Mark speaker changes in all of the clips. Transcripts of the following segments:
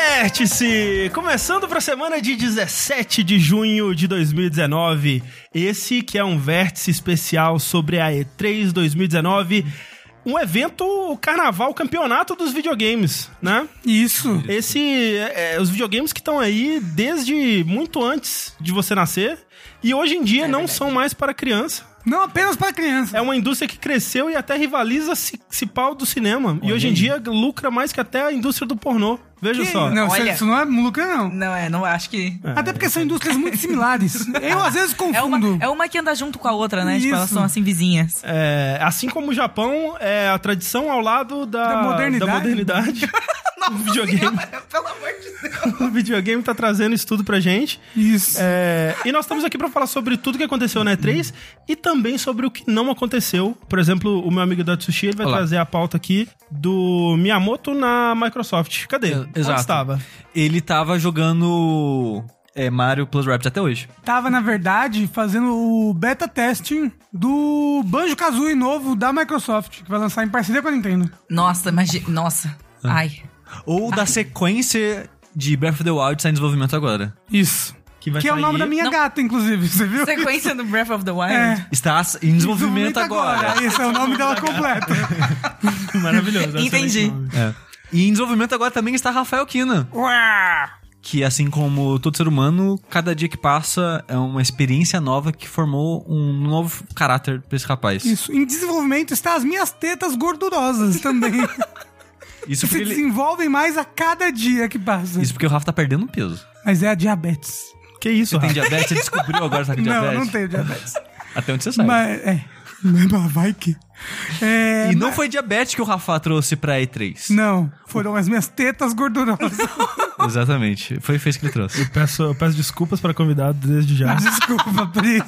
Speaker 1: Vértice! Começando para a semana de 17 de junho de 2019. Esse que é um vértice especial sobre a E3 2019. Um evento, o carnaval, o campeonato dos videogames, né?
Speaker 2: Isso.
Speaker 1: Esse, é, os videogames que estão aí desde muito antes de você nascer e hoje em
Speaker 2: É
Speaker 1: dia não são mais para criança.
Speaker 2: Não apenas pra criança.
Speaker 1: É uma indústria que cresceu e até rivaliza se, se pau do cinema. e hoje em dia lucra mais que até a indústria do pornô. Veja
Speaker 2: Que-
Speaker 1: só.
Speaker 2: Não, isso-
Speaker 3: Olha.
Speaker 2: isso não é lucro, não.
Speaker 3: Não, é, não acho que.
Speaker 2: Até porque são indústrias muito similares. Eu às vezes confundo.
Speaker 3: É uma, é uma que anda junto com a outra, né? Tipo, elas
Speaker 2: Isso.
Speaker 3: são assim vizinhas.
Speaker 1: É, assim como o Japão, é a tradição ao lado da,
Speaker 2: Da modernidade.
Speaker 1: da modernidade. o videogame,
Speaker 3: Pelo amor de Deus.
Speaker 1: o videogame tá trazendo isso tudo pra gente.
Speaker 2: Isso.
Speaker 1: É, e nós estamos aqui pra falar sobre tudo que aconteceu na E3 e também sobre o que não aconteceu. Por exemplo, o meu amigo da Tsushi ele vai
Speaker 4: Olá.
Speaker 1: trazer a pauta aqui do Miyamoto na Microsoft. Cadê?
Speaker 4: Eu- É, exato.
Speaker 1: Onde estava?
Speaker 4: Ele tava jogando é, Mario Plus Rabbit até hoje.
Speaker 2: Tava, na verdade, fazendo o beta testing do Banjo Kazooie novo da Microsoft, que vai lançar em parceria com a Nintendo.
Speaker 3: Nossa, imagina. Nossa.
Speaker 2: Ah.
Speaker 3: Ai.
Speaker 4: Ou da sequência de Breath of the Wild está em desenvolvimento agora.
Speaker 2: Isso.
Speaker 1: Que vai
Speaker 2: Que é o
Speaker 1: sair-
Speaker 2: nome da minha
Speaker 3: Não.
Speaker 2: gata, inclusive, você viu?
Speaker 3: Sequência do Breath of the Wild.
Speaker 2: É.
Speaker 4: Está em desenvolvimento agora.
Speaker 2: Esse é o nome dela completo.
Speaker 1: Maravilhoso.
Speaker 3: Entendi.
Speaker 1: excelente nome.
Speaker 4: É. E em desenvolvimento agora também está Rafael Kina. Que assim como todo ser humano, cada dia que passa é uma experiência nova que formou um novo caráter pra esse rapaz.
Speaker 2: Isso. Em desenvolvimento está as minhas tetas gordurosas também.
Speaker 4: Isso é
Speaker 2: que se
Speaker 4: porque, ele-
Speaker 2: desenvolvem mais a cada dia que passa.
Speaker 4: Isso porque o Rafa tá perdendo peso.
Speaker 2: Mas é a diabetes.
Speaker 1: Que isso,
Speaker 4: Você tem
Speaker 1: Rafa?
Speaker 4: diabetes? Você descobriu agora que tá com
Speaker 2: Não,
Speaker 4: diabetes?
Speaker 2: não tenho diabetes.
Speaker 4: Até onde você sabe.
Speaker 2: mas, é. Mas vai que. É,
Speaker 4: E não
Speaker 2: mas-
Speaker 4: foi diabetes que o Rafa trouxe pra E3.
Speaker 2: Não, foram as minhas tetas gordurosas.
Speaker 4: Exatamente. Foi fez que ele trouxe.
Speaker 1: Peço, eu peço desculpas para convidado desde já.
Speaker 2: Desculpa, Pri.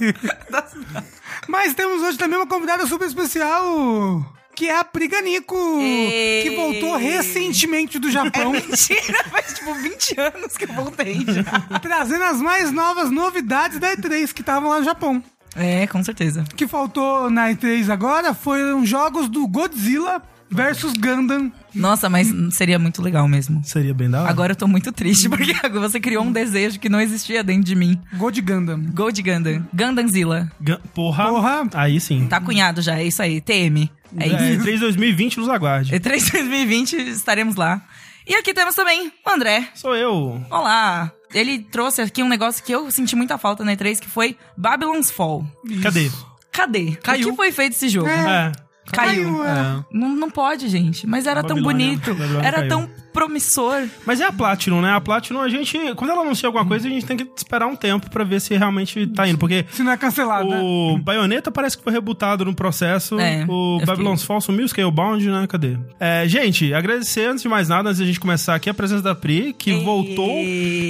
Speaker 2: Mas temos hoje também uma convidada super especial, que é a Pri Ganico,
Speaker 3: Ei.
Speaker 2: que voltou recentemente do Japão,
Speaker 3: Mentira, faz tipo 20 anos que eu voltei já.
Speaker 2: trazendo as mais novas novidades da E3 que estavam lá no Japão.
Speaker 3: É, com certeza.
Speaker 2: O que faltou na E3 agora foram jogos do Godzilla versus Gundam.
Speaker 3: Nossa, mas seria muito legal mesmo.
Speaker 1: Seria bem da hora.
Speaker 3: Agora eu tô muito triste, porque você criou um desejo que não existia dentro de mim.
Speaker 2: God Gundam.
Speaker 3: Gold Gundam. Gundanzilla.
Speaker 1: Gan- Porra.
Speaker 2: Porra.
Speaker 1: Aí sim.
Speaker 3: Tá cunhado já, é isso aí. TM. É isso.
Speaker 1: É, 3 2020 nos aguarde.
Speaker 3: E3 2020 estaremos lá. E aqui temos também o André.
Speaker 1: Sou eu.
Speaker 3: Olá! Ele trouxe aqui um negócio que eu senti muita falta na E3, que foi Babylon's Fall.
Speaker 1: Cadê?
Speaker 3: Cadê?
Speaker 4: Caiu.
Speaker 3: O que foi feito esse jogo?
Speaker 1: É.
Speaker 2: É.
Speaker 3: Caiu. Ah.
Speaker 2: é.
Speaker 3: Não, não pode, gente. Mas era tão
Speaker 1: Babilônia.
Speaker 3: bonito.
Speaker 1: Babilônia
Speaker 3: Era
Speaker 1: caiu.
Speaker 3: tão promissor.
Speaker 1: Mas é a Platinum, né? A Platinum, a gente. Quando ela anuncia alguma coisa, a gente tem que esperar um tempo pra ver se realmente tá indo. Porque
Speaker 2: Se não é cancelado, né?
Speaker 1: o Bayonetta parece que foi rebutado no processo.
Speaker 3: É, eu
Speaker 1: o
Speaker 3: fiquei-
Speaker 1: Babylon's Fall sumiu, Scalebound, né? Cadê? É, gente, agradecer antes de mais nada, antes de a gente começar aqui, a presença da Pri, que
Speaker 3: Ei.
Speaker 1: voltou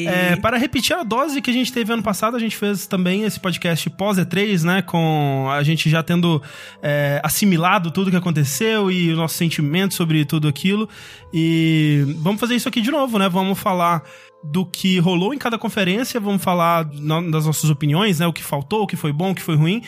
Speaker 1: é, para repetir a dose que a gente teve ano passado. A gente fez também esse podcast pós E3, né? Com a gente já tendo é, assimilado tudo que aconteceu e o nosso sentimento sobre tudo aquilo. E vamos fazer isso aqui de novo, né? Vamos falar do que rolou em cada conferência, vamos falar no- das nossas opiniões, né? O que faltou, o que foi bom, o que foi ruim.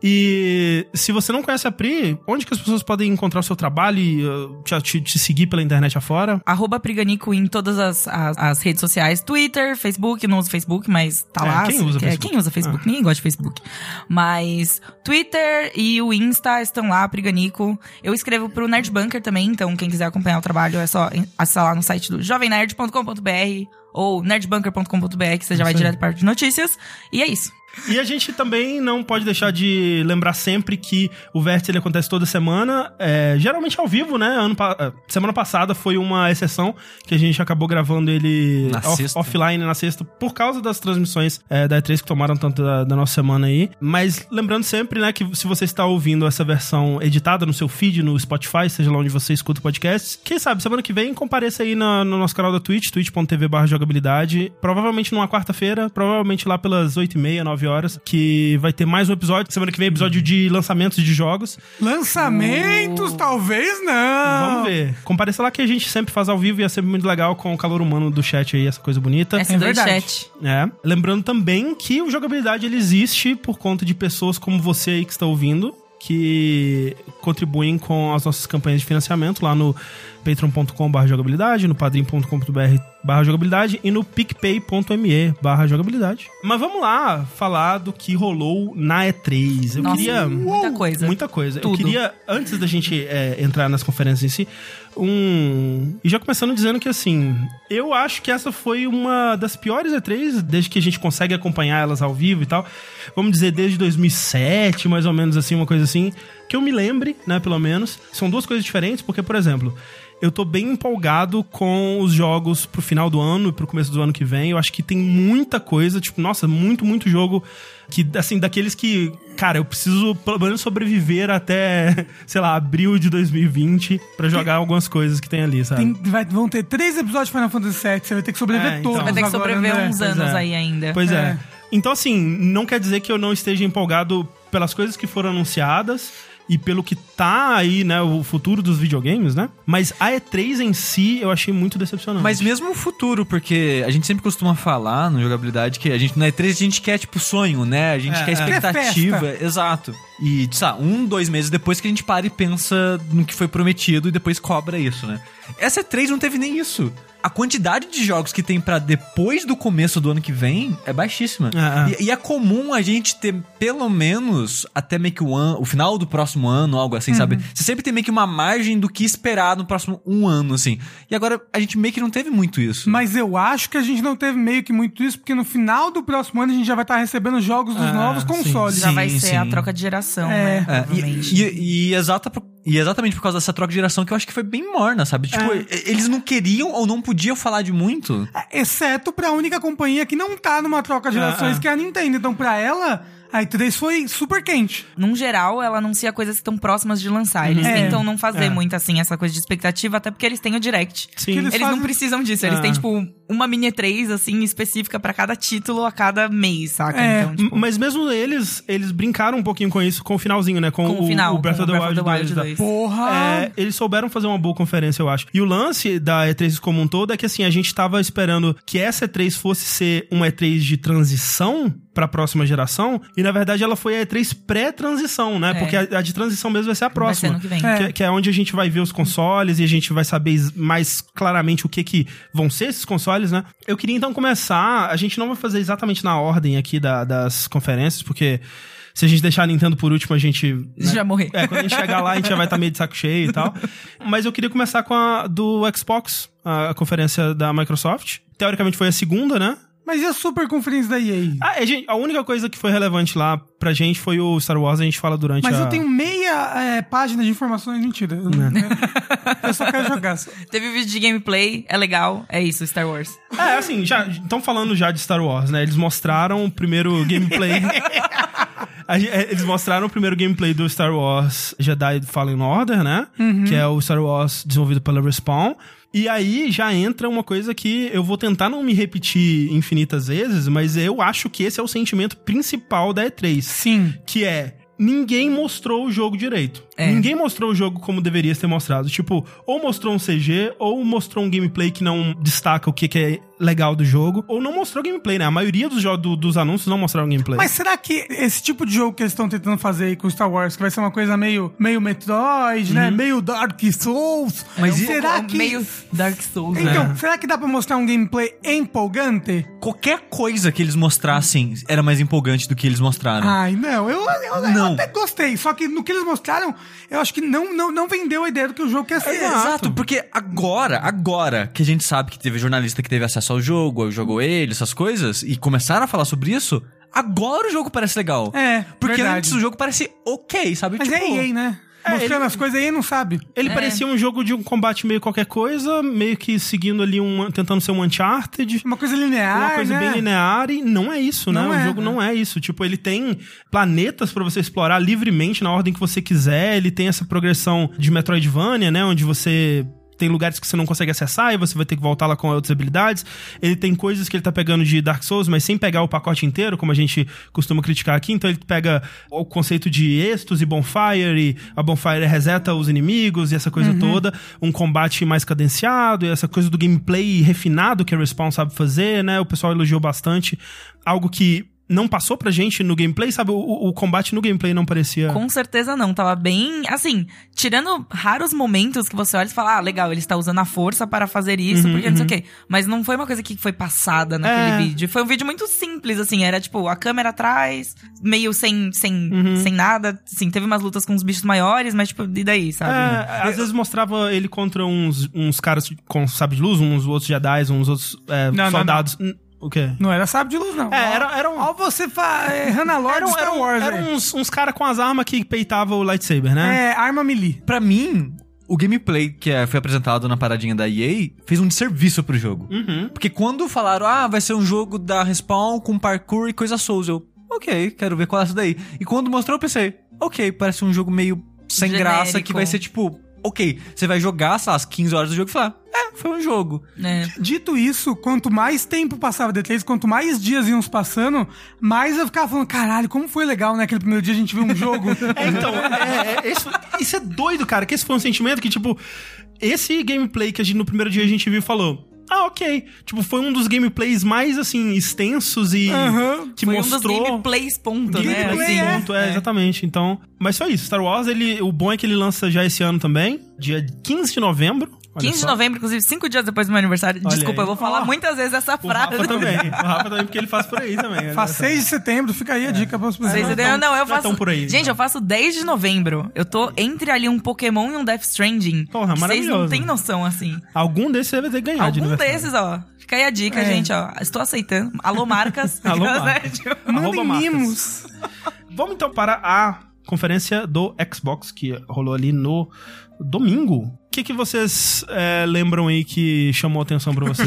Speaker 1: E se você não conhece a Pri, onde que as pessoas podem encontrar o seu trabalho e uh, te, te- te seguir pela internet afora?
Speaker 3: Arroba Priganico em todas as, as, as redes sociais. Twitter, Facebook, não uso Facebook, mas tá
Speaker 1: É,
Speaker 3: lá.
Speaker 1: quem usa
Speaker 3: É,
Speaker 1: Facebook? Ah.
Speaker 3: Quem usa Facebook? Ninguém gosta de Facebook. Mas Twitter e o Insta estão lá, Priganico. Eu escrevo pro Nerd Bunker também, então quem quiser acompanhar o trabalho é só em- acessar lá no site do jovemnerd.com.br ou nerdbunker.com.br, que você já vai direto para a parte de notícias. E é isso.
Speaker 1: E a gente também não pode deixar de lembrar sempre que o Vértice ele acontece toda semana, é, geralmente ao vivo, né? Ano pa- eh, semana passada foi uma exceção que a gente acabou gravando ele
Speaker 4: Na
Speaker 1: off-
Speaker 4: sexta.
Speaker 1: offline na sexta por causa das transmissões eh, da E3 que tomaram tanto da, da nossa semana aí. Mas lembrando sempre, né, que se você está ouvindo essa versão editada no seu feed, no Spotify, seja lá onde você escuta podcasts, quem sabe semana que vem compareça aí na- no nosso canal da Twitch, twitch.tv barra jogabilidade, provavelmente numa quarta-feira, provavelmente lá pelas 8h30, 9 horas, que vai ter mais um episódio. Semana que vem episódio de lançamentos de jogos.
Speaker 2: Lançamentos, talvez não.
Speaker 1: Hum. Vamos ver. Compareça lá que a gente sempre faz ao vivo e é sempre muito legal com o calor humano do chat aí, essa coisa bonita.
Speaker 3: S2
Speaker 2: verdade.
Speaker 3: Chat.
Speaker 1: É. Lembrando também que o jogabilidade ele existe por conta de pessoas como você aí que está ouvindo, que contribuem com as nossas campanhas de financiamento lá no patreon.com.br jogabilidade, no padrim.com.br barra jogabilidade e no picpay.me barra jogabilidade. Mas vamos lá falar do que rolou na E3. é Eu
Speaker 5: Nossa,
Speaker 1: queria...
Speaker 5: muita
Speaker 1: Uou!
Speaker 5: coisa.
Speaker 1: Muita coisa. Eu
Speaker 5: Tudo.
Speaker 1: queria, antes da gente é, entrar nas conferências em si, um... E já começando dizendo que, assim, eu acho que essa foi uma das piores E3, desde que a gente consegue acompanhar elas ao vivo e tal. Vamos dizer, desde 2007, mais ou menos, assim, uma coisa assim. Que eu me lembre, né, pelo menos. São duas coisas diferentes, porque, por exemplo... Eu tô bem empolgado com os jogos pro final do ano e pro começo do ano que vem. Eu acho que tem muita coisa, tipo, nossa, muito, muito jogo que, assim, daqueles que, cara, eu preciso pelo menos sobreviver até, sei lá, abril de 2020 pra jogar algumas coisas que tem ali, sabe?
Speaker 2: Tem- vai- vão ter três episódios de Final Fantasy VII, você vai ter que sobreviver
Speaker 1: É, então.
Speaker 2: todos.
Speaker 5: Vai ter que
Speaker 2: agora, né?
Speaker 5: sobreviver
Speaker 2: André.
Speaker 5: uns
Speaker 1: Pois
Speaker 5: anos
Speaker 1: é.
Speaker 5: aí ainda.
Speaker 1: Pois é.
Speaker 2: É.
Speaker 1: Então, assim, não quer dizer que eu não esteja empolgado pelas coisas que foram anunciadas e pelo que tá aí, né, o futuro dos videogames, né? Mas a E3 em si eu achei muito decepcionante.
Speaker 4: Mas mesmo o futuro, porque a gente sempre costuma falar no jogabilidade que a gente na E3 a gente quer tipo sonho, né? A gente
Speaker 1: É,
Speaker 4: quer
Speaker 1: é.
Speaker 4: expectativa, exato. E sabe, um, dois meses depois que a gente para e pensa no que foi prometido e depois cobra isso, né? Essa E3 não teve nem isso. A quantidade de jogos que tem pra depois do começo do ano que vem é baixíssima.
Speaker 1: É, é.
Speaker 4: E- E é comum a gente ter, pelo menos, até meio que o, an- o final do próximo ano, algo assim, sabe? Você sempre tem meio que uma margem do que esperar no próximo um ano, assim. E agora a gente meio que não teve muito isso.
Speaker 2: Mas eu acho que a gente não teve meio que muito isso, porque no final do próximo ano a gente já vai estar recebendo jogos dos
Speaker 1: Ah,
Speaker 2: novos
Speaker 1: sim,
Speaker 2: consoles.
Speaker 5: Já vai
Speaker 4: Sim,
Speaker 5: ser
Speaker 4: sim.
Speaker 5: a troca de geração,
Speaker 2: É.
Speaker 5: né?
Speaker 4: É, e,
Speaker 5: provavelmente.
Speaker 4: e- e exata por- e exatamente por causa dessa troca de geração que eu acho que foi bem morna, sabe? Tipo,
Speaker 1: É.
Speaker 4: e- eles não queriam ou não podiam falar de muito.
Speaker 2: É, Exceto pra única companhia que não tá numa troca de gerações,
Speaker 1: Ah, ah.
Speaker 2: que é a Nintendo. Então, pra ela, a E3 foi super quente.
Speaker 5: Num geral, ela anuncia coisas que estão próximas de lançar. Eles
Speaker 2: É.
Speaker 5: tentam não fazer
Speaker 1: É.
Speaker 5: muito, assim, essa coisa de expectativa, até porque eles têm o Direct.
Speaker 1: Sim.
Speaker 2: que eles-
Speaker 5: Eles, não
Speaker 2: fazem-
Speaker 5: precisam disso. Eles
Speaker 1: É.
Speaker 5: têm, tipo, uma mini E3, assim, específica pra cada título a cada mês, saca?
Speaker 2: É.
Speaker 5: Então, tipo,
Speaker 1: Mas mesmo eles, eles brincaram um pouquinho com isso, com o finalzinho, né? Com,
Speaker 5: com o final,
Speaker 1: o Breath
Speaker 5: com
Speaker 1: of the Wild 2 da-
Speaker 5: 2.
Speaker 2: Porra!
Speaker 5: Ah.
Speaker 1: É, eles souberam fazer uma boa conferência, eu acho. E o lance da E3 como um todo é que, assim, a gente tava esperando que essa E3 fosse ser uma E3 de transição pra próxima geração, e na verdade ela foi a E3 pré-transição, né?
Speaker 5: É.
Speaker 1: Porque a, a de transição mesmo vai ser a
Speaker 5: Vai ser
Speaker 1: próxima.
Speaker 5: ano que vem.
Speaker 1: Que, que é onde a gente vai ver os consoles e a gente vai saber es- mais claramente o que que vão ser esses consoles, né? Eu queria então começar. A gente não vai fazer exatamente na ordem aqui da- das conferências, porque se a gente deixar a Nintendo por último, a gente. né,
Speaker 5: Já morreu.
Speaker 1: é, quando a gente chegar lá, a gente já vai estar meio de saco cheio e tal. Mas eu queria começar com a do Xbox, a, a conferência da Microsoft. Teoricamente foi a segunda, né?
Speaker 2: Mas e a super conferência da EA?
Speaker 1: Ah, é, gente, a única coisa que foi relevante lá pra gente foi o Star Wars, a gente fala durante
Speaker 2: Mas
Speaker 1: a...
Speaker 2: eu tenho meia é, página de informações, mentira. Eu, não- eu só quero jogar. só.
Speaker 5: Teve vídeo de gameplay, é legal. É isso, Star Wars.
Speaker 1: É, assim, já estão falando já de Star Wars, né? Eles mostraram o primeiro gameplay. A gen- é, Eles mostraram o primeiro gameplay do Star Wars Jedi Fallen Order, né? Que é o Star Wars desenvolvido pela Respawn. E aí já entra uma coisa que eu vou tentar não me repetir infinitas vezes, mas eu acho que esse é o sentimento principal da E3
Speaker 2: Sim.
Speaker 1: que é ninguém mostrou o jogo direito.
Speaker 5: É.
Speaker 1: Ninguém mostrou o jogo como deveria ser mostrado. Tipo, ou mostrou um CG, ou mostrou um gameplay que não destaca o que, que é legal do jogo, ou não mostrou gameplay, né? A maioria dos, jo- do- dos anúncios não mostraram gameplay.
Speaker 2: Mas será que esse tipo de jogo que eles estão tentando fazer aí com Star Wars, que vai ser uma coisa meio, meio Metroid,
Speaker 1: Uhum.
Speaker 2: né? Meio Dark Souls.
Speaker 4: Mas e-
Speaker 2: será
Speaker 5: Um
Speaker 2: que.
Speaker 5: Meio Dark Souls, né?
Speaker 2: Então, será que dá pra mostrar um gameplay empolgante?
Speaker 4: Qualquer coisa que eles mostrassem era mais empolgante do que eles mostraram.
Speaker 1: Ah.
Speaker 2: Ai, não. Eu, eu- eu
Speaker 4: Não.
Speaker 2: até gostei. Só que no que eles mostraram, eu acho que não, não, não vendeu a ideia do que o jogo quer ser.
Speaker 4: Exato, porque agora, agora que a gente sabe que teve jornalista que teve acesso ao jogo, jogou ele, essas coisas, e começaram a falar sobre isso, agora o jogo parece legal.
Speaker 2: É,
Speaker 4: Porque
Speaker 2: verdade.
Speaker 4: antes o jogo parece ok, sabe?
Speaker 2: Mas
Speaker 4: tipo,
Speaker 2: é EA, né?
Speaker 1: É,
Speaker 2: Mostrando
Speaker 1: ele-
Speaker 2: as coisas, a EA não sabe.
Speaker 1: Ele parecia um jogo de um combate meio qualquer coisa, meio que seguindo ali um. tentando ser um Uncharted.
Speaker 2: Uma coisa linear,
Speaker 1: uma coisa
Speaker 2: né?
Speaker 1: bem linear e não é isso, né?
Speaker 2: Não
Speaker 1: o
Speaker 2: é,
Speaker 1: jogo
Speaker 2: né?
Speaker 1: não é isso. Tipo, ele tem planetas pra você explorar livremente na ordem que você quiser. Ele tem essa progressão de Metroidvania, né, onde você tem lugares que você não consegue acessar e você vai ter que voltar lá com outras habilidades. Ele tem coisas que ele tá pegando de Dark Souls, mas sem pegar o pacote inteiro, como a gente costuma criticar aqui. Então ele pega o conceito de êxtase e bonfire, e a bonfire reseta os inimigos e essa coisa toda. Um combate mais cadenciado e essa coisa do gameplay refinado que a Respawn sabe fazer, né? O pessoal elogiou bastante. Algo que não passou pra gente no gameplay, sabe? O, o combate no gameplay não parecia.
Speaker 3: Com certeza não, tava bem. Assim, tirando raros momentos que você olha e fala, ah, legal, ele está usando a força para fazer isso, porque não sei o quê. Mas não foi uma coisa que foi passada naquele
Speaker 1: Uhum, É.
Speaker 3: vídeo. Foi um vídeo muito simples, assim, era tipo, a câmera atrás, meio sem, sem,
Speaker 1: Uhum.
Speaker 3: sem nada. Assim, teve umas lutas com uns bichos maiores, mas tipo, e daí, sabe?
Speaker 1: É, às vezes mostrava ele contra uns, uns caras com sabre de luz, uns outros Jedi, uns outros é,
Speaker 2: Não, não,
Speaker 1: soldados. N- O quê?
Speaker 2: Não era sábio de luz, não.
Speaker 1: É, era, era um-
Speaker 2: Ó, você fa... eh, Hannah
Speaker 3: um-
Speaker 2: Lord
Speaker 1: eram,
Speaker 2: Star
Speaker 1: eram-
Speaker 2: Wars,
Speaker 1: eram
Speaker 2: velho.
Speaker 1: uns, uns caras com as armas que peitavam o lightsaber, né?
Speaker 2: É, arma melee.
Speaker 4: Pra mim, o gameplay que é- foi apresentado na paradinha da EA fez um desserviço pro jogo.
Speaker 1: Uhum.
Speaker 4: Porque quando falaram, ah, vai ser um jogo da Respawn com parkour e coisa Souls, eu, ok, quero ver qual é essa daí. E quando mostrou, eu pensei, ok, parece um jogo meio sem
Speaker 3: Genérico.
Speaker 4: graça que vai ser tipo, ok, você vai jogar, sei lá, as 15 horas do jogo e falar, é, foi um jogo.
Speaker 3: É.
Speaker 2: Dito isso, quanto mais tempo passava D3, quanto mais dias iam se passando, mais eu ficava falando, caralho, como foi legal, né? Aquele primeiro dia a gente viu um jogo.
Speaker 1: É, então, é, é, isso, isso é doido, cara, que esse foi um sentimento que, tipo, esse gameplay que a gente, no primeiro dia a gente viu e falou. Ah, ok. Tipo, foi um dos gameplays mais, assim, extensos e
Speaker 2: Aham.
Speaker 1: que
Speaker 3: foi um
Speaker 1: mostrou.
Speaker 3: dos gameplays, ponto, né?
Speaker 1: Gameplay,
Speaker 3: Assim,
Speaker 1: é. ponto, é, exatamente. Então, mas só isso. Star Wars, ele, o bom é que ele lança já esse ano também, dia 15 de novembro. Olha
Speaker 3: 15 de
Speaker 1: só.
Speaker 3: novembro, inclusive, cinco dias depois do meu aniversário.
Speaker 1: Olha aí.
Speaker 3: Desculpa, eu vou falar
Speaker 1: Ó,
Speaker 3: muitas vezes essa
Speaker 1: O
Speaker 3: frase.
Speaker 1: Rafa também. O Rafa também, porque ele faz por aí também.
Speaker 2: Faz 6 de setembro, fica
Speaker 1: É.
Speaker 2: aí a dica para os
Speaker 3: Vocês
Speaker 2: pessoas.
Speaker 3: entenderam? Não,
Speaker 1: não
Speaker 3: eu
Speaker 1: é
Speaker 3: faço.
Speaker 1: tão por aí,
Speaker 3: Gente,
Speaker 1: não.
Speaker 3: eu faço 10 de novembro. Eu tô entre ali um Pokémon e um Death Stranding.
Speaker 1: Porra,
Speaker 3: Vocês não
Speaker 1: maravilhoso.
Speaker 3: têm noção, assim.
Speaker 1: Algum desses você vai ter que ganhar de
Speaker 3: Algum
Speaker 1: aniversário.
Speaker 3: desses, ó. Fica aí a dica,
Speaker 2: É.
Speaker 3: gente, ó. Estou aceitando. Alô, marcas.
Speaker 1: Alô,
Speaker 3: Né?
Speaker 1: marcas.
Speaker 3: Tipo,
Speaker 1: Arroba
Speaker 2: Mandem
Speaker 1: marcas.
Speaker 2: mimos.
Speaker 1: Vamos então para a conferência do Xbox que rolou ali no domingo. O que, que vocês eh, lembram aí que chamou atenção pra vocês?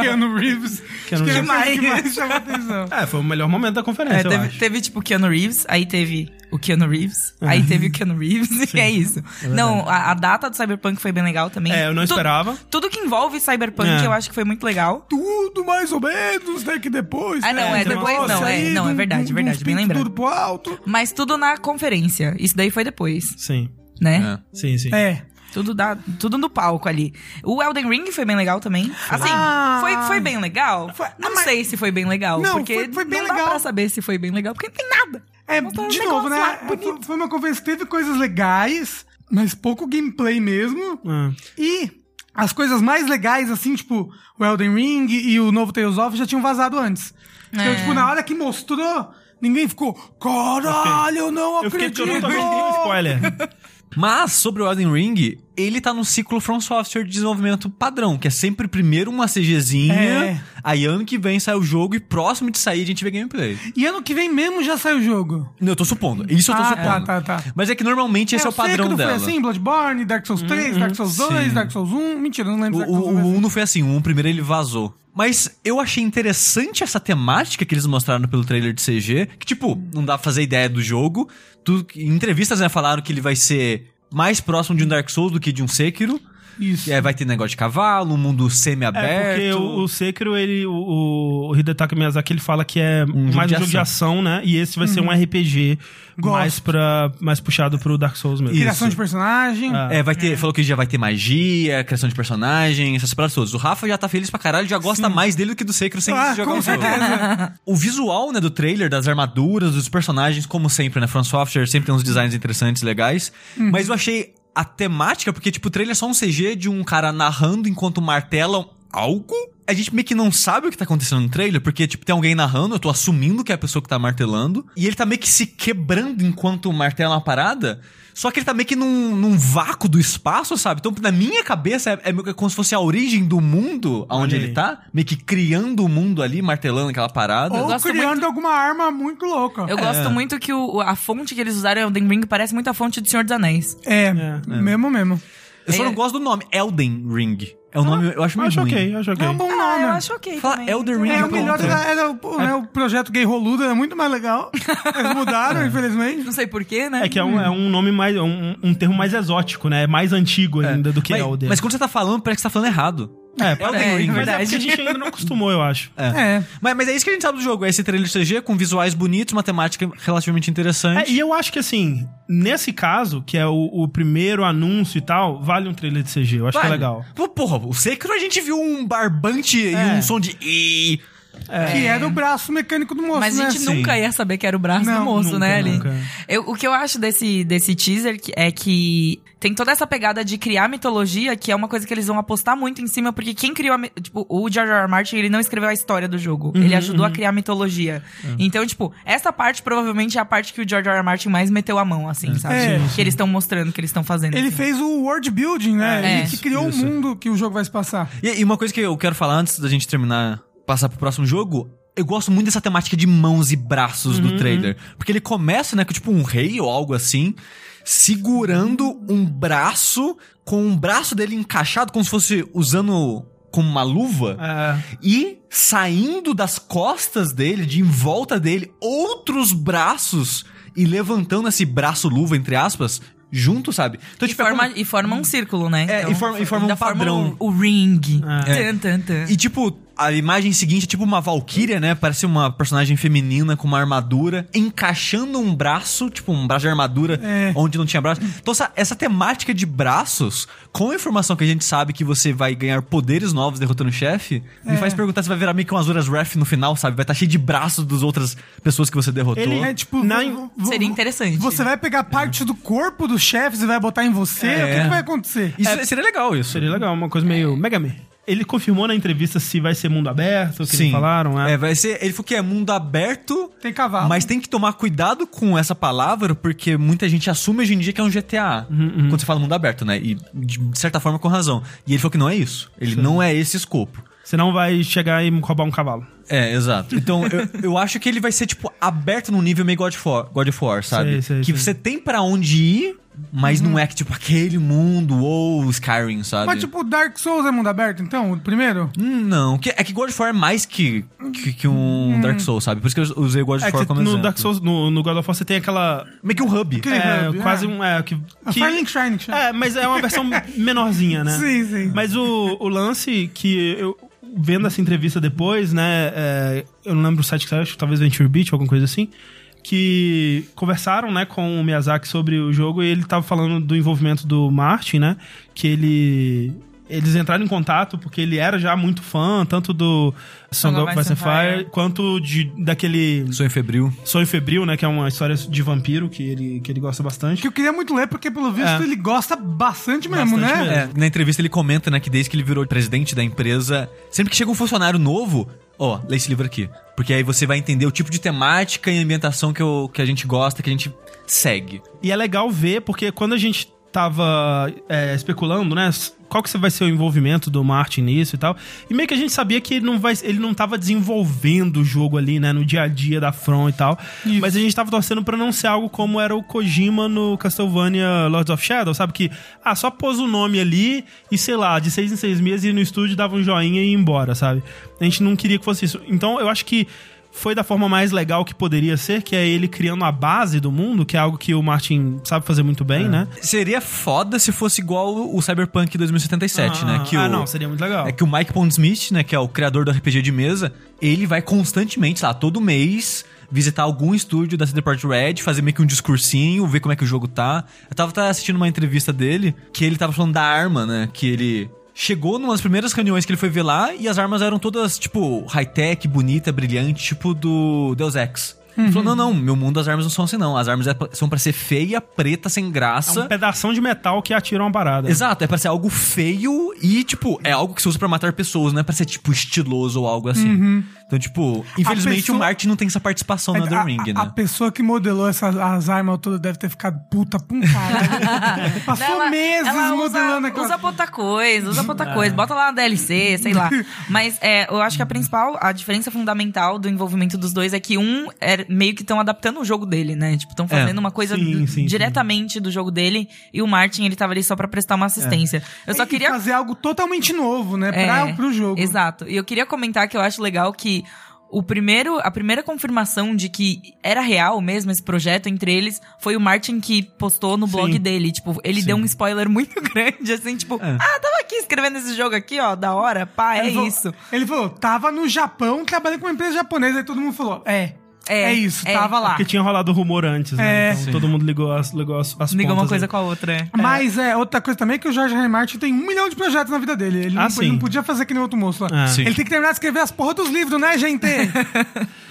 Speaker 2: Keanu Reeves.
Speaker 1: Keanu Reeves.
Speaker 2: Acho que é a coisa que
Speaker 3: Demais.
Speaker 2: mais chamou atenção.
Speaker 1: é, foi o melhor momento da
Speaker 3: É,
Speaker 1: conferência, eu
Speaker 3: teve,
Speaker 1: acho. É.
Speaker 3: teve, tipo, Keanu Reeves, aí teve o Keanu Reeves, aí teve o Keanu Reeves, e é isso. não, a, a data do Cyberpunk foi bem legal também.
Speaker 1: É, eu não
Speaker 3: Tu-
Speaker 1: esperava.
Speaker 3: Tudo que envolve Cyberpunk,
Speaker 1: É.
Speaker 3: eu acho que foi muito legal.
Speaker 2: Tudo mais ou menos, né? Que depois.
Speaker 3: Ah, não, é,
Speaker 2: tem um
Speaker 3: depois
Speaker 2: negócio
Speaker 3: não, é,
Speaker 2: aí,
Speaker 3: não, é
Speaker 2: de um-
Speaker 3: verdade,
Speaker 2: de um-
Speaker 3: verdade,
Speaker 2: de uns
Speaker 3: bem
Speaker 2: pintos
Speaker 3: lembrado.
Speaker 2: Tudo pro alto.
Speaker 3: Mas tudo na conferência. Isso daí foi depois,
Speaker 1: Sim,
Speaker 3: né?
Speaker 1: sim, sim.
Speaker 2: É.
Speaker 3: Tudo, da, tudo no palco ali. O Elden Ring foi bem legal também. Assim,
Speaker 2: Ah.
Speaker 3: foi, foi bem legal?
Speaker 2: Foi-
Speaker 3: não
Speaker 2: ah, mas-
Speaker 3: sei se foi bem legal.
Speaker 2: Não,
Speaker 3: porque
Speaker 2: foi- foi bem
Speaker 3: não dá
Speaker 2: legal.
Speaker 3: pra saber se foi bem legal, porque não tem nada.
Speaker 2: É,
Speaker 3: Botaram um
Speaker 2: de novo,
Speaker 3: negócio
Speaker 2: né?
Speaker 3: lá,
Speaker 2: é,
Speaker 3: bonito.
Speaker 2: foi- Foi uma conferência que teve coisas legais, mas pouco gameplay mesmo.
Speaker 1: Ah.
Speaker 2: E as coisas mais legais, assim, tipo, o Elden Ring e o novo Tales of já tinham vazado antes. Então,
Speaker 3: É.
Speaker 2: tipo, na hora que mostrou, ninguém ficou, caralho, eu não
Speaker 1: Eu fiquei
Speaker 2: acredito.
Speaker 1: porque eu não tomei nenhum spoiler.
Speaker 4: Mas sobre o Elden Ring, ele tá no ciclo From Software de desenvolvimento padrão, que é sempre primeiro uma CGzinha,
Speaker 2: É.
Speaker 4: aí ano que vem sai o jogo e próximo de sair a gente vê gameplay.
Speaker 2: e ano que vem mesmo já sai o jogo.
Speaker 4: Não, eu tô supondo. Isso eu tô
Speaker 2: Ah,
Speaker 4: supondo.
Speaker 2: tá, tá, tá.
Speaker 4: Mas é que normalmente esse é,
Speaker 2: eu
Speaker 4: o
Speaker 2: sei que
Speaker 4: padrão
Speaker 2: não
Speaker 4: dela. Uhum.
Speaker 2: Foi assim, Bloodborne, Dark Souls 3, Dark Souls 2,
Speaker 4: sim.
Speaker 2: Dark Souls 1. Mentira, eu não
Speaker 4: O,
Speaker 2: lembro se Dark
Speaker 4: o,
Speaker 2: Souls 1 foi
Speaker 4: o
Speaker 2: assim.
Speaker 4: 1 não foi assim, o 1 primeiro ele vazou. Mas eu achei interessante essa temática que eles mostraram pelo trailer de CG, que tipo, não dá pra fazer ideia do jogo. Tudo, que- em entrevistas né, falaram que ele vai ser mais próximo de um Dark Souls do que de um Sekiro.
Speaker 2: Isso.
Speaker 4: É, vai ter negócio de cavalo, um mundo semi-aberto.
Speaker 1: É, porque o, o Sekiro, ele, o, o Hidetaka Miyazaki, ele fala que é
Speaker 4: jogo
Speaker 1: mais
Speaker 4: de
Speaker 1: um jogo de ação, né? E esse vai ser um RPG
Speaker 2: Uhum. Gosto.
Speaker 1: mais, pra, mais puxado pro Dark Souls mesmo.
Speaker 2: Criação de personagem.
Speaker 1: Ah.
Speaker 4: É, vai ter. Falou que já vai ter magia, criação de personagem, essas paradas todas. O Rafa já tá feliz pra caralho, já gosta mais dele do que do Sekiro sem
Speaker 2: Ah,
Speaker 4: jogar
Speaker 2: com
Speaker 4: o jogo. é O visual, né, do trailer, das armaduras, dos personagens, como sempre, né? From Software sempre tem uns designs interessantes, legais. Mas eu achei a temática, porque, tipo, o trailer é só um CG de um cara narrando enquanto martelam algo. A gente meio que não sabe o que tá acontecendo no trailer, porque, tipo, tem alguém narrando, eu tô assumindo que é a pessoa que tá martelando. E ele tá meio que se quebrando enquanto martela uma parada. Só que ele tá meio que num, num vácuo do espaço, sabe? Então, na minha cabeça, é, é meio que como se fosse a origem do mundo aonde
Speaker 1: Olha
Speaker 4: ele
Speaker 1: aí.
Speaker 4: tá. Meio que criando o mundo ali, martelando aquela parada.
Speaker 2: Ou
Speaker 3: gosto
Speaker 2: criando
Speaker 3: muito-
Speaker 2: alguma arma muito louca.
Speaker 4: É.
Speaker 3: Eu gosto muito que o- a fonte que eles usaram, Elden Ring, parece muito a fonte do Senhor dos Anéis.
Speaker 2: É, mesmo mesmo.
Speaker 4: Eu só
Speaker 3: É.
Speaker 4: não gosto do nome. Elden Ring. É o nome, eu acho meio
Speaker 1: Acho
Speaker 4: ruim.
Speaker 1: ok, acho ok.
Speaker 2: É um bom
Speaker 3: Ah,
Speaker 2: nome.
Speaker 3: eu acho ok.
Speaker 4: Fala
Speaker 3: também.
Speaker 4: Elden Ring.
Speaker 2: É,
Speaker 4: Ring,
Speaker 2: o melhor
Speaker 4: pronto.
Speaker 2: era, era o, né, o projeto Gay Roludo, era muito mais legal. Eles mudaram, infelizmente.
Speaker 3: Não sei porquê, né?
Speaker 1: É que é um, é um nome mais. é Um, um termo mais exótico, né? É mais antigo ainda do que
Speaker 4: mas,
Speaker 1: Elden.
Speaker 4: mas quando você tá falando, parece que você tá falando errado.
Speaker 1: é,
Speaker 4: Elden Ring,
Speaker 1: mas é
Speaker 3: verdade.
Speaker 1: porque a gente ainda não acostumou, eu acho.
Speaker 2: É.
Speaker 4: Mas, mas é isso que a gente sabe do jogo. É esse trailer CG com visuais bonitos, uma temática
Speaker 1: É,
Speaker 4: relativamente interessante.
Speaker 1: e eu acho que assim, nesse caso, que é o, o primeiro anúncio e tal, vale um trailer de CG. Eu acho que é legal.
Speaker 4: Pô, porra, o Sekiro a gente viu um barbante e
Speaker 1: É.
Speaker 4: um som de... "Ih".
Speaker 2: Que era o braço mecânico do moço,
Speaker 3: Mas
Speaker 4: é
Speaker 2: né?
Speaker 3: a
Speaker 4: assim.
Speaker 3: gente nunca ia saber que era o braço
Speaker 2: Não,
Speaker 3: do moço,
Speaker 1: nunca,
Speaker 3: né, Eli?
Speaker 1: nunca.
Speaker 3: Eu- o que eu acho desse, desse teaser que- é que tem toda essa pegada de criar mitologia, que é uma coisa que eles vão apostar muito em cima, porque quem criou a, mi- tipo, o George R. R. Martin, ele não escreveu a história do jogo.
Speaker 4: Uhum,
Speaker 3: ele ajudou a criar a mitologia.
Speaker 4: É.
Speaker 3: Então, tipo, essa parte provavelmente é a parte que o George R. R. Martin mais meteu a mão, assim, sabe?
Speaker 2: É.
Speaker 3: Que eles estão mostrando, que eles estão fazendo. assim.
Speaker 2: Ele fez o world building, né?
Speaker 3: É.
Speaker 2: Ele que criou
Speaker 4: Isso.
Speaker 2: o mundo que o jogo vai se passar.
Speaker 4: E, e uma coisa que eu quero falar antes da gente terminar, passar pro próximo jogo. Eu gosto muito dessa temática de mãos e braços do trailer. Porque ele começa, né, com tipo um rei ou algo assim, segurando um braço, com um braço dele encaixado, como se fosse usando como uma luva.
Speaker 1: É.
Speaker 4: E saindo das costas dele, de em volta dele, outros braços e levantando esse braço luva, entre aspas, junto, sabe? Então,
Speaker 3: E
Speaker 4: tipo, é
Speaker 3: forma,
Speaker 4: como-
Speaker 3: e forma um círculo, né?
Speaker 4: É, e forma- e forma um
Speaker 3: ainda
Speaker 4: padrão.
Speaker 3: o, o ring.
Speaker 1: É.
Speaker 3: Tan, tan, tan.
Speaker 4: E tipo, a imagem seguinte é tipo uma valquíria, né? Parece uma personagem feminina com uma armadura encaixando um braço, tipo um braço de armadura
Speaker 2: É.
Speaker 4: onde não tinha braço. Então essa, essa temática de braços, com a informação que a gente sabe que você vai ganhar poderes novos derrotando o chefe,
Speaker 2: É.
Speaker 4: me faz perguntar se vai virar meio que umas horas ref no final, sabe? Vai estar cheio de braços das outras pessoas que você derrotou.
Speaker 1: Ele-
Speaker 2: É tipo.
Speaker 1: Na- É.
Speaker 2: vo- vo-
Speaker 3: Seria interessante.
Speaker 2: Você vai pegar parte do corpo do chefe e vai botar em você?
Speaker 4: É.
Speaker 2: O que, que vai acontecer? É.
Speaker 1: é
Speaker 4: Isso seria legal, isso.
Speaker 1: Seria legal, uma coisa
Speaker 4: É.
Speaker 1: meio Mega Man. Ele confirmou na entrevista se vai ser mundo aberto, o que eles falaram,
Speaker 4: é.
Speaker 1: é.
Speaker 4: vai ser. Ele falou que é mundo aberto.
Speaker 2: Tem cavalo.
Speaker 4: Mas tem que tomar cuidado com essa palavra, porque muita gente assume hoje em dia que é um GTA.
Speaker 1: Uhum,
Speaker 4: Quando você fala mundo aberto, né? E de certa forma com razão. E ele falou que não é isso. Ele não é esse escopo.
Speaker 1: Senão vai chegar e roubar um cavalo.
Speaker 4: É, exato. Então, eu, eu acho que ele vai ser, tipo, aberto num nível meio God of War, God of War sabe?
Speaker 1: Sei, sei,
Speaker 4: que
Speaker 1: sei. Uhum.
Speaker 4: você tem pra onde ir, mas não é que, tipo, aquele mundo ou Skyrim, sabe?
Speaker 2: Mas tipo, Dark Souls é mundo aberto, então? O primeiro?
Speaker 4: Hum, Não, que- é que God of War é mais que, que, que um Dark Souls, sabe? Por isso que eu usei o God of
Speaker 1: Uhum. É que
Speaker 4: War
Speaker 1: você-
Speaker 4: como
Speaker 1: no
Speaker 4: exemplo.
Speaker 1: Dark Souls, no, no God of War, você tem aquela.
Speaker 4: Meio que um hub.
Speaker 2: Que-
Speaker 1: É,
Speaker 2: hub,
Speaker 1: quase
Speaker 2: é.
Speaker 1: um. É, que,
Speaker 2: A
Speaker 1: que-
Speaker 2: Firelink Shrine. que chama.
Speaker 1: É, mas é uma versão menorzinha, né?
Speaker 2: Sim, sim.
Speaker 1: Mas o, o lance que eu. Vendo essa entrevista depois, né? é, eu não lembro o site que saiu, acho que talvez Venture Beat ou alguma coisa assim. Que conversaram, né, com o Miyazaki sobre o jogo e ele tava falando do envolvimento do Martin, né? Que ele. Eles entraram em contato porque ele era já muito fã, tanto do Song of Ice and Fire, quanto de, daquele
Speaker 4: um Sou em febril.
Speaker 1: Sonho Febril, né? Que é uma história de vampiro que ele, que ele gosta bastante.
Speaker 2: Que eu queria muito ler, porque pelo visto
Speaker 1: É.
Speaker 2: ele gosta bastante mesmo,
Speaker 1: Bastante
Speaker 2: né?
Speaker 1: mesmo.
Speaker 4: É, na entrevista ele comenta, né, que desde que ele virou presidente da empresa, sempre que chega um funcionário novo, ó, lê esse livro aqui. Porque aí você vai entender o tipo de temática e ambientação que, eu, que a gente gosta, que a gente segue.
Speaker 1: E é legal ver, porque quando a gente tava é, especulando, né? s- Qual que vai ser o envolvimento do Martin nisso e tal. E meio que a gente sabia que ele não, vai, ele não tava desenvolvendo o jogo ali, né? No dia a dia da From e tal. Mas a gente tava torcendo pra não ser algo como era o Kojima no Castlevania Lords of Shadow, sabe? Que, ah, só pôs o nome ali e, sei lá, de seis em seis meses ia no estúdio, dava um joinha e ia embora, sabe? A gente não queria que fosse isso. Então, eu acho que foi da forma mais legal que poderia ser, que é ele criando a base do mundo, que é algo que o Martin sabe fazer muito
Speaker 3: É.
Speaker 1: bem, né?
Speaker 4: Seria foda se fosse igual o Cyberpunk 2077, né? Que
Speaker 1: ah,
Speaker 4: o,
Speaker 1: não, seria muito legal.
Speaker 4: É que o Mike Pondsmith, né, que é o criador do RPG de mesa, ele vai constantemente, sei lá, todo mês, visitar algum estúdio da CD Projekt Red, fazer meio que um discursinho, ver como é que o jogo tá. Eu tava tá, assistindo uma entrevista dele, que ele tava falando da arma, né, que ele... Chegou numa das primeiras reuniões que ele foi ver lá e as armas eram todas, tipo, high-tech, bonita, brilhante, tipo do Deus Ex. Ele
Speaker 1: Uhum.
Speaker 4: falou, não, não, meu mundo as armas não são assim não. As armas é pra- são pra ser feia, preta, sem
Speaker 1: É
Speaker 4: graça.
Speaker 1: um pedação de metal que atira uma parada.
Speaker 4: Exato, é pra ser algo feio e, tipo, é algo que se usa pra matar pessoas, não é pra ser, tipo, estiloso ou algo assim. Então, tipo, infelizmente
Speaker 2: Uhum. pessoa-
Speaker 4: o Martin não tem essa participação no
Speaker 2: A-
Speaker 4: Elden Ring,
Speaker 2: a, a
Speaker 4: né?
Speaker 2: pessoa que modelou essas as armas todas deve ter ficado puta pra um caralho. Passou meses modelando
Speaker 3: usa,
Speaker 2: aquela. É.
Speaker 3: usa pouca coisa, usa pouca coisa. Bota lá na DLC, sei lá. Mas é, eu acho que a principal, a diferença fundamental do envolvimento dos dois é que um é meio que estão adaptando o jogo dele, né? Tipo,
Speaker 2: É.
Speaker 3: estão fazendo uma coisa
Speaker 1: Sim,
Speaker 3: do-
Speaker 1: sim, sim.
Speaker 3: diretamente do jogo dele e o Martin, ele tava ali só pra prestar
Speaker 2: É.
Speaker 3: uma assistência. Eu só
Speaker 2: E
Speaker 3: queria
Speaker 2: fazer algo totalmente novo, né? Pra,
Speaker 3: é,
Speaker 2: pro jogo.
Speaker 3: Exato. E eu queria comentar que eu acho legal que o primeiro, a primeira confirmação de que era real mesmo esse projeto entre eles foi o Martin que postou no blog
Speaker 1: Sim.
Speaker 3: dele. Tipo, ele deu um spoiler muito grande, assim, tipo, ah, tava aqui escrevendo esse jogo aqui, ó, da hora, pá, é
Speaker 2: Ele falou-
Speaker 3: isso.
Speaker 2: Ele falou, tava no Japão trabalhando com uma empresa japonesa. Aí todo mundo falou, é. É, isso, tava lá.
Speaker 1: Porque tinha rolado rumor antes, né?
Speaker 2: É.
Speaker 1: então
Speaker 4: Sim.
Speaker 1: todo mundo ligou as, ligou as, as
Speaker 3: Ligou uma
Speaker 1: pontas
Speaker 3: coisa
Speaker 1: aí.
Speaker 3: com a outra. é.
Speaker 2: Mas é, outra coisa também é que o Jorge R. R. Martin tem um milhão de projetos na vida dele. Ele,
Speaker 1: Ah,
Speaker 2: não, ele
Speaker 1: sim.
Speaker 2: não podia fazer que nem outro moço lá.
Speaker 1: É.
Speaker 4: Sim.
Speaker 2: Ele tem que terminar de escrever as porra dos livros, né, gente?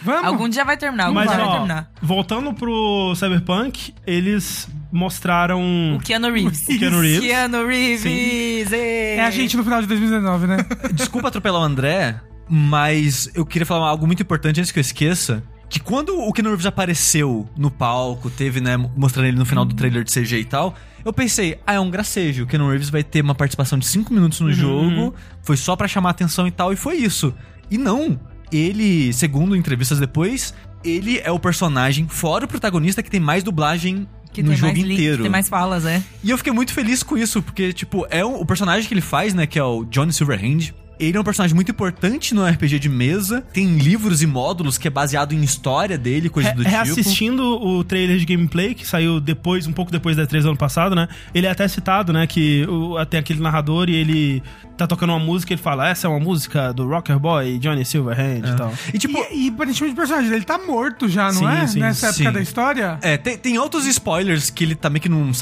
Speaker 2: Vamos?
Speaker 3: Algum dia vai terminar, algum
Speaker 1: Mas,
Speaker 3: dia vai
Speaker 1: ó,
Speaker 3: terminar.
Speaker 1: voltando pro Cyberpunk, eles mostraram...
Speaker 3: O Keanu Reeves.
Speaker 1: O Keanu Reeves.
Speaker 3: Keanu Reeves. ei.
Speaker 2: É a gente no final de 2019, né?
Speaker 4: Desculpa atropelar o André, mas eu queria falar algo muito importante antes que eu esqueça. Que quando o Keanu Reeves apareceu no palco, teve, né, mostrando ele no final do trailer de CG e tal, eu pensei, ah, é um gracejo, o Keanu Reeves vai ter uma participação de 5 minutos no
Speaker 3: Uhum.
Speaker 4: jogo, foi só pra chamar atenção e tal, e foi isso. E não, ele, segundo entrevistas depois, ele é o personagem, fora o protagonista, que tem mais dublagem
Speaker 3: que
Speaker 4: no
Speaker 3: tem
Speaker 4: jogo
Speaker 3: mais links,
Speaker 4: inteiro.
Speaker 3: Tem mais falas, é.
Speaker 4: E eu fiquei muito feliz com isso, porque, tipo, é o, o personagem que ele faz, né, que é o Johnny Silverhand. Ele é um personagem muito importante no RPG de mesa. Tem livros e módulos que é baseado em história dele, coisa
Speaker 1: Re-
Speaker 4: do tipo.
Speaker 1: Reassistindo o trailer de gameplay, que saiu depois, um pouco depois da E3 do ano passado, né? Ele é até citado, né? Que o, tem aquele narrador e ele tá tocando uma música e ele fala: essa é uma música do Rocker Boy, Johnny Silverhand e tal.
Speaker 4: E, tipo,
Speaker 2: E, e aparentemente o personagem dele tá morto já, não
Speaker 1: Sim,
Speaker 2: é?
Speaker 1: sim,
Speaker 2: Nessa época
Speaker 4: sim.
Speaker 2: da história.
Speaker 4: é, tem, tem outros spoilers que ele tá meio que num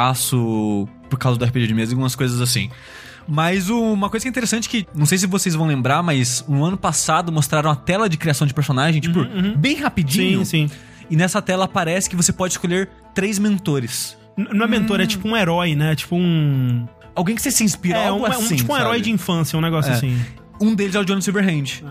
Speaker 4: cyberespaço por causa do RPG de mesa e algumas coisas assim. Mas o- uma coisa que é interessante que, não sei se vocês vão lembrar, mas no ano passado mostraram a tela de criação de personagem, tipo, bem rapidinho.
Speaker 1: Uhum, Sim, sim.
Speaker 4: E nessa tela aparece que você pode escolher três mentores.
Speaker 1: N- Não é mentor, é tipo um herói, né? Tipo um.
Speaker 4: Alguém que você se inspirou
Speaker 1: É,
Speaker 4: algo
Speaker 1: um, é um-
Speaker 4: assim,
Speaker 1: tipo um herói
Speaker 4: sabe?
Speaker 1: de infância, um negócio assim.
Speaker 4: Um deles é o Johnny Silverhand.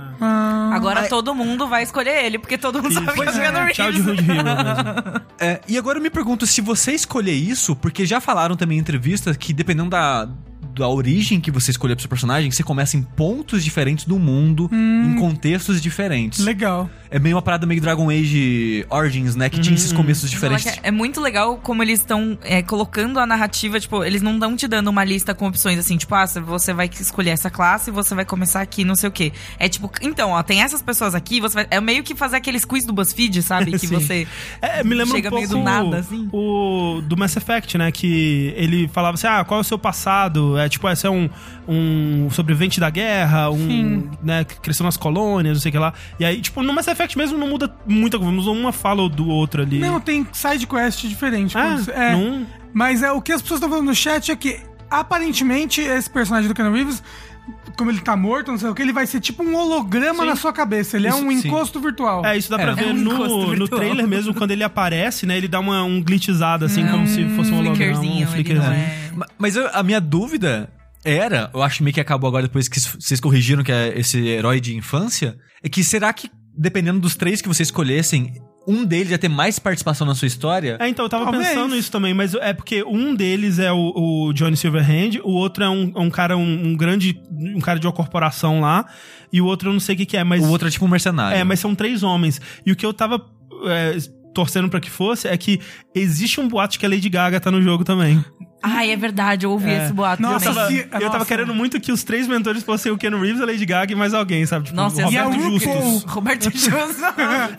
Speaker 3: Agora todo mundo vai escolher ele, porque todo mundo sabe que é o
Speaker 1: Pois
Speaker 3: Keanu
Speaker 1: é,
Speaker 3: Reeves.
Speaker 1: Child Hood Hero mesmo.
Speaker 4: É, e agora eu me pergunto se você escolher isso, porque já falaram também em entrevistas que dependendo da, da origem que você escolher pro seu personagem, você começa em pontos diferentes do mundo,
Speaker 1: Hum.
Speaker 4: em contextos diferentes.
Speaker 2: Legal.
Speaker 4: É meio uma parada meio Dragon Age Origins, né? Que tinha
Speaker 1: Uhum.
Speaker 4: esses começos diferentes.
Speaker 3: É muito legal como eles estão é, colocando a narrativa, tipo, eles não estão te dando uma lista com opções assim, tipo, ah, você vai escolher essa classe, você vai começar aqui, não sei o quê. É tipo, então, ó, tem essas pessoas aqui, você vai. É meio que fazer aqueles quiz do BuzzFeed, sabe? Que
Speaker 1: Sim.
Speaker 3: você.
Speaker 1: É, me lembra
Speaker 3: Chega
Speaker 1: um pouco
Speaker 3: meio do nada, assim.
Speaker 1: o do Mass Effect, né? Que ele falava assim, ah, qual é o seu passado? É tipo, ah, você é um, um sobrevivente da guerra, um né, que cresceu nas colônias, não sei o que lá. E aí, tipo, no Mass Effect mesmo não muda muita coisa, não usa uma fala ou do outra ali.
Speaker 2: Não, tem side quest diferente.
Speaker 1: Ah,
Speaker 2: Quando- é,
Speaker 1: não-
Speaker 2: Mas é, o que as pessoas estão falando no chat é que, aparentemente, esse personagem do Keanu Reeves, como ele tá morto, não sei o que, ele vai ser tipo um holograma na sua cabeça. Ele é um
Speaker 4: sim.
Speaker 2: encosto virtual.
Speaker 1: É, isso dá pra
Speaker 4: É.
Speaker 1: ver
Speaker 3: É um encosto
Speaker 1: no, no
Speaker 3: virtual.
Speaker 1: trailer mesmo, quando ele aparece, né? Ele dá uma, um glitchizado, assim, como se fosse um holograma, um
Speaker 3: flickerzinho, ele não
Speaker 1: flickerzinho.
Speaker 3: é.
Speaker 4: Ma- Mas eu- a minha dúvida era, eu acho meio que acabou agora depois que s- vocês corrigiram que é esse herói de infância, é que será que dependendo dos três que vocês escolhessem, um deles ia ter mais participação na sua história?
Speaker 1: É, então, eu tava
Speaker 2: Talvez.
Speaker 1: pensando isso também, mas é porque um deles é o, o Johnny Silverhand, o outro é um, é um cara, um, um grande, um cara de uma corporação lá, e o outro eu não sei o que que é, mas...
Speaker 4: O outro é tipo um mercenário.
Speaker 1: É, mas são três homens. E o que eu tava é, torcendo pra que fosse é que existe um boato que a Lady Gaga tá no jogo também.
Speaker 3: Ai, é verdade, eu ouvi esse boato
Speaker 2: Nossa,
Speaker 3: também.
Speaker 1: Tava-
Speaker 2: se-
Speaker 1: eu tava
Speaker 2: nossa.
Speaker 1: querendo muito que os três mentores fossem o Ken Reeves, a Lady Gaga e mais alguém, sabe? Tipo,
Speaker 3: Nossa,
Speaker 1: o
Speaker 3: ia ser
Speaker 1: Roberto
Speaker 4: um
Speaker 2: muito
Speaker 1: Justus.
Speaker 2: bom.
Speaker 3: Roberto Justus.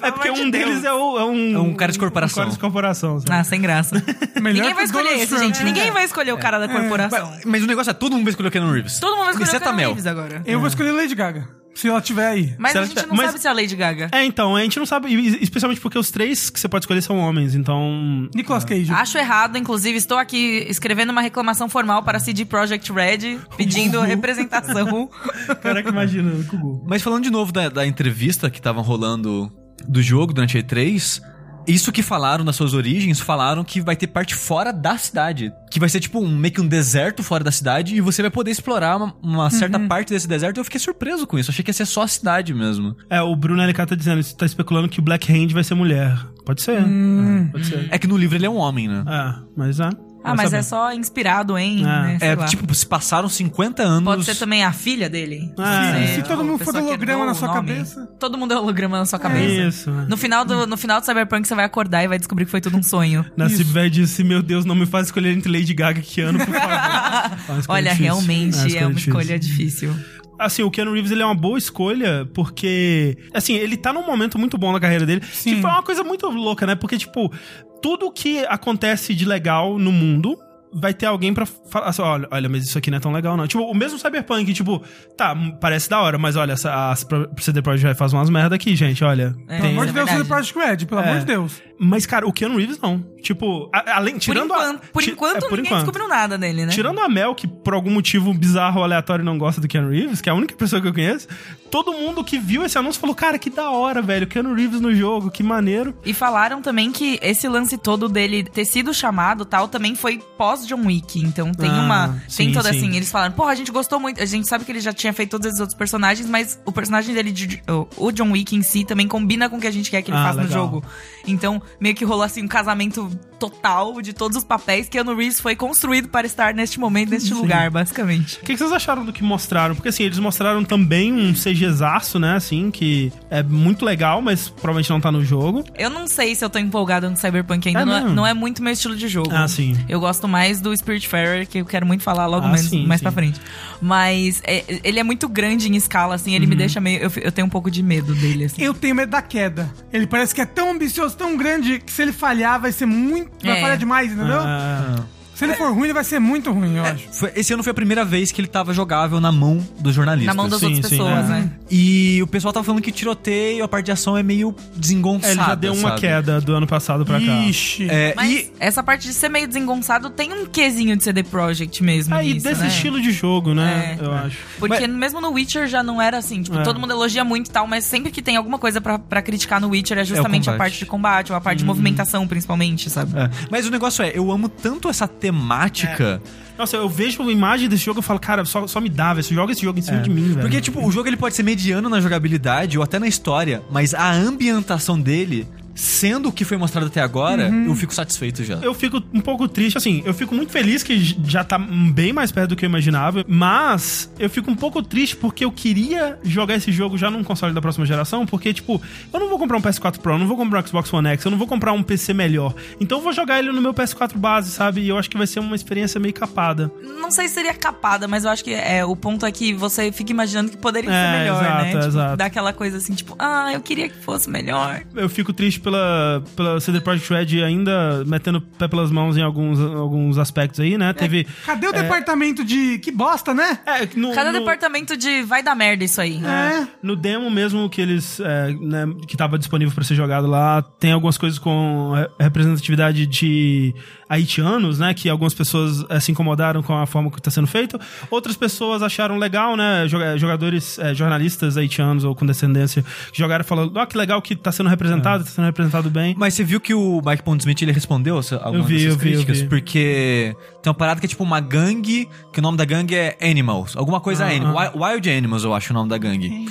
Speaker 1: É porque um deles é, o- é um...
Speaker 4: É um cara de corporação.
Speaker 1: Um cara de corporação, sabe?
Speaker 3: Ah, sem graça.
Speaker 1: é
Speaker 2: Melhor
Speaker 3: Ninguém
Speaker 2: que
Speaker 3: vai
Speaker 2: o Donald
Speaker 3: escolher esse,
Speaker 2: Trump,
Speaker 3: gente.
Speaker 2: né?
Speaker 3: Ninguém vai escolher o cara da corporação.
Speaker 4: Mas, mas o negócio é todo mundo vai escolher o Keanu Reeves.
Speaker 3: Todo mundo vai escolher o
Speaker 4: Exceto a
Speaker 1: tá
Speaker 3: Keanu
Speaker 4: Mel.
Speaker 3: Reeves agora.
Speaker 2: Eu
Speaker 1: É.
Speaker 2: vou escolher Lady Gaga, se ela tiver aí.
Speaker 3: Mas
Speaker 1: Será
Speaker 3: a gente
Speaker 1: que-
Speaker 3: não
Speaker 1: mas-
Speaker 3: sabe se é a Lady Gaga.
Speaker 1: É, então, a gente não sabe, e- especialmente porque os três que você pode escolher são homens, então.
Speaker 2: Nicolas Cage.
Speaker 3: Acho errado, inclusive, estou aqui escrevendo uma reclamação formal para a CD Projekt Red, pedindo representação.
Speaker 1: Caraca, imagina, Kugu.
Speaker 4: Mas falando de novo da, da entrevista que tava rolando do jogo durante a E3, isso que falaram das suas origens, falaram que vai ter parte fora da cidade. Que vai ser tipo um, meio que um deserto fora da cidade e você vai poder explorar uma,
Speaker 3: Uhum.
Speaker 4: uma certa parte desse deserto. Eu fiquei surpreso com isso, achei que ia ser só a cidade mesmo.
Speaker 1: É, o Bruno LK tá dizendo, tá especulando que o Black Hand vai ser mulher. Pode ser. É, Pode ser.
Speaker 4: É que no livro ele é um homem, né?
Speaker 1: É, mas é.
Speaker 3: ah, mas
Speaker 1: saber.
Speaker 3: é só inspirado em.
Speaker 1: Ah.
Speaker 3: né, sei
Speaker 4: É,
Speaker 3: lá.
Speaker 4: tipo, se passaram 50 anos.
Speaker 3: Pode ser também a filha dele.
Speaker 1: Ah,
Speaker 3: Não sei,
Speaker 2: se todo
Speaker 3: a
Speaker 2: mundo for
Speaker 3: pessoa que
Speaker 2: holograma
Speaker 3: herdou
Speaker 2: na
Speaker 3: o
Speaker 2: sua
Speaker 3: nome.
Speaker 2: cabeça.
Speaker 3: Todo mundo é holograma na sua cabeça.
Speaker 1: Isso. é.
Speaker 3: No final, do, no final do Cyberpunk, você vai acordar e vai descobrir que foi tudo um sonho.
Speaker 1: Na Cibé disse, meu Deus, não me faz escolher entre Lady Gaga e Keanu, por favor. É uma escolha
Speaker 3: Olha,
Speaker 1: difícil.
Speaker 3: realmente é uma
Speaker 1: difícil.
Speaker 3: escolha difícil.
Speaker 1: Assim, o Keanu Reeves ele é uma boa escolha, porque. Assim, ele tá num momento muito bom na carreira dele. Tipo, é uma coisa muito louca, né? Porque, tipo, tudo que acontece de legal no mundo vai ter alguém pra falar assim, olha, olha, mas isso aqui não é tão legal, não. Tipo, o mesmo Cyberpunk, tipo, tá, m- parece da hora, mas olha, essa, a CD Projekt Red faz umas merda aqui, gente, olha.
Speaker 3: É.
Speaker 2: Pelo
Speaker 1: Tem- É.
Speaker 2: amor
Speaker 3: Isso
Speaker 2: de Deus,
Speaker 3: verdade.
Speaker 2: CD Projekt Red, pelo amor de Deus.
Speaker 1: Mas, cara, o Keanu Reeves não. Tipo, a- além, tirando
Speaker 3: por
Speaker 1: a...
Speaker 3: enquanto, por
Speaker 1: ti-
Speaker 3: enquanto
Speaker 1: é, por
Speaker 3: ninguém
Speaker 1: enquanto.
Speaker 3: descobriu nada dele, né?
Speaker 1: Tirando a Mel, que por algum motivo bizarro, aleatório, não gosta do Keanu Reeves, que é a única pessoa que eu conheço, todo mundo que viu esse anúncio falou, cara, que da hora, velho, Keanu Reeves no jogo, que maneiro.
Speaker 3: E falaram também que esse lance todo dele ter sido chamado tal também foi pós John Wick. Então tem
Speaker 1: Ah,
Speaker 3: uma.
Speaker 1: sim,
Speaker 3: tem toda
Speaker 1: sim.
Speaker 3: assim. Eles falaram, porra, a gente gostou muito. A gente sabe que ele já tinha feito todos esses outros personagens, mas o personagem dele, de- o- o John Wick em si, também combina com o que a gente quer que ele
Speaker 1: Ah,
Speaker 3: faça no
Speaker 1: legal.
Speaker 3: jogo. Então meio que rolou assim um casamento total de todos os papéis que Keanu Reeves foi construído para estar neste momento, neste lugar, basicamente.
Speaker 1: O que que vocês acharam do que mostraram? Porque, assim, eles mostraram também um CGzaço, né, assim, que é muito legal, mas provavelmente não tá no jogo.
Speaker 3: Eu não sei se eu tô empolgada no Cyberpunk ainda.
Speaker 1: É
Speaker 3: não, é,
Speaker 1: mesmo?
Speaker 3: não é muito meu estilo de jogo.
Speaker 1: Ah, sim.
Speaker 3: Eu gosto mais do Spiritfarer, que eu quero muito falar logo
Speaker 1: Ah,
Speaker 3: mais,
Speaker 1: sim,
Speaker 3: mais
Speaker 1: sim.
Speaker 3: pra frente. Mas é, ele é muito grande em escala, assim, ele
Speaker 1: Uhum.
Speaker 3: me deixa meio. Eu, fi- eu tenho um pouco de medo dele, assim.
Speaker 2: Eu tenho medo da queda. Ele parece que é tão ambicioso, tão grande, que se ele falhar, vai ser muito. Vai
Speaker 3: É.
Speaker 2: falhar demais, entendeu?
Speaker 1: Ah,
Speaker 2: Se ele for ruim, ele vai ser muito ruim, eu acho.
Speaker 4: Foi- esse ano foi a primeira vez que ele tava jogável na mão dos
Speaker 3: Na
Speaker 4: jornalistas.
Speaker 3: mão das
Speaker 1: sim,
Speaker 3: outras
Speaker 1: sim,
Speaker 3: pessoas,
Speaker 1: é.
Speaker 3: né?
Speaker 4: E o pessoal tava falando que tiroteio, a parte de ação é meio
Speaker 1: é,
Speaker 4: desengonçada.
Speaker 1: ele já deu uma
Speaker 4: sabe?
Speaker 1: queda do ano passado pra cá.
Speaker 2: Ixi.
Speaker 4: É,
Speaker 3: Mas
Speaker 4: e
Speaker 3: essa parte de ser meio desengonçado tem um quesinho de CD Projekt mesmo.
Speaker 1: Aí,
Speaker 3: nisso,
Speaker 1: Ah, desse
Speaker 3: né?
Speaker 1: estilo de jogo, né,
Speaker 3: É.
Speaker 1: eu acho.
Speaker 3: Porque mesmo no Witcher já não era assim, tipo,
Speaker 1: É.
Speaker 3: todo mundo elogia muito e tal, mas sempre que tem alguma coisa pra- pra criticar no Witcher é justamente a
Speaker 4: combate.
Speaker 3: parte de combate, ou a
Speaker 1: Uhum.
Speaker 3: parte de movimentação, principalmente, sabe?
Speaker 4: É. Mas o negócio é, eu amo tanto essa temática.
Speaker 1: Nossa, eu vejo a imagem desse jogo e falo, cara, só, só me dá, velho, joga esse jogo em cima de mim, velho.
Speaker 4: Porque, tipo, o jogo ele pode ser mediano na jogabilidade ou até na história, mas a ambientação dele, sendo o que foi mostrado até agora, eu fico satisfeito já.
Speaker 1: Eu fico um pouco triste, assim, eu fico muito feliz que j- já tá hum, bem mais perto do que eu imaginava, mas eu fico um pouco triste porque eu queria jogar esse jogo já num console da próxima geração, porque, tipo, eu não vou comprar um PS4 Pro, eu não vou comprar um Xbox One X, eu não vou comprar um PC melhor. Então eu vou jogar ele no meu PS4 base, sabe? E eu acho que vai ser uma experiência meio capada.
Speaker 3: Não sei se seria capada, mas eu acho que é, o ponto é que você fica imaginando que poderia
Speaker 1: É,
Speaker 3: ser melhor,
Speaker 1: exato,
Speaker 3: né? Tipo,
Speaker 1: exato.
Speaker 3: Dá aquela coisa assim, tipo, ah, eu queria que fosse melhor.
Speaker 1: Eu fico triste pela, pela CD Projekt Red ainda metendo o pé pelas mãos em alguns, alguns aspectos aí, né? Teve.
Speaker 2: Cadê o departamento de. Que bosta, né?
Speaker 1: É, no,
Speaker 3: Cada
Speaker 1: no-
Speaker 3: departamento de vai dar merda isso aí.
Speaker 2: É.
Speaker 1: No demo mesmo que eles. é, né, que tava disponível pra ser jogado lá, tem algumas coisas com re- representatividade de haitianos, né? Que algumas pessoas é, se incomodaram com a forma que tá sendo feito. Outras pessoas acharam legal, né? joga- Jogadores, é, jornalistas haitianos ou com descendência, que jogaram falando, ó, que legal que tá sendo representado, tá sendo representado bem.
Speaker 4: Mas você viu que o Mike Pondsmith ele respondeu essa- algumas
Speaker 1: vi,
Speaker 4: dessas
Speaker 1: eu vi, eu
Speaker 4: críticas?
Speaker 1: vi.
Speaker 4: Porque tem uma parada que é tipo uma gangue, que o nome da gangue é Animals. Alguma coisa
Speaker 1: Ah,
Speaker 4: Animal.
Speaker 1: ah.
Speaker 4: Wi- Wild Animals, eu acho o nome da gangue.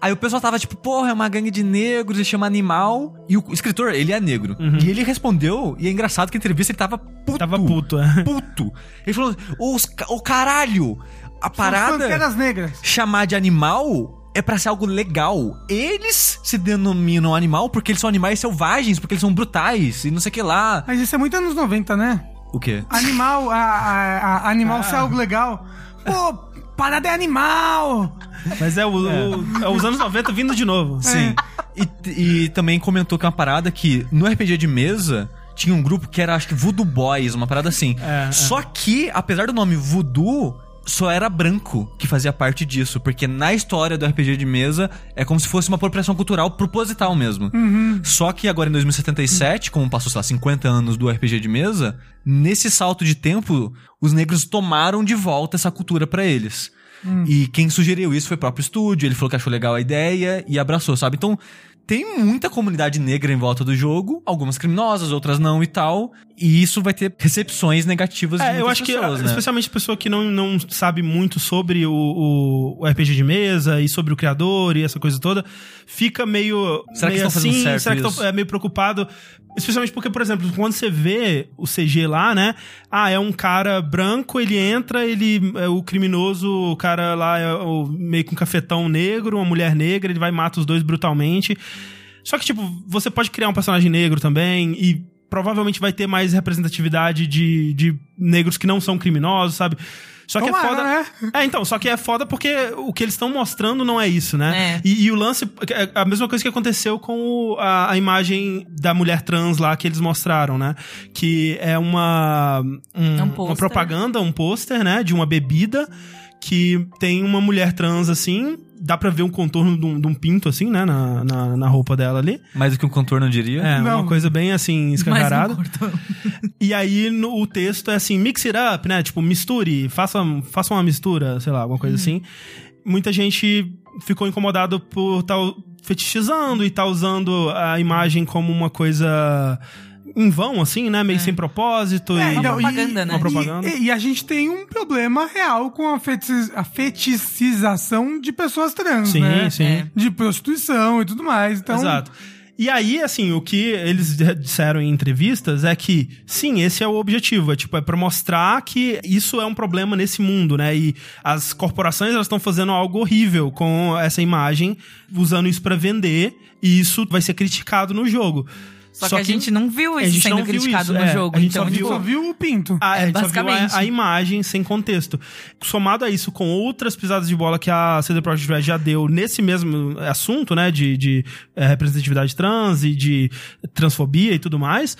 Speaker 4: Aí o pessoal tava tipo, porra, é uma gangue de negros, ele chama animal. E o escritor, ele é negro. E ele respondeu, e é engraçado que a entrevista ele tava puto.
Speaker 1: Uhum. Tava puto, é.
Speaker 4: puto. Ele falou, ô os ca- ô, caralho, a
Speaker 2: Parada.
Speaker 4: parada
Speaker 2: negras.
Speaker 4: chamar de animal é pra ser algo legal. Eles se denominam animal porque eles são animais selvagens, porque eles são brutais e não sei o que lá.
Speaker 2: Mas isso é muito anos 90, né?
Speaker 4: O quê?
Speaker 1: Ah,
Speaker 2: Animal, a, a- a- animal ser algo legal. Pô, parada é animal!
Speaker 1: Mas é, o, o- é os anos 90 vindo de novo.
Speaker 4: Sim. E, e também comentou que é uma parada que no RPG de mesa tinha um grupo que era, acho que Voodoo Boys, uma parada assim.
Speaker 1: É, é.
Speaker 4: Só que, apesar do nome Voodoo, só era branco que fazia parte disso. Porque na história do RPG de mesa é como se fosse uma apropriação cultural proposital mesmo. Só que agora em 2077, como passou, sei lá, 50 anos do RPG de mesa, nesse salto de tempo, os negros tomaram de volta essa cultura pra eles. E quem sugeriu isso foi o próprio estúdio, ele falou que achou legal a ideia e abraçou, sabe? Então, tem muita comunidade negra em volta do jogo, algumas criminosas, outras não e tal, e isso vai ter recepções negativas de
Speaker 1: É, eu
Speaker 4: muitas
Speaker 1: acho
Speaker 4: pessoas,
Speaker 1: que,
Speaker 4: né?
Speaker 1: especialmente a pessoa que não, não sabe muito sobre o, o- o RPG de mesa e sobre o criador e essa coisa toda, fica meio.
Speaker 4: Será que
Speaker 1: meio
Speaker 4: estão fazendo
Speaker 1: assim,
Speaker 4: certo
Speaker 1: será que
Speaker 4: isso?
Speaker 1: estão é, meio preocupado? Especialmente porque, por exemplo, quando você vê o CG lá, né? Ah, é um cara branco, ele entra, ele é o criminoso, o cara lá é o- meio com um cafetão negro, uma mulher negra, ele vai e mata os dois brutalmente. Só que, tipo, você pode criar um personagem negro também e provavelmente vai ter mais representatividade de, de negros que não são criminosos, sabe? Só que
Speaker 2: Tomara,
Speaker 1: é foda.
Speaker 2: né?
Speaker 1: É, então, só que é foda porque o que eles estão mostrando não é isso, né?
Speaker 3: É.
Speaker 1: E, e o lance. é A mesma coisa que aconteceu com o- a, a imagem da mulher trans lá que eles mostraram, né? Que é uma. um-
Speaker 3: É um
Speaker 1: uma
Speaker 3: pôster.
Speaker 1: propaganda, um pôster, né? De uma bebida que tem uma mulher trans assim. Dá pra ver um contorno de um, de um pinto, assim, né? Na, na, na roupa dela ali.
Speaker 4: Mais do que um contorno, eu diria.
Speaker 1: É,
Speaker 2: Não.
Speaker 1: uma coisa bem assim,
Speaker 3: Mas
Speaker 1: escancarada.
Speaker 3: não cortou.
Speaker 1: E aí no, o texto é assim, mix it up, né? Tipo, misture, faça, faça uma mistura, sei lá, alguma coisa assim. Muita gente ficou incomodado por estar fetichizando e tá usando a imagem como uma coisa em vão, assim, né? Meio sem propósito.
Speaker 2: É,
Speaker 1: e...
Speaker 2: então,
Speaker 3: propaganda, né?
Speaker 1: Uma propaganda.
Speaker 2: E, e a gente tem um problema real com a, fetici- a feticização de pessoas trans,
Speaker 1: Sim,
Speaker 2: né?
Speaker 1: sim. É.
Speaker 2: De prostituição e tudo mais. Então,
Speaker 1: Exato. E aí, assim, o que eles disseram em entrevistas é que, sim, esse é o objetivo. É, tipo, é pra mostrar que isso é um problema nesse mundo, né? E as corporações, elas estão fazendo algo horrível com essa imagem, usando isso pra vender, e isso vai ser criticado no jogo.
Speaker 3: Só, que, a gente não viu
Speaker 1: a
Speaker 3: isso
Speaker 1: gente
Speaker 3: sendo
Speaker 1: não viu
Speaker 3: criticado
Speaker 1: isso,
Speaker 3: no
Speaker 1: é.
Speaker 3: jogo.
Speaker 1: A gente
Speaker 3: então,
Speaker 1: só
Speaker 2: só
Speaker 1: viu-
Speaker 2: viu o pinto.
Speaker 1: Ah, é, basicamente.
Speaker 3: basicamente.
Speaker 1: a, imagem sem contexto. Somado a isso com outras pisadas de bola que a CD Projekt Red já deu nesse mesmo assunto, né, de, de, eh, representatividade trans e de transfobia e tudo mais,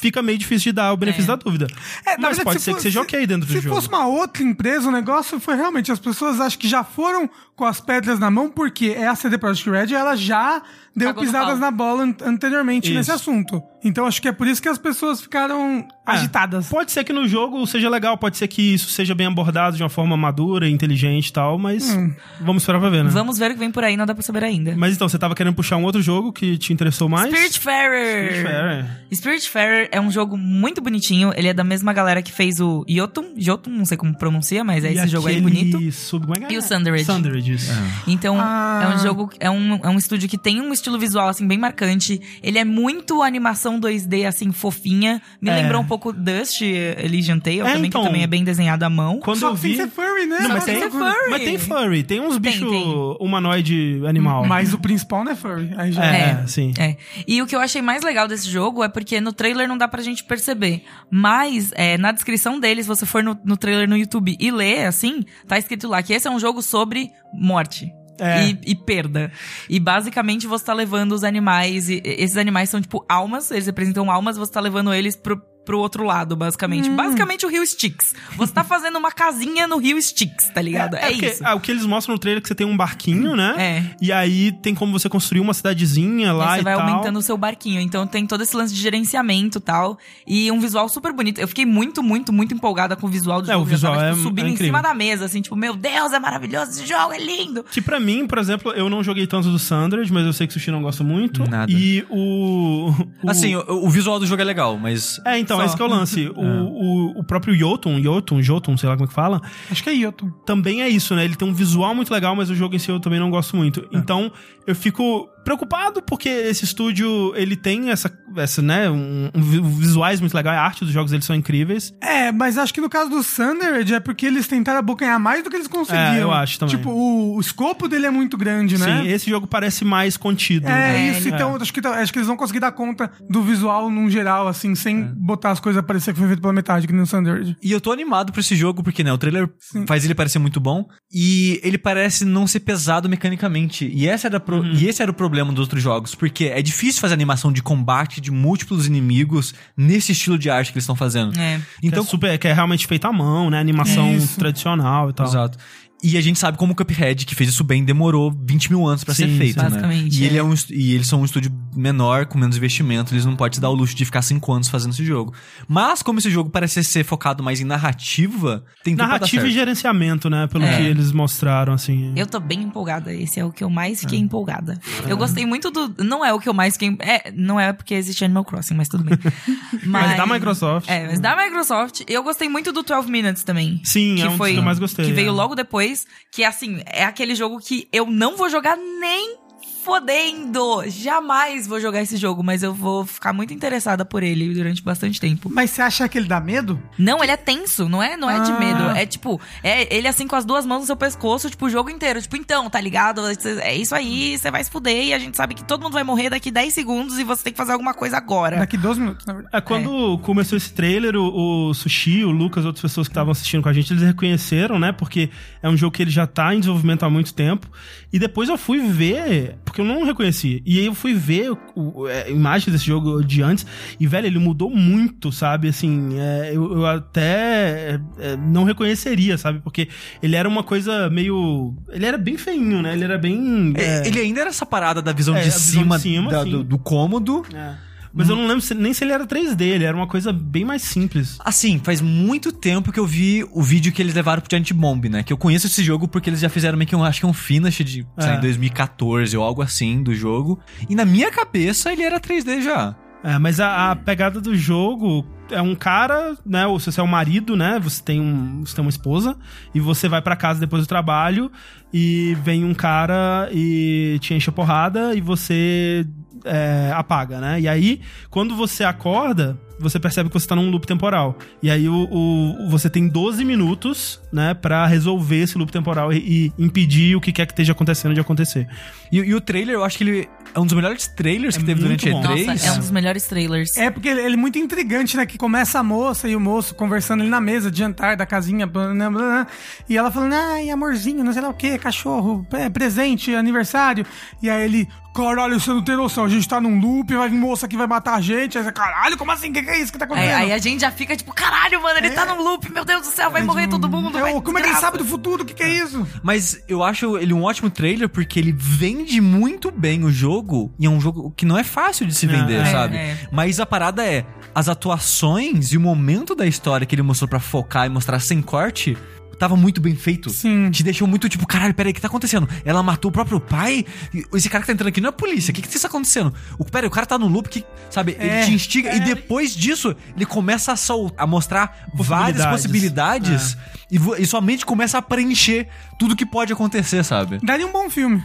Speaker 1: fica meio difícil de dar o benefício da dúvida.
Speaker 2: É, na
Speaker 1: Mas
Speaker 2: verdade,
Speaker 1: pode
Speaker 2: se
Speaker 1: ser
Speaker 2: for-
Speaker 1: que seja
Speaker 2: se-
Speaker 1: ok dentro do
Speaker 2: Se
Speaker 1: jogo.
Speaker 2: fosse uma outra empresa, o negócio foi realmente... As pessoas acham que já foram com as pedras na mão, porque é a CD Projekt Red, ela já deu
Speaker 3: Cagou no
Speaker 2: pisadas
Speaker 3: pau.
Speaker 2: na bola an- anteriormente
Speaker 1: Isso.
Speaker 2: nesse assunto. Então, acho que é por isso que as pessoas ficaram
Speaker 1: É.
Speaker 2: agitadas.
Speaker 1: Pode ser que no jogo seja legal, pode ser que isso seja bem abordado de uma forma madura, inteligente e tal, mas
Speaker 2: Hum.
Speaker 1: vamos esperar pra ver, né?
Speaker 3: Vamos ver o que vem por aí, não dá pra saber ainda.
Speaker 1: Mas então, você tava querendo puxar um outro jogo que te interessou mais? é.
Speaker 3: Spiritfarer!
Speaker 1: Spiritfarer.
Speaker 3: Spiritfarer é um jogo muito bonitinho. Ele é da mesma galera que fez o Jotun. Jotun, não sei como pronuncia, mas é esse jogo aí bonito.
Speaker 1: Sub... como é que é?
Speaker 3: E o Thunderid.
Speaker 1: Thunderid, isso.
Speaker 3: Então,
Speaker 2: Ah.
Speaker 3: é um jogo, é um, é um estúdio que tem um estilo visual, assim, bem marcante. Ele é muito animação 2D, assim, fofinha. Me
Speaker 1: É.
Speaker 3: lembrou um pouco Dust Elysian Tale,
Speaker 1: É,
Speaker 3: também,
Speaker 1: então.
Speaker 3: que também é bem desenhado à mão.
Speaker 1: Quando
Speaker 2: Só
Speaker 1: eu
Speaker 2: que sem
Speaker 1: vi...
Speaker 2: ser furry, né?
Speaker 1: Não,
Speaker 2: Só
Speaker 1: mas
Speaker 2: que
Speaker 1: tem,
Speaker 2: sem ser
Speaker 3: é furry.
Speaker 1: mas tem furry, tem uns
Speaker 3: Tem,
Speaker 1: bichos
Speaker 3: tem.
Speaker 1: humanoide animal.
Speaker 2: Mas o principal não é furry. Aí já
Speaker 1: É, sim.
Speaker 3: É. E o que eu achei mais legal desse jogo é porque no trailer não dá pra gente perceber. Mas é, na descrição dele, se você for no, no trailer no YouTube e ler, assim, tá escrito lá que esse é um jogo sobre morte.
Speaker 1: É.
Speaker 3: E, e perda. E basicamente você tá levando os animais. E, e- esses animais são tipo almas, eles representam almas, você tá levando eles pro, pro outro lado, basicamente. Basicamente o Rio Styx. Você tá fazendo uma casinha no Rio Styx, tá ligado? É,
Speaker 1: porque,
Speaker 3: isso.
Speaker 1: ah, o que eles mostram no trailer é que você tem um barquinho, né?
Speaker 3: É.
Speaker 1: E aí tem como você construir uma cidadezinha
Speaker 3: E aí
Speaker 1: lá
Speaker 3: Né, você
Speaker 1: e
Speaker 3: vai
Speaker 1: tal.
Speaker 3: aumentando o seu barquinho. Então tem todo esse lance de gerenciamento e tal. E um visual super bonito. Eu fiquei muito, muito, muito empolgada com o visual do
Speaker 1: É, o
Speaker 3: jogo. Eu
Speaker 1: visual
Speaker 3: tava, tipo,
Speaker 1: é-
Speaker 3: subindo
Speaker 1: é
Speaker 3: em
Speaker 1: incrível.
Speaker 3: cima da mesa, assim, tipo, meu Deus, é maravilhoso esse jogo, é lindo.
Speaker 1: Que pra mim, por exemplo, eu não joguei tanto do Sandred, mas eu sei que o Sushi não gosta muito.
Speaker 4: Nada.
Speaker 1: E o... o-
Speaker 4: Assim, o, o visual do jogo é legal, mas.
Speaker 1: É, então,
Speaker 3: só.
Speaker 1: esse que é o lance. O, o, o próprio Jotun, Jotun, Jotun, sei lá como é que fala,
Speaker 2: Acho que é Yoto.
Speaker 1: também é isso, né? Ele tem um visual muito legal, mas o jogo em si eu também não gosto muito. Então, eu fico preocupado porque esse estúdio, ele tem essa, essa né, um, um vi- visuais muito legais, a arte dos jogos eles são incríveis.
Speaker 2: É, mas acho que no caso do Thundered é porque eles tentaram abocanhar mais do que eles conseguiam.
Speaker 1: É, eu acho também.
Speaker 2: Tipo, o, o escopo dele é muito grande, né?
Speaker 1: Sim, esse jogo parece mais contido. né?
Speaker 2: É,
Speaker 3: É,
Speaker 2: isso,
Speaker 1: ele-
Speaker 2: então acho que, tá- acho que eles vão conseguir dar conta do visual num geral, assim, sem
Speaker 1: É.
Speaker 2: botar as coisas a parecer que foi feito pela metade, que nem o Thundered.
Speaker 4: E eu tô animado pra esse jogo, porque, né, o trailer faz ele parecer muito bom. E ele parece não ser pesado mecanicamente. E, essa era pro- e esse era o problema dos outros jogos. Porque é difícil fazer animação de combate de múltiplos inimigos nesse estilo de arte que eles estão fazendo.
Speaker 3: É.
Speaker 1: Então,
Speaker 4: Então,
Speaker 1: que é, super, que é realmente feito à mão, né? Animação
Speaker 2: Isso.
Speaker 1: tradicional e tal.
Speaker 4: Exato. E a gente sabe como o Cuphead, que fez isso bem, demorou 20 mil anos pra
Speaker 1: Sim,
Speaker 4: ser feito,
Speaker 1: sim.
Speaker 4: né?
Speaker 3: Basicamente,
Speaker 4: E, ele
Speaker 3: é.
Speaker 4: é um, est- e eles são um estúdio menor, com menos investimento, eles não podem se dar o luxo de ficar 5 anos fazendo esse jogo. Mas como esse jogo parece ser focado mais em narrativa, tem tudo pra dar
Speaker 1: Narrativa e
Speaker 4: Então tá certo.
Speaker 1: gerenciamento, né? Pelo
Speaker 3: É.
Speaker 1: que eles mostraram, assim.
Speaker 3: Eu tô bem empolgada. Esse é o que eu mais fiquei empolgada. Eu gostei muito do. Não é o que eu mais fiquei. É, não é porque existe Animal Crossing, mas tudo bem.
Speaker 1: Mas da Microsoft.
Speaker 3: É, mas da Microsoft. Eu gostei muito do 12 Minutes também.
Speaker 1: Sim,
Speaker 3: que
Speaker 1: é um dos
Speaker 3: foi,
Speaker 1: que eu mais gostei,
Speaker 3: Que veio
Speaker 1: é.
Speaker 3: logo depois. Que assim, é aquele jogo que eu não vou jogar nem
Speaker 5: fodendo! Jamais vou jogar esse jogo, mas eu vou ficar muito interessada por ele durante bastante tempo.
Speaker 2: Mas você acha que ele dá medo?
Speaker 5: Não, ele é tenso, não é, não é de
Speaker 2: Ah.
Speaker 5: medo. É tipo, é ele assim com as duas mãos no seu pescoço, tipo, o jogo inteiro. Tipo, então, tá ligado? É isso aí, você vai se fuder e a gente sabe que todo mundo vai morrer daqui 10 segundos e você tem que fazer alguma coisa agora.
Speaker 2: Daqui 12 minutos, na verdade.
Speaker 1: É, quando começou esse trailer, o, o Sushi, o Lucas, outras pessoas que estavam assistindo com a gente, eles reconheceram, né? Porque é um jogo que ele já tá em desenvolvimento há muito tempo. E depois eu fui ver, porque eu não reconheci. E aí eu fui ver o- o- é, imagens desse jogo de antes. E, velho, ele mudou muito, sabe? Assim, é, eu, eu até é, não reconheceria, sabe? Porque ele era uma coisa meio. Ele era bem feinho, né? Ele era bem. é,
Speaker 4: É, Ele ainda era essa parada da visão
Speaker 1: É, a
Speaker 4: de
Speaker 1: visão de
Speaker 4: cima,
Speaker 1: cima,
Speaker 4: da-
Speaker 1: sim.
Speaker 4: do, do cômodo.
Speaker 1: é. Mas eu não lembro se- nem se ele era 3D, ele era uma coisa bem mais simples.
Speaker 4: Assim, faz muito tempo que eu vi o vídeo que eles levaram pro Giant Bomb, né? Que eu conheço esse jogo porque eles já fizeram meio que um, acho que um finish de, sei lá,
Speaker 1: É.
Speaker 4: em 2014 ou algo assim do jogo. E na minha cabeça ele era 3D já.
Speaker 1: É, mas a, a pegada do jogo é um cara, né? Ou se você é o marido, né? Você tem, um, você tem uma esposa e você vai pra casa depois do trabalho e vem um cara e te enche a porrada e você é, apaga, né? E aí, quando você acorda, você percebe que você tá num loop temporal. E aí o, o- você tem 12 minutos, né? Pra resolver esse loop temporal e, e impedir o que quer que esteja acontecendo de acontecer.
Speaker 4: E, e o trailer, eu acho que ele é um dos melhores trailers
Speaker 1: É
Speaker 4: que teve
Speaker 1: muito
Speaker 4: durante
Speaker 1: bom.
Speaker 4: E3.
Speaker 5: Nossa, é um dos melhores trailers.
Speaker 2: É porque ele, ele é muito intrigante, né? Que começa a moça e o moço conversando ali na mesa de jantar da casinha, blá, blá, blá, blá, e ela falando, ai, amorzinho, não sei lá o que, cachorro, é, presente, aniversário. E aí ele, caralho, você não tem noção, a gente tá num loop, vai vir moça aqui, vai matar a gente. Aí você, caralho, como assim? O que, que é isso que tá
Speaker 5: Aí,
Speaker 2: acontecendo?
Speaker 5: aí a gente já fica tipo, caralho, mano, ele
Speaker 2: É.
Speaker 5: tá num loop, meu Deus do céu, vai morrer todo mundo.
Speaker 2: Eu,
Speaker 5: vai,
Speaker 2: como é que ele
Speaker 5: desgraça.
Speaker 2: sabe do futuro? O que, que é isso?
Speaker 4: Mas eu acho ele um ótimo trailer porque ele vende muito bem o jogo. E é um jogo que não é fácil de se vender,
Speaker 1: é,
Speaker 4: sabe?
Speaker 5: é.
Speaker 4: Mas a parada é, as atuações e o momento da história que ele mostrou pra focar e mostrar sem corte. Tava muito bem feito.
Speaker 2: Sim.
Speaker 4: Te deixou muito tipo, caralho, peraí, o que tá acontecendo? Ela matou o próprio pai? E Esse cara que tá entrando aqui não é a polícia. O que que tá acontecendo? O, peraí, o cara tá no loop que, sabe,
Speaker 2: É,
Speaker 4: ele te instiga. E depois disso, ele começa a, sol- a mostrar várias
Speaker 1: Possibilidades.
Speaker 4: possibilidades É. e, vo- e sua mente começa a preencher tudo que pode acontecer, sabe?
Speaker 2: Daria um bom filme.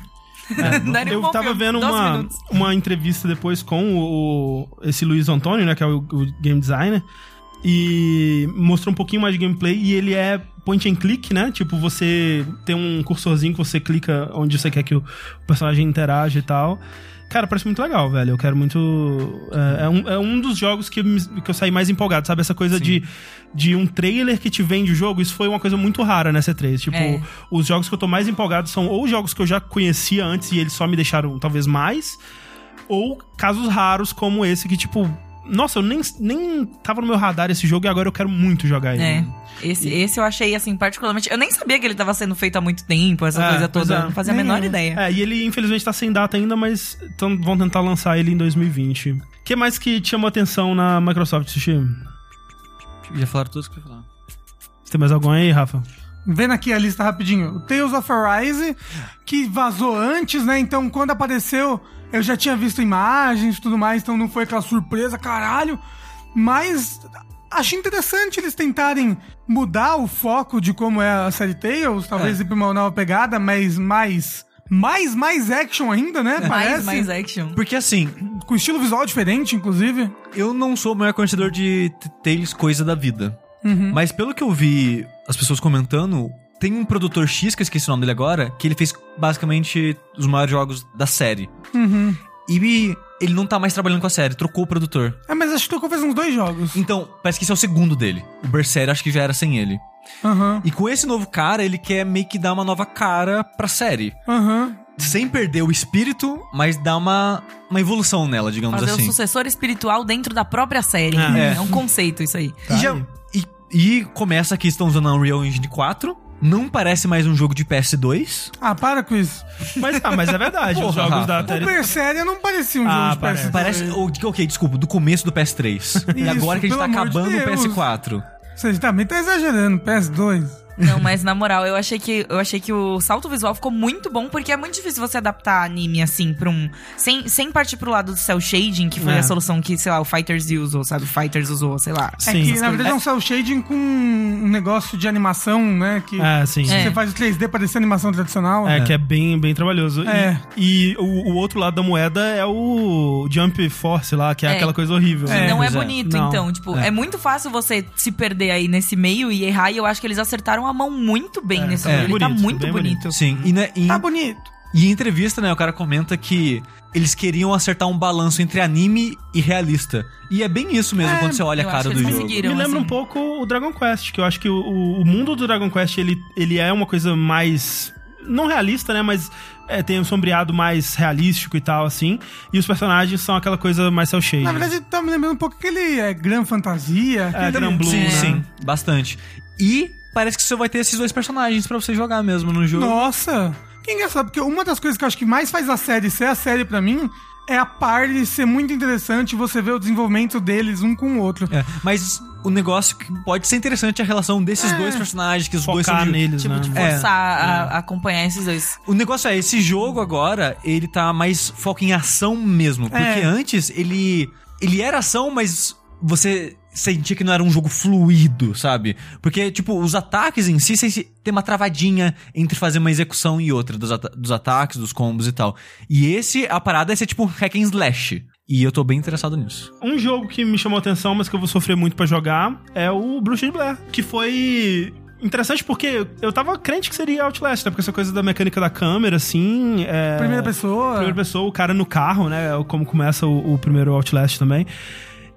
Speaker 5: Daria um
Speaker 1: eu
Speaker 5: bom
Speaker 1: tava
Speaker 5: filme,
Speaker 1: vendo
Speaker 5: 12
Speaker 1: uma,
Speaker 5: minutos.
Speaker 1: uma entrevista depois com o, o- esse Luiz Antônio, né, que é o, o game designer, e mostrou um pouquinho mais de gameplay e ele é point and click, né? Tipo, você tem um cursorzinho que você clica onde você quer que o personagem interaja e tal. Cara, parece muito legal, velho. Eu quero muito. É, é um, é um dos jogos que, me- que eu saí mais empolgado, sabe? Essa coisa de, de um trailer que te vende o jogo, isso foi uma coisa muito rara nessa E3. Tipo,
Speaker 5: É.
Speaker 1: os jogos que eu tô mais empolgado são ou jogos que eu já conhecia antes e eles só me deixaram talvez mais, ou casos raros como esse que, tipo, nossa, eu nem, nem tava no meu radar esse jogo e agora eu quero muito jogar ele.
Speaker 5: É. Esse, esse eu achei, assim, particularmente. Eu nem sabia que ele tava sendo feito há muito tempo, essa
Speaker 1: É,
Speaker 5: coisa
Speaker 1: pois
Speaker 5: toda.
Speaker 1: é.
Speaker 5: Não fazia a
Speaker 2: Nem
Speaker 5: menor
Speaker 2: eu.
Speaker 5: ideia.
Speaker 1: É, e ele infelizmente tá sem data ainda, mas tão- vão tentar lançar ele em 2020. O que mais que te chamou a atenção na Microsoft, Sushi?
Speaker 4: Já falaram tudo que eu ia falar.
Speaker 1: Você tem mais algum aí, Rafa?
Speaker 2: Vendo aqui a lista rapidinho. O Tales of Arise, que vazou antes, né? Então, quando apareceu, eu já tinha visto imagens e tudo mais, então não foi aquela surpresa, caralho. Mas achei interessante eles tentarem mudar o foco de como é a série Tales, talvez ir pra uma nova pegada, mas mais. Mais, mais action ainda, né?
Speaker 5: Mais,
Speaker 2: Parece.
Speaker 5: mais action.
Speaker 4: Porque assim,
Speaker 2: Com estilo visual diferente, inclusive.
Speaker 4: eu não sou o maior conhecedor de t- Tales coisa da vida. Mas pelo que eu vi as pessoas comentando, tem um produtor X, que eu esqueci o nome dele agora, que ele fez basicamente os maiores jogos da série.
Speaker 2: Uhum.
Speaker 4: E ele não tá mais trabalhando com a série, trocou o produtor.
Speaker 2: É, mas acho que tocou fez uns dois jogos.
Speaker 4: Então, parece que esse é o segundo dele. O Berserk acho que já era sem ele.
Speaker 2: Aham.
Speaker 4: E com esse novo cara, ele quer meio que dar uma nova cara pra série.
Speaker 2: Aham.
Speaker 4: sem perder o espírito, mas dá uma, uma evolução nela, digamos
Speaker 3: um
Speaker 5: Fazer o
Speaker 4: assim.
Speaker 5: sucessor espiritual dentro da própria série.
Speaker 1: Ah,
Speaker 5: É,
Speaker 4: é.
Speaker 5: um conceito isso aí.
Speaker 1: Tá
Speaker 4: E, já-
Speaker 1: aí.
Speaker 4: e- e começa que estão usando a Unreal Engine 4. Não parece mais um jogo de PS2.
Speaker 2: Ah, para com isso.
Speaker 1: Mas, ah, mas é verdade, os
Speaker 4: Porra,
Speaker 1: jogos
Speaker 4: Rafa.
Speaker 1: da
Speaker 2: O
Speaker 1: Atari.
Speaker 2: Berseria não parecia um jogo
Speaker 1: Ah,
Speaker 2: de PS2.
Speaker 4: Parece. ou- ok, desculpa, do começo do PS3. e
Speaker 2: Isso,
Speaker 4: agora que a gente tá
Speaker 2: pelo amor de
Speaker 4: acabando o
Speaker 2: Deus.
Speaker 4: PS4.
Speaker 1: tá
Speaker 2: Você também tá exagerando, PS2.
Speaker 5: Não, mas na moral, eu achei que eu achei que o salto visual ficou muito bom, porque é muito difícil você adaptar anime assim pra um. Sem, sem partir pro lado do cel shading, que foi
Speaker 1: É.
Speaker 5: a solução que, sei lá, o Fighters Z usou, sabe? O Fighters usou, sei lá.
Speaker 2: É
Speaker 1: Sim.
Speaker 2: que, na verdade, é um cel shading com um negócio de animação, né? Que
Speaker 1: É, sim.
Speaker 5: É.
Speaker 2: você faz o 3D parecer animação tradicional. né?
Speaker 1: É, que é bem, bem trabalhoso. E-
Speaker 2: É.
Speaker 1: E, o, o outro lado da moeda é o Jump Force lá, que é,
Speaker 5: É.
Speaker 1: aquela coisa horrível.
Speaker 5: Que
Speaker 1: né?
Speaker 5: não é
Speaker 4: pois é.
Speaker 5: bonito,
Speaker 1: Não.
Speaker 5: então, tipo, é. muito fácil você se perder aí nesse meio e errar, e eu acho que eles acertaram a mão muito bem nesse
Speaker 1: é.
Speaker 5: jogo. Ele tá
Speaker 1: Bonito,
Speaker 5: muito
Speaker 1: bem
Speaker 5: bonito.
Speaker 4: Sim. E, né, e,
Speaker 2: Tá bonito.
Speaker 4: e em entrevista, né, o cara comenta que eles queriam acertar um balanço entre anime e realista. E é bem isso mesmo quando você olha a
Speaker 5: eu
Speaker 4: cara
Speaker 5: acho que
Speaker 4: do
Speaker 5: eles
Speaker 4: jogo.
Speaker 5: conseguiram.
Speaker 1: Me lembra
Speaker 5: assim.
Speaker 1: um pouco o Dragon Quest, que eu acho que o, o- o mundo do Dragon Quest, ele, ele é uma coisa mais... Não realista, né? Mas é, tem um sombreado mais realístico e tal, assim. E os personagens são aquela coisa mais cel shading.
Speaker 2: Na verdade, tá me lembrando um pouco aquele é, Gran Fantasia.
Speaker 1: É, Gran Blue,
Speaker 4: sim,
Speaker 1: né?
Speaker 4: sim, bastante. E parece que você vai ter esses dois personagens pra você jogar mesmo no jogo.
Speaker 2: é- Nossa! Que engraçado, porque uma das coisas que eu acho que mais faz a série ser a série pra mim é a par de ser muito interessante você ver o desenvolvimento deles um com o outro.
Speaker 4: É, mas o negócio que pode ser interessante é a relação desses dois personagens, que os dois são
Speaker 1: Focar
Speaker 4: de-
Speaker 1: neles,
Speaker 5: Tipo,
Speaker 1: né?
Speaker 5: de
Speaker 4: É.
Speaker 5: forçar a- a acompanhar esses dois.
Speaker 4: O negócio é, esse jogo agora, ele tá mais foco em ação mesmo. Porque
Speaker 2: É.
Speaker 4: antes, ele. Ele era ação, mas você sentia que não era um jogo fluido, sabe? Porque, tipo, os ataques em si, você tem uma travadinha entre fazer uma execução e outra dos, ata- dos ataques, dos combos e tal. E esse, a parada é ser tipo um hack and slash. E eu tô bem interessado nisso.
Speaker 1: Um jogo que me chamou atenção, mas que eu vou sofrer muito pra jogar, é o Bruxa de Blair, que foi interessante porque eu tava crente que seria Outlast, né? Porque essa coisa da mecânica da câmera, assim, é...
Speaker 2: Primeira pessoa.
Speaker 1: Primeira pessoa, o cara no carro, né? Como começa o, o primeiro Outlast também.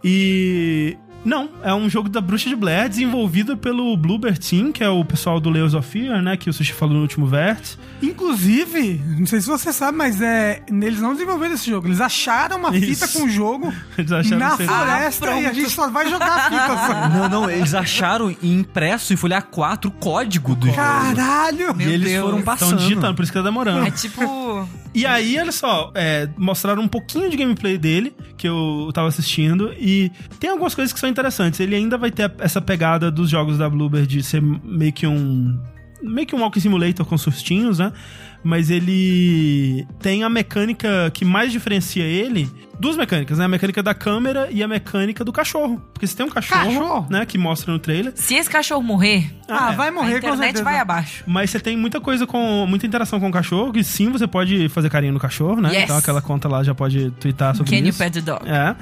Speaker 1: E... Não, é um jogo da Bruxa de Blair, desenvolvido pelo Bluebird Team, que é o pessoal do Layers of Fear, né? Que o Sushi falou no último vértice.
Speaker 2: Inclusive, não sei se você sabe, mas é. Eles não desenvolveram esse jogo. Eles acharam uma fita
Speaker 1: Isso.
Speaker 2: com o jogo
Speaker 1: Eles acharam
Speaker 2: na
Speaker 1: que seria-
Speaker 2: floresta
Speaker 5: Ah,
Speaker 2: e a
Speaker 5: pronto.
Speaker 2: gente só vai jogar a fita. só.
Speaker 4: Não, não, eles acharam impresso em folha A4 o código do jogo.
Speaker 2: Caralho!
Speaker 4: E eles
Speaker 5: Deus.
Speaker 4: foram
Speaker 1: Estão
Speaker 4: passando.
Speaker 1: digitando, por isso que tá demorando.
Speaker 5: É tipo.
Speaker 1: E aí, olha só, é, mostraram um pouquinho de gameplay dele, que eu tava assistindo, e tem algumas coisas que são interessantes. Ele ainda vai ter essa pegada dos jogos da Bluebird de ser meio que um. meio que um walking simulator com sustinhos, né? Mas ele tem a mecânica que mais diferencia ele. Duas mecânicas, né? A mecânica da câmera e a mecânica do cachorro. Porque você tem um cachorro,
Speaker 2: Cachorro?
Speaker 1: né? Que mostra no trailer.
Speaker 5: Se esse cachorro morrer,
Speaker 2: Ah,
Speaker 1: É.
Speaker 2: vai morrer
Speaker 5: a
Speaker 2: com
Speaker 5: internet
Speaker 2: certeza.
Speaker 5: vai abaixo.
Speaker 1: Mas você tem muita coisa com. muita interação com o cachorro, que sim, você pode fazer carinho no cachorro, né?
Speaker 5: Yes.
Speaker 1: Então aquela conta lá já pode twittar sobre
Speaker 5: Can you
Speaker 1: isso.
Speaker 5: pet the dog?
Speaker 1: É.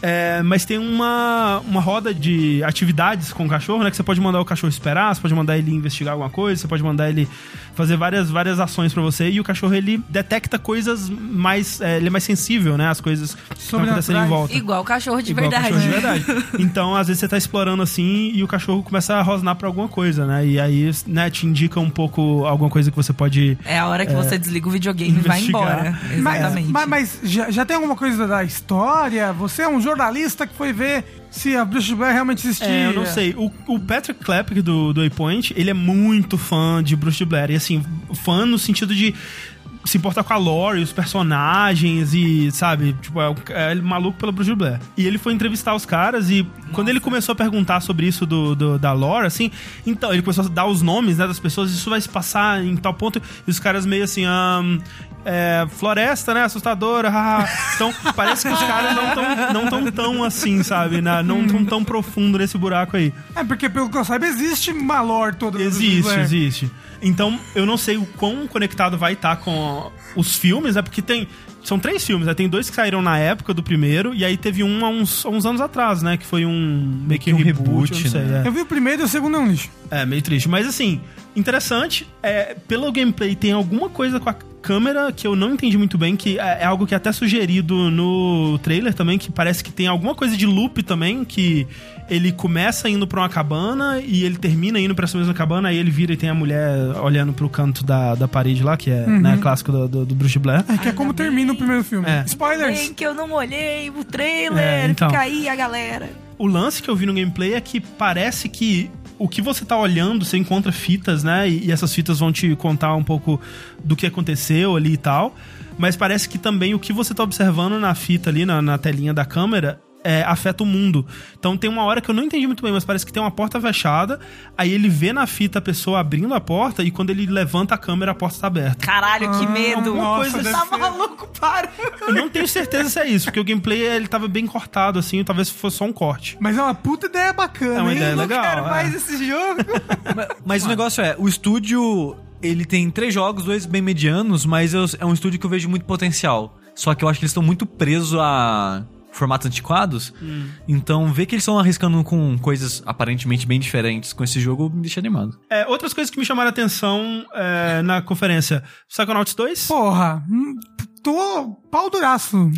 Speaker 1: É, mas tem uma, uma roda de atividades com o cachorro, né? Que você pode mandar o cachorro esperar, você pode mandar ele investigar alguma coisa, você pode mandar ele fazer várias, várias ações pra você. E o cachorro, ele detecta coisas mais... é, ele é mais sensível, né? As coisas que estão acontecendo em
Speaker 2: Sobrenaturais.
Speaker 1: volta.
Speaker 5: Igual cachorro de
Speaker 1: É. Igual
Speaker 5: verdade.
Speaker 1: cachorro de verdade. Então, às vezes você tá explorando assim e o cachorro começa a rosnar pra alguma coisa, né? E aí, né, te indica um pouco alguma coisa que você pode...
Speaker 5: É a hora que você desliga o videogame e vai
Speaker 1: investigar.
Speaker 5: embora.
Speaker 2: Mas,
Speaker 5: Exatamente.
Speaker 2: mas, mas já, já tem alguma coisa da história? Você é um jornalista que foi ver se a Bruxa de Blair realmente existia.
Speaker 1: É, eu não sei. O, o Patrick Klepek do, do Waypoint, ele é muito fã de Bruce de Blair. E assim, fã no sentido de se importar com a lore, os personagens e, sabe, tipo, é, o- é ele maluco pela Bruce de Blair. E ele foi entrevistar os caras e quando ele começou a perguntar sobre isso do, do- da lore, assim, então, ele começou a dar os nomes, né, das pessoas, isso vai se passar em tal ponto, e os caras meio assim, ahn, é, floresta, né? Assustadora. haha. então, parece que os caras não tão, não tão tão assim, sabe? Na- não tão tão profundo nesse buraco aí.
Speaker 2: É porque, pelo que eu saiba, existe uma lore toda. da Bruxa de
Speaker 1: Existe,
Speaker 2: Blair.
Speaker 1: existe. Então, eu não sei o quão conectado vai estar com os filmes, é porque tem. São três filmes, né? Tem dois que saíram na época do primeiro, e aí teve um há uns, há uns anos atrás, né? Que foi um. meio que um reboot, eu não sei, é.
Speaker 2: Eu vi o primeiro e o segundo é um lixo.
Speaker 1: É, meio triste. Mas assim, interessante. É, pelo gameplay, tem alguma coisa com a câmera que eu não entendi muito bem, que é, é algo que é até sugerido no trailer também, que parece que tem alguma coisa de loop também, que ele começa indo pra uma cabana e ele termina indo pra essa mesma cabana, aí ele vira e tem a mulher olhando pro canto da, da parede lá, que é né, clássico do, do, do Bruce Blair.
Speaker 2: É que é como termina o primeiro filme.
Speaker 1: É.
Speaker 2: Spoilers!
Speaker 5: Bem que eu não olhei o trailer,
Speaker 1: É, então.
Speaker 5: fica aí a galera.
Speaker 1: O lance que eu vi no gameplay é que parece que o que você tá olhando, você encontra fitas, né? E e essas fitas vão te contar um pouco do que aconteceu ali e tal. Mas parece que também o que você tá observando na fita ali, na, na telinha da câmera, é, afeta o mundo. Então tem uma hora que eu não entendi muito bem, mas parece que tem uma porta fechada. Aí ele vê na fita a pessoa abrindo a porta e quando ele levanta a câmera, a porta tá aberta.
Speaker 3: Caralho, que medo.
Speaker 1: Ah, alguma coisa
Speaker 3: Você
Speaker 1: deve
Speaker 3: tá
Speaker 2: ser.
Speaker 3: maluco, para.
Speaker 1: Eu não tenho certeza se é isso, porque o gameplay ele tava bem cortado, assim, talvez fosse só um corte.
Speaker 2: Mas é uma puta ideia bacana,
Speaker 1: É uma
Speaker 2: hein?
Speaker 1: ideia
Speaker 2: Eu não
Speaker 1: legal,
Speaker 2: quero
Speaker 1: é.
Speaker 2: mais esse jogo.
Speaker 4: Mas o negócio é, o estúdio, ele tem três jogos, dois bem medianos, mas eu- é um estúdio que eu vejo muito potencial. Só que eu acho que eles estão muito presos a formatos antiquados.
Speaker 2: Hum.
Speaker 4: Então, ver que eles estão arriscando com coisas aparentemente bem diferentes com esse jogo me deixa animado.
Speaker 1: É, outras coisas que me chamaram a atenção é, na conferência: Psychonauts 2.
Speaker 2: Porra, hum, tô pau duraço.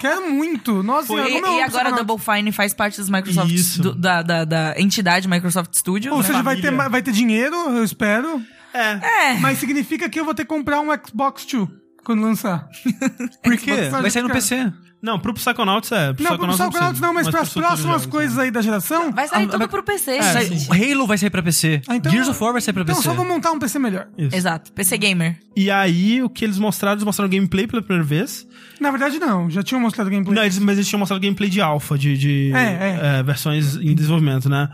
Speaker 2: Quero muito. Nossa,
Speaker 3: E,
Speaker 2: senhora, como eu
Speaker 3: e
Speaker 2: amo
Speaker 3: agora
Speaker 2: Psychonauts.
Speaker 3: Double Fine faz parte dos Microsoft,
Speaker 1: Isso.
Speaker 3: do- da, da, da entidade Microsoft Studio.
Speaker 2: Ou
Speaker 3: né?
Speaker 2: seja, vai ter,
Speaker 1: família.
Speaker 2: ma- vai ter dinheiro, eu espero.
Speaker 1: É.
Speaker 3: É.
Speaker 2: Mas significa que eu vou ter que comprar um Xbox 2 quando lançar.
Speaker 4: Por quê?
Speaker 2: Xbox
Speaker 4: Vai sair no
Speaker 2: Scarlet.
Speaker 4: PC.
Speaker 1: Não, pro Psychonauts é.
Speaker 2: Não, pro Psychonauts não, mas, para as
Speaker 1: pros futuros
Speaker 2: próximas
Speaker 1: jogos,
Speaker 2: coisas aí da geração.
Speaker 3: Vai sair
Speaker 4: Ah,
Speaker 3: tudo
Speaker 4: mas-
Speaker 3: pro PC,
Speaker 1: É,
Speaker 3: gente.
Speaker 4: O Halo vai sair pra PC.
Speaker 2: Ah, então-
Speaker 4: Gears of War vai sair pra
Speaker 2: Então
Speaker 4: PC.
Speaker 2: só vou montar um PC melhor.
Speaker 1: Isso.
Speaker 3: Exato, PC Gamer.
Speaker 1: E aí, o que eles mostraram, eles mostraram gameplay pela primeira vez.
Speaker 2: Na verdade, não. Já tinham mostrado gameplay.
Speaker 1: Não, eles, mas eles tinham mostrado gameplay de alpha, de, de,
Speaker 2: É,
Speaker 1: é, versões em desenvolvimento, né?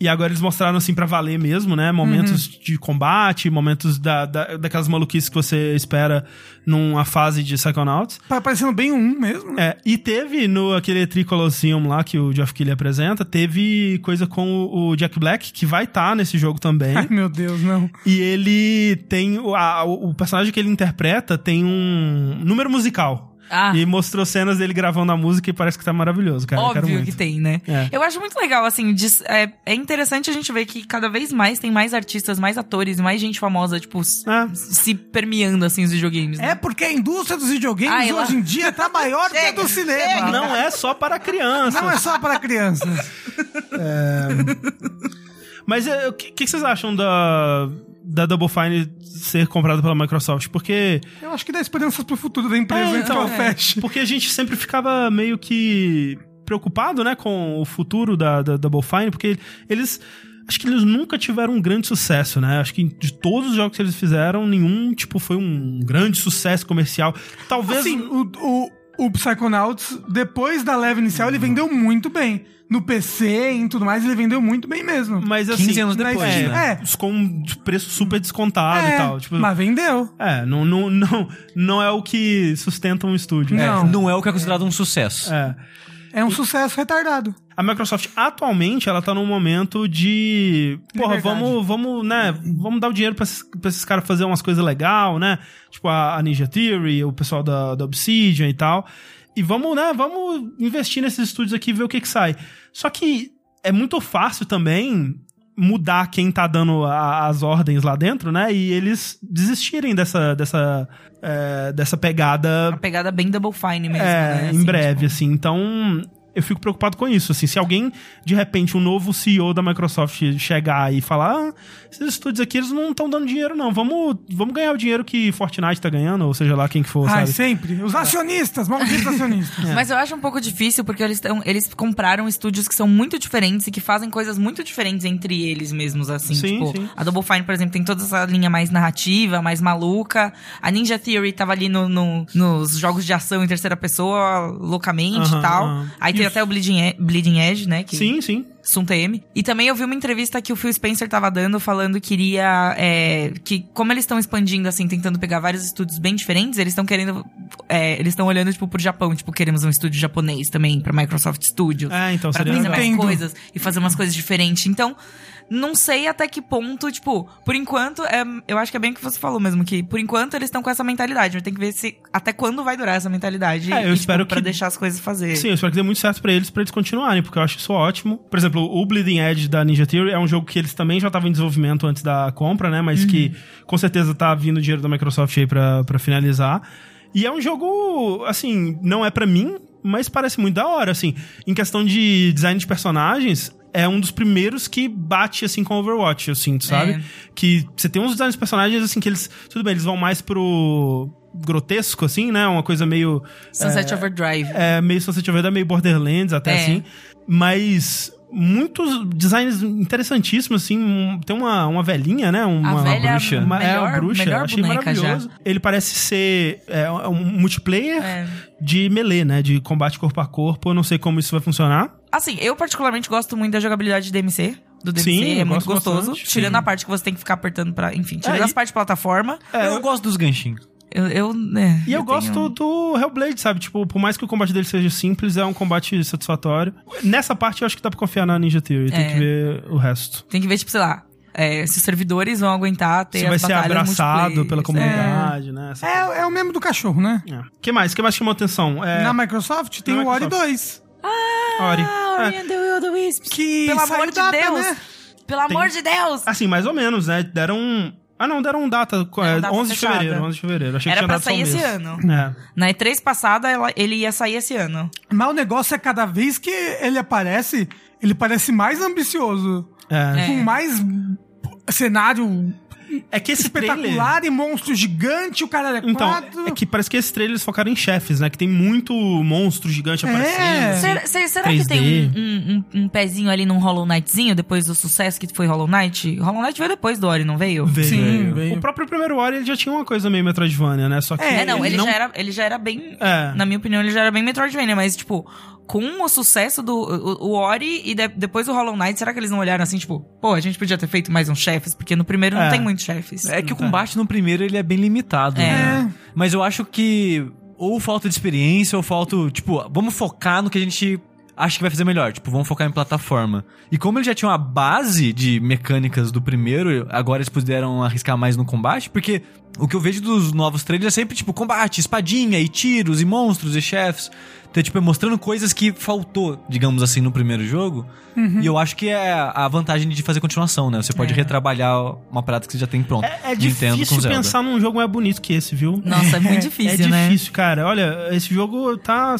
Speaker 1: E agora eles mostraram, assim, pra valer mesmo, né? Momentos
Speaker 2: Uhum.
Speaker 1: de combate, momentos da, da- daquelas maluquices que você espera numa fase de Psychonauts.
Speaker 2: Tá parecendo bem um mesmo. né?
Speaker 1: É, e teve no aquele Tricolosseum lá que o Geoff Keighley apresenta, teve coisa com o, o Jack Black, que vai estar nesse jogo também.
Speaker 2: Ai, meu Deus, não.
Speaker 1: E ele tem. o- a- o o personagem que ele interpreta tem um número musical.
Speaker 3: Ah.
Speaker 1: E mostrou cenas dele gravando a música e parece que tá maravilhoso, cara. eu quero
Speaker 3: Óbvio
Speaker 1: muito.
Speaker 3: que tem, né?
Speaker 1: É.
Speaker 3: Eu acho muito legal, assim, dis- é, é interessante a gente ver que cada vez mais tem mais artistas, mais atores, mais gente famosa, tipo, s-
Speaker 1: Ah.
Speaker 3: se permeando, assim, os videogames. né?
Speaker 2: É porque a indústria dos videogames
Speaker 3: Ai, lá.
Speaker 2: hoje em dia tá maior que a do cinema.
Speaker 1: Não é só para criança.
Speaker 2: Não é só para crianças.
Speaker 1: Mas é, o que, o que vocês acham da, da Double Fine ser comprada pela Microsoft? Porque.
Speaker 2: Eu acho que dá esperanças pro futuro da empresa,
Speaker 1: É,
Speaker 2: então,
Speaker 1: então,
Speaker 2: ela feche.
Speaker 1: Porque a gente sempre ficava meio que preocupado, né, com o futuro da, da Double Fine, porque eles. Acho que eles nunca tiveram um grande sucesso, né? Acho que de todos os jogos que eles fizeram, nenhum, tipo, foi um grande sucesso comercial. Talvez.
Speaker 2: Assim, o, o, o Psychonauts, depois da leve inicial, ele vendeu muito bem. No PC e em tudo mais, ele vendeu muito bem mesmo.
Speaker 1: mas assim.
Speaker 4: 15 anos
Speaker 2: na
Speaker 4: depois,
Speaker 1: é,
Speaker 2: Steam,
Speaker 4: né?
Speaker 2: é.
Speaker 1: Com um preço super descontado
Speaker 2: É,
Speaker 1: e tal. Tipo,
Speaker 2: Mas vendeu.
Speaker 1: É, não, não, não, não é o que sustenta um estúdio.
Speaker 2: Não.
Speaker 4: Não é o que é considerado um sucesso.
Speaker 1: É.
Speaker 2: É um sucesso retardado.
Speaker 1: A Microsoft atualmente ela tá num momento de, porra,
Speaker 2: Liberdade.
Speaker 1: vamos, vamos, né, vamos dar o dinheiro pra esses, pra esses caras fazer umas coisas legal, né? Tipo a, a Ninja Theory, o pessoal da, da Obsidian e tal. E vamos, né, vamos investir nesses estúdios aqui e ver o que que sai. Só que é muito fácil também mudar quem tá dando a- as ordens lá dentro, né? E eles desistirem dessa dessa é, dessa pegada
Speaker 3: Uma pegada bem Double Fine mesmo,
Speaker 1: é,
Speaker 3: né?
Speaker 1: em
Speaker 3: Assim,
Speaker 1: breve,
Speaker 3: tipo,
Speaker 1: assim. Então, eu fico preocupado com isso, assim. Se alguém, de repente, um novo CEO da Microsoft chegar e falar ah, esses estúdios aqui, eles não estão dando dinheiro, não. Vamos, vamos ganhar o dinheiro que Fortnite tá ganhando, ou seja lá quem que
Speaker 3: Ah,
Speaker 1: for,
Speaker 2: Ai,
Speaker 1: sabe? É.
Speaker 2: sempre. Os acionistas, malditos acionistas.
Speaker 3: Mas eu acho um pouco difícil porque eles, tão, eles compraram estúdios que são muito diferentes e que fazem coisas muito diferentes entre eles mesmos, assim.
Speaker 1: Sim,
Speaker 3: tipo,
Speaker 1: sim.
Speaker 3: a Double Fine, por exemplo, tem toda essa linha mais narrativa, mais maluca. A Ninja Theory tava ali no, no- nos jogos de ação em terceira pessoa, loucamente
Speaker 1: Aham,
Speaker 3: e tal.
Speaker 1: aham.
Speaker 3: Aí tem
Speaker 1: E o-
Speaker 3: até o Bleeding, E- Bleeding Edge, né? Que
Speaker 1: Sim, sim.
Speaker 3: Sun TM. E também eu vi uma entrevista que o Phil Spencer tava dando falando que iria. é, que como eles estão expandindo, assim, tentando pegar vários estúdios bem diferentes, eles estão querendo. é, eles estão olhando, tipo, pro Japão, tipo, queremos um estúdio japonês também, pra Microsoft Studios.
Speaker 1: É, então,
Speaker 3: pra
Speaker 1: seria
Speaker 3: fazer
Speaker 1: legal.
Speaker 3: mais
Speaker 2: Nintendo.
Speaker 3: coisas e fazer umas coisas diferentes. Então. Não sei até que ponto, tipo, por enquanto, é, eu acho que é bem o que você falou mesmo, que por enquanto eles estão com essa mentalidade. Mas tem que ver se até quando vai durar essa mentalidade.
Speaker 1: É, eu
Speaker 3: e,
Speaker 1: espero
Speaker 3: tipo, pra
Speaker 1: que-
Speaker 3: deixar as coisas fazer.
Speaker 1: Sim, eu espero que dê muito certo pra eles, pra eles continuarem, porque eu acho isso ótimo. Por exemplo, o Bleeding Edge da Ninja Theory é um jogo que eles também já estavam em desenvolvimento antes da compra, né? Mas que
Speaker 3: Uhum.
Speaker 1: com certeza tá vindo dinheiro da Microsoft aí pra, pra finalizar. E é um jogo, assim, não é pra mim, mas parece muito da hora, assim. Em questão de design de personagens, é um dos primeiros que bate, assim, com Overwatch, eu sinto, sabe?
Speaker 3: É.
Speaker 1: Que você tem uns designs de personagens, assim, que eles... Tudo bem, eles vão mais pro grotesco, assim, né? Uma coisa meio...
Speaker 3: Sunset Overdrive.
Speaker 1: É meio Sunset Overdrive, meio Borderlands, é até
Speaker 3: É.
Speaker 1: assim. Mas muitos designs interessantíssimos, assim. um- tem uma, uma velhinha, né? Uma,
Speaker 3: A velha
Speaker 1: uma
Speaker 4: bruxa.
Speaker 1: Uma, é,
Speaker 3: melhor-
Speaker 1: uma bruxa.
Speaker 3: melhor
Speaker 1: Achei
Speaker 3: boneca já.
Speaker 1: maravilhoso. Ele parece ser é, um multiplayer
Speaker 3: É.
Speaker 1: de melee, né? De combate corpo a corpo. Eu não sei como isso vai funcionar.
Speaker 3: Assim, eu particularmente gosto muito da jogabilidade de DMC. Do DMC,
Speaker 1: Sim,
Speaker 3: é
Speaker 1: eu
Speaker 3: muito
Speaker 1: gosto
Speaker 3: gostoso.
Speaker 1: bastante,
Speaker 3: tirando a parte que você tem que ficar apertando pra. Enfim, tirando
Speaker 1: É,
Speaker 3: as
Speaker 1: e-
Speaker 3: partes de plataforma.
Speaker 1: É,
Speaker 4: eu gosto dos ganchinhos.
Speaker 3: Eu. eu né,
Speaker 1: E eu,
Speaker 3: tenho-
Speaker 1: gosto do Hellblade, sabe? Tipo, por mais que o combate dele seja simples, é um combate satisfatório. Nessa parte eu acho que dá pra confiar na Ninja Theory. Tem
Speaker 3: É.
Speaker 1: que ver o resto.
Speaker 3: Tem que ver, tipo, sei lá. é, se os servidores vão aguentar ter
Speaker 1: Se vai
Speaker 3: as
Speaker 1: ser
Speaker 3: batalhas
Speaker 1: abraçado
Speaker 3: multiplayer.
Speaker 1: pela
Speaker 3: É.
Speaker 1: comunidade, né? Essa coisa.
Speaker 2: É, é o mesmo do cachorro, né?
Speaker 1: É. que mais? que mais chamou atenção? É,
Speaker 2: Na Microsoft tem
Speaker 1: Na
Speaker 2: o Ori
Speaker 1: Microsoft.
Speaker 2: 2.
Speaker 1: Ori. É.
Speaker 3: Ah, Ori and the Will of the Wisps.
Speaker 2: Que
Speaker 3: Pelo
Speaker 2: saiu
Speaker 3: amor de
Speaker 2: data,
Speaker 3: Deus!
Speaker 2: né?
Speaker 3: Pelo amor de Deus!
Speaker 1: Assim, mais ou menos, né? Deram um... Ah, não, deram um data. é,
Speaker 3: data
Speaker 1: 11 de
Speaker 3: fechada.
Speaker 1: fevereiro, 11 de fevereiro. Achei
Speaker 3: Era
Speaker 1: que tinha
Speaker 3: pra
Speaker 1: dado só um
Speaker 3: sair esse
Speaker 1: mês.
Speaker 3: ano.
Speaker 1: É.
Speaker 3: Na E3 passada, ela- ele ia sair esse ano.
Speaker 2: Mas o negócio é cada vez que ele aparece, ele parece mais ambicioso.
Speaker 1: É.
Speaker 2: Com mais cenário
Speaker 1: É que esse trailer...
Speaker 2: espetacular e monstro gigante, o cara é
Speaker 1: Então,
Speaker 2: quatro.
Speaker 1: é que parece que esse trailer eles focaram em chefes, né? Que tem muito monstro gigante
Speaker 2: É.
Speaker 1: aparecendo.
Speaker 3: Será, será- será que
Speaker 1: 3D.
Speaker 3: tem um, um- um- um pezinho ali num Hollow Knightzinho, depois do sucesso que foi Hollow Knight? Hollow Knight veio depois do Ori, não veio?
Speaker 1: Veio.
Speaker 2: Sim, veio.
Speaker 1: O próprio primeiro Ori ele já tinha uma coisa meio Metroidvania, né? Só que
Speaker 3: É, não, ele, Já era, ele já era bem...
Speaker 1: É.
Speaker 3: Na minha opinião, ele já era bem Metroidvania, mas, tipo, com o sucesso do o, o Ori e de- depois o Hollow Knight, será que eles não olharam assim, tipo, pô, a gente podia ter feito mais uns chefes, porque no primeiro
Speaker 1: É.
Speaker 3: não tem muitos chefes.
Speaker 4: É que o combate no primeiro ele é bem limitado,
Speaker 3: É.
Speaker 4: né? Mas eu acho que ou falta de experiência ou falta, tipo, vamos focar no que a gente acha que vai fazer melhor, tipo, vamos focar em plataforma. E como ele já tinha uma base de mecânicas do primeiro, agora eles puderam arriscar mais no combate, porque o que eu vejo dos novos trailers é sempre tipo combate, espadinha e tiros e monstros e chefes. Então, tipo, é mostrando coisas que faltou, digamos assim, no primeiro jogo. E eu acho que é a vantagem de fazer continuação, né? Você pode
Speaker 3: Uhum. É.
Speaker 4: retrabalhar uma parada que você já tem pronta.
Speaker 1: É, é
Speaker 4: Nintendo
Speaker 1: difícil
Speaker 4: com Zelda.
Speaker 1: pensar num jogo mais bonito que esse, viu?
Speaker 3: Nossa, é muito difícil,
Speaker 1: é
Speaker 3: né?
Speaker 1: difícil, cara. Olha, esse jogo tá,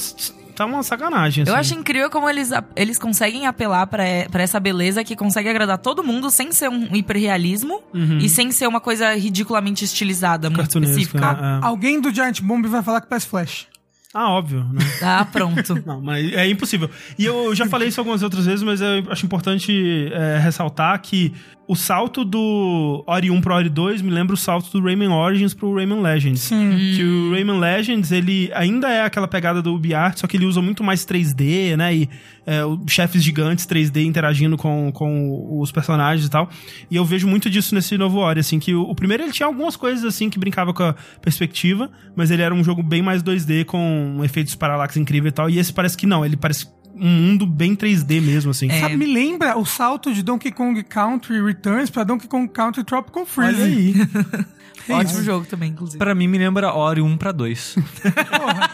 Speaker 1: tá uma sacanagem.
Speaker 3: Eu
Speaker 1: assim.
Speaker 3: acho incrível como eles, a- eles conseguem apelar pra e- pra essa beleza que consegue agradar todo mundo sem ser um hiperrealismo e sem ser uma coisa ridiculamente estilizada, muito
Speaker 1: Cartunesca,
Speaker 2: né?
Speaker 3: específica.
Speaker 1: é.
Speaker 2: Alguém do Giant Bomb vai falar que parece Flash.
Speaker 1: Ah, óbvio, né?
Speaker 3: Ah, pronto.
Speaker 1: Não, mas é impossível. E eu já falei isso algumas outras vezes, mas eu acho importante é, ressaltar que o salto do Ori 1 pro Ori 2 me lembra o salto do Rayman Origins pro Rayman Legends. Que o Rayman Legends, ele ainda é aquela pegada do UbiArt, só que ele usa muito mais 3D, né? E é, o- chefes gigantes 3D interagindo com, com os personagens e tal. E eu vejo muito disso nesse novo Ori, assim, que o, o primeiro ele tinha algumas coisas, assim, que brincava com a perspectiva, mas ele era um jogo bem mais 2D, com efeitos paralax incrível e tal. E esse parece que não, ele parece um mundo bem 3D mesmo, assim.
Speaker 2: Sabe, me lembra o salto de Donkey Kong Country Returns pra Donkey Kong Country Tropical Freeze.
Speaker 1: Olha aí.
Speaker 3: Ótimo jogo também, inclusive.
Speaker 4: Pra mim me lembra Ori 1 pra 2.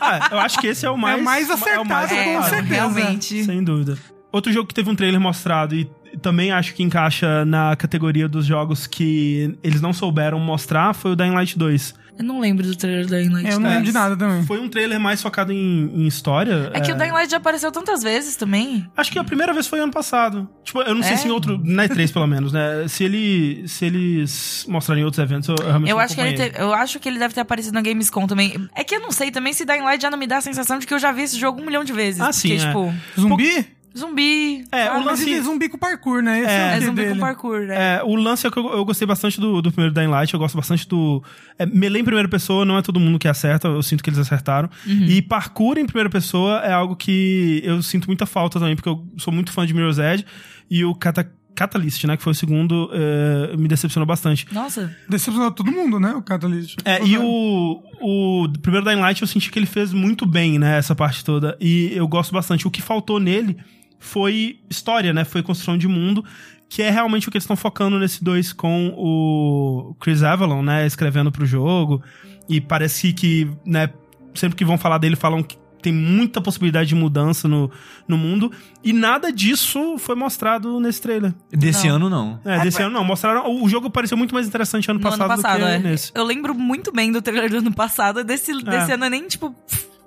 Speaker 1: Ah, eu acho que esse é o mais...
Speaker 2: o mais acertado, com
Speaker 3: É, não,
Speaker 2: certeza.
Speaker 3: realmente.
Speaker 1: Sem dúvida. Outro jogo que teve um trailer mostrado e também acho que encaixa na categoria dos jogos que eles não souberam mostrar foi o Dying Light 2.
Speaker 3: Eu não lembro do trailer da Dying Light.
Speaker 2: Eu não lembro de nada também.
Speaker 1: Foi um trailer mais focado em, em história.
Speaker 3: Hum. É que o Dying Light já apareceu tantas vezes também.
Speaker 1: Acho que a primeira vez foi ano passado. Tipo, eu não sei
Speaker 3: É?
Speaker 1: se em outro. Na E3, pelo menos, né? Se, ele, se eles mostrarem em outros eventos, eu realmente
Speaker 3: Eu
Speaker 1: não
Speaker 3: acho, que ele
Speaker 1: acompanhei.
Speaker 3: teve- eu acho que ele deve ter aparecido na Gamescom também. É que eu não sei também se Dying Light já não me dá a sensação de que eu já vi esse jogo um milhão de vezes.
Speaker 1: Ah, sim,
Speaker 3: Porque,
Speaker 1: é.
Speaker 3: tipo,
Speaker 2: Zumbi?
Speaker 3: zumbi.
Speaker 1: É,
Speaker 2: Ah,
Speaker 1: o
Speaker 2: mas
Speaker 1: lance,
Speaker 2: ele é zumbi com parkour, né? Esse é,
Speaker 3: É
Speaker 2: o quê
Speaker 3: zumbi
Speaker 2: dele.
Speaker 3: com parkour, né?
Speaker 1: É, o lance é que eu, eu gostei bastante do, do primeiro Dying Light, eu gosto bastante do. É, melee em primeira pessoa não é todo mundo que acerta, eu sinto que eles acertaram. E parkour em primeira pessoa é algo que eu sinto muita falta também, porque eu sou muito fã de Mirror's Edge e o Cata- Catalyst, né, que foi o segundo, eh, me decepcionou bastante.
Speaker 3: Nossa.
Speaker 2: Decepcionou todo mundo, né? O Catalyst.
Speaker 3: Uhum.
Speaker 1: É, e o, o primeiro Dying Light eu senti que ele fez muito bem, né, essa parte toda. E eu gosto bastante. O que faltou nele foi história, né? Foi construção de mundo, que é realmente o que eles estão focando nesse dois com o Chris Avalon, né, escrevendo pro jogo. E parece que, né, sempre que vão falar dele, falam que tem muita possibilidade de mudança no, no mundo. E nada disso foi mostrado nesse trailer.
Speaker 4: Desse
Speaker 3: Não.
Speaker 4: ano, não.
Speaker 1: É, desse ano não. Mostraram. O jogo pareceu muito mais interessante ano
Speaker 3: No
Speaker 1: passado,
Speaker 3: ano passado,
Speaker 1: do que
Speaker 3: é.
Speaker 1: nesse.
Speaker 3: Eu lembro muito bem do trailer do ano passado. Desse,
Speaker 1: É.
Speaker 3: desse ano eu nem, tipo,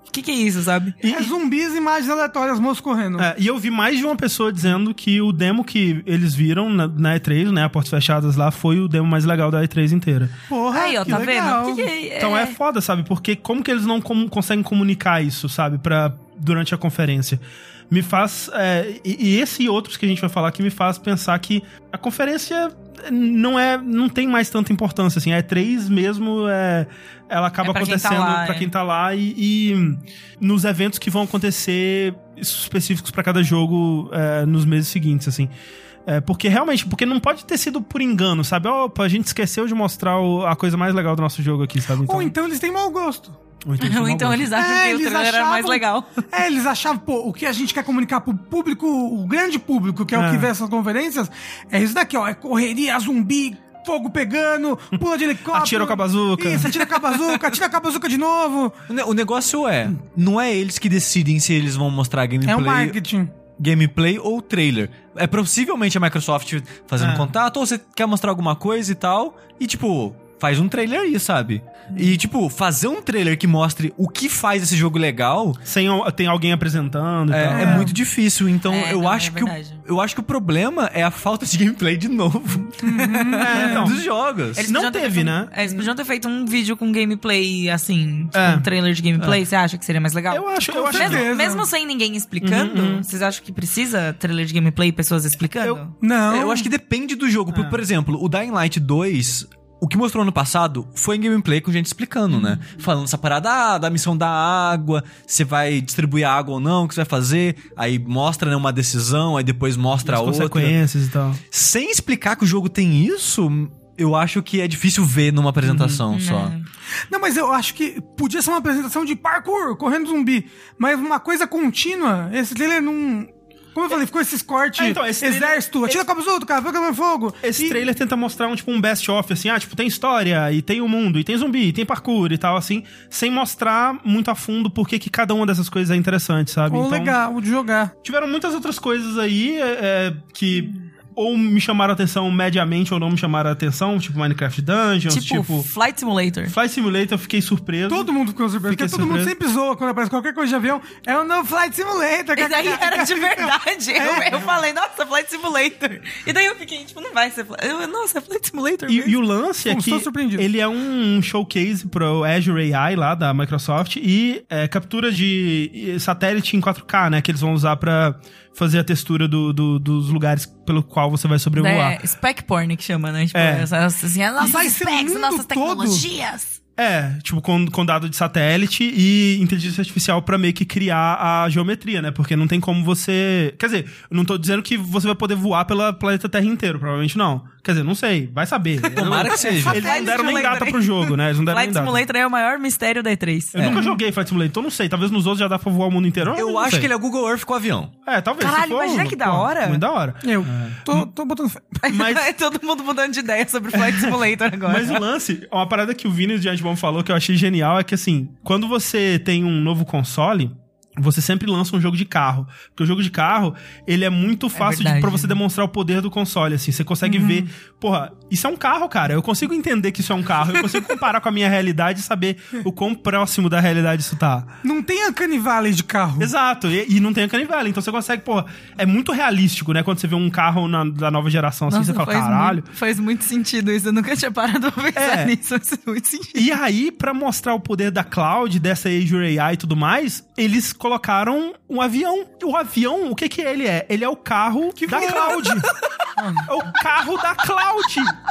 Speaker 3: o que, que é isso, sabe?
Speaker 2: É zumbis e imagens aleatórias, moços correndo.
Speaker 1: É, e eu vi mais de uma pessoa dizendo que o demo que eles viram na, na E3, né, a portas fechadas lá, foi o demo mais legal da E3 inteira.
Speaker 2: Porra,
Speaker 3: Aí, ó,
Speaker 2: que
Speaker 3: tá
Speaker 2: legal.
Speaker 3: vendo? Que que é-
Speaker 1: Então é foda, sabe? Porque como que eles não com- conseguem comunicar isso, sabe? Pra durante a conferência. Me faz. é, e, e esse e outros que a gente vai falar que me faz pensar que a conferência não é. não tem mais tanta importância, assim. A E3 mesmo é, ela acaba
Speaker 5: É pra quem tá
Speaker 1: acontecendo
Speaker 5: lá,
Speaker 1: pra
Speaker 5: é.
Speaker 1: quem tá lá e, e nos eventos que vão acontecer específicos pra cada jogo é, nos meses seguintes, assim. É, porque realmente, porque não pode ter sido por engano, sabe? Opa, a gente esqueceu de mostrar o- a coisa mais legal do nosso jogo aqui, sabe?
Speaker 2: Ou então eles têm mau gosto.
Speaker 1: ou então,
Speaker 5: Ou então eles acham
Speaker 2: É,
Speaker 5: que
Speaker 2: eles
Speaker 5: o trailer era
Speaker 2: achavam-
Speaker 5: mais legal.
Speaker 2: É, eles achavam, pô, o que a gente quer comunicar pro público, o grande público, que é,
Speaker 1: É.
Speaker 2: o que vê essas conferências, é isso daqui, ó. É correria, zumbi, fogo pegando, pula de helicóptero.
Speaker 1: Atira com a bazuca.
Speaker 2: um- Isso, atira com a bazuca, atira com a bazuca de novo.
Speaker 4: O ne- O negócio é, não é eles que decidem se eles vão mostrar gameplay,
Speaker 2: É um marketing.
Speaker 4: gameplay ou trailer. É possivelmente a Microsoft fazendo
Speaker 1: É.
Speaker 4: contato, ou você quer mostrar alguma coisa e tal, e tipo, faz um trailer aí, sabe? E tipo, fazer um trailer que mostre o que faz esse jogo legal
Speaker 1: Sem, al- tem alguém apresentando e tal.
Speaker 4: é, é muito difícil. Então
Speaker 5: É,
Speaker 4: eu
Speaker 5: não,
Speaker 4: acho
Speaker 5: é
Speaker 4: que o,
Speaker 5: verdade.
Speaker 4: eu acho que o problema é a falta de gameplay de novo
Speaker 1: É, então,
Speaker 4: dos jogos.
Speaker 1: Eles- Não
Speaker 5: podiam ter
Speaker 1: teve,
Speaker 5: feito-
Speaker 1: né?
Speaker 5: é, eles podiam ter feito um vídeo com gameplay, assim, tipo
Speaker 1: É.
Speaker 5: um trailer de gameplay. Você acha que seria mais legal?
Speaker 1: Eu acho, eu acho
Speaker 2: certeza. Uhum.
Speaker 5: mesmo, mesmo sem ninguém explicando, vocês acham que precisa trailer de gameplay e pessoas explicando?
Speaker 2: Não.
Speaker 4: É, Eu acho que depende do jogo.
Speaker 1: É.
Speaker 4: Por, por exemplo, o Dying Light 2, o que mostrou ano passado foi em gameplay com gente explicando, né?
Speaker 1: Uhum.
Speaker 4: Falando essa parada ah, da missão da água, você vai distribuir a água ou não, o que você vai fazer. Aí mostra né, uma decisão, aí depois mostra
Speaker 1: as
Speaker 4: a outra.
Speaker 1: consequências e tal.
Speaker 4: Sem explicar que o jogo tem isso, eu acho que é difícil ver numa
Speaker 1: Uhum.
Speaker 4: apresentação só.
Speaker 2: Não, mas eu acho que podia ser uma apresentação de parkour, correndo zumbi. Mas uma coisa contínua, esse trailer não. Como eu falei, ficou esses cortes.
Speaker 1: Ah, então, esse trailer-
Speaker 2: exército, atira com a bazuca, cara, pega meu fogo.
Speaker 1: Esse
Speaker 2: E-
Speaker 1: trailer tenta mostrar um tipo um best of assim, ah, tipo, tem história e tem o mundo e tem zumbi, e tem parkour e tal assim, sem mostrar muito a fundo por que que cada uma dessas coisas é interessante, sabe?
Speaker 2: Ou legal de jogar.
Speaker 1: Tiveram muitas outras coisas aí é, é, que ou me chamaram a atenção mediamente ou não me chamaram a atenção, tipo Minecraft Dungeons,
Speaker 5: Tipo,
Speaker 1: tipo,
Speaker 5: Flight Simulator.
Speaker 1: Flight Simulator, eu fiquei surpreso.
Speaker 2: Todo mundo ficou surpreso,
Speaker 1: Fiquei
Speaker 2: porque todo mundo
Speaker 1: surpreso.
Speaker 2: sempre zoa quando aparece qualquer coisa de avião. É o novo Flight Simulator.
Speaker 5: E daí
Speaker 2: kkk.
Speaker 5: era de verdade.
Speaker 2: É.
Speaker 5: Eu, eu falei, nossa, Flight Simulator. E daí eu fiquei, tipo, não vai ser Flight. Eu, nossa, é Flight Simulator.
Speaker 1: E,
Speaker 5: mesmo.
Speaker 1: e o lance é
Speaker 2: Como estou
Speaker 1: que
Speaker 2: surpreendido.
Speaker 1: ele é um showcase pro Azure AI lá da Microsoft e é, captura de eh, satélite em 4K, né? Que eles vão usar pra fazer a textura do- do- dos lugares pelo qual você vai sobrevoar.
Speaker 5: É, spec porn que chama, né? Tipo,
Speaker 1: É.
Speaker 5: essas, assim, as
Speaker 2: vai
Speaker 5: nossas
Speaker 2: ser o
Speaker 5: specs,
Speaker 2: é mundo
Speaker 5: nossas
Speaker 2: todo.
Speaker 5: tecnologias.
Speaker 1: É, tipo, com, com dado de satélite e inteligência artificial pra meio que criar a geometria, né? Porque não tem como você. Quer dizer, eu não tô dizendo que você vai poder voar pela planeta Terra inteiro, provavelmente não. Quer dizer, não sei, vai saber.
Speaker 4: Tomara que seja.
Speaker 1: Eles não
Speaker 5: Flight
Speaker 1: deram nem
Speaker 5: Simulator,
Speaker 1: data
Speaker 5: hein?
Speaker 1: pro jogo, né? Eles não deram
Speaker 5: Flight
Speaker 1: nem data.
Speaker 5: Simulator é o maior mistério da
Speaker 1: Eu
Speaker 5: E3.
Speaker 1: nunca joguei Flight Simulator, então não sei. Talvez nos outros já dá pra voar o mundo inteiro.
Speaker 4: Eu
Speaker 1: não
Speaker 4: acho
Speaker 1: sei.
Speaker 4: que ele é o Google Earth com o avião.
Speaker 1: É, talvez. se
Speaker 5: Caralho,
Speaker 1: for,
Speaker 5: imagina que da
Speaker 1: pô,
Speaker 5: hora.
Speaker 1: Muito da hora.
Speaker 2: Eu tô, tô botando fé.
Speaker 1: Mas-
Speaker 5: É Todo mundo mudando de ideia sobre Flight Simulator agora.
Speaker 1: Mas o lance, uma parada que o Vini de Antibom falou que eu achei genial é que assim, quando você tem um novo console, você sempre lança um jogo de carro. Porque o jogo de carro, ele é muito fácil de,
Speaker 5: verdade, Uhum.
Speaker 1: pra você
Speaker 5: né?
Speaker 1: demonstrar o poder do console, assim. Você consegue ver, porra, isso é um carro, cara. Eu consigo entender que isso é um carro. Eu consigo comparar com a minha realidade e saber o quão próximo da realidade isso tá.
Speaker 2: Não tem Uncanny Valley de carro.
Speaker 1: Exato, e, e não tem a canivela. Então você consegue, porra, é muito realístico, né? Quando você vê um carro na- da nova geração assim, você fala,
Speaker 5: faz
Speaker 1: caralho.
Speaker 5: Muito, faz muito sentido isso. Eu nunca tinha parado pra pensar
Speaker 1: É.
Speaker 5: nisso. Faz muito sentido.
Speaker 1: E aí, pra mostrar o poder da cloud, dessa Azure AI e tudo mais, eles colocaram um avião. O avião, o que que ele é? Ele é o carro da cloud. é o carro da cloud.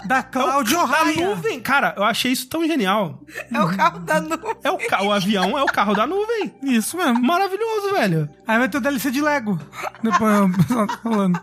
Speaker 2: Da Cláudio
Speaker 1: Da
Speaker 2: Raia.
Speaker 1: nuvem. Cara, eu achei isso tão genial.
Speaker 5: É o carro da nuvem.
Speaker 1: É o, ca- o avião é o carro da nuvem.
Speaker 2: Isso mesmo.
Speaker 1: Maravilhoso, velho.
Speaker 2: Aí vai ter o DLC de Lego. Depois o pessoal tá falando.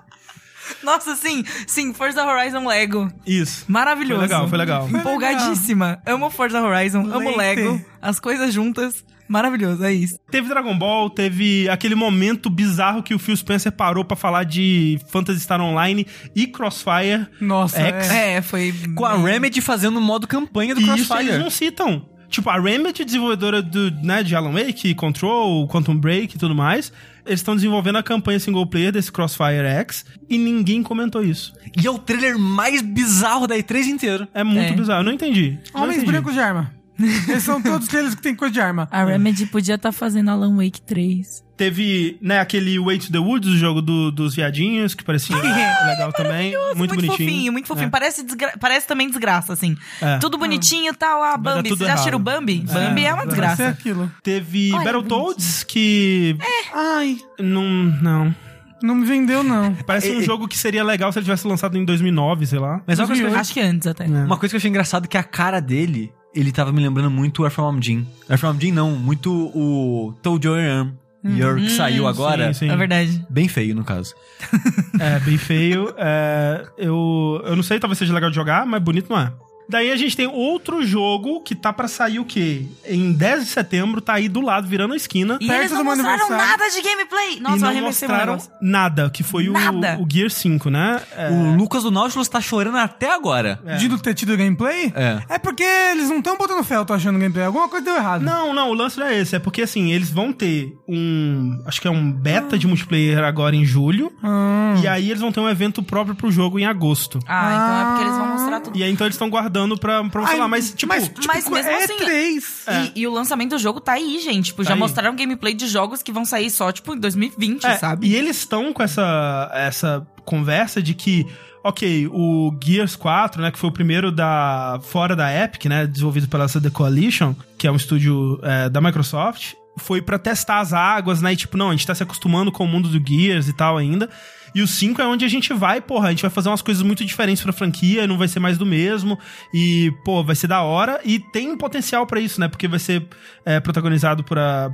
Speaker 5: Nossa, sim. Sim, Forza Horizon Lego.
Speaker 1: Isso.
Speaker 5: Maravilhoso.
Speaker 1: Foi legal, foi legal.
Speaker 5: Empolgadíssima. Amo Forza Horizon, amo
Speaker 2: Leite.
Speaker 5: Lego. As coisas juntas. Maravilhoso, é isso.
Speaker 1: Teve Dragon Ball, teve aquele momento bizarro que o Phil Spencer parou pra falar de Phantasy Star Online e Crossfire.
Speaker 2: Nossa,
Speaker 1: Ex.
Speaker 2: é.
Speaker 5: É, foi.
Speaker 4: Com a Remedy fazendo modo campanha do
Speaker 1: E Uhum. isso eles
Speaker 4: Crossfire.
Speaker 1: não citam. Tipo, a Remedy, desenvolvedora do, né, de Alan Wake, Control, Quantum Break e tudo mais, eles estão desenvolvendo a campanha single player desse Crossfire X e ninguém comentou isso.
Speaker 4: E é o trailer mais bizarro da E3 inteiro.
Speaker 1: É muito
Speaker 5: É.
Speaker 1: bizarro, eu não entendi. Não
Speaker 2: Homens
Speaker 1: entendi.
Speaker 2: brancos de
Speaker 3: Ah,
Speaker 1: É.
Speaker 2: arma. Eles são todos aqueles que tem coisa de arma. tá
Speaker 5: A Remedy podia estar fazendo Alan Wake 3.
Speaker 1: Teve, né, aquele Way to the Woods, o jogo do- dos viadinhos, que parecia legal também.
Speaker 5: Nossa,
Speaker 1: Muito, bonitinho.
Speaker 5: É, fofinho, muito fofinho.
Speaker 1: É.
Speaker 5: Parece, desgra- Parece também desgraça, assim.
Speaker 1: É.
Speaker 5: Tudo bonitinho e tal. Ah,
Speaker 1: dar
Speaker 5: Bambi.
Speaker 1: tudo
Speaker 5: Vocês já acharam o
Speaker 1: errado.
Speaker 5: Bambi? Bambi é uma
Speaker 2: Vai ser
Speaker 5: desgraça.
Speaker 2: aquilo.
Speaker 1: Teve
Speaker 5: Olha,
Speaker 1: Battletoads, que.
Speaker 2: Ai,
Speaker 1: Não. Não.
Speaker 2: não me vendeu, não.
Speaker 1: Parece um
Speaker 4: É, é.
Speaker 1: jogo que seria legal se ele tivesse lançado em 2009, sei lá.
Speaker 4: Mas é uma coisa, que eu,
Speaker 2: 2008.
Speaker 5: um, Acho que antes até.
Speaker 1: É.
Speaker 4: uma coisa que eu achei engraçada é que a cara dele, ele tava me lembrando muito o Air From Jim. Air From Jim não, muito o Toad Your Arm. Your, que saiu agora.
Speaker 1: Uhum. Sim, sim.
Speaker 5: É verdade.
Speaker 4: Bem feio, no caso.
Speaker 1: É, bem feio. É, eu, eu não sei, talvez seja legal de jogar, mas bonito não é. Daí a gente tem outro jogo que tá pra sair o quê? Em 10 de setembro, tá aí do lado, virando a esquina.
Speaker 5: E
Speaker 2: Perto
Speaker 5: eles não
Speaker 2: do meu
Speaker 5: mostraram
Speaker 2: aniversário.
Speaker 5: nada de gameplay. Nossa,
Speaker 1: e
Speaker 5: eu
Speaker 1: não
Speaker 5: arremessei meu
Speaker 1: mostraram
Speaker 5: negócio.
Speaker 1: nada, que foi o,
Speaker 5: Nada.
Speaker 1: o Gear 5, né? É,
Speaker 4: O Lucas do Nautilus tá chorando até agora.
Speaker 2: De não ter tido gameplay?
Speaker 4: É.
Speaker 2: É porque eles não estão botando fé, eu tô achando gameplay. Alguma coisa deu errado.
Speaker 1: Não, não, o lance não é esse. É porque, assim, eles vão ter um... Acho que é um beta de multiplayer agora em julho.
Speaker 2: Ah.
Speaker 1: E aí eles vão ter um evento próprio pro jogo em agosto.
Speaker 5: Hum. Ah, então é porque eles vão mostrar tudo.
Speaker 1: E aí, então, eles estão guardando pra, pra
Speaker 2: Ai,
Speaker 1: falar. Mas, tipo...
Speaker 5: mas mesmo
Speaker 2: é
Speaker 5: assim-
Speaker 2: três.
Speaker 5: E, e o lançamento do jogo tá aí, gente. Tipo,
Speaker 1: É. Tá
Speaker 5: já
Speaker 1: aí.
Speaker 5: mostraram gameplay de jogos que vão sair só, tipo, em 2020,
Speaker 1: É,
Speaker 5: sabe?
Speaker 1: E eles estão com essa, essa conversa de que, ok, o Gears 4, né, que foi o primeiro da fora da Epic, né, desenvolvido pela essa The Coalition, que é um estúdio é, da Microsoft, foi pra testar as águas, né, e tipo, não, a gente tá se acostumando com o mundo do Gears e tal ainda. E o 5 é onde a gente vai, porra, a gente vai fazer umas coisas muito diferentes pra franquia, não vai ser mais do mesmo. E, pô, vai ser da hora. E tem potencial pra isso, né? Porque vai ser é, protagonizado por, a,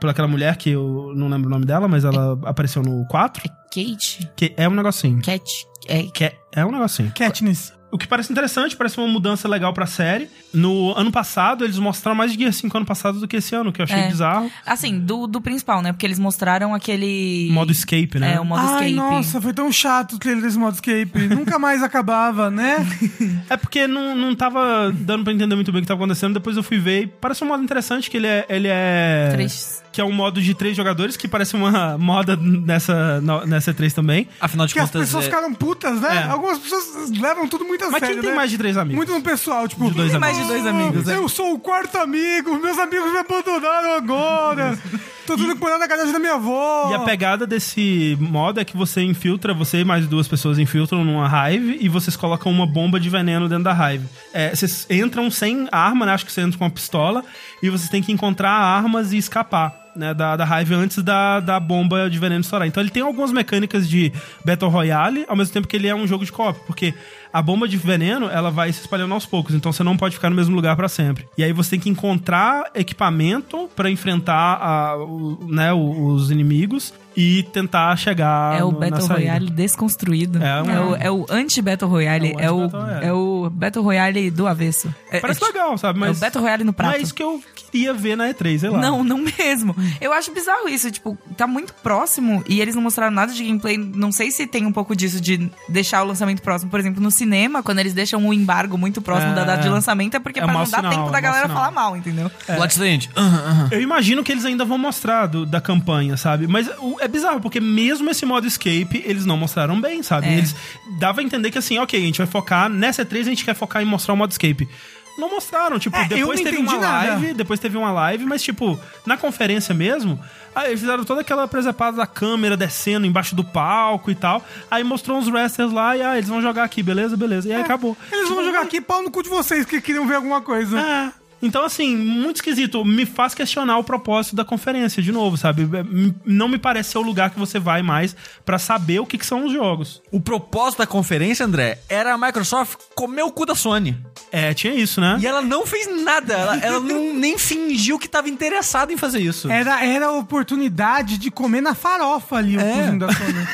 Speaker 1: por aquela mulher que eu não lembro o nome dela, mas ela apareceu no 4.
Speaker 5: Kate?
Speaker 1: Que é um negocinho.
Speaker 5: É Cat? É,
Speaker 1: Que é, é um negocinho.
Speaker 2: Katniss.
Speaker 1: O que parece interessante, parece uma mudança legal pra série. No ano passado, eles mostraram mais de Gear 5 ano passado do que esse ano, que eu achei
Speaker 5: É.
Speaker 1: bizarro.
Speaker 5: assim, do, do principal, né? Porque eles mostraram aquele...
Speaker 1: Modo escape, né?
Speaker 5: É, o modo
Speaker 2: Ai,
Speaker 5: escape.
Speaker 2: nossa, foi tão chato o trailer desse Modscape. Nunca mais acabava, né?
Speaker 1: É porque não, não tava dando pra entender muito bem o que tava acontecendo. Depois eu fui ver e parece um modo interessante que ele é. Ele é
Speaker 5: Três.
Speaker 1: Que é um modo de três jogadores, que parece uma moda nessa, no- nessa E3 também.
Speaker 4: Afinal de
Speaker 2: Porque as
Speaker 4: contas.
Speaker 2: pessoas
Speaker 4: é-
Speaker 2: ficaram putas, né?
Speaker 1: É.
Speaker 2: Algumas pessoas levam tudo muito a
Speaker 1: Mas
Speaker 2: sério,
Speaker 1: quem tem
Speaker 2: né?
Speaker 1: mais de três amigos?
Speaker 2: Muito no pessoal, tipo...
Speaker 1: De dois
Speaker 2: "Ah,
Speaker 1: amigos."
Speaker 5: Mais de dois amigos, é.
Speaker 2: Eu sou o quarto amigo, meus amigos me abandonaram agora. Tô tudo morando na casa da minha avó.
Speaker 1: E a pegada desse modo é que você infiltra, você e mais duas pessoas infiltram numa raiva e vocês colocam uma bomba de veneno dentro da raiva. É, vocês entram sem arma, né? Acho que você entra com uma pistola e vocês têm que encontrar armas e escapar. Né, da, da raiva antes da, da bomba de veneno estourar. Então ele tem algumas mecânicas de Battle Royale, ao mesmo tempo que ele é um jogo de co-op, porque a bomba de veneno ela vai se espalhando aos poucos, então você não pode ficar no mesmo lugar pra sempre. E aí você tem que encontrar equipamento pra enfrentar a, o- né, o- os inimigos e tentar chegar
Speaker 5: É o
Speaker 1: Ah, no- na
Speaker 5: Battle
Speaker 1: saída.
Speaker 5: Royale desconstruído.
Speaker 1: É um-
Speaker 5: o, é o anti-Battle Royale.
Speaker 1: É
Speaker 5: É
Speaker 1: o
Speaker 5: o,
Speaker 1: anti-Battle Royale.
Speaker 5: é o Battle Royale do avesso. É,
Speaker 1: Parece
Speaker 5: é,
Speaker 1: legal, sabe?
Speaker 5: É
Speaker 1: Mas
Speaker 5: o Battle Royale no
Speaker 1: não
Speaker 5: prato.
Speaker 1: é isso que eu queria ver na E3, sei lá.
Speaker 5: Não, não mesmo. Eu acho bizarro isso, tipo, tá muito próximo e eles não mostraram nada de gameplay. Não sei se tem um pouco disso de deixar o lançamento próximo. Por exemplo, no cinema, quando eles deixam um embargo muito próximo
Speaker 1: É.
Speaker 5: da data de lançamento, é porque
Speaker 1: É
Speaker 5: pra
Speaker 1: mau
Speaker 5: não dar
Speaker 1: sinal,
Speaker 5: tempo
Speaker 1: é
Speaker 5: da
Speaker 1: mau
Speaker 5: galera
Speaker 1: sinal.
Speaker 5: falar mal, entendeu?
Speaker 1: É.
Speaker 4: Bloodstained. Aham, aham.
Speaker 1: Eu imagino que eles ainda vão mostrar do- da campanha, sabe? Mas o- é bizarro, porque mesmo esse modo escape, eles não mostraram bem, sabe?
Speaker 5: É.
Speaker 1: Eles dava a entender que assim, ok, a gente vai focar. Nessa E3 a gente quer focar em mostrar o modo escape. Não mostraram, tipo,
Speaker 2: É, eu
Speaker 1: depois
Speaker 2: não
Speaker 1: teve
Speaker 2: entendi
Speaker 1: uma
Speaker 2: nada.
Speaker 1: live, depois teve uma live, mas tipo, na conferência mesmo, aí eles fizeram toda aquela presepada da câmera descendo embaixo do palco e tal. Aí mostrou uns wrestlers lá e ah, eles vão jogar aqui, beleza? Beleza. E aí acabou.
Speaker 2: É.
Speaker 1: Tipo,
Speaker 2: Eles vão jogar aqui pau no cu de vocês que queriam ver alguma coisa.
Speaker 1: É. Então, assim, muito esquisito. Me faz questionar o propósito da conferência, de novo, sabe? É, M- Não me parece ser o lugar que você vai mais pra saber o que, que são os jogos.
Speaker 4: O propósito da conferência, André, era a Microsoft comer o cu da Sony.
Speaker 1: É, tinha isso, né?
Speaker 4: E ela não fez nada. Ela, ela não, nem fingiu que tava interessada em fazer
Speaker 1: É,
Speaker 4: isso.
Speaker 2: Era, era a oportunidade de comer na farofa ali o
Speaker 4: É.
Speaker 2: cozinho da Sony.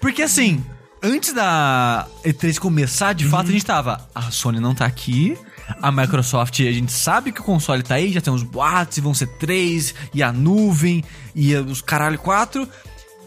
Speaker 4: Porque assim, antes da E3 começar, de fato, a gente tava. A Sony não tá aqui. A Microsoft, a gente sabe que o console tá aí, já tem uns boatos, e vão ser três, e a nuvem, e os caralho quatro.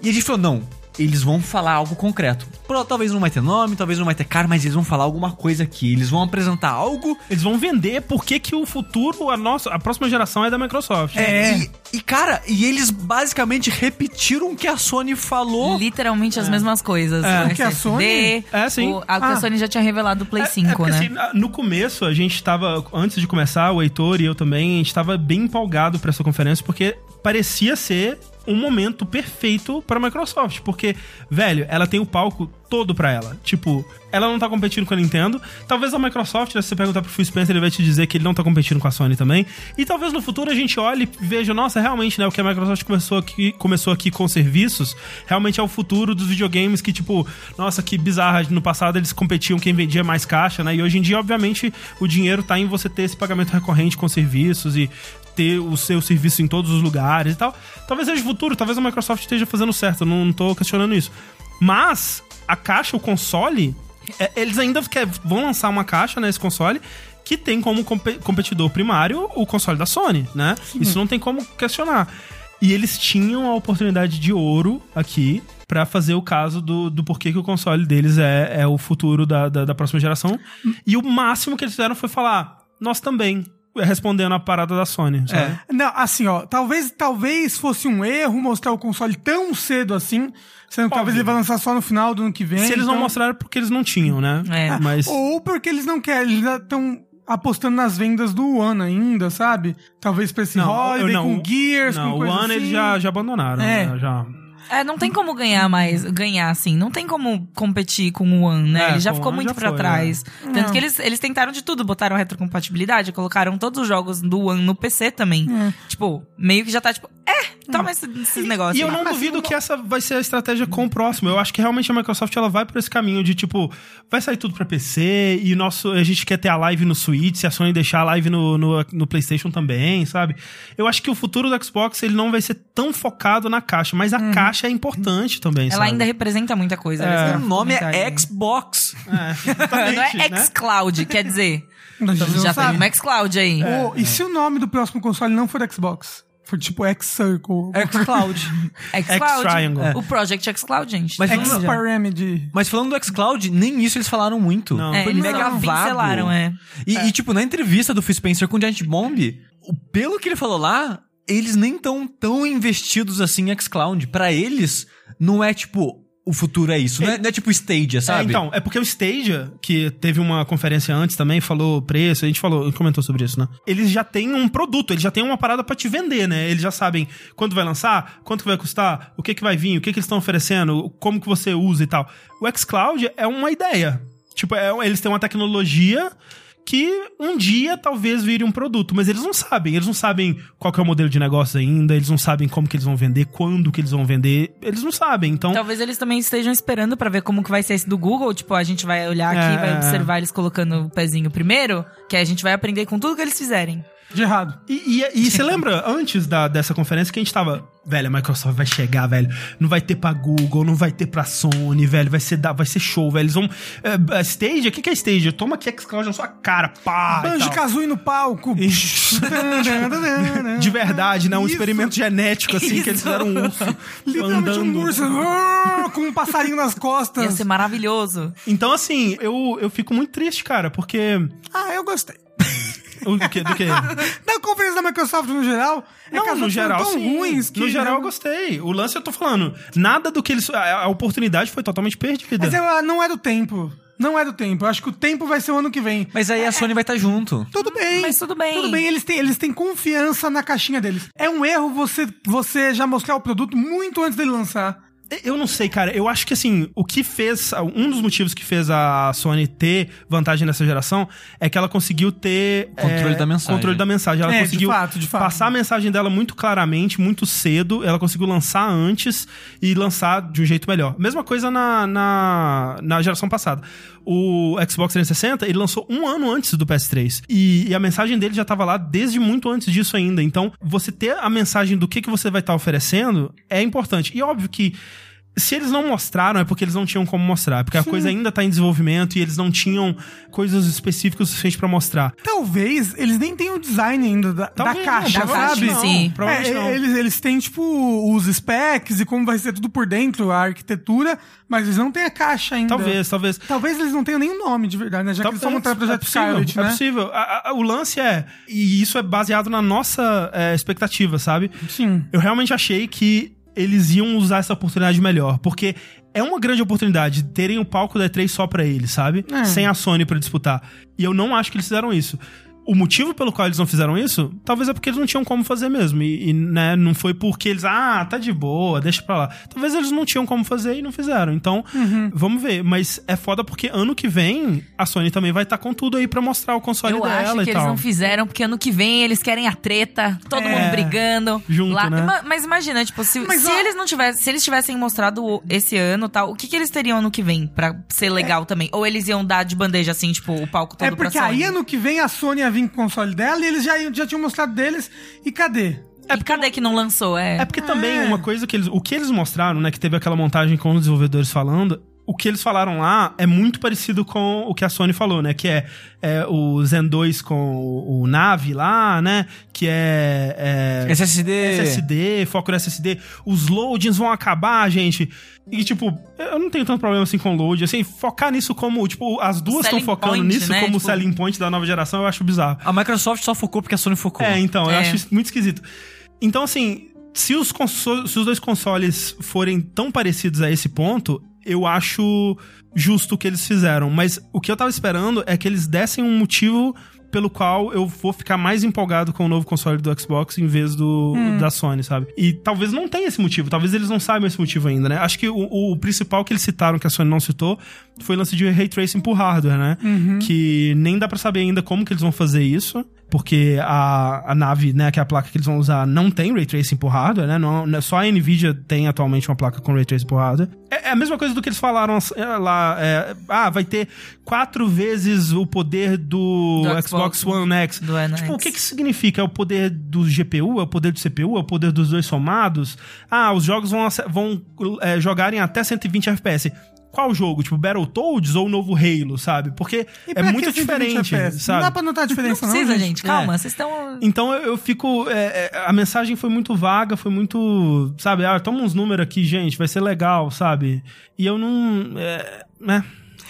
Speaker 4: E a gente falou, não, eles vão falar algo concreto. Pro- Talvez não vai ter nome, talvez não vai ter cara, mas eles vão falar alguma coisa aqui. Eles vão apresentar algo
Speaker 1: Eles vão vender porque que o futuro, a nossa, a próxima geração é da Microsoft.
Speaker 4: E, e, cara, e eles basicamente repetiram o que a Sony falou.
Speaker 5: Literalmente as mesmas coisas.
Speaker 1: É.
Speaker 5: O
Speaker 2: O que a
Speaker 5: SSD,
Speaker 2: Sony-
Speaker 1: É, sim.
Speaker 5: o- a, que a
Speaker 2: Ah.
Speaker 5: Sony já tinha revelado o Play 5,
Speaker 1: porque,
Speaker 5: né?
Speaker 1: assim, na- no começo, a gente tava. Antes de começar, o Heitor e eu também, a gente tava bem empolgado pra essa conferência, porque parecia ser um momento perfeito pra Microsoft, porque, velho, ela tem o palco todo pra ela. Tipo, ela não tá competindo com a Nintendo. Talvez a Microsoft, né, se você perguntar pro Phil Spencer, ele vai te dizer que ele não tá competindo com a Sony também. E talvez no futuro a gente olhe e veja, nossa, realmente, né, o que a Microsoft começou aqui, começou aqui com serviços, realmente é o futuro dos videogames que, tipo, nossa, que bizarra. No passado eles competiam quem vendia mais caixa, né? E hoje em dia, obviamente, o dinheiro tá em você ter esse pagamento recorrente com serviços e ter o seu serviço em todos os lugares e tal. Talvez seja o futuro, talvez a Microsoft esteja fazendo certo, eu não, não tô questionando isso. Mas a caixa, o console, é, eles ainda quer, vão lançar uma caixa nesse console que tem como compe- competidor primário o console da Sony, né?
Speaker 2: Uhum.
Speaker 1: Isso não tem como questionar. E eles tinham a oportunidade de ouro aqui pra fazer o caso do, do porquê que o console deles é, é o futuro da, da, da próxima geração.
Speaker 2: Uhum.
Speaker 1: E o máximo que eles fizeram foi falar, nós também, respondendo a parada da Sony, sabe?
Speaker 4: É.
Speaker 2: Não, assim, ó, talvez, talvez fosse um erro mostrar o console tão cedo assim, sendo que talvez ele vai lançar só no final do ano que vem.
Speaker 1: Se eles não
Speaker 2: então- Ah,
Speaker 1: mostraram é porque eles não tinham, né?
Speaker 5: É.
Speaker 1: Mas.
Speaker 2: Ou porque eles não querem, eles estão apostando nas vendas do One ainda, sabe? Talvez pra esse
Speaker 1: Não,
Speaker 2: holiday,
Speaker 1: eu não.
Speaker 2: com Gears,
Speaker 1: Não,
Speaker 2: com
Speaker 1: o
Speaker 2: coisa
Speaker 1: ano
Speaker 2: assim.
Speaker 1: eles já, já abandonaram.
Speaker 2: É.
Speaker 1: né? Já.
Speaker 5: É, não tem como ganhar mais, ganhar assim. Não tem como competir com o One, né?
Speaker 1: É,
Speaker 5: ele já
Speaker 1: com o
Speaker 5: ficou
Speaker 1: One
Speaker 5: muito
Speaker 1: já
Speaker 5: pra
Speaker 1: foi, né?
Speaker 5: trás. Tanto
Speaker 2: Não.
Speaker 5: que eles, eles tentaram de tudo, botaram retrocompatibilidade, colocaram todos os jogos do One no PC também. Tipo, meio que já tá tipo, é, toma esse- esses negócios.
Speaker 1: E eu
Speaker 5: aí.
Speaker 1: não duvido que essa vai ser a estratégia com o próximo. Eu acho que realmente a Microsoft ela vai por esse caminho de tipo, vai sair tudo pra PC e o nosso, a gente quer ter a live no Switch, se a Sony deixar a live no, no, no PlayStation também, sabe? Eu acho que o futuro do Xbox ele não vai ser tão focado na caixa, mas a caixa é importante também.
Speaker 5: Uhum. Ela
Speaker 1: sabe?
Speaker 5: ainda representa muita coisa. um
Speaker 4: O
Speaker 5: essa
Speaker 4: nome é
Speaker 5: mensagem.
Speaker 4: Xbox.
Speaker 1: é,
Speaker 5: Não
Speaker 1: exatamente,
Speaker 5: é
Speaker 1: né?
Speaker 5: xCloud, quer dizer.
Speaker 2: A gente Então, não
Speaker 5: já tem
Speaker 2: sabe.
Speaker 5: uma xCloud aí.
Speaker 1: É.
Speaker 2: Ou-
Speaker 1: né?
Speaker 2: e se o nome do próximo console não for Xbox? For tipo X-Circle,
Speaker 4: É, Xcloud.
Speaker 1: X-Triangle.
Speaker 5: xCloud. O Project xCloud, gente. É um
Speaker 4: Mas vamos lá.
Speaker 2: X-Pyramid.
Speaker 4: Mas falando do xCloud, nem isso eles falaram muito.
Speaker 1: Não.
Speaker 5: É,
Speaker 4: Foi
Speaker 5: eles
Speaker 4: mega
Speaker 5: só
Speaker 4: vago.
Speaker 5: pincelaram, é.
Speaker 4: E, e, tipo, na entrevista do Phil Spencer com o Giant Bomb, o- pelo que ele falou lá, eles nem estão tão investidos assim em xCloud. Pra eles, não é tipo, o futuro é isso. Não é, não é tipo Stadia,
Speaker 1: É,
Speaker 4: sabe?
Speaker 1: então, é porque o Stadia, que teve uma conferência antes também, falou preço, a gente falou, a gente comentou sobre isso, né? Eles já têm um produto, eles já têm uma parada pra te vender, né? Eles já sabem quanto vai lançar, quanto que vai custar, o que que vai vir, o que que eles estão oferecendo, como que você usa e tal. O xCloud é uma ideia. Tipo, é- eles têm uma tecnologia que um dia talvez vire um produto, mas eles não sabem, eles não sabem qual que é o modelo de negócio ainda, eles não sabem como que eles vão vender, quando que eles vão vender, eles não sabem. Então,
Speaker 5: Talvez eles também estejam esperando pra ver como que vai ser esse do Google. Tipo, a gente vai olhar aqui,
Speaker 1: É.
Speaker 5: vai observar eles colocando o pezinho primeiro, que aí a gente vai aprender com tudo que eles fizerem.
Speaker 2: De errado.
Speaker 1: E, e- e você lembra, antes da, dessa conferência, que a gente tava. Velho, a Microsoft vai chegar, velho. Não vai ter pra Google, não vai ter pra Sony, velho. Vai ser, da- vai ser show, velho. Eles vão. É, é, Stadia? O que, que é Stadia? Toma aqui Xcloud na sua cara, pá! e
Speaker 2: Banjo
Speaker 1: tal.
Speaker 2: Kazooie no palco.
Speaker 1: Isso. De verdade, né? Um
Speaker 2: Isso.
Speaker 1: experimento genético, assim, que eles
Speaker 5: Isso.
Speaker 1: fizeram um urso
Speaker 2: Literalmente
Speaker 1: andando.
Speaker 2: um urso. ah, Com um passarinho nas
Speaker 5: Ia
Speaker 2: costas.
Speaker 5: ser maravilhoso.
Speaker 1: Então, assim, eu, eu fico muito triste, cara, porque.
Speaker 2: Ah, eu gostei.
Speaker 1: O quê? Do quê?
Speaker 2: Na conferência da Microsoft no geral, é que
Speaker 1: Não,
Speaker 2: as
Speaker 1: no
Speaker 2: outras
Speaker 1: geral,
Speaker 2: foram tão
Speaker 1: sim.
Speaker 2: ruins que
Speaker 1: no geral, eu gostei. O lance, eu tô falando, nada do que eles... A, a oportunidade foi totalmente perdida.
Speaker 2: Mas ela não é do tempo. Não é do tempo. Eu acho que o tempo vai ser o ano que vem.
Speaker 4: Mas
Speaker 1: É,
Speaker 4: aí a Sony vai estar junto.
Speaker 2: Tudo bem.
Speaker 5: Ah, Mas tudo bem.
Speaker 2: Tudo bem, eles têm, eles têm confiança na caixinha deles. É um erro você, você já mostrar o produto muito antes dele lançar.
Speaker 1: Eu não sei, cara. Eu acho que, assim, o que fez... Um dos motivos que fez a Sony ter vantagem nessa geração é que ela conseguiu ter... é,
Speaker 4: Controle da mensagem.
Speaker 1: Controle da mensagem. Ela
Speaker 2: É, de
Speaker 1: conseguiu
Speaker 2: fato, de fato.
Speaker 1: passar a mensagem dela muito claramente, muito cedo. Ela conseguiu lançar antes e lançar de um jeito melhor. Mesma coisa na, na, na geração passada. O Xbox 360, ele lançou um ano antes do PS3. E, e a mensagem dele já estava lá desde muito antes disso ainda. Então, você ter a mensagem do que, que você vai estar oferecendo é importante. E óbvio que. Se eles não mostraram, é porque eles não tinham como mostrar. Porque a coisa ainda tá em desenvolvimento e eles não tinham coisas específicas o suficiente pra mostrar.
Speaker 2: Talvez eles nem tenham o design ainda da,
Speaker 1: Talvez
Speaker 2: da caixa,
Speaker 1: não,
Speaker 2: sabe?
Speaker 1: provavelmente
Speaker 5: Não,
Speaker 1: Não,
Speaker 5: sim.
Speaker 1: provavelmente
Speaker 2: É,
Speaker 1: não.
Speaker 2: Eles, eles têm, tipo, os specs e como vai ser tudo por dentro, a arquitetura, mas eles não têm a caixa ainda.
Speaker 1: Talvez, talvez.
Speaker 2: Talvez eles não tenham nenhum nome de verdade, né? Já que eles só montaram o
Speaker 1: é
Speaker 2: projeto
Speaker 1: possível,
Speaker 2: Scarlet,
Speaker 1: é
Speaker 2: né?
Speaker 1: possível. A- a- o lance é, e isso é baseado na nossa é, expectativa, sabe?
Speaker 3: Uhum.
Speaker 2: Sim.
Speaker 1: Eu realmente achei que eles iam usar essa oportunidade melhor, porque é uma grande oportunidade terem o palco da E3 só pra eles, sabe?
Speaker 2: É.
Speaker 1: Sem a Sony pra disputar. E eu não acho que eles fizeram isso. o motivo pelo qual eles não fizeram isso, talvez é porque eles não tinham como fazer mesmo. E, e, né, não foi porque eles, ah, tá de boa, deixa pra lá. Talvez eles não tinham como fazer e não fizeram. Então,
Speaker 3: Uhum.
Speaker 1: vamos ver. Mas é foda porque ano que vem a Sony também vai estar com tudo aí pra mostrar o console
Speaker 3: Eu
Speaker 1: dela
Speaker 3: acho
Speaker 1: e
Speaker 3: que eles
Speaker 1: tal.
Speaker 3: não fizeram, porque ano que vem eles querem a treta, todo
Speaker 1: É,
Speaker 3: mundo brigando.
Speaker 1: junto,
Speaker 3: lá.
Speaker 1: né?
Speaker 3: Ma- Mas imagina, tipo, se,
Speaker 2: Mas
Speaker 3: se
Speaker 2: ó-
Speaker 3: eles não tivessem, se eles tivessem mostrado o- esse ano e tal, o que, que eles teriam ano que vem pra ser legal também? Ou eles iam dar de bandeja assim, tipo, o palco todo
Speaker 2: É porque
Speaker 3: pra
Speaker 2: aí
Speaker 3: Sony?
Speaker 2: ano que vem a Sony ia vir com o console dela e eles já, já tinham mostrado deles. E cadê?
Speaker 3: E cadê que não lançou? É.
Speaker 1: É porque também uma coisa que eles. O que eles mostraram, né? Que teve aquela montagem com os desenvolvedores falando. O que eles falaram lá é muito parecido com o que a Sony falou, né? Que é, é o Zen 2 com o, o Nave lá, né? Que é. é
Speaker 4: SSD.
Speaker 1: SSD, foco no SSD. Os loadings vão acabar, gente. E, tipo, eu não tenho tanto problema assim com load. Assim, focar nisso como. Tipo, as duas estão
Speaker 3: selling
Speaker 1: focando
Speaker 3: point,
Speaker 1: nisso
Speaker 3: né?
Speaker 1: como
Speaker 3: Tipo-
Speaker 1: selling point da nova geração, eu acho bizarro.
Speaker 4: A Microsoft só focou porque a Sony focou.
Speaker 1: É, então, eu
Speaker 3: É.
Speaker 1: acho isso muito esquisito. Então, assim, se os, conso- se os dois consoles forem tão parecidos a esse ponto, eu acho justo o que eles fizeram. Mas o que eu tava esperando é que eles dessem um motivo pelo qual eu vou ficar mais empolgado com o novo console do Xbox em vez do da Sony, sabe? E talvez não tenha esse motivo, talvez eles não saibam esse motivo ainda, né? Acho que o, o principal que eles citaram, que a Sony não citou, foi o lance de ray tracing por hardware, né?
Speaker 3: Uhum.
Speaker 1: Que nem dá pra saber ainda como que eles vão fazer isso. Porque a, a nave, né, que é a placa que eles vão usar, não tem ray tracing por hardware, né? Não, não- só a Nvidia tem atualmente uma placa com ray tracing por hardware. É, é a mesma coisa do que eles falaram é, lá. é, ah, vai ter quatro vezes o poder do,
Speaker 3: Do
Speaker 1: Xbox,
Speaker 3: Xbox
Speaker 1: One X.
Speaker 3: Do One
Speaker 1: tipo,
Speaker 3: X.
Speaker 1: o que que significa? É o poder do GPU? É o poder do CPU? É o poder dos dois somados? Ah, os jogos vão, ace- vão é, jogar em até 120 FPS. Qual jogo? Tipo, Battletoads ou o novo Halo, sabe? Porque
Speaker 2: E
Speaker 1: é
Speaker 2: pra que
Speaker 1: muito
Speaker 2: 120
Speaker 1: diferente,
Speaker 2: FPS?
Speaker 1: sabe?
Speaker 2: Não dá pra notar a
Speaker 3: Não
Speaker 2: diferença, não.
Speaker 3: precisa, gente. Calma,
Speaker 1: É.
Speaker 3: vocês estão.
Speaker 1: Então eu, eu fico. é, é, a mensagem foi muito vaga, foi muito. Sabe, ah, toma uns números aqui, gente, vai ser legal, sabe? E eu não. É, né?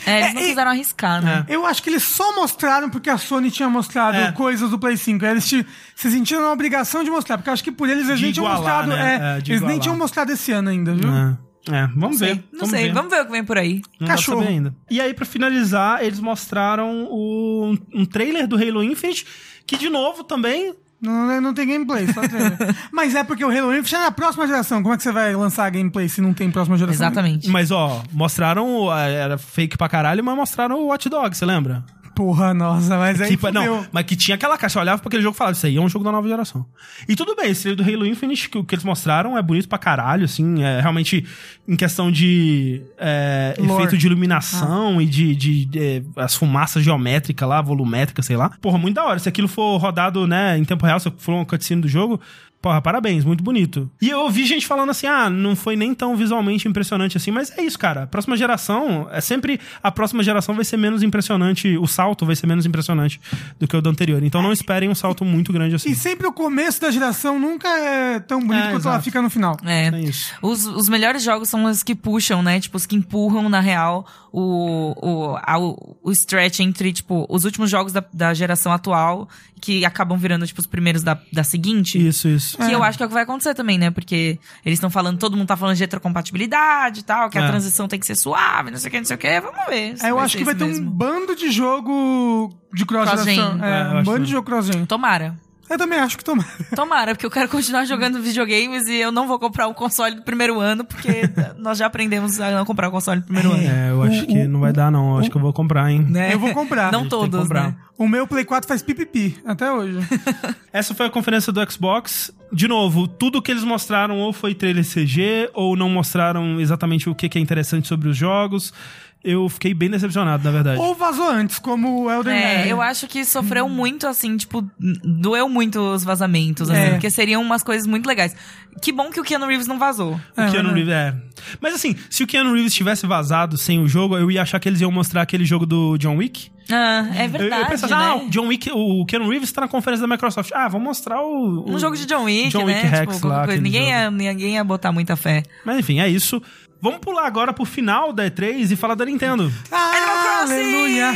Speaker 3: É, eles não quiseram arriscar, né?
Speaker 2: Eu acho que eles só mostraram porque a Sony tinha mostrado
Speaker 1: É.
Speaker 2: coisas do Play 5. Aí Eles te- se sentiram na obrigação de mostrar, porque eu acho que por eles eles
Speaker 1: De
Speaker 2: nem tinham
Speaker 1: igualar,
Speaker 2: mostrado.
Speaker 1: né?
Speaker 2: é,
Speaker 1: É, de
Speaker 2: eles nem
Speaker 1: igualar.
Speaker 2: tinham mostrado esse ano ainda, viu?
Speaker 1: É, É, vamos ver.
Speaker 3: Sei, não sei, vamos ver o que vem por aí.
Speaker 1: Não dá pra
Speaker 2: Cachorro.
Speaker 1: saber ainda. E aí, pra finalizar, eles mostraram o, um trailer do Halo Infinite, que de novo também.
Speaker 2: Não, não tem gameplay, só trailer. Mas é porque o Halo Infinite é na próxima geração. Como é que você vai lançar gameplay se não tem próxima geração?
Speaker 3: Exatamente.
Speaker 1: Mas ó, mostraram. o- Era fake pra caralho, mas mostraram o Watch Dogs, você lembra?
Speaker 2: Porra, nossa, mas aí.
Speaker 1: Que, pa-
Speaker 2: fudeu.
Speaker 1: É tipo, não, mas que tinha aquela caixa, eu olhava pra aquele jogo e falava, isso aí é um jogo da nova geração. E tudo bem, esse do Halo Infinite, que o que eles mostraram é bonito pra caralho, assim, é realmente em questão de é,
Speaker 2: Lore.
Speaker 1: efeito de iluminação e de, de- de, é, as fumaças geométricas lá, volumétricas, sei lá. Porra, muito da hora. Se aquilo for rodado, né, em tempo real, se for uma cutscene do jogo, porra, parabéns, muito bonito. E eu ouvi gente falando assim, ah, não foi nem tão visualmente impressionante assim, mas é isso, cara. A próxima geração, é sempre a próxima geração vai ser menos impressionante, o salto vai ser menos impressionante do que o do anterior. Então não esperem um salto muito grande assim.
Speaker 2: E sempre o começo da geração nunca é tão bonito
Speaker 1: É,
Speaker 2: quanto ela
Speaker 1: exato.
Speaker 2: fica no final.
Speaker 3: É.
Speaker 1: É isso.
Speaker 3: Os, os melhores jogos são os que puxam, né? Tipo, os que empurram, na real, o, o, a- o, o stretch entre, tipo, os últimos jogos da, da geração atual, que acabam virando, tipo, os primeiros da, da seguinte.
Speaker 1: Isso, isso.
Speaker 3: Que eu acho que é o que vai acontecer também, né? Porque eles estão falando, todo mundo tá falando de retrocompatibilidade e tal, que
Speaker 1: É.
Speaker 3: a transição tem que ser suave, não sei o que, não sei o que. Vamos ver. se
Speaker 2: Aí eu
Speaker 3: vai
Speaker 2: acho
Speaker 3: ser
Speaker 2: que vai
Speaker 3: isso
Speaker 2: ter um
Speaker 3: mesmo.
Speaker 2: bando de jogo de cross-geração.
Speaker 3: Cross-gen.
Speaker 2: é,
Speaker 1: É, eu acho
Speaker 2: um bando de
Speaker 1: também.
Speaker 2: jogo cross-gen.
Speaker 3: Tomara.
Speaker 2: Eu também acho que tomara.
Speaker 3: Tomara, porque eu quero continuar jogando videogames e eu não vou comprar um console do primeiro ano, porque nós já aprendemos a não comprar o console do primeiro ano.
Speaker 1: É, eu acho que não vai dar não, eu acho que eu vou comprar, hein.
Speaker 3: Né?
Speaker 2: Eu vou comprar.
Speaker 3: Não
Speaker 1: É. tem que
Speaker 3: todos,
Speaker 1: comprar.
Speaker 3: né?
Speaker 2: O meu Play 4 faz pipipi até hoje.
Speaker 1: Essa foi a conferência do Xbox. De novo, tudo que eles mostraram ou foi trailer CG, ou não mostraram exatamente o que que é interessante sobre os jogos. Eu fiquei bem decepcionado, na verdade.
Speaker 2: Ou vazou antes, como o Elden
Speaker 3: É,
Speaker 2: Ring.
Speaker 3: eu acho que sofreu muito, assim, tipo, n- doeu muito os vazamentos, assim,
Speaker 2: É.
Speaker 3: porque seriam umas coisas muito legais. Que bom que o Keanu Reeves não vazou.
Speaker 1: O Keanu
Speaker 2: verdade.
Speaker 1: Reeves, é. Mas assim, se o Keanu Reeves tivesse vazado sem o jogo, eu ia achar que eles iam mostrar aquele jogo do John Wick.
Speaker 3: Ah, é
Speaker 1: Eu- eu
Speaker 3: verdade,
Speaker 1: pensava,
Speaker 3: né?
Speaker 1: ah, o John Wick, o Keanu Reeves tá na conferência da Microsoft. Ah, vamos mostrar o. o-
Speaker 3: Um jogo de John Wick,
Speaker 1: John
Speaker 3: né?
Speaker 1: Wick Rex
Speaker 3: tipo,
Speaker 1: lá,
Speaker 3: qualquer
Speaker 1: aquele
Speaker 3: coisa. Ninguém
Speaker 1: jogo.
Speaker 3: ia, ninguém ia botar muita fé.
Speaker 1: Mas enfim, é isso. Vamos pular agora pro final da E3 e falar da Nintendo.
Speaker 3: Tá.
Speaker 2: Ah, aleluia.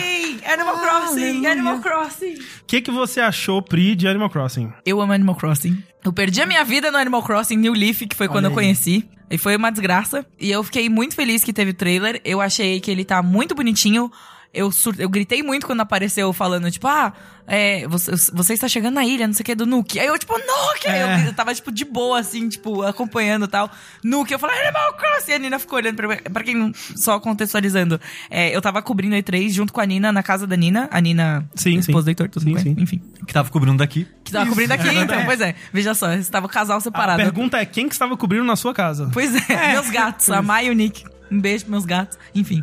Speaker 3: Animal Crossing!
Speaker 2: Aleluia.
Speaker 3: Animal Crossing!
Speaker 1: O que, que você achou, Pri, de Animal Crossing?
Speaker 3: Eu amo Animal Crossing. Eu perdi a minha vida no Animal Crossing New Leaf, que foi quando eu
Speaker 1: aí.
Speaker 3: conheci. E foi uma desgraça. E eu fiquei muito feliz que teve o trailer. Eu achei que ele tá muito bonitinho. eu, sur... eu gritei muito quando apareceu falando, tipo, ah, é, você, você está chegando na ilha, não sei o que, do Nuke. Aí eu, tipo, Nuke! Aí
Speaker 1: É.
Speaker 3: eu, eu tava, tipo, de boa, assim, tipo, acompanhando e tal. Nuke, eu falei, Animal Crossing! E a Nina ficou olhando pra mim. Pra quem não, só contextualizando, é, eu tava cobrindo a E3 junto com a Nina na casa da Nina. A Nina,
Speaker 1: Sim,
Speaker 3: esposa
Speaker 1: sim.
Speaker 3: do Heitor, tudo
Speaker 1: Sim,
Speaker 3: bem?
Speaker 1: sim.
Speaker 3: Enfim.
Speaker 4: Que tava cobrindo daqui.
Speaker 3: Que tava
Speaker 2: Isso,
Speaker 3: cobrindo aqui,
Speaker 2: é verdade.
Speaker 3: então. Pois é, veja só, estava o casal
Speaker 1: A
Speaker 3: separado.
Speaker 1: pergunta é quem que estava cobrindo na sua casa?
Speaker 3: Pois é, meus gatos, a Mai e o Nick. Um beijo pros meus gatos, enfim.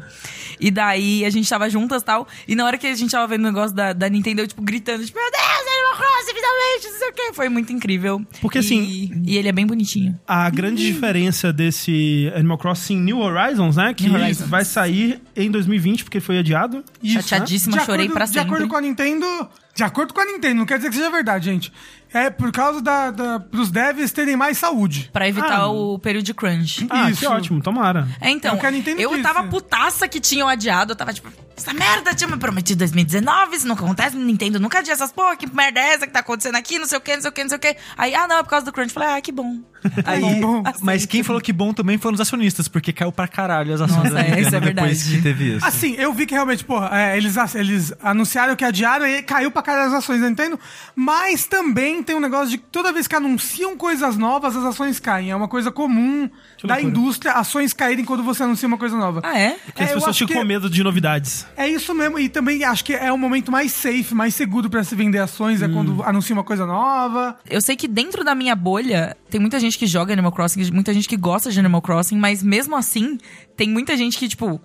Speaker 3: E daí a gente tava juntas e tal. E na hora que a gente tava vendo o negócio da, da Nintendo, eu, tipo, gritando, tipo, meu Deus, Animal Crossing, finalmente, não sei o quê. Foi muito incrível.
Speaker 1: Porque,
Speaker 3: E-
Speaker 1: assim-
Speaker 3: E ele é bem bonitinho.
Speaker 1: A grande diferença desse Animal Crossing New Horizons, né? Que
Speaker 3: New Horizons.
Speaker 1: vai sair em 2020, porque foi adiado.
Speaker 3: Chateadíssima,
Speaker 2: né? De
Speaker 3: chorei
Speaker 2: acordo-
Speaker 3: pra
Speaker 2: De acordo
Speaker 3: sempre.
Speaker 2: com a Nintendo. De acordo com a Nintendo, não quer dizer que seja verdade, gente. É por causa da, da, dos devs terem mais saúde.
Speaker 3: Pra evitar
Speaker 1: Ah,
Speaker 3: o período de crunch.
Speaker 1: Ah,
Speaker 2: Isso.
Speaker 1: que ótimo, tomara.
Speaker 3: É,
Speaker 2: É
Speaker 3: então,
Speaker 2: o que a Nintendo
Speaker 3: eu
Speaker 2: disse.
Speaker 3: tava putaça que tinham adiado, eu tava tipo, essa merda tinha me prometido 2019, isso nunca acontece, Nintendo nunca adia essas porra, que merda é essa que tá acontecendo aqui, não sei o que, não sei o que, não sei o que. Aí, ah, não, é por causa do crunch. Falei, ah, que bom.
Speaker 4: Aí,
Speaker 2: bom.
Speaker 4: mas quem falou que bom também foram os acionistas, porque caiu pra caralho as ações
Speaker 3: Nossa,
Speaker 4: da
Speaker 3: é,
Speaker 4: Nintendo
Speaker 3: isso é
Speaker 4: depois
Speaker 3: verdade.
Speaker 4: que teve
Speaker 1: Ah,
Speaker 4: isso.
Speaker 2: Assim, eu vi que realmente, porra, é, eles, ac- eles anunciaram que adiaram e caiu pra caralho as ações da Nintendo, mas também tem um negócio de que toda vez que anunciam coisas novas, as ações caem. É uma coisa comum da indústria, ações caírem quando você anuncia uma coisa nova.
Speaker 3: Ah, é?
Speaker 1: Porque as
Speaker 2: eu
Speaker 1: pessoas
Speaker 2: acho
Speaker 1: ficam
Speaker 2: que-
Speaker 1: com medo de novidades.
Speaker 2: É isso mesmo, e também acho que é o momento mais safe, mais seguro pra se vender ações, é
Speaker 1: Hum.
Speaker 2: quando anuncia uma coisa nova.
Speaker 3: Eu sei que dentro da minha bolha tem muita gente que joga Animal Crossing, muita gente que gosta de Animal Crossing, mas mesmo assim tem muita gente que, tipo,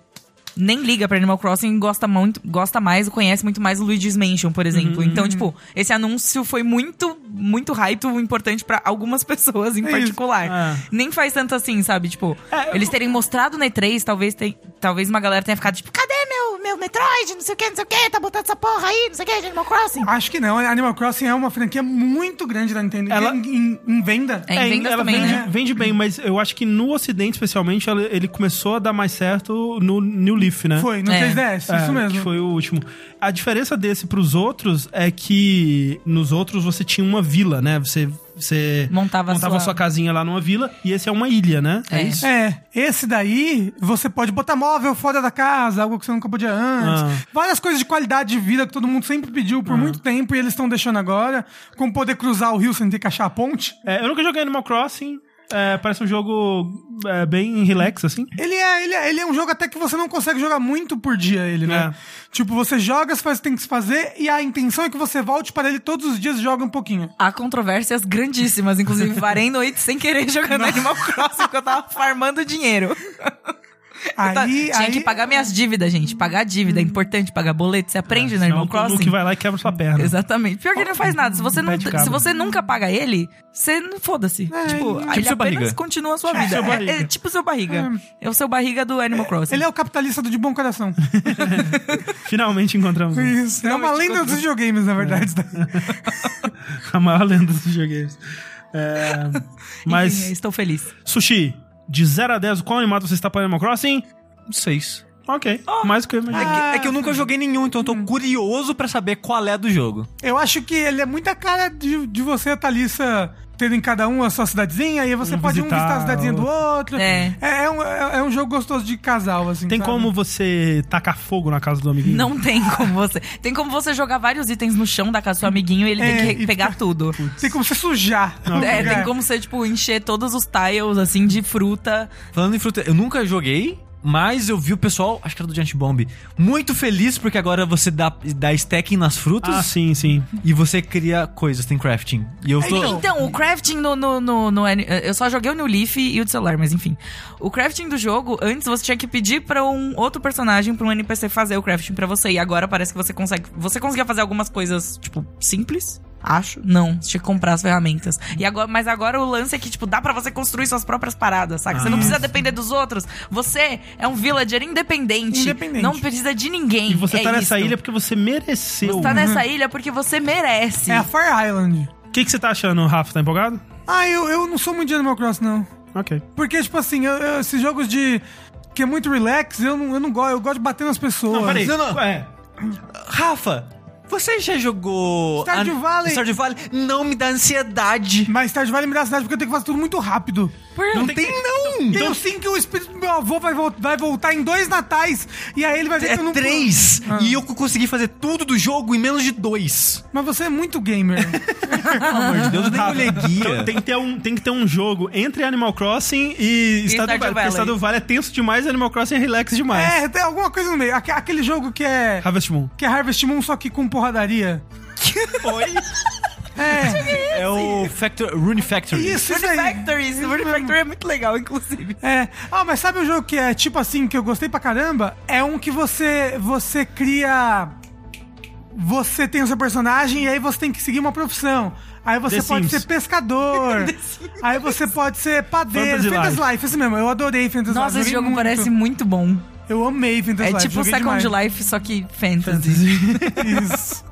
Speaker 3: nem liga pra Animal Crossing e gosta muito, gosta mais, conhece muito mais o Luigi's Mansion, por exemplo.
Speaker 2: Uhum.
Speaker 3: Então, tipo, esse anúncio foi muito, muito hype, importante pra algumas pessoas em
Speaker 2: É isso.
Speaker 3: particular.
Speaker 1: Ah.
Speaker 3: Nem faz tanto assim, sabe? Tipo, eles terem mostrado na E3, talvez, tem, talvez uma galera tenha ficado, tipo, cadê meu, meu Metroid? Não sei o que, não sei o que, tá botando essa porra aí, não sei o que, de Animal Crossing.
Speaker 2: Acho que não, Animal Crossing é uma franquia muito grande da Nintendo,
Speaker 1: Ela-
Speaker 2: em, em- em venda.
Speaker 3: É, em vendas
Speaker 1: ela
Speaker 3: também,
Speaker 1: vende,
Speaker 3: né?
Speaker 1: vende bem, mas eu acho que no Ocidente, especialmente, ela- ele começou a dar mais certo no New Leaf, né?
Speaker 2: Foi, no
Speaker 3: É.
Speaker 2: 3DS,
Speaker 1: É,
Speaker 2: isso
Speaker 1: Que
Speaker 2: mesmo.
Speaker 1: foi o último. A diferença desse pros outros é que nos outros você tinha uma vila, né? Você, você
Speaker 3: Montava a
Speaker 1: montava
Speaker 3: sua-
Speaker 1: sua casinha lá numa vila e esse é uma ilha, né?
Speaker 3: É.
Speaker 2: É, esse daí você pode botar móvel fora da casa, algo que você nunca podia antes.
Speaker 1: Ah.
Speaker 2: Várias coisas de qualidade de vida que todo mundo sempre pediu por muito tempo e eles estão deixando agora, como poder cruzar o rio sem ter que achar a ponte.
Speaker 1: É, eu nunca joguei Animal Crossing. é, parece um jogo é, bem relax, assim.
Speaker 2: Ele é, ele, é, ele é um jogo até que você não consegue jogar muito por dia, ele, né? Tipo, você joga, você faz o que tem que se fazer, e a intenção é que você volte para ele todos os dias e joga um pouquinho.
Speaker 3: Há controvérsias grandíssimas, inclusive varei noite sem querer jogando Animal Crossing, porque eu tava farmando dinheiro. Eu ta-
Speaker 2: Aí,
Speaker 3: tá- Tinha
Speaker 2: aí-
Speaker 3: que pagar minhas dívidas, gente. Pagar a dívida é importante, pagar boleto, você aprende no Animal
Speaker 1: É, O
Speaker 3: Crossing.
Speaker 1: um que vai lá e quebra sua perna.
Speaker 3: Exatamente. Pior que ele não faz nada. Se você, não,
Speaker 1: Pé de cabra.
Speaker 3: se você nunca paga ele, você não foda-se. tipo, ele
Speaker 4: seu
Speaker 3: apenas
Speaker 4: barriga.
Speaker 3: continua a sua vida.
Speaker 1: seu
Speaker 3: É-
Speaker 1: barriga.
Speaker 3: É, tipo seu barriga. É o seu barriga do Animal Crossing.
Speaker 2: Ele é o capitalista do de bom coração.
Speaker 1: Finalmente encontramos um.
Speaker 2: Isso. É uma lenda dos videogames, na verdade. tá?
Speaker 1: a maior lenda dos videogames. É, mas,
Speaker 3: Enfim, é estou feliz.
Speaker 1: Sushi, de 0 a 10, quão animado você está para Animal Crossing?
Speaker 4: Seis.
Speaker 1: Ok,
Speaker 3: Oh.
Speaker 1: mais que eu
Speaker 4: É,
Speaker 1: imaginei.
Speaker 3: Ah,
Speaker 4: que, é que eu nunca joguei nenhum, então eu tô curioso pra saber qual é do jogo.
Speaker 2: Eu acho que ele é muita cara de, de você, Thalissa, tendo em cada um a sua cidadezinha, e aí você
Speaker 1: Um
Speaker 2: pode
Speaker 1: visitar
Speaker 2: um visitar a cidadezinha do
Speaker 1: o-
Speaker 2: outro.
Speaker 3: É.
Speaker 2: É, é um, é- é um jogo gostoso de casal, assim.
Speaker 1: Tem
Speaker 2: sabe?
Speaker 1: como você tacar fogo na casa do amiguinho?
Speaker 3: Não tem como você. Tem como você jogar vários itens no chão da casa do seu amiguinho e ele tem
Speaker 2: É,
Speaker 3: que
Speaker 2: e-
Speaker 3: re- pegar tudo.
Speaker 2: Tem como você sujar.
Speaker 3: É,
Speaker 2: Cara,
Speaker 3: tem como você, tipo, encher todos os tiles, assim, de fruta.
Speaker 4: Falando em fruta, eu nunca joguei, mas eu vi o pessoal, acho que era do Giant Bomb, muito feliz porque agora você dá, dá stacking nas frutas
Speaker 1: Ah, sim, sim.
Speaker 4: e você cria coisas, tem crafting. E eu tô.
Speaker 3: Então, o crafting no, no, no, no- Eu só joguei o New Leaf e o de celular, mas enfim. O crafting do jogo, antes você tinha que pedir pra um outro personagem, pra um NPC fazer o crafting pra você. E agora parece que você consegue. Você conseguia fazer algumas coisas, tipo, simples? Acho. Não, você tinha que comprar as ferramentas. E agora, mas agora o lance é que, tipo, dá pra você construir suas próprias paradas, saca?
Speaker 1: Ah,
Speaker 3: Você não precisa depender dos outros. Você é um villager independente.
Speaker 2: Independente.
Speaker 3: Não precisa de ninguém.
Speaker 1: E você
Speaker 3: é
Speaker 1: tá nessa
Speaker 3: isso.
Speaker 1: ilha porque você mereceu. um.
Speaker 3: Você
Speaker 1: O
Speaker 3: tá nessa ilha porque você merece.
Speaker 2: É a Fire Island.
Speaker 1: que, que você tá achando, Rafa? Tá empolgado?
Speaker 2: Ah, eu, eu não sou muito de Animal Crossing, não.
Speaker 1: Ok.
Speaker 2: Porque, tipo assim, eu- eu- esses jogos de. que é muito relax, eu não, eu não gosto. Eu gosto de bater nas pessoas.
Speaker 1: Não, peraí.
Speaker 4: eu não-
Speaker 1: É.
Speaker 4: Rafa, você já jogou.
Speaker 2: Stardew
Speaker 4: An-
Speaker 2: Valley?
Speaker 4: Stardew Valley? Não me dá ansiedade.
Speaker 2: Mas tarde vai lembrar a cidade porque eu tenho que fazer tudo muito rápido.
Speaker 3: Por-
Speaker 4: Não Então, tem, um não, Sim!
Speaker 2: Tem o sim que o espírito do meu avô vai, vol- vai voltar em dois natais. E aí ele vai ver que eu
Speaker 4: É
Speaker 2: não.
Speaker 4: três! E eu consegui fazer tudo do jogo em menos de dois. Ah.
Speaker 2: Mas você é muito gamer.
Speaker 4: Pelo amor de Deus, eu nem
Speaker 1: Rafa,
Speaker 4: olhei guia.
Speaker 1: então Tem que, ter um, tem que ter um jogo entre Animal Crossing e, Estado
Speaker 3: Stardew
Speaker 1: Valley. Porque
Speaker 3: Valley.
Speaker 1: Estado Valley é tenso demais e Animal Crossing é relax demais.
Speaker 2: é, tem alguma coisa no meio. Aque- Aquele jogo que é.
Speaker 1: Harvest Moon.
Speaker 2: Que é Harvest Moon, só que com porradaria.
Speaker 4: Oi?
Speaker 2: É,
Speaker 4: É o Factor, Rune Factory.
Speaker 2: isso, isso
Speaker 3: Rune
Speaker 2: aí.
Speaker 3: Factory, esse Rune Factory é muito legal, inclusive.
Speaker 2: É. Ah, mas sabe o jogo que é tipo assim, que eu gostei pra caramba? É um que você você cria. Você tem o seu personagem e aí você tem que seguir uma profissão. Aí você
Speaker 1: The
Speaker 2: pode
Speaker 1: Sims.
Speaker 2: ser pescador. aí você pode ser padeiro.
Speaker 1: Fantasy
Speaker 2: Fantasy, Life. isso mesmo. Eu adorei Fantasy Life.
Speaker 3: Nossa, esse
Speaker 2: joguei
Speaker 3: jogo
Speaker 2: muito.
Speaker 3: parece muito bom.
Speaker 2: Eu amei Fantasy
Speaker 3: É
Speaker 2: Life.
Speaker 3: tipo
Speaker 2: joguei
Speaker 3: Second
Speaker 2: demais.
Speaker 3: Life, só que fantasy.
Speaker 2: Isso.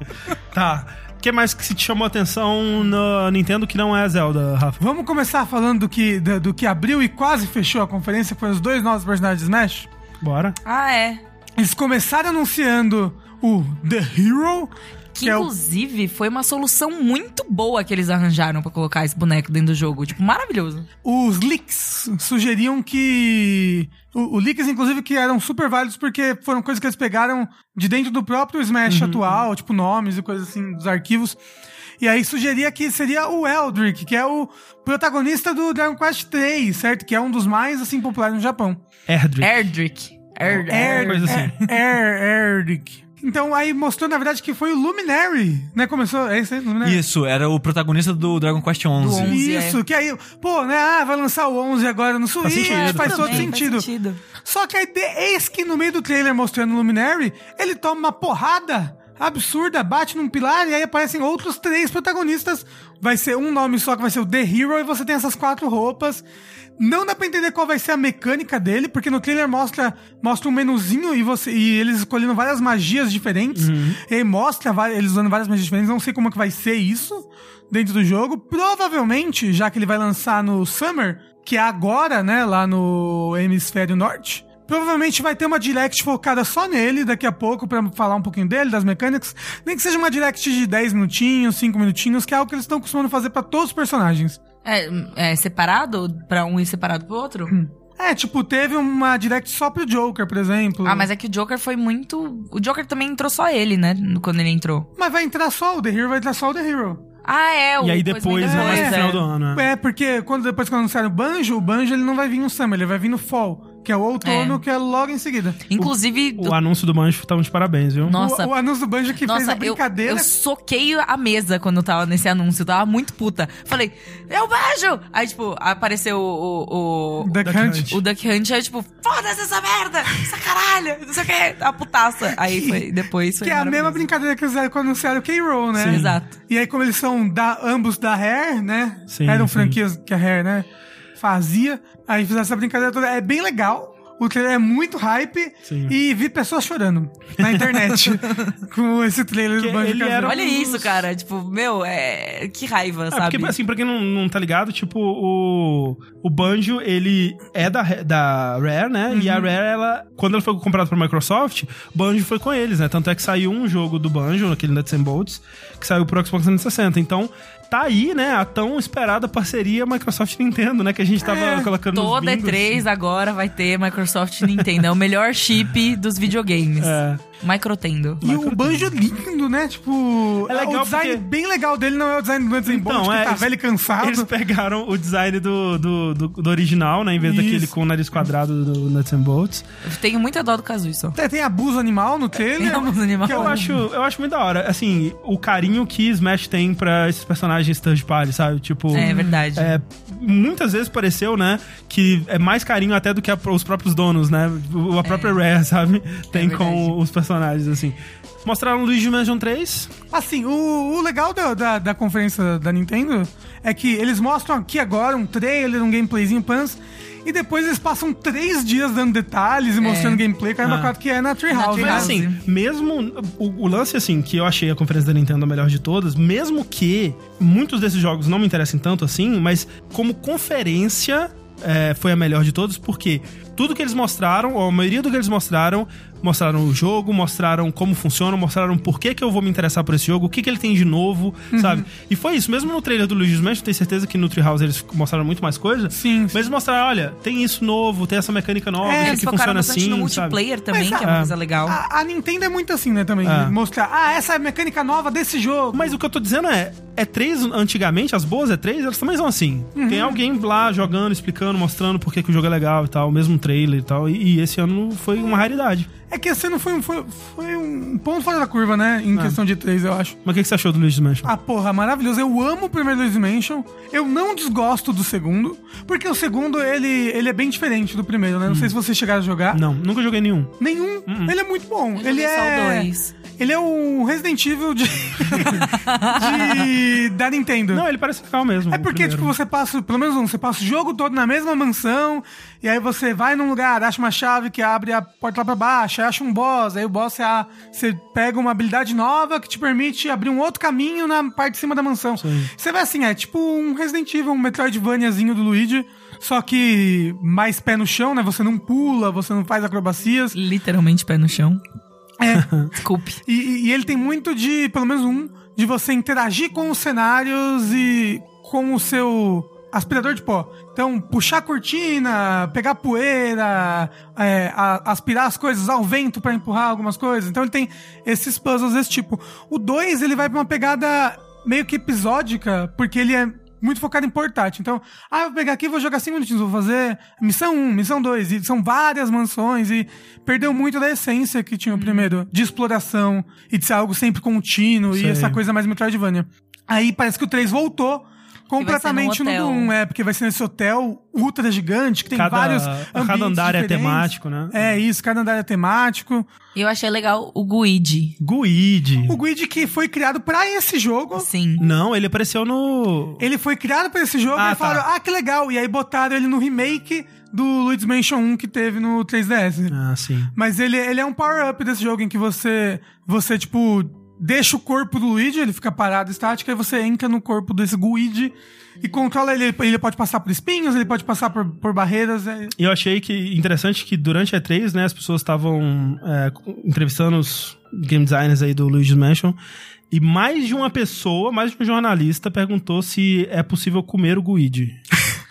Speaker 1: Tá. O que mais que se te chamou a atenção no Nintendo que não é Zelda, Rafa?
Speaker 2: Vamos começar falando do que, do, do que abriu e quase fechou a conferência, que foram os dois novos personagens de Smash.
Speaker 1: Bora.
Speaker 3: Ah, é.
Speaker 2: Eles começaram anunciando o The Hero,
Speaker 3: Que,
Speaker 2: que é o
Speaker 3: inclusive, foi uma solução muito boa que eles arranjaram pra colocar esse boneco dentro do jogo. Tipo, maravilhoso.
Speaker 2: os leaks sugeriam que. O, o leaks, inclusive, que eram super válidos porque foram coisas que eles pegaram de dentro do próprio Smash
Speaker 1: Uhum,
Speaker 2: atual, tipo nomes e coisas assim dos arquivos. E aí sugeria que seria o Eldrick, que é o protagonista do Dragon Quest 3, certo? Que é um dos mais assim populares no Japão.
Speaker 3: É,
Speaker 1: Erdrick.
Speaker 3: Erdrick. Erd-
Speaker 2: É,
Speaker 1: Erd- Coisa assim.
Speaker 2: Er, Eldrick. Então aí mostrou na verdade que foi o Luminary, né? Começou, é isso aí, Luminary.
Speaker 4: Isso, era o protagonista do Dragon Quest
Speaker 3: Do 11.
Speaker 4: 11.
Speaker 2: Isso, que aí, pô, né? Ah, vai lançar o 11 agora no Switch,
Speaker 1: sentido.
Speaker 2: faz,
Speaker 3: Tudo
Speaker 2: todo
Speaker 3: bem,
Speaker 2: sentido.
Speaker 3: É. Faz sentido.
Speaker 2: Só que aí, de- eis que no meio do trailer mostrando o Luminary, ele toma uma porrada absurda, bate num pilar e aí aparecem outros três protagonistas. Vai ser um nome só que vai ser o The Hero e você tem essas quatro roupas. Não dá pra entender qual vai ser a mecânica dele, porque no trailer mostra, mostra um menuzinho e, você, e eles escolhendo várias magias diferentes. E aí mostra va- eles usando várias magias diferentes. Não sei como é que vai ser isso dentro do jogo. Provavelmente, já que ele vai lançar no Summer, que é agora, né, lá no hemisfério norte. Provavelmente vai ter uma direct focada só nele daqui a pouco pra falar um pouquinho dele, das mecânicas. Nem que seja uma direct de 10 minutinhos, 5 minutinhos, que é algo que eles estão costumando fazer pra todos os personagens.
Speaker 3: É, é separado pra um e separado pro outro?
Speaker 2: É, tipo, teve uma direct só pro Joker, por exemplo.
Speaker 3: Ah, mas é que o Joker foi muito. O Joker também entrou só ele, né? no- Quando ele entrou.
Speaker 2: Mas vai entrar só o The Hero, vai entrar só o The Hero.
Speaker 3: Ah, é. O
Speaker 1: E aí
Speaker 3: coisa
Speaker 1: depois,
Speaker 3: bem
Speaker 1: né, mais
Speaker 2: é.
Speaker 1: no final do ano. né?
Speaker 2: É, porque quando depois que anunciaram o Banjo, o Banjo ele não vai vir no Summer, ele vai vir no Fall, que é o outono,
Speaker 3: É.
Speaker 2: que é logo em seguida.
Speaker 3: Inclusive.
Speaker 1: O anúncio do Banjo tava de parabéns, viu?
Speaker 3: Nossa,
Speaker 2: o, o anúncio do Banjo que fez
Speaker 3: Nossa,
Speaker 2: a brincadeira.
Speaker 3: Eu, eu soquei a mesa quando eu tava nesse anúncio. Eu tava muito puta. Falei, eu beijo! Aí, tipo, apareceu o. o, o
Speaker 2: Duck
Speaker 1: Duck
Speaker 2: Hunt.
Speaker 1: Hunt.
Speaker 3: o Duck Hunt, aí, eu, tipo, foda-se essa merda! Essa caralho! Não sei o que, a putaça. Aí foi, depois foi.
Speaker 2: Que é a mesma
Speaker 3: maravilhoso.
Speaker 2: brincadeira que eles fizeram quando anunciaram o K-Roll, né?
Speaker 1: Sim.
Speaker 3: Exato.
Speaker 2: E aí, como eles são da, ambos da Rare, né?
Speaker 1: Sim,
Speaker 2: Eram
Speaker 1: sim.
Speaker 2: franquias que a Rare, né? Fazia. Aí fizeram essa brincadeira toda. É bem legal. O trailer é muito hype.
Speaker 1: Sim.
Speaker 2: E vi pessoas chorando na internet com esse trailer
Speaker 1: Que
Speaker 2: do Banjo
Speaker 1: ele
Speaker 2: Kazooie.
Speaker 1: era- um
Speaker 3: Olha isso, cara. Tipo, meu, é. Que raiva,
Speaker 2: Ah,
Speaker 1: É,
Speaker 3: sabe?
Speaker 1: porque, assim, pra quem não, não tá ligado, tipo, o, o Banjo, ele é da, da Rare, né? E a
Speaker 3: Uhum.
Speaker 1: Rare, ela, quando ela foi comprada pra Microsoft, Banjo foi com eles, né? Tanto é que saiu um jogo do Banjo, aquele Nuts and Bolts, que saiu pro Xbox 360. Então, tá aí, né? A tão esperada parceria Microsoft e Nintendo, né? Que a gente tava colocando
Speaker 2: tá
Speaker 1: nos
Speaker 3: É, Toda
Speaker 1: bingos.
Speaker 3: E3
Speaker 2: assim.
Speaker 3: agora vai ter Microsoft e Nintendo. É o melhor chip dos videogames.
Speaker 1: É.
Speaker 3: Microtendo.
Speaker 2: E o Banjo lindo, né? Tipo,
Speaker 1: É legal
Speaker 2: o design
Speaker 1: porque-
Speaker 2: bem legal dele não é o design do Anthony
Speaker 1: Então,
Speaker 2: Bond, que
Speaker 1: é,
Speaker 2: tá
Speaker 1: eles-
Speaker 2: velho e
Speaker 3: Ah,
Speaker 2: cansado.
Speaker 1: Eles pegaram o design do, do, do, do original, né? Em vez
Speaker 2: Isso.
Speaker 1: daquele com o nariz quadrado do Nuts and Bolts.
Speaker 3: Eu tenho muita dó do Kazooie só.
Speaker 2: Tem- Tem abuso animal no trailer.
Speaker 3: Tem abuso animal.
Speaker 2: é Que
Speaker 1: Eu acho, eu acho muito da hora, assim, o carinho que Smash tem pra esses personagens third party, sabe? Tipo.
Speaker 3: É verdade.
Speaker 1: é, muitas vezes pareceu, né, que é mais carinho até do que a- os próprios donos, né? O- A
Speaker 3: É.
Speaker 1: própria Rare, sabe? Tem com os personagens, assim. Mostraram o Luigi Mansion 3.
Speaker 2: Assim, o, o legal da, da, da conferência da Nintendo é que eles mostram aqui agora um trailer, um gameplayzinho pans, e depois eles passam três dias dando detalhes e mostrando gameplay, caramba,
Speaker 1: Ah.
Speaker 2: quatro que é na Treehouse.
Speaker 3: Na
Speaker 2: né?
Speaker 1: Mas
Speaker 3: Treehouse.
Speaker 1: assim, mesmo. O, o lance, assim, que eu achei a conferência da Nintendo a melhor de todas, mesmo que muitos desses jogos não me interessem tanto assim, mas como conferência. é, foi a melhor de todos, porque tudo que eles mostraram, ou a maioria do que eles mostraram, mostraram o jogo, mostraram como funciona, mostraram por que, que eu vou me interessar por esse jogo, o que, que ele tem de novo,
Speaker 5: Uhum.
Speaker 1: sabe? E foi isso. Mesmo no trailer do Luigi's Mansion, tenho certeza que no Treehouse eles mostraram muito mais coisa.
Speaker 2: Sim,
Speaker 1: Mas mostraram, olha, tem isso novo, tem essa mecânica nova,
Speaker 2: É,
Speaker 1: isso
Speaker 5: Eles
Speaker 1: aqui
Speaker 5: focaram
Speaker 1: funciona
Speaker 5: bastante
Speaker 1: assim,
Speaker 5: no
Speaker 1: sabe?
Speaker 5: multiplayer também,
Speaker 2: Mas,
Speaker 5: que é uma
Speaker 1: ah,
Speaker 5: coisa legal.
Speaker 2: A, a Nintendo é muito assim, né, também.
Speaker 1: É.
Speaker 2: Mostrar, ah, essa é a mecânica nova desse jogo.
Speaker 1: Mas o que eu tô dizendo é, E3, antigamente, as boas E3, elas também são assim.
Speaker 2: Uhum.
Speaker 1: Tem alguém lá jogando, explicando, mostrando por que, que o jogo é legal e tal, mesmo trailer e tal. E, e esse ano foi uma raridade.
Speaker 2: É que esse ano foi um, foi, foi um ponto fora da curva, né? Em questão de três, eu acho.
Speaker 1: Mas o que, que você achou do Luigi's Mansion?
Speaker 2: Ah, porra, maravilhoso. Eu amo o primeiro Luigi's Mansion. Eu não desgosto do segundo, porque o segundo, ele, ele é bem diferente do primeiro, né? Não sei se vocês chegaram a jogar.
Speaker 1: Não, nunca joguei nenhum.
Speaker 2: Nenhum.
Speaker 1: Uhum.
Speaker 2: Ele é muito bom. ele
Speaker 5: joguei só o
Speaker 2: é...
Speaker 5: dois.
Speaker 2: Ele é o Resident Evil de... de... da Nintendo.
Speaker 1: Não, ele parece legal mesmo.
Speaker 2: É
Speaker 1: o
Speaker 2: porque,
Speaker 1: primeiro.
Speaker 2: tipo, você passa, pelo menos um, você passa o jogo todo na mesma mansão, e aí você vai num lugar, acha uma chave que abre a porta lá pra baixo, aí acha um boss, aí o boss você, a- você pega uma habilidade nova que te permite abrir um outro caminho na parte de cima da mansão. Você vai assim, é tipo um Resident Evil, um Metroidvaniazinho do Luigi, só que mais pé no chão, né? Você não pula, você não faz acrobacias.
Speaker 3: Literalmente pé no chão.
Speaker 2: É,
Speaker 3: Desculpe.
Speaker 2: E, e ele tem muito de, pelo menos um, de você interagir com os cenários e com o seu aspirador de pó. Então, puxar a cortina, pegar poeira, é, a- aspirar as coisas, usar o vento pra empurrar algumas coisas. Então, ele tem esses puzzles desse tipo. O 2, ele vai pra uma pegada meio que episódica, porque ele é muito focado em portátil. Então, ah, eu vou pegar aqui, vou jogar 5 minutinhos, vou fazer missão 1, missão 2, e são várias mansões, e perdeu muito da essência que
Speaker 1: Uhum.
Speaker 2: tinha o primeiro, de exploração, e de ser algo sempre contínuo,
Speaker 1: Sei.
Speaker 2: e essa coisa mais Metroidvania. Aí parece que o 3 voltou completamente
Speaker 3: num
Speaker 2: no
Speaker 3: hotel.
Speaker 2: Doom, é, porque vai ser nesse hotel ultra gigante, que tipo, tem
Speaker 1: Cada-
Speaker 2: vários ambientes
Speaker 1: cada andar é
Speaker 2: diferentes.
Speaker 1: temático, né?
Speaker 2: É isso, cada andar é temático.
Speaker 3: E eu achei legal o Guide.
Speaker 1: Guide.
Speaker 2: O Guide que foi criado pra esse jogo,
Speaker 3: Sim.
Speaker 1: Não, ele apareceu no.
Speaker 2: Ele foi criado pra esse jogo
Speaker 1: Ah,
Speaker 2: e falaram,
Speaker 1: tá.
Speaker 2: ah, que legal. E aí botaram ele no remake do Luigi's Mansion 1 que teve no 3DS.
Speaker 1: Ah, sim.
Speaker 2: Mas ele, ele é um power-up desse jogo em que você, você, tipo, deixa o corpo do Luigi, ele fica parado, estático, aí você entra no corpo desse Luigi e controla ele. Ele pode passar por espinhos, ele pode passar por, por barreiras. é-
Speaker 1: E eu achei que interessante que durante a E3, né, as pessoas estavam é, entrevistando os game designers aí do Luigi's Mansion. E mais de uma pessoa, mais de um jornalista perguntou se é possível comer o Guide.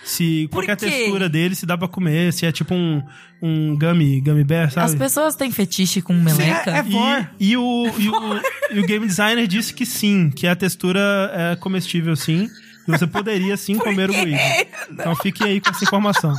Speaker 1: Se qual
Speaker 3: Por
Speaker 1: que é a
Speaker 3: quê?
Speaker 1: textura dele, se dá pra comer, se é tipo um, um gummy, gummy bear, sabe?
Speaker 3: As pessoas têm fetiche com meleca?
Speaker 2: É- é- Vor.
Speaker 1: E, e o, e, o, e o game designer disse que sim, que a textura é comestível sim. E você poderia sim comer o Luigi. Então fiquem aí com essa informação.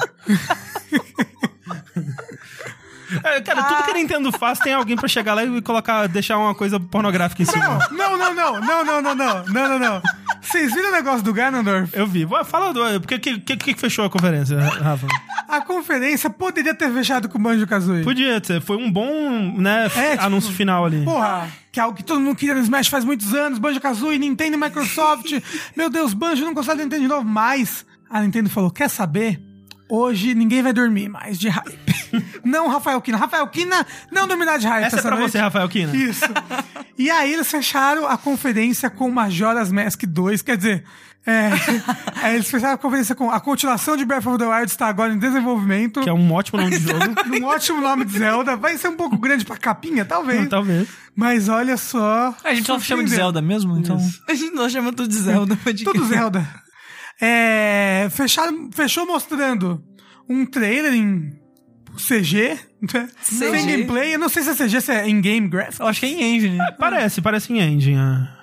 Speaker 1: É, cara, tudo que a Nintendo faz tem alguém pra chegar lá e colocar, deixar uma coisa pornográfica em cima.
Speaker 2: Não, não, não, não, não, não, não, não, não, não. Vocês viram o negócio do Ganondorf?
Speaker 1: Eu vi. Ué, Fala do. Por que, que, que fechou a conferência, Rafa?
Speaker 2: A conferência poderia ter fechado com o Banjo-Kazooie.
Speaker 1: Podia ter. Foi um bom né,
Speaker 2: É, tipo,
Speaker 1: anúncio final ali.
Speaker 2: Porra, que é algo que todo mundo queria no Smash faz muitos anos. Banjo Kazooie, Nintendo e Microsoft. Meu Deus, Banjo não consegue Nintendo de novo. Mas a Nintendo falou: quer saber? Hoje ninguém vai dormir mais de hype. não, Rafael Kina. Rafael Kina não dormirá de hype.
Speaker 1: Essa é pra
Speaker 2: noite.
Speaker 1: você, Rafael Kina.
Speaker 2: Isso. E aí eles fecharam a conferência com Majora's Mask 2, quer dizer. É, aí eles fecharam a conferência com a continuação de Breath of the Wild está agora em desenvolvimento.
Speaker 1: Que é um ótimo nome de jogo.
Speaker 2: Um ótimo nome de Zelda. Vai ser um pouco grande pra capinha, talvez.
Speaker 1: Talvez.
Speaker 2: Mas olha só.
Speaker 4: A gente só chama de
Speaker 2: surpreendeu.
Speaker 4: Zelda mesmo, então.
Speaker 3: A gente não chama tudo de Zelda. pode
Speaker 2: Tudo
Speaker 3: crer.
Speaker 2: Zelda. É, fecharam- fechou mostrando um trailer em CG, né?
Speaker 3: CG.
Speaker 2: Sem gameplay. Eu não sei se é CG, se é in-game graphics.
Speaker 4: Eu acho que é em Engine.
Speaker 1: Parece, parece em Engine. é.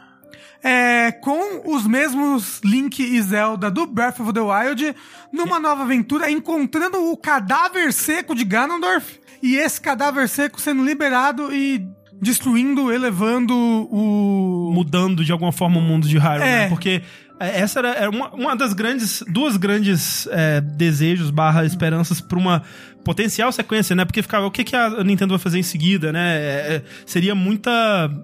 Speaker 2: É, com os mesmos Link e Zelda do Breath of the Wild, numa nova aventura, encontrando o cadáver seco de Ganondorf. E esse cadáver seco sendo liberado e destruindo, elevando o...
Speaker 1: mudando de alguma forma o mundo de Hyrule,
Speaker 2: É.
Speaker 1: né? Porque é, essa era, era uma, uma das grandes, duas grandes é, desejos barra esperanças para uma potencial sequência, né? Porque ficava, o que, que a Nintendo vai fazer em seguida, né? É, é, seria muita,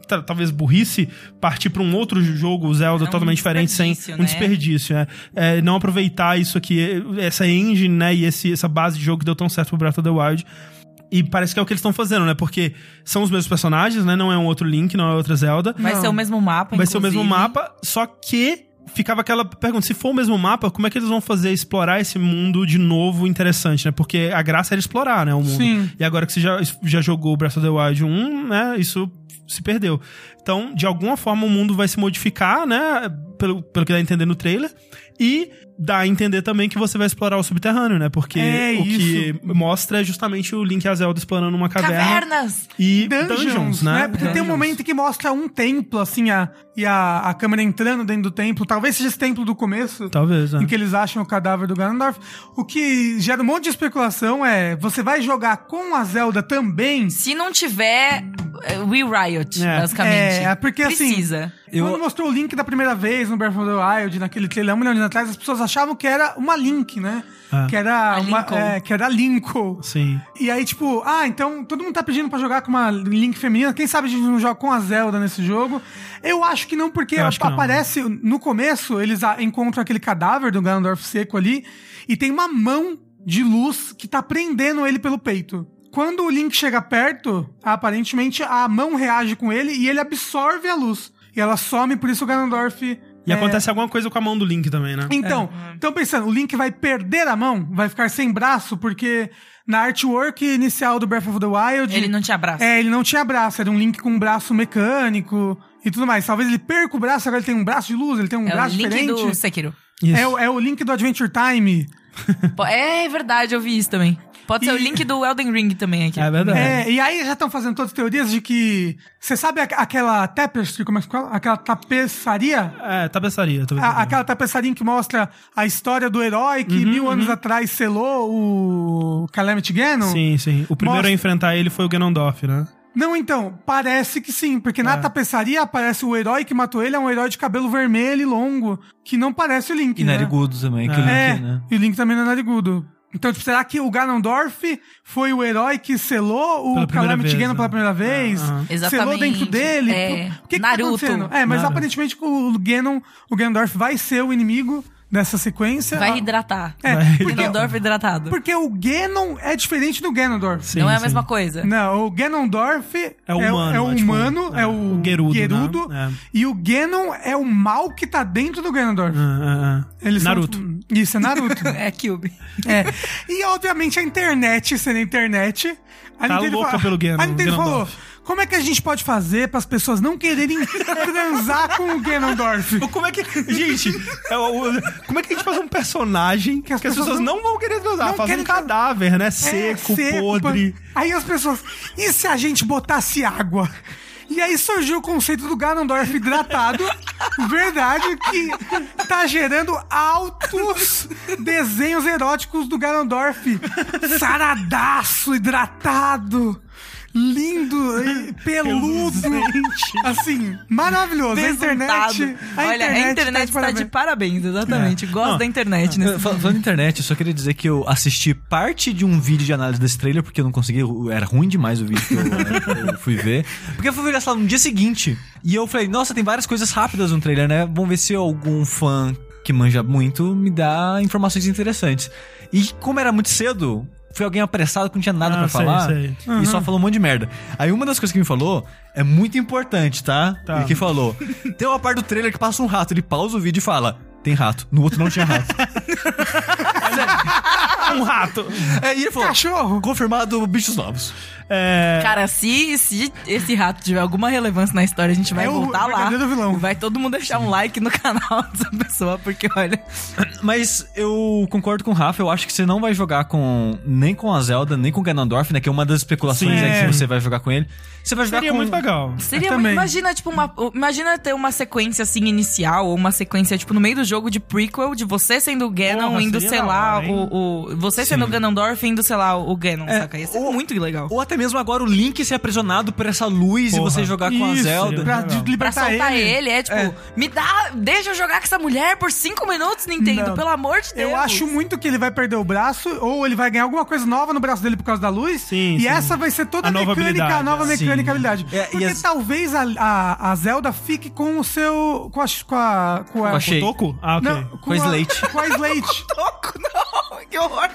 Speaker 1: ta- talvez burrice, partir para um outro jogo Zelda
Speaker 3: É um
Speaker 1: totalmente diferente, sem
Speaker 3: desperdício,
Speaker 1: um
Speaker 3: né?
Speaker 1: desperdício, né? É, não aproveitar isso aqui, essa engine, né? E esse, essa base de jogo que deu tão certo pro Breath of the Wild. E parece que é o que eles estão fazendo, né? Porque são os mesmos personagens, né? Não é um outro Link, não é outra Zelda.
Speaker 3: Vai ser o mesmo mapa,
Speaker 1: Vai ser o mesmo
Speaker 3: inclusive.
Speaker 1: mapa, só que ficava aquela pergunta, se for o mesmo mapa, como é que eles vão fazer explorar esse mundo de novo interessante, né? Porque a graça era explorar, né, o mundo.
Speaker 2: Sim.
Speaker 1: E agora que você já, já jogou Breath of the Wild 1, né, isso se perdeu. Então, de alguma forma, o mundo vai se modificar, né, pelo, pelo que dá a entender no trailer, e dá a entender também que você vai explorar o subterrâneo, né, porque
Speaker 2: É
Speaker 1: o que
Speaker 2: isso.
Speaker 1: mostra é justamente o Link e a Zelda explorando uma caverna
Speaker 5: Cavernas!
Speaker 1: e dungeons, né?
Speaker 2: Porque tem um momento que mostra um templo, assim, a, e a, a câmera entrando dentro do templo. Talvez seja esse templo do começo.
Speaker 1: Talvez, né?
Speaker 2: Em que eles acham o cadáver do Ganondorf. O que gera um monte de especulação é: você vai jogar com a Zelda também?
Speaker 5: Se não tiver, é, We Riot,
Speaker 1: É.
Speaker 5: basicamente.
Speaker 2: É, porque, assim,
Speaker 5: Precisa.
Speaker 4: Eu-
Speaker 2: Quando mostrou o Link da primeira vez no Breath of the Wild, naquele trailer um milhão de anos atrás, as pessoas achavam que era uma Link, né?
Speaker 1: É.
Speaker 2: Que era
Speaker 5: A
Speaker 2: uma.
Speaker 5: Lincoln.
Speaker 2: É, que era a Lincoln.
Speaker 1: Sim.
Speaker 2: E aí, tipo, ah, então todo mundo tá pedindo pra jogar com uma Link feminina. Quem sabe a gente não joga com a Zelda nesse jogo? Eu acho que não, porque
Speaker 1: Eu acho que não.
Speaker 2: aparece no começo, eles ah, encontram aquele cadáver do Ganondorf seco ali e tem uma mão de luz que tá prendendo ele pelo peito. Quando o Link chega perto, aparentemente a mão reage com ele e ele absorve a luz. E ela some, por isso o Ganondorf.
Speaker 1: E
Speaker 2: é,
Speaker 1: acontece alguma coisa com a mão do Link também, né?
Speaker 2: então, então pensando, o Link vai perder a mão, vai ficar sem braço, porque na artwork inicial do Breath of the Wild,
Speaker 5: Ele não te abraça.
Speaker 2: é, ele não tinha braço, era um Link com um braço mecânico e tudo mais. Talvez ele perca o braço, agora ele tem um braço de luz, ele tem um
Speaker 5: É o
Speaker 2: braço
Speaker 5: link do
Speaker 2: diferente.
Speaker 5: Sekiro.
Speaker 1: Isso.
Speaker 2: É, o- é o Link do Adventure Time.
Speaker 5: Po- É verdade, eu vi isso também. Pode ser o
Speaker 2: E-
Speaker 5: link do Elden Ring também aqui.
Speaker 1: É verdade.
Speaker 2: É, e aí já estão fazendo todas as teorias de que. Você sabe a- aquela tapestry, como é que fala? Aquela tapeçaria?
Speaker 1: É, tapeçaria.
Speaker 2: A-
Speaker 1: tapeçaria.
Speaker 2: aquela tapeçaria que mostra a história do herói que
Speaker 1: Uhum,
Speaker 2: mil anos atrás selou o Calamity Ganon?
Speaker 1: Sim, sim. O primeiro
Speaker 2: Mostra-
Speaker 1: a enfrentar ele foi o Ganondorf, né?
Speaker 2: Não, então, parece que sim, porque
Speaker 1: É.
Speaker 2: na tapeçaria aparece o herói que matou ele, é um herói de cabelo vermelho e longo, que não parece o Link,
Speaker 4: E
Speaker 2: né?
Speaker 4: narigudo também, que
Speaker 1: É.
Speaker 4: eu
Speaker 2: É,
Speaker 4: link, né?
Speaker 2: e o Link também não é narigudo. Então, tipo, será que o Ganondorf foi o herói que selou
Speaker 1: Pela
Speaker 2: o
Speaker 1: primeira
Speaker 2: Calamity
Speaker 1: vez,
Speaker 2: Ganon
Speaker 1: né?
Speaker 2: pela primeira vez?
Speaker 1: Ah, ah.
Speaker 2: Selou
Speaker 5: Exatamente.
Speaker 2: dentro dele?
Speaker 5: É,
Speaker 2: Por- por que que tá
Speaker 5: Naruto.
Speaker 2: acontecendo? é, mas
Speaker 1: Naruto.
Speaker 2: aparentemente o Ganon, o Ganondorf vai ser o inimigo dessa sequência.
Speaker 5: Vai
Speaker 2: Ah,
Speaker 5: hidratar.
Speaker 2: É,
Speaker 1: Vai-
Speaker 2: porque-
Speaker 5: Ganondorf hidratado.
Speaker 2: Porque o Ganon é diferente do Ganondorf.
Speaker 1: Sim,
Speaker 5: não é a
Speaker 1: sim.
Speaker 5: mesma coisa.
Speaker 2: Não, o Ganondorf
Speaker 1: É o humano,
Speaker 2: é, o
Speaker 1: é tipo,
Speaker 2: humano,
Speaker 1: é,
Speaker 2: é o
Speaker 1: o Gerudo, né?
Speaker 2: Gerudo,
Speaker 1: É.
Speaker 2: E o Ganon é o mal que tá dentro do Ganondorf.
Speaker 1: Ah, ah, ah.
Speaker 2: Eles são,
Speaker 1: Naruto.
Speaker 2: tipo, isso, é Naruto.
Speaker 5: É Cube.
Speaker 2: é. E obviamente a internet sendo a internet. A
Speaker 1: Tá
Speaker 2: Nintendo
Speaker 1: louca
Speaker 2: fala-
Speaker 1: pelo Ganon-
Speaker 2: A Nintendo falou:
Speaker 1: Ganondorf.
Speaker 2: como é que a gente pode fazer para as pessoas não quererem transar com o Ganondorf?
Speaker 1: Pô, Como é que. Gente, é o- o- como é que a gente faz um personagem que as, pessoas, não, vão querer transar?
Speaker 2: não
Speaker 1: Faz um
Speaker 2: querem transar.
Speaker 1: cadáver, né?
Speaker 2: É,
Speaker 1: Seco, podre.
Speaker 2: pan- Aí as pessoas, e se a gente botasse água? E aí surgiu o conceito do Ganondorf hidratado, verdade, que tá gerando altos desenhos eróticos do Ganondorf. Saradaço, hidratado, lindo, e peludo. Assim, maravilhoso. A internet,
Speaker 5: Desuntado. Olha, a internet tá de parabéns, exatamente. Gosto
Speaker 1: Não,
Speaker 5: da internet, né?
Speaker 4: Fal- Falando na internet, eu só queria dizer que eu assisti parte de um vídeo de análise desse trailer, porque eu não consegui, eu- era ruim demais o vídeo que eu, eu fui ver. Porque eu fui ver essa no dia seguinte, e eu falei, nossa, tem várias coisas rápidas no trailer, né? Vamos ver se algum fã que manja muito me dá informações interessantes. E como era muito cedo, foi alguém apressado que não tinha nada
Speaker 1: Ah,
Speaker 4: pra
Speaker 1: sei,
Speaker 4: falar,
Speaker 1: sei.
Speaker 4: e só falou um monte de merda. Aí uma das coisas que me falou é muito importante, tá?
Speaker 1: Tá.
Speaker 4: E que falou, tem uma parte do trailer que passa um rato, ele pausa o vídeo e fala... Tem rato. No outro não tinha rato.
Speaker 1: Um rato.
Speaker 4: É, e ele falou,
Speaker 2: Cachorro.
Speaker 4: confirmado bichos novos.
Speaker 1: É.
Speaker 5: Cara, se, se esse rato tiver alguma relevância na história, a gente vai
Speaker 2: É o
Speaker 5: voltar lá.
Speaker 2: verdadeiro vilão.
Speaker 5: Vai todo mundo deixar um like no canal dessa pessoa, porque olha.
Speaker 4: Mas eu concordo com o Rafa, eu acho que você não vai jogar com nem com a Zelda, nem com o Ganondorf, né? Que é uma das especulações
Speaker 1: Sim.
Speaker 4: aí que você vai jogar com ele. Você vai jogar
Speaker 1: Seria
Speaker 4: com... um
Speaker 1: muito legal.
Speaker 5: Seria
Speaker 2: também.
Speaker 5: muito, imagina, tipo, uma, imagina ter uma sequência assim inicial, ou uma sequência, tipo, no meio do jogo de prequel, de você sendo o Ganon,
Speaker 1: Porra,
Speaker 5: indo,
Speaker 1: seria
Speaker 5: sei
Speaker 1: da
Speaker 5: lá,
Speaker 1: hora, hein?
Speaker 5: o, o- Você sendo o Ganondorf, indo, sei lá, o Ganon, saca? Ia ser
Speaker 4: ou-
Speaker 5: é muito legal.
Speaker 4: Ou até mesmo agora o Link ser aprisionado por essa luz e
Speaker 1: Porra,
Speaker 4: você jogar com a
Speaker 1: isso,
Speaker 4: Zelda.
Speaker 1: seria-
Speaker 2: Pra
Speaker 1: Legal.
Speaker 5: Pra
Speaker 2: libertar
Speaker 5: soltar
Speaker 2: ele.
Speaker 5: ele. é tipo, me dá. Deixa eu jogar com essa mulher por cinco minutos, Nintendo,
Speaker 2: Não.
Speaker 5: pelo amor de Deus.
Speaker 2: Eu acho muito que ele vai perder o braço, ou ele vai ganhar alguma coisa nova no braço dele por causa da luz.
Speaker 1: Sim,
Speaker 2: e
Speaker 1: sim.
Speaker 2: essa vai ser toda
Speaker 1: A
Speaker 2: a,
Speaker 1: nova
Speaker 2: mecânica, a
Speaker 1: habilidade,
Speaker 2: nova
Speaker 1: é.
Speaker 2: mecânica habilidade.
Speaker 4: É, e
Speaker 2: Porque
Speaker 4: as-
Speaker 2: talvez a, a, a Zelda fique com o seu. com a. com a. com a.
Speaker 4: Com a Shea.
Speaker 1: Toco? Ah, ok.
Speaker 2: não,
Speaker 4: Com a Slate.
Speaker 2: Com a Slate.
Speaker 5: Toco, não, que horror.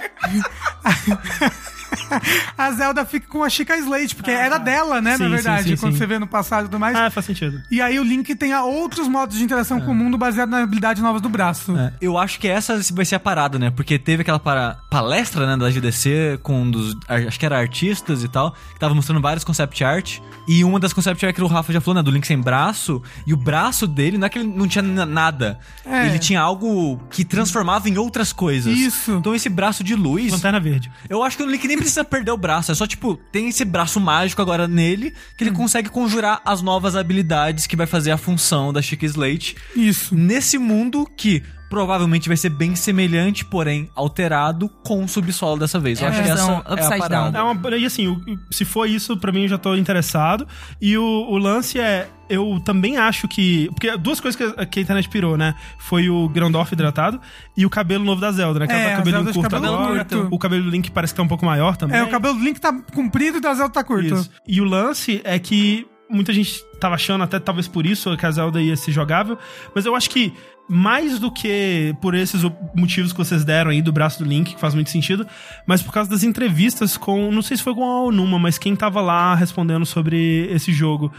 Speaker 2: a Zelda fica com a Chica Slate, porque era dela, né,
Speaker 1: Ah. Sim,
Speaker 2: na
Speaker 1: sim,
Speaker 2: verdade,
Speaker 1: sim,
Speaker 2: quando
Speaker 1: sim.
Speaker 2: você vê no passado e tudo mais.
Speaker 1: Ah, faz sentido.
Speaker 2: E aí o Link tem a outros modos de interação com o mundo baseado na habilidade novas do braço.
Speaker 4: É, Eu acho que essa vai ser a parada, né? Porque teve aquela para- palestra, né, da GDC com um dos. ar- Acho que era artistas e tal, que tava mostrando vários concept art. E uma das concept art que o Rafa já falou, né? Do Link sem braço. E o braço dele, não é que ele não tinha na- nada.
Speaker 2: É.
Speaker 4: Ele tinha algo que transformava em outras coisas.
Speaker 2: Isso.
Speaker 4: Então esse braço de luz.
Speaker 1: Lanterna Verde.
Speaker 4: Eu acho que o Link nem precisa perder o braço. É só, tipo, tem esse braço mágico agora nele que
Speaker 2: Hum.
Speaker 4: ele consegue conjurar as novas habilidades que vai fazer a função da Chica Slate
Speaker 2: Isso.
Speaker 4: nesse mundo que provavelmente vai ser bem semelhante, porém alterado com o subsolo dessa vez. Eu
Speaker 3: É,
Speaker 4: acho que essa
Speaker 3: versão
Speaker 4: é a
Speaker 3: upside
Speaker 4: parada.
Speaker 1: É uma, e assim, o- se for isso, pra mim eu já tô interessado. E o, o lance é. Eu também acho que. Porque duas coisas que a, que a internet pirou, né? Foi o Grandorf hidratado e o cabelo novo da Zelda, né? Que
Speaker 2: É,
Speaker 1: ela tá
Speaker 2: a
Speaker 1: com o cabelinho
Speaker 2: Zelda de
Speaker 1: curto
Speaker 2: cabelo
Speaker 1: agora.
Speaker 2: curto.
Speaker 1: O cabelo do Link parece que tá um pouco maior também.
Speaker 2: É, o cabelo do Link tá comprido e da Zelda tá curto.
Speaker 1: Isso. E o lance é que muita gente tava achando, até talvez por isso, que a Zelda ia ser jogável, mas eu acho que mais do que por esses o- motivos que vocês deram aí do braço do Link, que faz muito sentido, mas por causa das entrevistas com, não sei se foi com a Onuma, mas quem tava lá respondendo sobre esse jogo,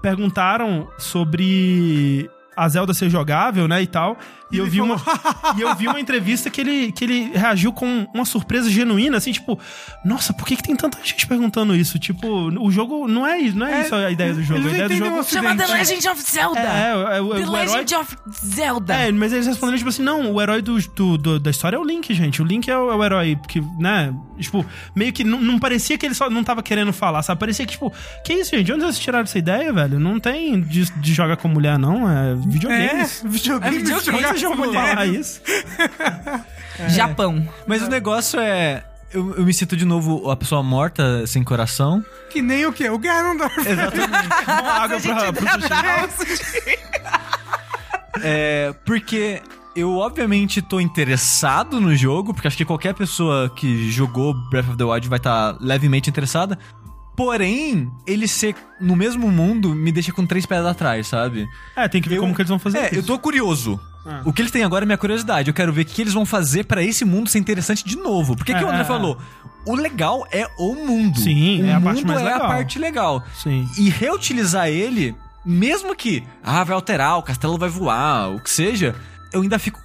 Speaker 1: perguntaram sobre a Zelda ser jogável, né, e tal. E, eu vi uma e eu vi uma entrevista que ele, que ele reagiu com uma surpresa genuína, assim, tipo, nossa, por que, que tem tanta gente perguntando isso? Tipo, o jogo não é isso, não é,
Speaker 2: É,
Speaker 1: isso a ideia do jogo.
Speaker 2: eles
Speaker 1: A
Speaker 2: não
Speaker 1: ideia do
Speaker 2: entendem
Speaker 1: jogo
Speaker 2: o
Speaker 3: Chama The
Speaker 2: Ocidente.
Speaker 3: Legend of Zelda.
Speaker 1: é, é, é, o,
Speaker 3: The
Speaker 1: o herói.
Speaker 3: Legend of Zelda.
Speaker 1: É, mas eles responderam, tipo assim, não, o herói do, do- do- da história é o Link, gente. O Link é o, é o herói, porque, né? Tipo, meio que não, não parecia que ele só não tava querendo falar, sabe? Parecia que, tipo, que isso, gente? De onde vocês tiraram essa ideia, velho? Não tem de, de jogar com mulher, não. É
Speaker 2: É,
Speaker 1: videogames.
Speaker 2: videogame,
Speaker 3: É videogame,
Speaker 2: jogar
Speaker 1: Deixa eu
Speaker 2: com
Speaker 1: falar
Speaker 2: mulher.
Speaker 1: isso. é.
Speaker 3: Japão.
Speaker 4: Mas o negócio é. Eu, eu me sinto de novo a pessoa morta sem coração.
Speaker 2: Que nem o quê? O Ganondorf.
Speaker 1: É. Uma água pra, pro sushi.
Speaker 4: É, porque eu obviamente tô interessado no jogo, porque acho que qualquer pessoa que jogou Breath of the Wild vai estar levemente interessada. Porém, ele ser no mesmo mundo me deixa com três pés atrás, sabe?
Speaker 1: É, tem que ver
Speaker 4: Eu-
Speaker 1: como que eles vão fazer
Speaker 4: É,
Speaker 1: isso.
Speaker 4: eu tô curioso.
Speaker 1: Ah.
Speaker 4: O que eles têm agora é minha curiosidade. Eu quero ver o que eles vão fazer pra esse mundo ser interessante de novo. Porque que o
Speaker 1: É,
Speaker 4: André
Speaker 1: é,
Speaker 4: falou, o legal é o mundo.
Speaker 1: Sim,
Speaker 4: o
Speaker 1: é a
Speaker 4: mundo
Speaker 1: parte mais
Speaker 4: é a
Speaker 1: legal.
Speaker 4: parte legal.
Speaker 1: Sim.
Speaker 4: E reutilizar ele, mesmo que ah, vai alterar, o castelo vai voar, o que seja, eu ainda fico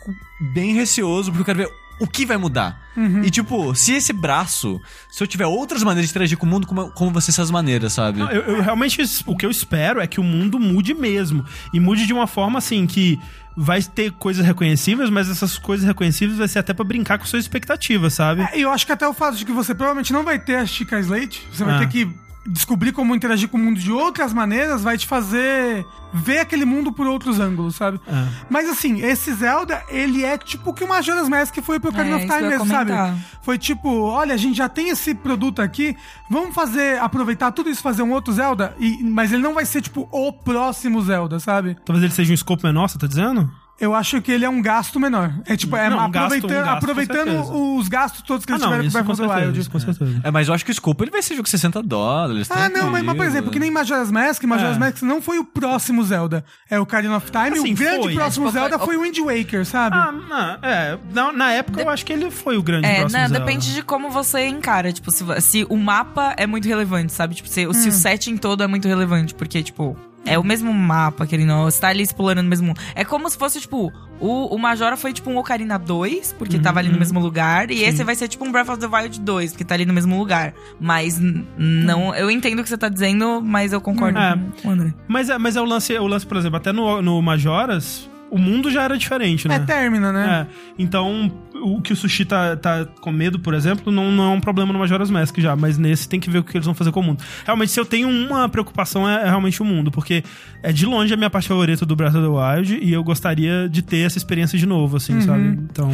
Speaker 4: bem receoso porque eu quero ver o que vai mudar.
Speaker 1: Uhum.
Speaker 4: E tipo, se esse braço, se eu tiver outras maneiras de interagir com o mundo, como, como vão ser essas maneiras, sabe?
Speaker 1: Não, eu, eu realmente, o que eu espero é que o mundo mude mesmo. E mude de uma forma assim que vai ter coisas reconhecíveis, mas essas coisas reconhecíveis vai ser até pra brincar com suas expectativas, sabe?
Speaker 2: E eu acho que até o fato de que você provavelmente não vai ter a Chica Slate, você vai
Speaker 1: Ah.
Speaker 2: ter que descobrir como interagir com o mundo de outras maneiras, vai te fazer ver aquele mundo por outros ângulos, sabe?
Speaker 1: Ah.
Speaker 2: Mas assim, esse Zelda, ele é tipo que o Majora's Mask foi pro Ocarina
Speaker 3: É,
Speaker 2: of
Speaker 3: isso
Speaker 2: Time
Speaker 3: eu ia
Speaker 2: mesmo, sabe?
Speaker 3: comentar.
Speaker 2: Foi tipo, olha, a gente já tem esse produto aqui, vamos fazer, aproveitar tudo isso, fazer um outro Zelda, e, mas ele não vai ser tipo o próximo Zelda, sabe?
Speaker 1: Talvez ele seja um escopo menor, você tá dizendo?
Speaker 2: Eu acho que ele é um gasto menor. É tipo, é
Speaker 1: Não, um gasto-
Speaker 2: aproveitando,
Speaker 1: um gasto, com certeza.
Speaker 2: aproveitando os gastos todos que
Speaker 1: Ah,
Speaker 2: eles
Speaker 1: não,
Speaker 2: tiveram
Speaker 1: isso
Speaker 2: com
Speaker 1: com
Speaker 2: Breath of the
Speaker 1: certeza,
Speaker 2: Wild.
Speaker 1: isso com certeza.
Speaker 4: É, mas eu acho que o escopo ele vai ser jogo de 60 dólares.
Speaker 2: Ah, não, mas, mas, por
Speaker 4: tranquilo.
Speaker 2: exemplo, que nem Majora's Mask, Majora's
Speaker 1: É.
Speaker 2: Mask não foi o próximo Zelda. É o Ocarina of Time,
Speaker 1: Assim,
Speaker 2: o grande
Speaker 1: foi,
Speaker 2: próximo
Speaker 3: mas-
Speaker 2: Zelda foi o Wind Waker, sabe?
Speaker 1: Ah, na, é, na, na época eu acho que ele foi o grande
Speaker 3: É,
Speaker 1: próximo
Speaker 3: né,
Speaker 1: Zelda.
Speaker 3: depende de como você encara. Tipo, se, vo- se o mapa é muito relevante, sabe? Tipo, se, se o setting todo é muito relevante, porque, tipo. É o mesmo mapa, querendo. ou não, Você tá ali explorando o mesmo mundo. É como se fosse, tipo, o, o Majora foi tipo um Ocarina 2, porque tava ali no mesmo lugar. E esse vai ser tipo um Breath of the Wild 2, porque tá ali no mesmo lugar. Mas n- não. Eu entendo o que você tá dizendo, mas eu concordo
Speaker 1: É.
Speaker 3: com o André.
Speaker 1: Mas é, mas é o lance, o lance, por exemplo, até no, no Majoras, o mundo já era diferente, né?
Speaker 2: É término, né?
Speaker 1: É, então, o que o Sushi tá, tá com medo, por exemplo, não, não é um problema no Majora's Mask já, mas nesse tem que ver o que eles vão fazer com o mundo. Realmente, se eu tenho uma preocupação, é, é realmente o mundo, porque é de longe a minha parte favorita do Breath of the Wild e eu gostaria de ter essa experiência de novo, assim,
Speaker 2: Uhum.
Speaker 1: sabe? Então,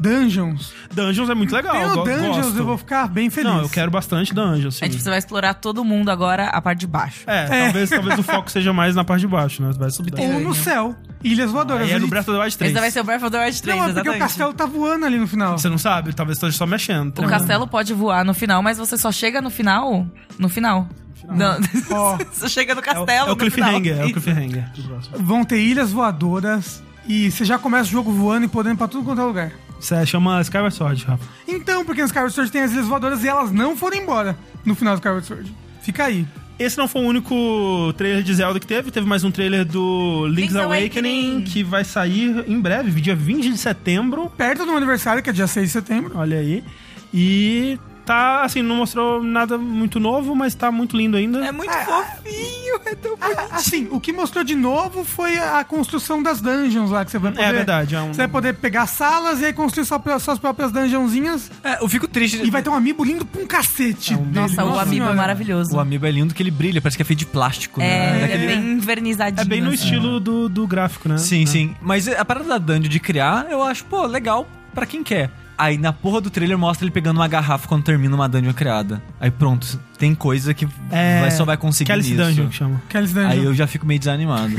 Speaker 2: Dungeons.
Speaker 1: Dungeons é muito legal.
Speaker 2: Tem
Speaker 1: go-
Speaker 2: o Dungeons,
Speaker 1: gosto.
Speaker 2: eu vou ficar bem feliz.
Speaker 1: Não, eu quero bastante Dungeons, sim.
Speaker 3: É tipo, você vai explorar todo mundo agora, a parte de baixo.
Speaker 1: É, Talvez, talvez o foco seja mais na parte de baixo, né? Vai subir.
Speaker 2: Ou no céu. Ilhas voadoras.
Speaker 1: Aí é no
Speaker 2: ali.
Speaker 1: Breath of the Wild 3.
Speaker 3: Esse vai ser o Breath of the Wild 3,
Speaker 2: Não, é porque o
Speaker 3: exatamente.
Speaker 2: castelo tá voando ali no final.
Speaker 1: Você não sabe, talvez esteja só mexendo.
Speaker 3: O
Speaker 1: tremendo.
Speaker 3: castelo pode voar no final, mas você só chega no final. No final. Não,
Speaker 2: Ó.
Speaker 3: você chega no
Speaker 1: É o,
Speaker 3: castelo.
Speaker 1: é o
Speaker 3: no
Speaker 1: cliffhanger,
Speaker 3: final.
Speaker 1: é o cliffhanger. do próximo.
Speaker 2: Vão ter ilhas voadoras e você já começa o jogo voando e podendo pra tudo quanto é lugar.
Speaker 1: Cê chama Skyward Sword, Rafa.
Speaker 2: Então, porque no Skyward Sword tem as ilhas voadoras e elas não foram embora no final do Skyward Sword. Fica aí.
Speaker 1: Esse não foi o único trailer de Zelda que teve, teve mais um trailer do Link's,
Speaker 3: Link's
Speaker 1: Awakening,
Speaker 3: Awakening.
Speaker 1: que vai sair em breve, dia 20 de setembro.
Speaker 2: Perto do meu aniversário, que é dia 6 de setembro.
Speaker 1: Olha aí. E tá assim, não mostrou nada muito novo, mas tá muito lindo ainda.
Speaker 3: É muito fofinho, é tão bonito.
Speaker 2: Assim, o que mostrou de novo foi a construção das dungeons lá que você vai poder.
Speaker 1: verdade, é um-
Speaker 2: Você vai poder pegar salas e aí construir sua- suas próprias dungeonzinhas.
Speaker 4: É, eu fico triste.
Speaker 2: E vai ter um amiibo lindo pra um cacete. dele.
Speaker 3: Nossa, o amiibo é
Speaker 2: senhora.
Speaker 3: maravilhoso.
Speaker 4: O amiibo é lindo que ele brilha, parece que é feito de plástico.
Speaker 3: É,
Speaker 4: né?
Speaker 3: ele
Speaker 4: Daquele-
Speaker 3: é bem invernizadinho.
Speaker 1: É bem no
Speaker 3: assim.
Speaker 1: estilo do, do gráfico, né?
Speaker 4: Sim,
Speaker 1: É.
Speaker 4: sim. Mas a parada da Dandy de criar, eu acho, pô, legal pra quem quer. Aí na porra do trailer mostra ele pegando uma garrafa quando termina uma dungeon criada. Aí pronto, tem coisa que
Speaker 1: É,
Speaker 4: vai- só vai conseguir
Speaker 1: Kelly's
Speaker 4: isso.
Speaker 1: Dungeon que chama.
Speaker 2: Aqueles dungeons.
Speaker 4: Aí eu já fico meio desanimado.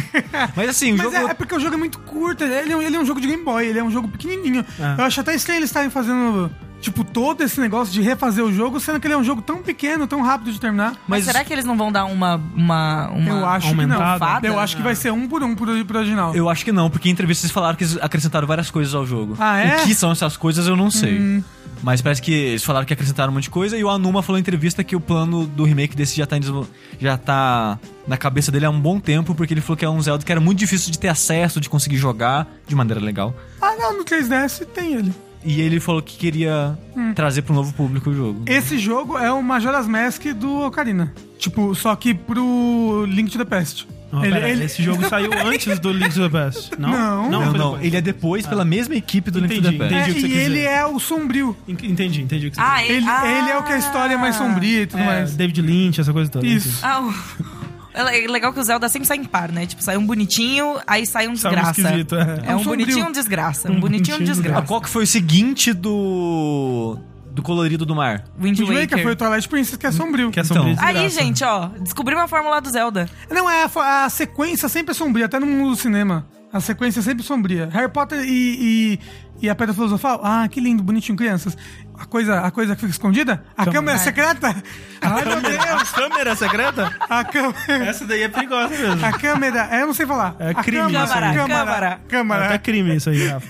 Speaker 4: Mas
Speaker 1: Um
Speaker 4: assim, o
Speaker 2: Mas é,
Speaker 4: jogo.
Speaker 2: é porque o jogo é muito curto, ele é, um- ele é um jogo de Game Boy, ele é um jogo pequenininho.
Speaker 1: É.
Speaker 2: Eu acho até estranho eles estarem fazendo, tipo, todo esse negócio de refazer o jogo, sendo que ele é um jogo tão pequeno, tão rápido de terminar.
Speaker 3: Mas, será que eles não vão dar uma. uma, uma
Speaker 2: eu acho que não.
Speaker 1: aumentada?
Speaker 2: Eu acho que vai ser um por um pro, pro original.
Speaker 4: Eu acho que não, porque em entrevista eles falaram que eles acrescentaram várias coisas ao jogo.
Speaker 2: Ah, é?
Speaker 4: O que são essas coisas eu não sei. Mas parece que eles falaram que acrescentaram um monte de coisa e o Anuma falou em entrevista que o plano do remake desse já tá, em desenvol- já tá na cabeça dele há um bom tempo, porque ele falou que é um Zelda que era muito difícil de ter acesso, de conseguir jogar de maneira legal.
Speaker 2: Ah, não, no 3DS tem ele.
Speaker 4: E ele falou que queria trazer para um novo público o jogo.
Speaker 2: Esse jogo é o Majora's Mask do Ocarina. Tipo, só que pro Link to the Past.
Speaker 1: Não, pera, Esse jogo saiu antes do Link's to the Past. Não,
Speaker 2: Não.
Speaker 1: não,
Speaker 4: Não,
Speaker 1: foi
Speaker 4: não,
Speaker 1: depois. Ah.
Speaker 4: ele é depois pela mesma equipe do Link to
Speaker 1: Entendi,
Speaker 4: the
Speaker 1: entendi. o
Speaker 2: É,
Speaker 4: Past.
Speaker 1: que você
Speaker 2: e
Speaker 1: quis
Speaker 2: ele
Speaker 1: dizer.
Speaker 2: é o sombrio.
Speaker 1: Ent- Entendi, entendi o que você
Speaker 3: Ah,
Speaker 2: Ele,
Speaker 3: ah,
Speaker 2: ele é o que a história é mais sombria e tudo
Speaker 1: É,
Speaker 2: mais.
Speaker 1: David Lynch, essa coisa toda.
Speaker 2: Isso.
Speaker 3: Ah, o- é legal que o Zelda sempre sai em par, né? Tipo, sai um bonitinho, aí sai um
Speaker 1: Sai um
Speaker 3: desgraça.
Speaker 1: esquisito, é.
Speaker 3: é um
Speaker 2: Um sombrio.
Speaker 3: bonitinho um desgraça. Um, bonitinho um
Speaker 1: bonitinho,
Speaker 4: Ah,
Speaker 3: desgraça.
Speaker 4: qual que foi o seguinte do. do colorido do mar?
Speaker 3: Wind
Speaker 2: O Wind
Speaker 3: Waker.
Speaker 2: Waker foi o Twilight Princess, que é sombrio.
Speaker 1: Que é
Speaker 4: Então.
Speaker 1: sombrio de
Speaker 3: Aí,
Speaker 1: graça.
Speaker 3: gente, ó, descobrimos a fórmula do Zelda.
Speaker 2: Não, é, a fo- a, sequência sempre é sombria, até no mundo do cinema. A sequência é sempre sombria. Harry Potter e, e, e a Pedra Filosofal? Ah, que lindo, bonitinho, crianças. A coisa, a coisa que fica escondida? A câmera secreta? Ai, meu Deus!
Speaker 1: Câmera secreta?
Speaker 2: A câmera...
Speaker 1: Essa daí é perigosa mesmo.
Speaker 2: A câmera... é, Eu não sei falar.
Speaker 1: É
Speaker 2: A
Speaker 1: crime
Speaker 2: câmera,
Speaker 1: isso aí.
Speaker 2: câmera,
Speaker 1: É até
Speaker 2: câmera.
Speaker 1: crime isso aí, Rafa.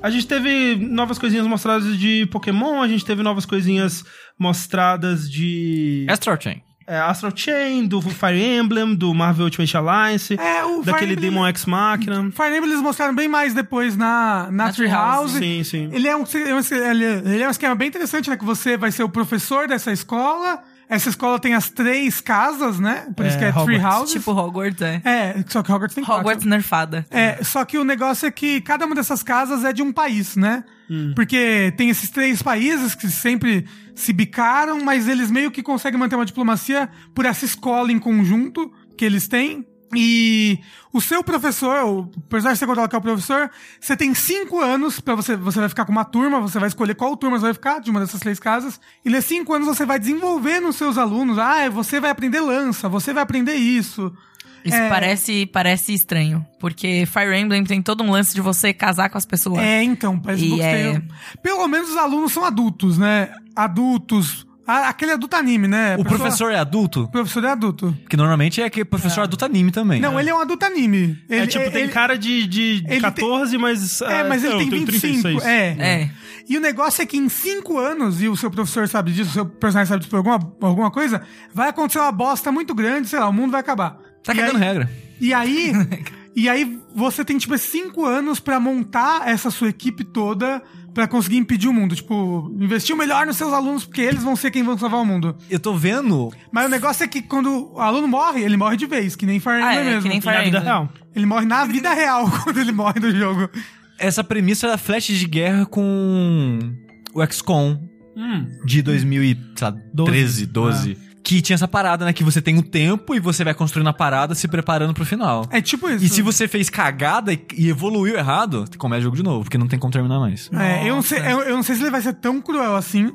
Speaker 1: A gente teve novas coisinhas mostradas de Pokémon, a gente teve novas coisinhas mostradas de
Speaker 4: Astral Chain.
Speaker 1: é, Astral Chain, do Fire Emblem, do Marvel Ultimate Alliance,
Speaker 2: É, o
Speaker 1: daquele
Speaker 2: Fire Emblem-
Speaker 1: Demon X Machina.
Speaker 2: Fire Emblem eles mostraram bem mais depois na, na, Treehouse.
Speaker 1: Sim, sim.
Speaker 2: Ele é, um, ele, ele é um esquema bem interessante, né? Que você vai ser o professor dessa escola. Essa escola tem as três casas, né? Por isso
Speaker 1: É,
Speaker 2: que é Three
Speaker 1: Hogwarts.
Speaker 2: Houses.
Speaker 3: Tipo Hogwarts, é.
Speaker 2: É, só que Hogwarts tem quatro.
Speaker 3: Hogwarts nerfada.
Speaker 2: É, só que o negócio é que cada uma dessas casas é de um país, né? Porque tem esses três países que sempre se bicaram, mas eles meio que conseguem manter uma diplomacia por essa escola em conjunto que eles têm. E o seu professor, o personagem secundário que é o professor, você tem cinco anos pra você, você vai ficar com uma turma, você vai escolher qual turma você vai ficar de uma dessas três casas. E nesses cinco anos você vai desenvolver nos seus alunos, ah, você vai aprender lança, você vai aprender isso.
Speaker 3: Isso
Speaker 2: É.
Speaker 3: parece, parece estranho. Porque Fire Emblem tem todo um lance de você casar com as pessoas.
Speaker 2: É, então, parece
Speaker 3: E
Speaker 2: Book
Speaker 3: é-
Speaker 2: Tale. Pelo menos os alunos são adultos, né? Adultos. A- aquele adulto anime, né? A
Speaker 4: O
Speaker 2: pessoa-
Speaker 4: professor é adulto?
Speaker 2: O professor é adulto.
Speaker 4: Que normalmente é que professor adulto anime também.
Speaker 2: Não, ele é um adulto anime. Ele,
Speaker 1: é tipo, tem ah,
Speaker 2: ele-
Speaker 1: cara de, de
Speaker 2: tem-
Speaker 1: 14, mas.
Speaker 2: É, mas ele tem 25. É.
Speaker 3: É.
Speaker 2: E o negócio é que em 5 anos, e o seu professor sabe disso, o seu personagem sabe disso por alguma, alguma coisa, vai acontecer uma bosta muito grande, sei lá, o mundo vai acabar.
Speaker 4: Tá
Speaker 2: E aí-
Speaker 4: cagando regra.
Speaker 2: E aí, e aí você tem tipo cinco anos pra montar essa sua equipe toda pra conseguir impedir o mundo. Tipo, investir o melhor nos seus alunos porque eles vão ser quem vão salvar o mundo.
Speaker 4: Eu tô vendo.
Speaker 2: Mas o negócio é que quando o aluno morre, ele morre de vez, que nem Fire Emblem
Speaker 3: Ah, é, que
Speaker 2: mesmo. tá
Speaker 3: nem
Speaker 1: E na
Speaker 3: Fire
Speaker 1: vida
Speaker 3: Emblem.
Speaker 1: real.
Speaker 2: Ele morre na vida real quando ele morre no jogo.
Speaker 4: Essa premissa da flash de guerra com o XCOM
Speaker 2: Hum.
Speaker 4: de 2013, 12.
Speaker 2: Ah.
Speaker 4: Que tinha essa parada, né? Que você tem o tempo e você vai construindo a parada se preparando pro final.
Speaker 2: É tipo isso.
Speaker 4: E se você fez cagada e- e evoluiu errado, começa o jogo de novo, porque não tem como terminar mais.
Speaker 2: É, eu, não sei, eu, eu não sei se ele vai ser tão cruel assim.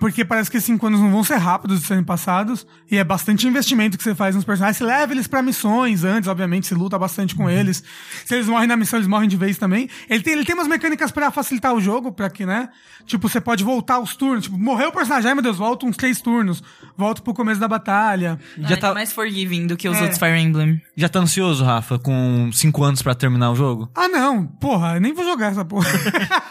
Speaker 2: porque parece que esses cinco anos não vão ser rápidos de serem passados. E é bastante investimento que você faz nos personagens. Você leva eles pra missões antes, obviamente, você luta bastante com eles. Se eles morrem na missão, eles morrem de vez também. Ele tem, ele tem umas mecânicas pra facilitar o jogo, pra que, né? Tipo, você pode voltar os turnos. Tipo, morreu o personagem, ai meu Deus, volta uns três turnos. Volta pro começo da batalha.
Speaker 4: Já
Speaker 3: Já
Speaker 4: tá-
Speaker 3: tá mais forgiving do que os
Speaker 2: É.
Speaker 3: outros Fire Emblem.
Speaker 4: Já tá ansioso, Rafa, com 5 anos pra terminar o jogo?
Speaker 2: Ah, não, porra, eu nem vou jogar essa porra.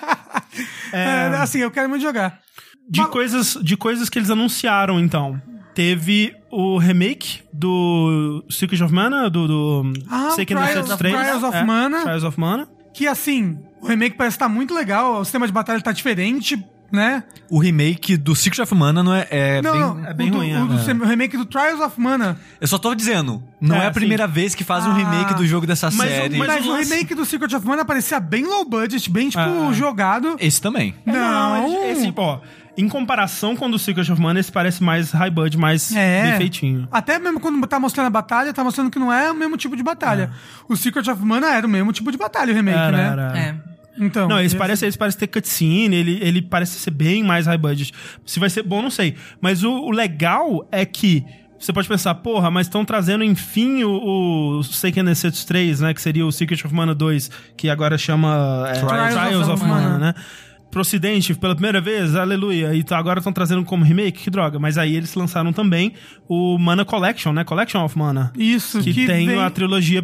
Speaker 2: É, assim, eu quero muito jogar.
Speaker 1: De coisas, de coisas que eles anunciaram, então. Teve o remake do Secret of Mana, do, do
Speaker 2: Ah,
Speaker 1: Seiken no
Speaker 2: Trials-
Speaker 1: 3.
Speaker 2: Trials of Mana.
Speaker 1: É, Trials of Mana.
Speaker 2: Que assim, o remake parece estar muito legal, o sistema de batalha tá diferente, né?
Speaker 4: O remake do Secret of Mana não é, é
Speaker 2: não,
Speaker 4: bem...
Speaker 2: não,
Speaker 1: é bem
Speaker 2: o, do-
Speaker 1: ruim,
Speaker 2: o, do-
Speaker 1: é.
Speaker 2: sistema- o remake do Trials of Mana.
Speaker 4: Eu só tô dizendo, não é,
Speaker 1: É,
Speaker 4: a primeira vez que faz um
Speaker 2: Ah.
Speaker 4: remake do jogo dessa
Speaker 1: Mas o-
Speaker 4: série.
Speaker 1: mas-
Speaker 2: Mas o
Speaker 1: lance-
Speaker 2: remake do Secret of Mana parecia bem low budget, bem tipo
Speaker 1: Ah.
Speaker 2: jogado.
Speaker 4: Esse também.
Speaker 2: É, Não,
Speaker 1: ele- esse, ó, em comparação com o do Secret of Mana, esse parece mais high bud, mais
Speaker 2: É.
Speaker 1: bem feitinho.
Speaker 2: Até mesmo quando tá mostrando a batalha, tá mostrando que não é o mesmo tipo de batalha. O Secret of Mana era o mesmo tipo de batalha, o remake,
Speaker 1: É. Era,
Speaker 2: né?
Speaker 1: era.
Speaker 3: É.
Speaker 2: Então.
Speaker 1: Não, esse parece, esse parece ter cutscene, ele, ele parece ser bem mais high budget. Se vai ser bom, não sei. Mas o, o legal é que você pode pensar, porra, mas estão trazendo enfim o, o Seiken Densetsu 3, né? Que seria o Secret of Mana 2, que agora chama é,
Speaker 2: Trials
Speaker 1: Trials,
Speaker 2: of
Speaker 1: of,
Speaker 2: Mana.
Speaker 1: Mana, né? Pro ocidente, pela primeira vez, aleluia. E tá- agora estão trazendo como remake, que droga. Mas aí eles lançaram também o Mana Collection, né? Collection of Mana.
Speaker 2: Isso,
Speaker 1: Que, tem
Speaker 2: vem-
Speaker 1: a trilogia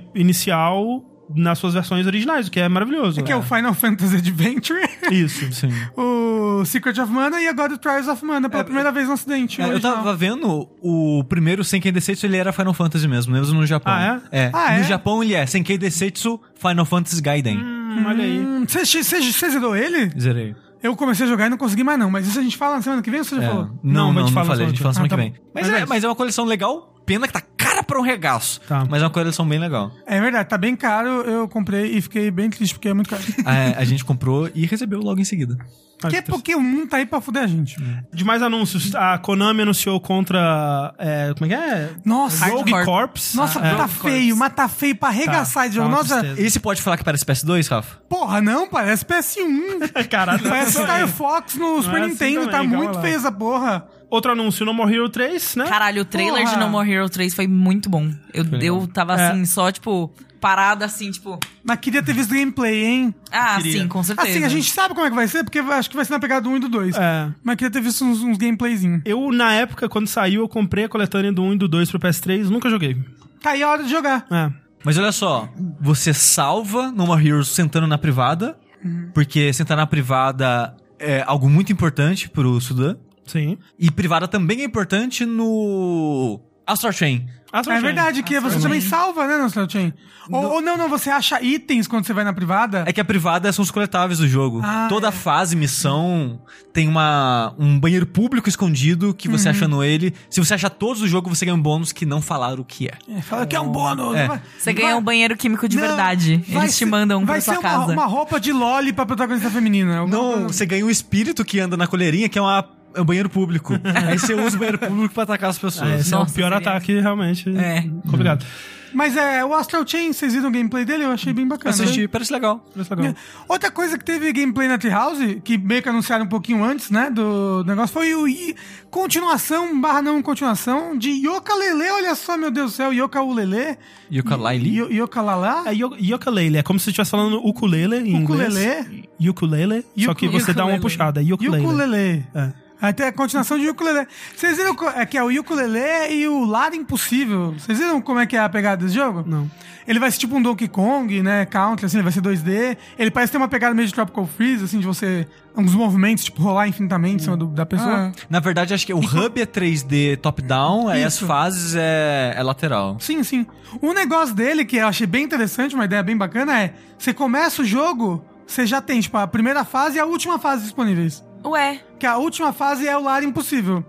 Speaker 1: inicial nas suas versões originais, o que é maravilhoso.
Speaker 2: Que é o Final Fantasy Adventure,
Speaker 1: Isso. Sim.
Speaker 2: o Secret of Mana e agora o Trials of Mana
Speaker 1: É,
Speaker 2: pela primeira vez no né? Ocidente.
Speaker 4: É, eu
Speaker 2: original.
Speaker 4: tava vendo o primeiro Senkei Desetsu, ele era Final Fantasy mesmo, mesmo no Japão.
Speaker 1: Ah,
Speaker 4: é?
Speaker 2: Ah,
Speaker 4: no
Speaker 2: é?
Speaker 4: Japão ele é Senkei Desetsu Final Fantasy Gaiden.
Speaker 1: Olha aí.
Speaker 2: Hum, Você você- você zerou ele?
Speaker 4: Zerei.
Speaker 2: Eu comecei a jogar e não consegui mais, não. Mas isso a gente fala na semana que vem ou você já
Speaker 4: É,
Speaker 2: falou?
Speaker 1: Não,
Speaker 4: Não, não,
Speaker 1: vou
Speaker 4: não,
Speaker 1: te falar
Speaker 4: falei, a
Speaker 1: só
Speaker 4: gente
Speaker 1: outra.
Speaker 4: fala semana
Speaker 1: Ah, tá
Speaker 4: que vem. Mas,
Speaker 1: Mas é
Speaker 4: é,
Speaker 1: isso.
Speaker 4: mas é uma coleção legal, pena que tá cara pra um regaço.
Speaker 1: Tá.
Speaker 4: Mas é uma coleção bem legal.
Speaker 2: É verdade, tá bem caro. Eu comprei e fiquei bem triste porque é muito caro.
Speaker 4: É, a gente comprou e recebeu logo em seguida.
Speaker 1: Ah,
Speaker 2: que é
Speaker 1: que
Speaker 2: porque o mundo tá aí pra fuder a gente.
Speaker 1: De mais anúncios, a Konami anunciou contra. é, como é que é?
Speaker 2: Nossa,
Speaker 1: Rogue
Speaker 3: Corp.
Speaker 1: Corps.
Speaker 2: Nossa,
Speaker 1: É.
Speaker 2: tá feio, mas tá feio pra arregaçar de jogo.
Speaker 1: tá uma
Speaker 2: Nossa,
Speaker 1: tristeza.
Speaker 4: Esse pode falar que parece PS2, Rafa?
Speaker 2: porra, não, parece PS1.
Speaker 1: Ah, Caralho,
Speaker 2: Parece
Speaker 1: nossa,
Speaker 2: Star
Speaker 1: é.
Speaker 2: Fox no Super
Speaker 1: é assim
Speaker 2: Nintendo,
Speaker 1: também,
Speaker 2: tá
Speaker 1: calma
Speaker 2: muito
Speaker 1: lá.
Speaker 2: feio essa porra.
Speaker 1: Outro anúncio, No More Hero 3, né?
Speaker 3: Caralho, o trailer
Speaker 2: Porra.
Speaker 3: de No More Hero 3 foi muito bom. Eu, eu tava
Speaker 1: É.
Speaker 3: assim, só, tipo, parada assim, tipo.
Speaker 2: Mas queria ter visto gameplay, hein?
Speaker 3: Ah,
Speaker 1: Queria.
Speaker 3: sim, com certeza.
Speaker 2: Assim, a gente sabe como é que vai ser, porque acho que vai ser na pegada do 1 e do 2.
Speaker 1: É.
Speaker 2: Mas queria ter visto uns, uns gameplayzinhos.
Speaker 1: Eu, na época, quando saiu, eu comprei a coletânea do 1 e do 2 pro PS3, nunca joguei.
Speaker 2: Tá aí a hora de jogar.
Speaker 1: É.
Speaker 4: Mas olha só, você salva No More Heroes sentando na privada, porque sentar na privada é algo muito importante pro Sudan.
Speaker 1: Sim.
Speaker 4: E privada também é importante no Astro Chain.
Speaker 1: Ah, só
Speaker 2: É
Speaker 1: achei.
Speaker 2: verdade, que você também salva, né, Nelson Chain? Ou, ou não, não, você acha itens quando você vai na privada.
Speaker 4: É que a privada são os coletáveis do jogo.
Speaker 2: Ah,
Speaker 4: Toda
Speaker 2: é.
Speaker 4: fase, missão, tem uma, um banheiro público escondido que
Speaker 2: Uhum.
Speaker 4: você achando ele. Se você achar todos do jogo, você ganha um bônus que não falar o que é.
Speaker 2: É, fala que é um bônus.
Speaker 4: É.
Speaker 2: vai-
Speaker 3: Você
Speaker 2: vai-
Speaker 3: ganha um banheiro químico de
Speaker 2: Não,
Speaker 3: verdade.
Speaker 2: vai
Speaker 3: Eles
Speaker 2: ser-
Speaker 3: te mandam um
Speaker 2: Vai
Speaker 3: pra
Speaker 2: ser
Speaker 3: sua
Speaker 2: uma,
Speaker 3: casa.
Speaker 2: uma roupa de loli pra protagonista feminina. alguma
Speaker 4: Não,
Speaker 2: coisa-
Speaker 4: você ganha um espírito que anda na coleirinha, que é, uma, é um banheiro público. Aí você usa o banheiro público pra atacar as
Speaker 1: É,
Speaker 4: pessoas.
Speaker 1: esse é o
Speaker 3: Nossa,
Speaker 1: pior
Speaker 3: seria-
Speaker 1: ataque, realmente.
Speaker 3: É.
Speaker 1: Complicado.
Speaker 2: Mas é, o Astral Chain, vocês viram o gameplay dele? Eu achei bem bacana. Né?
Speaker 4: Assisti, parece legal.
Speaker 1: Parece legal.
Speaker 2: Outra coisa que teve gameplay na Treehouse, que meio que anunciaram um pouquinho antes, né, do negócio, foi o i- continuação, barra não continuação, de Yoka Lele, olha só, meu Deus do céu, Yoka Ulele,
Speaker 4: Yuka Laili.
Speaker 2: Yo- Yoka Lala,
Speaker 1: É yo- ukulele, é como se você estivesse falando ukulele em
Speaker 2: Ukulele.
Speaker 1: inglês. Ukulele. Só que você dá uma
Speaker 3: Ukulele.
Speaker 1: puxada. Ukulele.
Speaker 2: Ukulele.
Speaker 1: É.
Speaker 2: Até a continuação de Ukulele. Vocês viram co- é que é o Ukulele e o Lar Impossível. Vocês viram como é que é a pegada desse jogo?
Speaker 1: Não.
Speaker 2: Ele vai ser tipo um Donkey Kong, né? Country, assim, ele vai ser 2D. Ele parece ter uma pegada meio de Tropical Freeze, assim, de você... Uns movimentos, tipo, rolar infinitamente em cima do- da
Speaker 1: Ah.
Speaker 2: pessoa.
Speaker 4: Na verdade, acho que o hub é 3D top-down, aí as
Speaker 2: Isso.
Speaker 4: fases é, é lateral.
Speaker 2: Sim, sim. O negócio dele, que eu achei bem interessante, uma ideia bem bacana, é... Você começa o jogo, você já tem, tipo, a primeira fase e a última fase disponíveis.
Speaker 3: Ué,
Speaker 2: que a última fase é o lar impossível.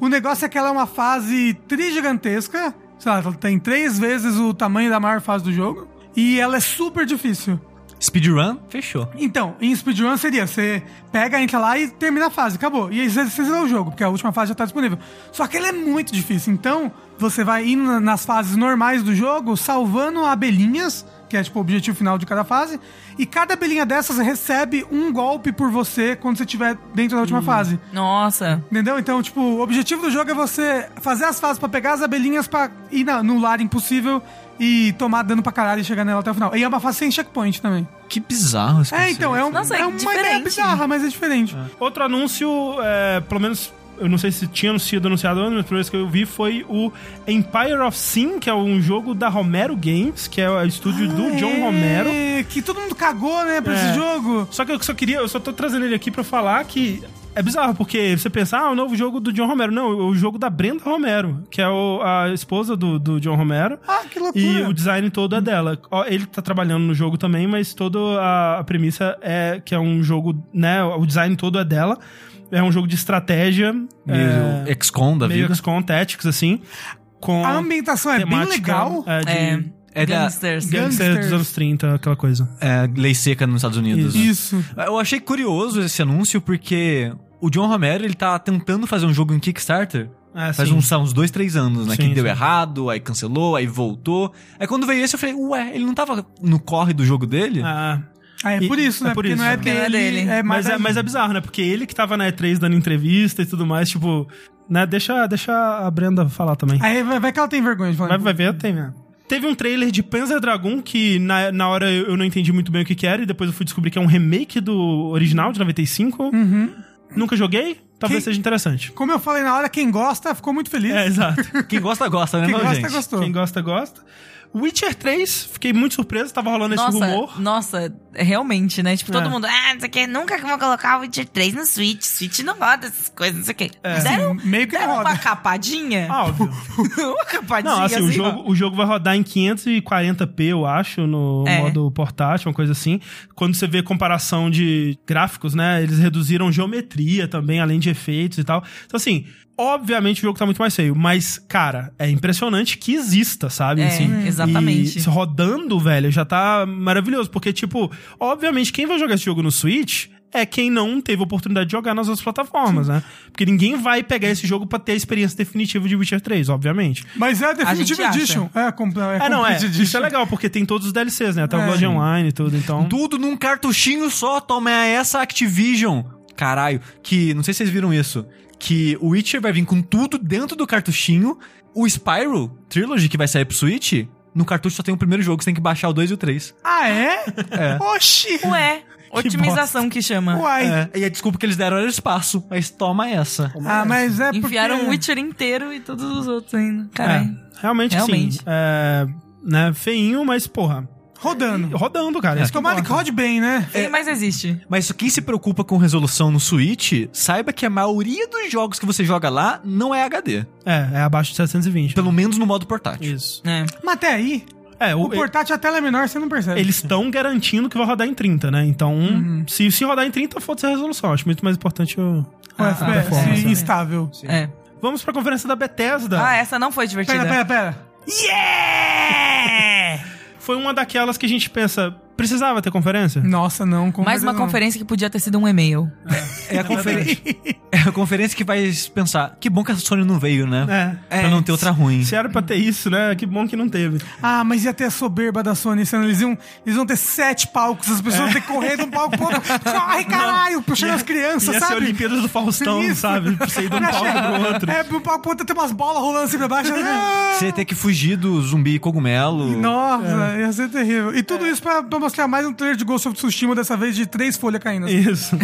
Speaker 2: O negócio é que ela é uma fase trigigantesca, sei lá, ela tem três vezes o tamanho da maior fase do jogo, e ela é super difícil.
Speaker 4: Speedrun, fechou.
Speaker 2: Então, em speedrun seria, você pega, entra lá e termina a fase, acabou. E aí você, você zerou o jogo, porque a última fase já tá disponível. Só que ele é muito difícil, então você vai indo na- nas fases normais do jogo, salvando abelhinhas, que é tipo o objetivo final de cada fase. E cada abelhinha dessas recebe um golpe por você quando você estiver dentro da última fase.
Speaker 3: Nossa.
Speaker 2: Entendeu? Então, tipo, o objetivo do jogo é você fazer as fases pra pegar as abelhinhas pra ir na- no lar impossível e tomar dano pra caralho e chegar nela até o final. E é uma fase sem checkpoint também.
Speaker 4: Que bizarro esse
Speaker 2: É,
Speaker 4: conceito.
Speaker 2: então, é, um,
Speaker 3: Nossa, é
Speaker 2: é uma ideia
Speaker 3: diferente.
Speaker 2: bizarra, mas é diferente.
Speaker 1: Outro anúncio, é, pelo menos. Eu não sei se tinha sido anunciado antes, mas a primeira vez que eu vi foi o Empire of Sin, que é um jogo da Romero Games, que é o estúdio do John
Speaker 2: É,
Speaker 1: Romero.
Speaker 2: Que todo mundo cagou, né, pra
Speaker 1: É.
Speaker 2: esse jogo.
Speaker 1: Só que eu só queria, eu só tô trazendo ele aqui pra falar que é bizarro, porque você pensa, ah, o novo jogo do John Romero. Não, é o jogo da Brenda Romero, que é o- a esposa do, do John Romero.
Speaker 2: Ah, que loucura. Hum.
Speaker 1: E o design todo é dela. Ó, Ele tá trabalhando no jogo também, mas toda a, a premissa é que é um jogo, né? O design todo é dela. É um jogo de estratégia. é,
Speaker 4: Meio XCOM da
Speaker 1: meio
Speaker 4: vida.
Speaker 1: XCOM Tactics, assim. Com
Speaker 2: A ambientação é bem
Speaker 1: temática,
Speaker 2: legal.
Speaker 1: É, de
Speaker 3: É.
Speaker 4: É da-
Speaker 3: Gangsters.
Speaker 1: gangster dos
Speaker 2: Gangsters.
Speaker 1: anos 30, aquela coisa.
Speaker 4: É, lei seca nos Estados Unidos. né?
Speaker 2: é Isso.
Speaker 4: Eu achei curioso esse anúncio porque o John Romero ele tá tentando fazer um jogo em Kickstarter
Speaker 1: É,
Speaker 4: faz
Speaker 1: sim.
Speaker 2: um
Speaker 4: uns, uns dois, três anos, né?
Speaker 1: Sim,
Speaker 4: que deu
Speaker 1: sim.
Speaker 4: errado, aí cancelou, aí voltou. Aí quando veio esse eu falei, ué, ele não tava no corre do jogo dele?
Speaker 1: Ah,
Speaker 2: Ah, é
Speaker 1: E-
Speaker 2: por isso, né?
Speaker 1: é por
Speaker 2: Porque
Speaker 1: isso.
Speaker 2: não é
Speaker 1: Porque
Speaker 2: dele.
Speaker 3: não é dele.
Speaker 2: É mais
Speaker 1: mas, é,
Speaker 2: ali.
Speaker 1: mas é bizarro, né? Porque ele que tava na E3 dando entrevista e tudo mais, tipo. Né? Deixa, deixa a Brenda falar também.
Speaker 2: Aí vai, vai que ela tem vergonha de falar.
Speaker 1: Vai, vai ver, tem mesmo. Teve um trailer de Panzer Dragon que na, na hora eu eu não entendi muito bem o que, que era e depois eu fui descobrir que é um remake do original de 95. Nunca joguei, talvez
Speaker 2: Quem-
Speaker 1: seja interessante.
Speaker 2: Como eu falei na hora, quem gosta ficou muito feliz. Assim,
Speaker 1: É, exato.
Speaker 4: Quem gosta, gosta, né,
Speaker 2: Quem
Speaker 4: não,
Speaker 2: gosta,
Speaker 4: gente?
Speaker 2: gostou.
Speaker 1: Quem gosta, gosta. Witcher 3, fiquei muito surpreso, tava rolando esse
Speaker 3: Nossa,
Speaker 1: rumor.
Speaker 3: nossa, realmente, né? Tipo,
Speaker 1: É.
Speaker 3: todo mundo, ah, não sei o que, nunca que eu vou colocar o Witcher 3 no Switch. Switch não roda essas coisas, não sei o que.
Speaker 1: É.
Speaker 3: Deram, um-
Speaker 2: Meio que
Speaker 3: deram
Speaker 2: não
Speaker 3: uma
Speaker 2: roda.
Speaker 3: capadinha?
Speaker 1: Ah, óbvio.
Speaker 3: uma capadinha,
Speaker 1: Não, assim,
Speaker 3: assim,
Speaker 1: o
Speaker 3: ó.
Speaker 1: jogo, o jogo vai rodar em 540p, eu acho, no
Speaker 3: É.
Speaker 1: modo portátil, uma coisa assim. Quando você vê comparação de gráficos, né? Eles reduziram geometria também, além de efeitos e tal. Então, assim, obviamente o jogo tá muito mais feio, mas, cara, é impressionante que exista, sabe?
Speaker 3: É,
Speaker 1: assim,
Speaker 3: exatamente.
Speaker 1: E se rodando, velho, já tá maravilhoso. Porque, tipo, obviamente, quem vai jogar esse jogo no Switch. É quem não teve oportunidade de jogar nas outras plataformas, né? Porque ninguém vai pegar esse jogo pra ter a experiência definitiva de Witcher 3, obviamente.
Speaker 2: Mas é a
Speaker 3: gente
Speaker 2: Definitive
Speaker 3: acha.
Speaker 2: Edition. É, comp- é,
Speaker 1: É, não, é.
Speaker 2: Complete Edition.
Speaker 1: Isso é legal, porque tem todos os DLCs, né? Até
Speaker 2: É.
Speaker 1: o God Online e tudo, então.
Speaker 4: Tudo num cartuchinho só, toma essa Activision. Caralho, que não sei se vocês viram isso, que o Witcher vai vir com tudo dentro do cartuchinho, o Spyro Trilogy que vai sair pro Switch, no cartucho só tem o primeiro jogo, você tem que baixar o 2 e o 3.
Speaker 2: Ah, é?
Speaker 4: É.
Speaker 2: Oxi!
Speaker 3: Ué, otimização que chama.
Speaker 2: Uai.
Speaker 4: É, e a desculpa que eles deram era espaço, mas toma essa.
Speaker 2: Ah, mas é porque...
Speaker 3: Enfiaram um o Witcher inteiro e todos os outros ainda.
Speaker 1: É,
Speaker 3: Caralho.
Speaker 1: realmente,
Speaker 3: Realmente.
Speaker 1: sim. É, né? Feinho, mas, porra,
Speaker 2: Rodando.
Speaker 1: rodando, cara. isso que
Speaker 2: Tomara que
Speaker 1: importa.
Speaker 2: rode bem,
Speaker 1: É.
Speaker 2: né?
Speaker 3: Quem mais existe?
Speaker 4: Mas quem se preocupa com resolução no Switch, saiba que a maioria dos jogos que você joga lá não é HD.
Speaker 1: É, é abaixo de 720.
Speaker 4: Pelo menos no modo portátil.
Speaker 1: Isso.
Speaker 3: É.
Speaker 2: Mas até aí,
Speaker 1: É, o,
Speaker 2: o portátil, a tela é menor, você não percebe.
Speaker 1: eles estão garantindo que vai rodar em 30, né? Então, se, se rodar em 30, foda-se a resolução. Acho muito mais importante o.
Speaker 2: O
Speaker 1: a
Speaker 2: FPS
Speaker 1: performance, né?
Speaker 2: instável.
Speaker 3: é.
Speaker 1: Vamos pra conferência da Bethesda.
Speaker 3: Ah, essa não foi
Speaker 2: Pera,
Speaker 3: divertida.
Speaker 2: pera,
Speaker 1: é-
Speaker 2: pera.
Speaker 1: Foi uma daquelas que a gente pensa, precisava ter conferência?
Speaker 2: Nossa, não. com
Speaker 3: Mais
Speaker 2: certeza
Speaker 3: uma
Speaker 2: não.
Speaker 3: conferência que podia ter sido um e-mail.
Speaker 4: É a, conferência, é a conferência que vai pensar, que bom que a Sony não veio, né?
Speaker 1: É.
Speaker 4: pra não ter outra ruim.
Speaker 1: Se era pra ter isso, né? Que bom que não teve.
Speaker 2: Ah, mas ia ter a soberba da Sony esse ano. Eles iam, eles iam ter sete palcos, as
Speaker 1: É.
Speaker 2: pessoas iam ter que correr de um palco pro outro. Corre, caralho! Puxando as crianças,
Speaker 1: Ia
Speaker 2: sabe?
Speaker 1: ser Olimpíadas do Faustão,
Speaker 2: Isso.
Speaker 1: sabe? Pra você ir de um palco pro outro.
Speaker 2: É, pro palco pro outro tem umas bolas rolando assim pra baixo. Ah!
Speaker 4: Você ia ter que fugir do zumbi e cogumelo.
Speaker 2: Nossa,
Speaker 1: É.
Speaker 2: ia ser terrível. E tudo isso pra, pra mostrar mais um trailer de Ghost of Tsushima, dessa vez de três folhas caindo. assim.
Speaker 1: Isso.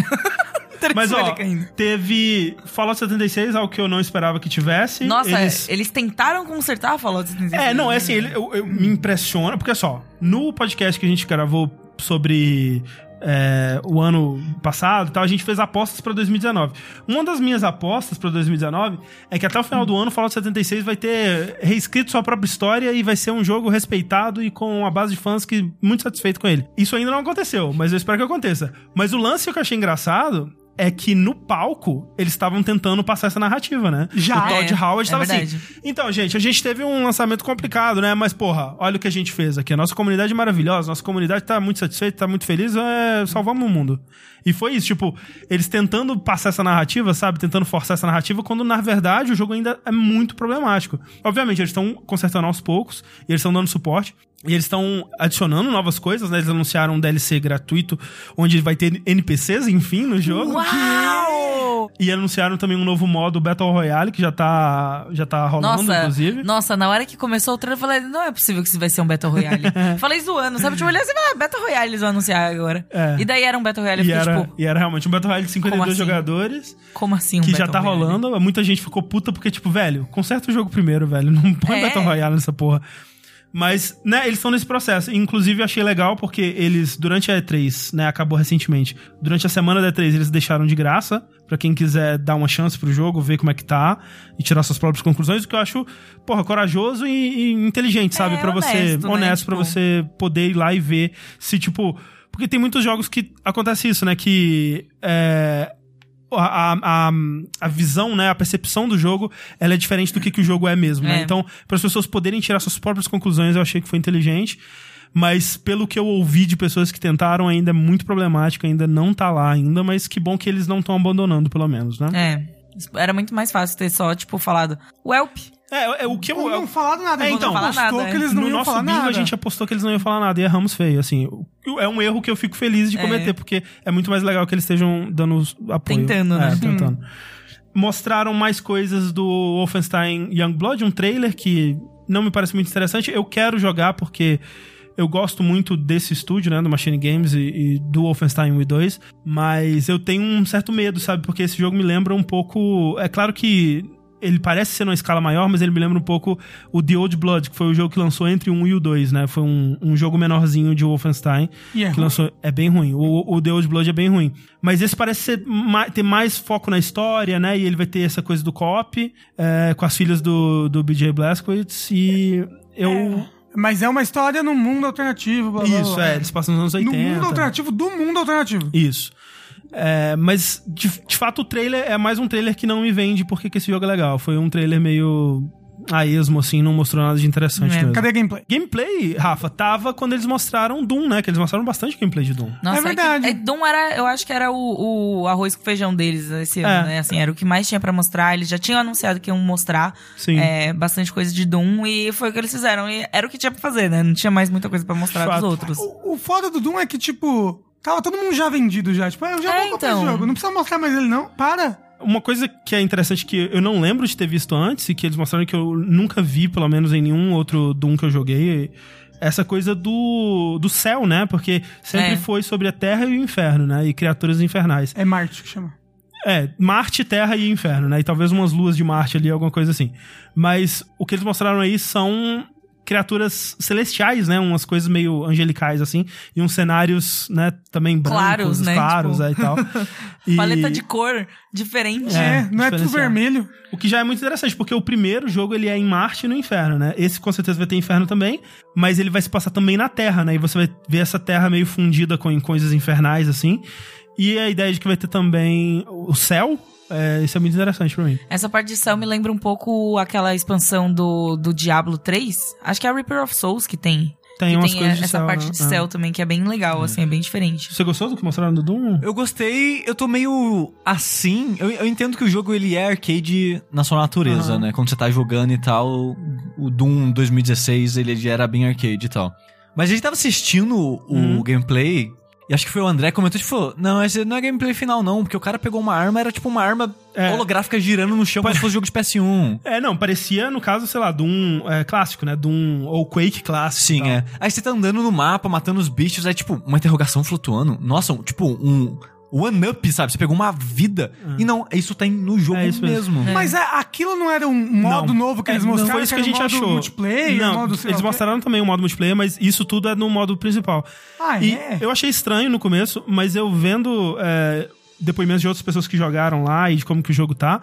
Speaker 1: Mas, ó,
Speaker 2: folhas caindo.
Speaker 1: teve Fallout 76, algo que eu não esperava que tivesse.
Speaker 3: Nossa,
Speaker 1: Eles-
Speaker 3: eles, tentaram consertar a Fallout 76.
Speaker 1: É, não, é assim, ele, eu, eu- me impressiona, porque só, no podcast que a gente gravou sobre é, o ano passado e tal, a gente fez apostas pra 2019. Uma das minhas apostas pra 2019 é que até o final do ano o Fallout 76 vai ter reescrito sua própria história e vai ser um jogo respeitado e com uma base de fãs que muito satisfeito com ele. Isso ainda não aconteceu, mas eu espero que aconteça. Mas o lance que eu achei engraçado é que no palco eles estavam tentando passar essa narrativa, né?
Speaker 2: Já.
Speaker 1: o Todd
Speaker 3: É,
Speaker 1: Howard
Speaker 3: é
Speaker 1: estava assim.
Speaker 3: verdade.
Speaker 1: Então, gente, a gente teve um lançamento complicado, né? Mas, porra, olha o que a gente fez aqui. A nossa comunidade é maravilhosa, nossa comunidade tá muito satisfeita, tá muito feliz, é, salvamos o mundo. E foi isso, tipo, eles tentando passar essa narrativa, sabe? Tentando forçar essa narrativa, quando na verdade o jogo ainda é muito problemático. Obviamente, eles estão consertando aos poucos e eles estão dando suporte. E eles estão adicionando novas coisas, né? Eles anunciaram um DLC gratuito, onde vai ter NPCs, enfim, no jogo.
Speaker 3: Uau!
Speaker 1: E anunciaram também um novo modo Battle Royale, que já tá, já tá rolando,
Speaker 3: Nossa,
Speaker 1: inclusive.
Speaker 3: nossa, na hora que começou o trailer, eu falei, não é possível que isso vai ser um Battle Royale. falei zoando, sabe? Tipo, olhei assim, ah, Battle Royale eles vão anunciar agora.
Speaker 1: É.
Speaker 3: E daí era um Battle Royale, eu
Speaker 1: E
Speaker 3: fiquei
Speaker 1: era,
Speaker 3: tipo,
Speaker 1: e era realmente um Battle Royale de 52
Speaker 3: assim?
Speaker 1: jogadores,
Speaker 3: como assim um
Speaker 1: que já
Speaker 3: Battle
Speaker 1: tá
Speaker 3: Royale?
Speaker 1: rolando. Muita gente ficou puta porque, tipo, velho, conserta o jogo primeiro, velho. Não põe
Speaker 3: É.
Speaker 1: Battle Royale nessa porra. Mas, né, eles estão nesse processo. Inclusive, eu achei legal porque eles, durante a E3, né, acabou recentemente, durante a semana da E3, eles deixaram de graça pra quem quiser dar uma chance pro jogo, ver como é que tá e tirar suas próprias conclusões, o que eu acho, porra, corajoso e, e inteligente, sabe?
Speaker 3: É,
Speaker 1: Pra você,
Speaker 3: honesto, né?
Speaker 1: honesto, pra
Speaker 3: Tipo-
Speaker 1: você poder ir lá e ver se, tipo. Porque tem muitos jogos que acontece isso, né? Que. É, a, a, a- a visão, né, a percepção do jogo, ela é diferente do que, que o jogo é mesmo, né?
Speaker 3: É.
Speaker 1: Então, para as pessoas poderem tirar suas próprias conclusões, eu achei que foi inteligente. Mas pelo que eu ouvi de pessoas que tentaram, ainda é muito problemático, ainda não tá lá ainda, mas que bom que eles não estão abandonando, pelo menos, né?
Speaker 3: É. Era muito mais fácil ter só, tipo, falado, Welp.
Speaker 1: É, é, o que eu,
Speaker 2: Não, não falaram nada.
Speaker 1: É,
Speaker 2: ele
Speaker 1: então,
Speaker 2: apostou
Speaker 3: falar nada,
Speaker 2: que eles não
Speaker 1: no
Speaker 2: iam
Speaker 1: nosso
Speaker 2: falar
Speaker 1: bingo
Speaker 2: nada.
Speaker 1: a gente apostou que eles não iam falar nada e erramos feio, assim. Eu- É um erro que eu fico feliz de cometer, porque é muito mais legal que eles estejam dando os- apoio.
Speaker 3: Tentando,
Speaker 1: É,
Speaker 3: né?
Speaker 1: tentando. Mostraram mais coisas do Wolfenstein Youngblood, um trailer que não me parece muito interessante. Eu quero jogar porque eu gosto muito desse estúdio, né, do Machine Games e, e do Wolfenstein 1 e 2, mas eu tenho um certo medo, sabe? Porque esse jogo me lembra um pouco. É claro que ele parece ser numa escala maior, mas ele me lembra um pouco o The Old Blood, que foi o jogo que lançou entre o 1 e o 2, né? Foi um, um jogo menorzinho de Wolfenstein.
Speaker 2: E é
Speaker 1: que
Speaker 2: ruim.
Speaker 1: lançou, é bem ruim. O, o The Old Blood é bem ruim. Mas esse parece ser ma- ter mais foco na história, né? E ele vai ter essa coisa do co-op é, com as filhas do, do BJ Blazkowicz. E eu.
Speaker 2: Mas é uma história num mundo alternativo, blá, blá,
Speaker 1: Isso,
Speaker 2: blá.
Speaker 1: é, eles passam nos anos 80.
Speaker 2: No mundo alternativo do mundo alternativo.
Speaker 1: Isso. É, mas, de, de fato, o trailer é mais um trailer que não me vende porque que esse jogo é legal. Foi um trailer meio a esmo, assim, não mostrou nada de interessante mesmo.
Speaker 2: Cadê a gameplay?
Speaker 1: Gameplay, Rafa, tava quando eles mostraram Doom, né? Que eles mostraram bastante gameplay de Doom.
Speaker 3: Nossa,
Speaker 2: É verdade.
Speaker 3: que- é, Dom era, eu acho que era o, o arroz com feijão deles esse ano,
Speaker 1: É.
Speaker 3: né? Assim, era o que mais tinha pra mostrar. Eles já tinham anunciado que iam mostrar
Speaker 1: Sim.
Speaker 3: é, bastante coisa de Doom e foi o que eles fizeram. E era o que tinha pra fazer, né? Não tinha mais muita coisa pra mostrar
Speaker 1: Fato.
Speaker 3: dos outros.
Speaker 2: O, o foda do Doom é que, tipo, tava todo mundo já vendido já. Tipo, ah, eu já
Speaker 3: É,
Speaker 2: vou comprar esse
Speaker 3: então.
Speaker 2: jogo. Não precisa mostrar mais ele, não. Para.
Speaker 1: Uma coisa que é interessante que eu não lembro de ter visto antes e que eles mostraram que eu nunca vi, pelo menos em nenhum outro Doom que eu joguei, essa coisa do, do céu, né? Porque sempre
Speaker 3: É.
Speaker 1: foi sobre a terra e o inferno, né? E criaturas infernais.
Speaker 2: É Marte que chama.
Speaker 1: É, Marte, Terra e Inferno, né? E talvez umas luas de Marte ali, alguma coisa assim. Mas o que eles mostraram aí são criaturas celestiais, né? Umas coisas meio angelicais, assim. E uns cenários, né? Também brancos,
Speaker 3: Claros, né?
Speaker 1: claros
Speaker 3: Tipo-
Speaker 1: é, e tal. E
Speaker 3: Paleta de cor diferente.
Speaker 1: É,
Speaker 2: É, não é tudo
Speaker 1: diferenciado.
Speaker 2: vermelho.
Speaker 1: O que já é muito interessante, porque o primeiro jogo ele é em Marte e no Inferno, né? Esse com certeza vai ter Inferno também, mas ele vai se passar também na Terra, né? E você vai ver essa Terra meio fundida com coisas infernais, assim. E a ideia de que vai ter também o céu, é, isso é muito interessante pra mim.
Speaker 3: Essa parte de céu me lembra um pouco aquela expansão do, do Diablo 3. Acho que é a Reaper of Souls que tem.
Speaker 1: Tem
Speaker 3: que
Speaker 1: umas
Speaker 3: tem
Speaker 1: coisas
Speaker 3: é,
Speaker 1: de
Speaker 3: essa
Speaker 1: céu,
Speaker 3: parte
Speaker 1: né?
Speaker 3: de
Speaker 1: É.
Speaker 3: céu também, que é bem legal, assim, é bem diferente.
Speaker 1: Você gostou do que mostraram do Doom?
Speaker 4: Eu gostei, eu tô meio assim. Eu, eu entendo que o jogo ele é arcade na sua natureza, né? Quando você tá jogando e tal. O Doom 2016 ele já era bem arcade e tal. Mas a gente tava assistindo o
Speaker 1: Uhum.
Speaker 4: gameplay. E acho que foi o André que comentou, tipo, falou, não, esse não é gameplay final não, porque o cara pegou uma arma, era tipo uma arma
Speaker 1: É.
Speaker 4: holográfica girando no chão como se fosse jogo de PS1.
Speaker 1: É, não, parecia, no caso, sei lá, Doom é, clássico, né? Doom ou Quake clássico. e
Speaker 4: Sim,
Speaker 1: tal.
Speaker 4: é. Aí você tá andando no mapa, matando os bichos, aí, tipo, uma interrogação flutuando. Nossa, um- tipo, um one-up, sabe? Você pegou uma vida. E não, isso tem no jogo
Speaker 1: É isso mesmo.
Speaker 4: mesmo.
Speaker 2: Mas é, aquilo não era um modo
Speaker 1: Não.
Speaker 2: novo que
Speaker 1: É,
Speaker 2: eles
Speaker 1: não
Speaker 2: mostraram?
Speaker 1: Foi isso que a
Speaker 2: era um
Speaker 1: gente
Speaker 2: modo
Speaker 1: achou.
Speaker 2: multiplayer,
Speaker 1: não,
Speaker 2: um modo sei lá
Speaker 1: eles
Speaker 2: o quê?
Speaker 1: mostraram também o modo multiplayer, mas isso tudo é no modo principal.
Speaker 2: Ah,
Speaker 1: e
Speaker 2: é?
Speaker 1: eu achei estranho no começo, mas eu vendo é, depoimentos de outras pessoas que jogaram lá e de como que o jogo tá.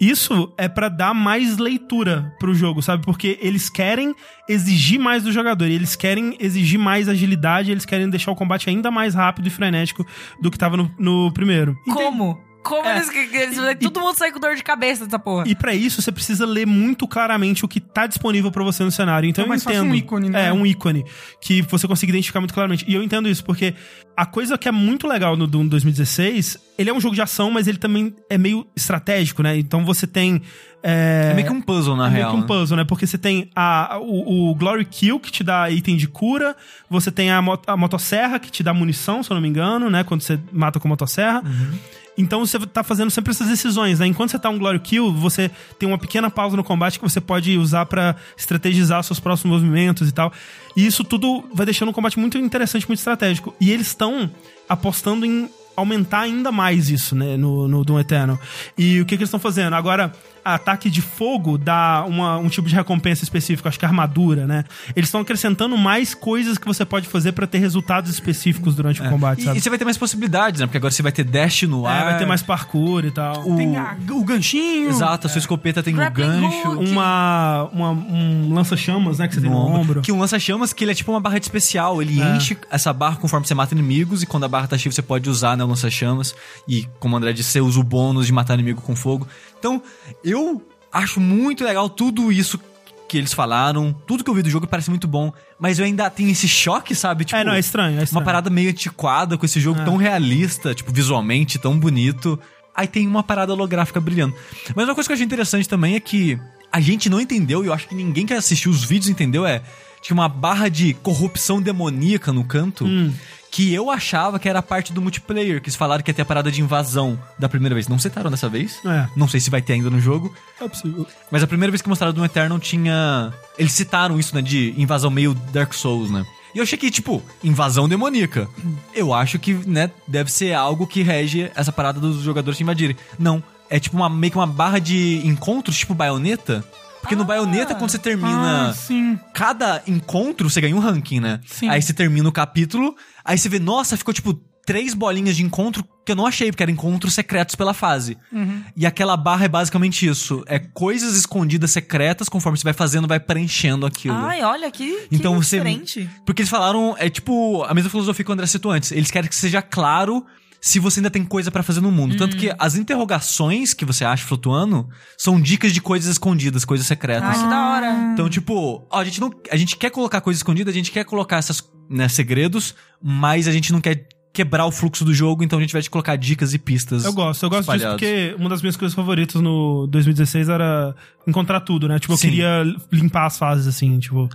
Speaker 1: Isso é pra dar mais leitura pro jogo, sabe? Porque eles querem exigir mais do jogador, e eles querem exigir mais agilidade, eles querem deixar o combate ainda mais rápido e frenético do que tava no, no primeiro.
Speaker 3: Como? Como eles, eles- Todo mundo sai com dor de cabeça dessa
Speaker 1: É.
Speaker 3: porra.
Speaker 1: E pra isso, você precisa ler muito claramente o que tá disponível pra você no cenário. Então
Speaker 2: É
Speaker 1: eu
Speaker 2: mais fácil
Speaker 1: entendo.
Speaker 2: um ícone, né?
Speaker 1: É, um ícone. Que você consegue identificar muito claramente. E eu entendo isso, porque a coisa que é muito legal no Doom 2016, ele é um jogo de ação, mas ele também é meio estratégico, né? Então você tem. É,
Speaker 4: É meio que um puzzle, na
Speaker 1: é meio
Speaker 4: real.
Speaker 1: que um
Speaker 4: né?
Speaker 1: puzzle, né? Porque você tem a, a- o, o Glory Kill, que te dá item de cura, você tem a, mo- a motosserra, que te dá munição, se eu não me engano, né? Quando você mata com motosserra.
Speaker 4: Uhum.
Speaker 1: Então você tá fazendo sempre essas decisões, né? Enquanto você tá um Glory Kill, você tem uma pequena pausa no combate que você pode usar pra estrategizar seus próximos movimentos e tal. E isso tudo vai deixando um combate muito interessante, muito estratégico. E eles estão apostando em aumentar ainda mais isso, né, no, no Doom Eternal. E o que, que eles estão fazendo? Agora, ataque de fogo dá uma- um tipo de recompensa específico, acho que armadura, né? Eles estão acrescentando mais coisas que você pode fazer pra ter resultados específicos durante o combate,
Speaker 4: É. E-
Speaker 1: sabe?
Speaker 4: E, você vai ter mais possibilidades, né? Porque agora você vai ter dash no ar.
Speaker 1: É, vai ter mais parkour e tal.
Speaker 2: Tem
Speaker 4: o-
Speaker 2: a- o ganchinho.
Speaker 4: Exato, a
Speaker 1: É.
Speaker 4: sua escopeta tem o
Speaker 3: Grappling
Speaker 4: gancho.
Speaker 3: hook.
Speaker 1: uma, uma- um lança-chamas, né, que você tem
Speaker 4: no
Speaker 1: no ombro. É.
Speaker 4: Que um lança-chamas que ele é tipo uma barra de especial. Ele enche essa barra conforme você mata inimigos. E quando a barra tá cheia, você pode usar né, o lança-chamas. E como o André disse, você usa o bônus de matar inimigo com fogo. Então, eu acho muito legal tudo isso que eles falaram. Tudo que eu vi do jogo parece muito bom. Mas eu ainda tenho esse choque, sabe? Tipo,
Speaker 1: É, não, é estranho, é
Speaker 4: uma
Speaker 1: estranho.
Speaker 4: parada meio antiquada com esse jogo tão realista, tipo, visualmente tão bonito. Aí tem uma parada holográfica brilhando. Mas uma coisa que eu achei interessante também é que a gente não entendeu, e eu acho que ninguém que assistiu os vídeos entendeu, é. Tinha uma barra de corrupção demoníaca no canto que eu achava que era a parte do multiplayer, que eles falaram que ia ter a parada de invasão da primeira vez. Não citaram dessa vez?
Speaker 1: É.
Speaker 4: Não sei se vai ter ainda no jogo.
Speaker 1: É possível.
Speaker 4: Mas a primeira vez que mostraram do Eternal tinha. Eles citaram isso, né? De invasão meio Dark Souls, né? E eu achei que, tipo, invasão demoníaca. Eu acho que, né, deve ser algo que rege essa parada dos jogadores te invadirem. Não. É tipo uma, meio que uma barra de encontros, tipo baioneta. Porque no baioneta, quando você termina
Speaker 2: Ah, sim.
Speaker 4: cada encontro você ganha um ranking, né?
Speaker 2: Sim.
Speaker 4: Aí você termina o capítulo, aí você vê, nossa, ficou tipo três bolinhas de encontro que eu não achei, porque eram encontros secretos pela fase.
Speaker 3: Uhum.
Speaker 4: E aquela barra é basicamente isso: é coisas escondidas secretas, conforme você vai fazendo, vai preenchendo aquilo.
Speaker 3: Ai, olha que, que
Speaker 4: Então você-
Speaker 3: diferente.
Speaker 4: Porque eles falaram, é tipo a mesma filosofia que o André citou antes. Eles querem que seja claro se você ainda tem coisa pra fazer no mundo.
Speaker 3: Uhum.
Speaker 4: Tanto que as interrogações que você acha flutuando são dicas de coisas escondidas, coisas
Speaker 3: Ai,
Speaker 4: secretas.
Speaker 3: que da
Speaker 1: Ah.
Speaker 3: hora.
Speaker 4: Então, tipo, ó, a gente não. A gente quer colocar coisa escondida, a gente quer colocar essas né, segredos, mas a gente não quer quebrar o fluxo do jogo, então a gente vai te colocar dicas e pistas.
Speaker 1: Eu gosto, eu gosto
Speaker 4: espalhados.
Speaker 1: disso porque uma das minhas coisas favoritas no 2016 era encontrar tudo, né? Tipo, eu
Speaker 4: Sim.
Speaker 1: queria limpar as fases, assim, tipo,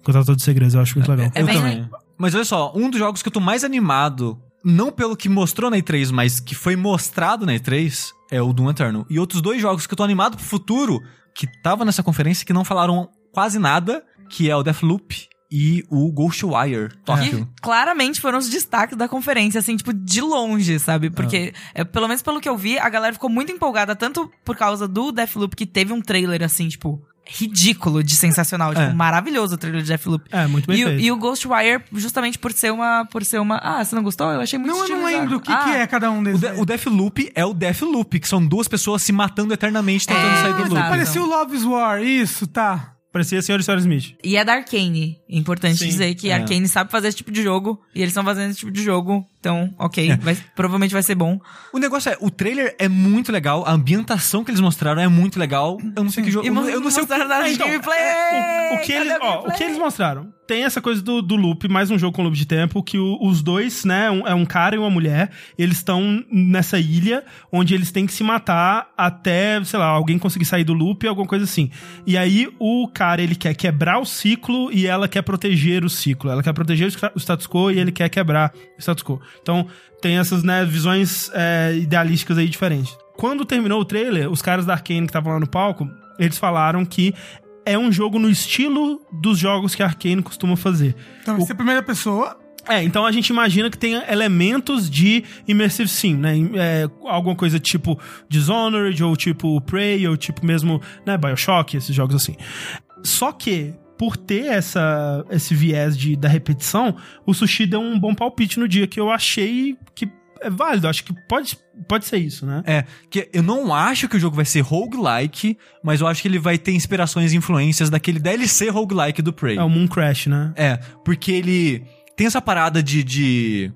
Speaker 1: encontrar todos os segredos, eu acho muito legal.
Speaker 4: Eu
Speaker 3: bem-
Speaker 4: também. Mas olha só, um dos jogos que eu tô mais animado, não pelo que mostrou na E3, mas que foi mostrado na E3, é o Doom Eternal. E outros dois jogos que eu tô animado pro futuro, que tava nessa conferência, que não falaram quase nada, que é o Deathloop e o Ghostwire Tokyo.
Speaker 3: Que claramente foram os destaques da conferência, assim, tipo, de longe, sabe? Porque, é, pelo menos pelo que eu vi, a galera ficou muito empolgada, tanto por causa do Deathloop, que teve um trailer, assim, tipo, ridículo de sensacional.
Speaker 4: É.
Speaker 3: Tipo, maravilhoso o trailer de Deathloop.
Speaker 1: É, muito bem
Speaker 3: E, o-
Speaker 1: feito.
Speaker 3: e o Ghostwire, justamente por ser uma. Por ser uma. Ah, você não gostou? Eu achei muito
Speaker 2: Não, eu não
Speaker 3: estilizado.
Speaker 2: lembro o que,
Speaker 3: Ah,
Speaker 2: que é cada um
Speaker 4: O,
Speaker 2: deles.
Speaker 4: de o Deathloop é o Deathloop, que são duas pessoas se matando eternamente tentando
Speaker 3: É,
Speaker 4: sair do loop.
Speaker 3: exato.
Speaker 2: Parecia o Love's War, isso, tá.
Speaker 1: Parecia Senhor e Senhora Smith.
Speaker 3: E é da Arkane. É Importante
Speaker 1: Sim,
Speaker 3: dizer que
Speaker 4: é.
Speaker 3: a Arkane sabe fazer esse tipo de jogo. E eles estão fazendo esse tipo de jogo. Então, ok. vai- provavelmente vai ser bom.
Speaker 4: O negócio é, o trailer é muito legal, a ambientação que eles mostraram é muito legal. Eu não sei que jogo.
Speaker 3: E
Speaker 4: Eu, não-
Speaker 3: mos-
Speaker 4: eu não sei o que.
Speaker 3: mostraram nada de
Speaker 1: então,
Speaker 3: É gameplay.
Speaker 1: O, o que eles,
Speaker 3: Cadê
Speaker 1: ó, o
Speaker 3: gameplay?
Speaker 1: que eles mostraram? Tem essa coisa do, do loop, mais um jogo com loop de tempo, que o- os dois, né, um- é um cara e uma mulher, eles estão nessa ilha onde eles têm que se matar até, sei lá, alguém conseguir sair do loop, alguma coisa assim. E aí o cara, ele quer quebrar o ciclo e ela quer proteger o ciclo. Ela quer proteger o sta- o status quo e ele quer quebrar o status quo. Então, tem essas, né, visões é, idealísticas aí diferentes. Quando terminou o trailer, os caras da Arkane que estavam lá no palco, eles falaram que é um jogo no estilo dos jogos que a Arkane costuma fazer.
Speaker 2: Então, essa é a primeira pessoa.
Speaker 1: É, então a gente imagina que tenha elementos de Immersive Sim, né? Em- é, alguma coisa tipo Dishonored, ou tipo Prey, ou tipo mesmo, né, Bioshock, esses jogos assim. Só que, por ter essa, esse viés de, da repetição, o Sushi deu um bom palpite no dia, que eu achei que é válido, acho que pode, pode ser isso, né?
Speaker 4: É, que eu não acho que o jogo vai ser roguelike, mas eu acho que ele vai ter inspirações e influências daquele DLC roguelike do Prey.
Speaker 1: É o Moon Crash, né?
Speaker 4: É, porque ele tem essa parada de. de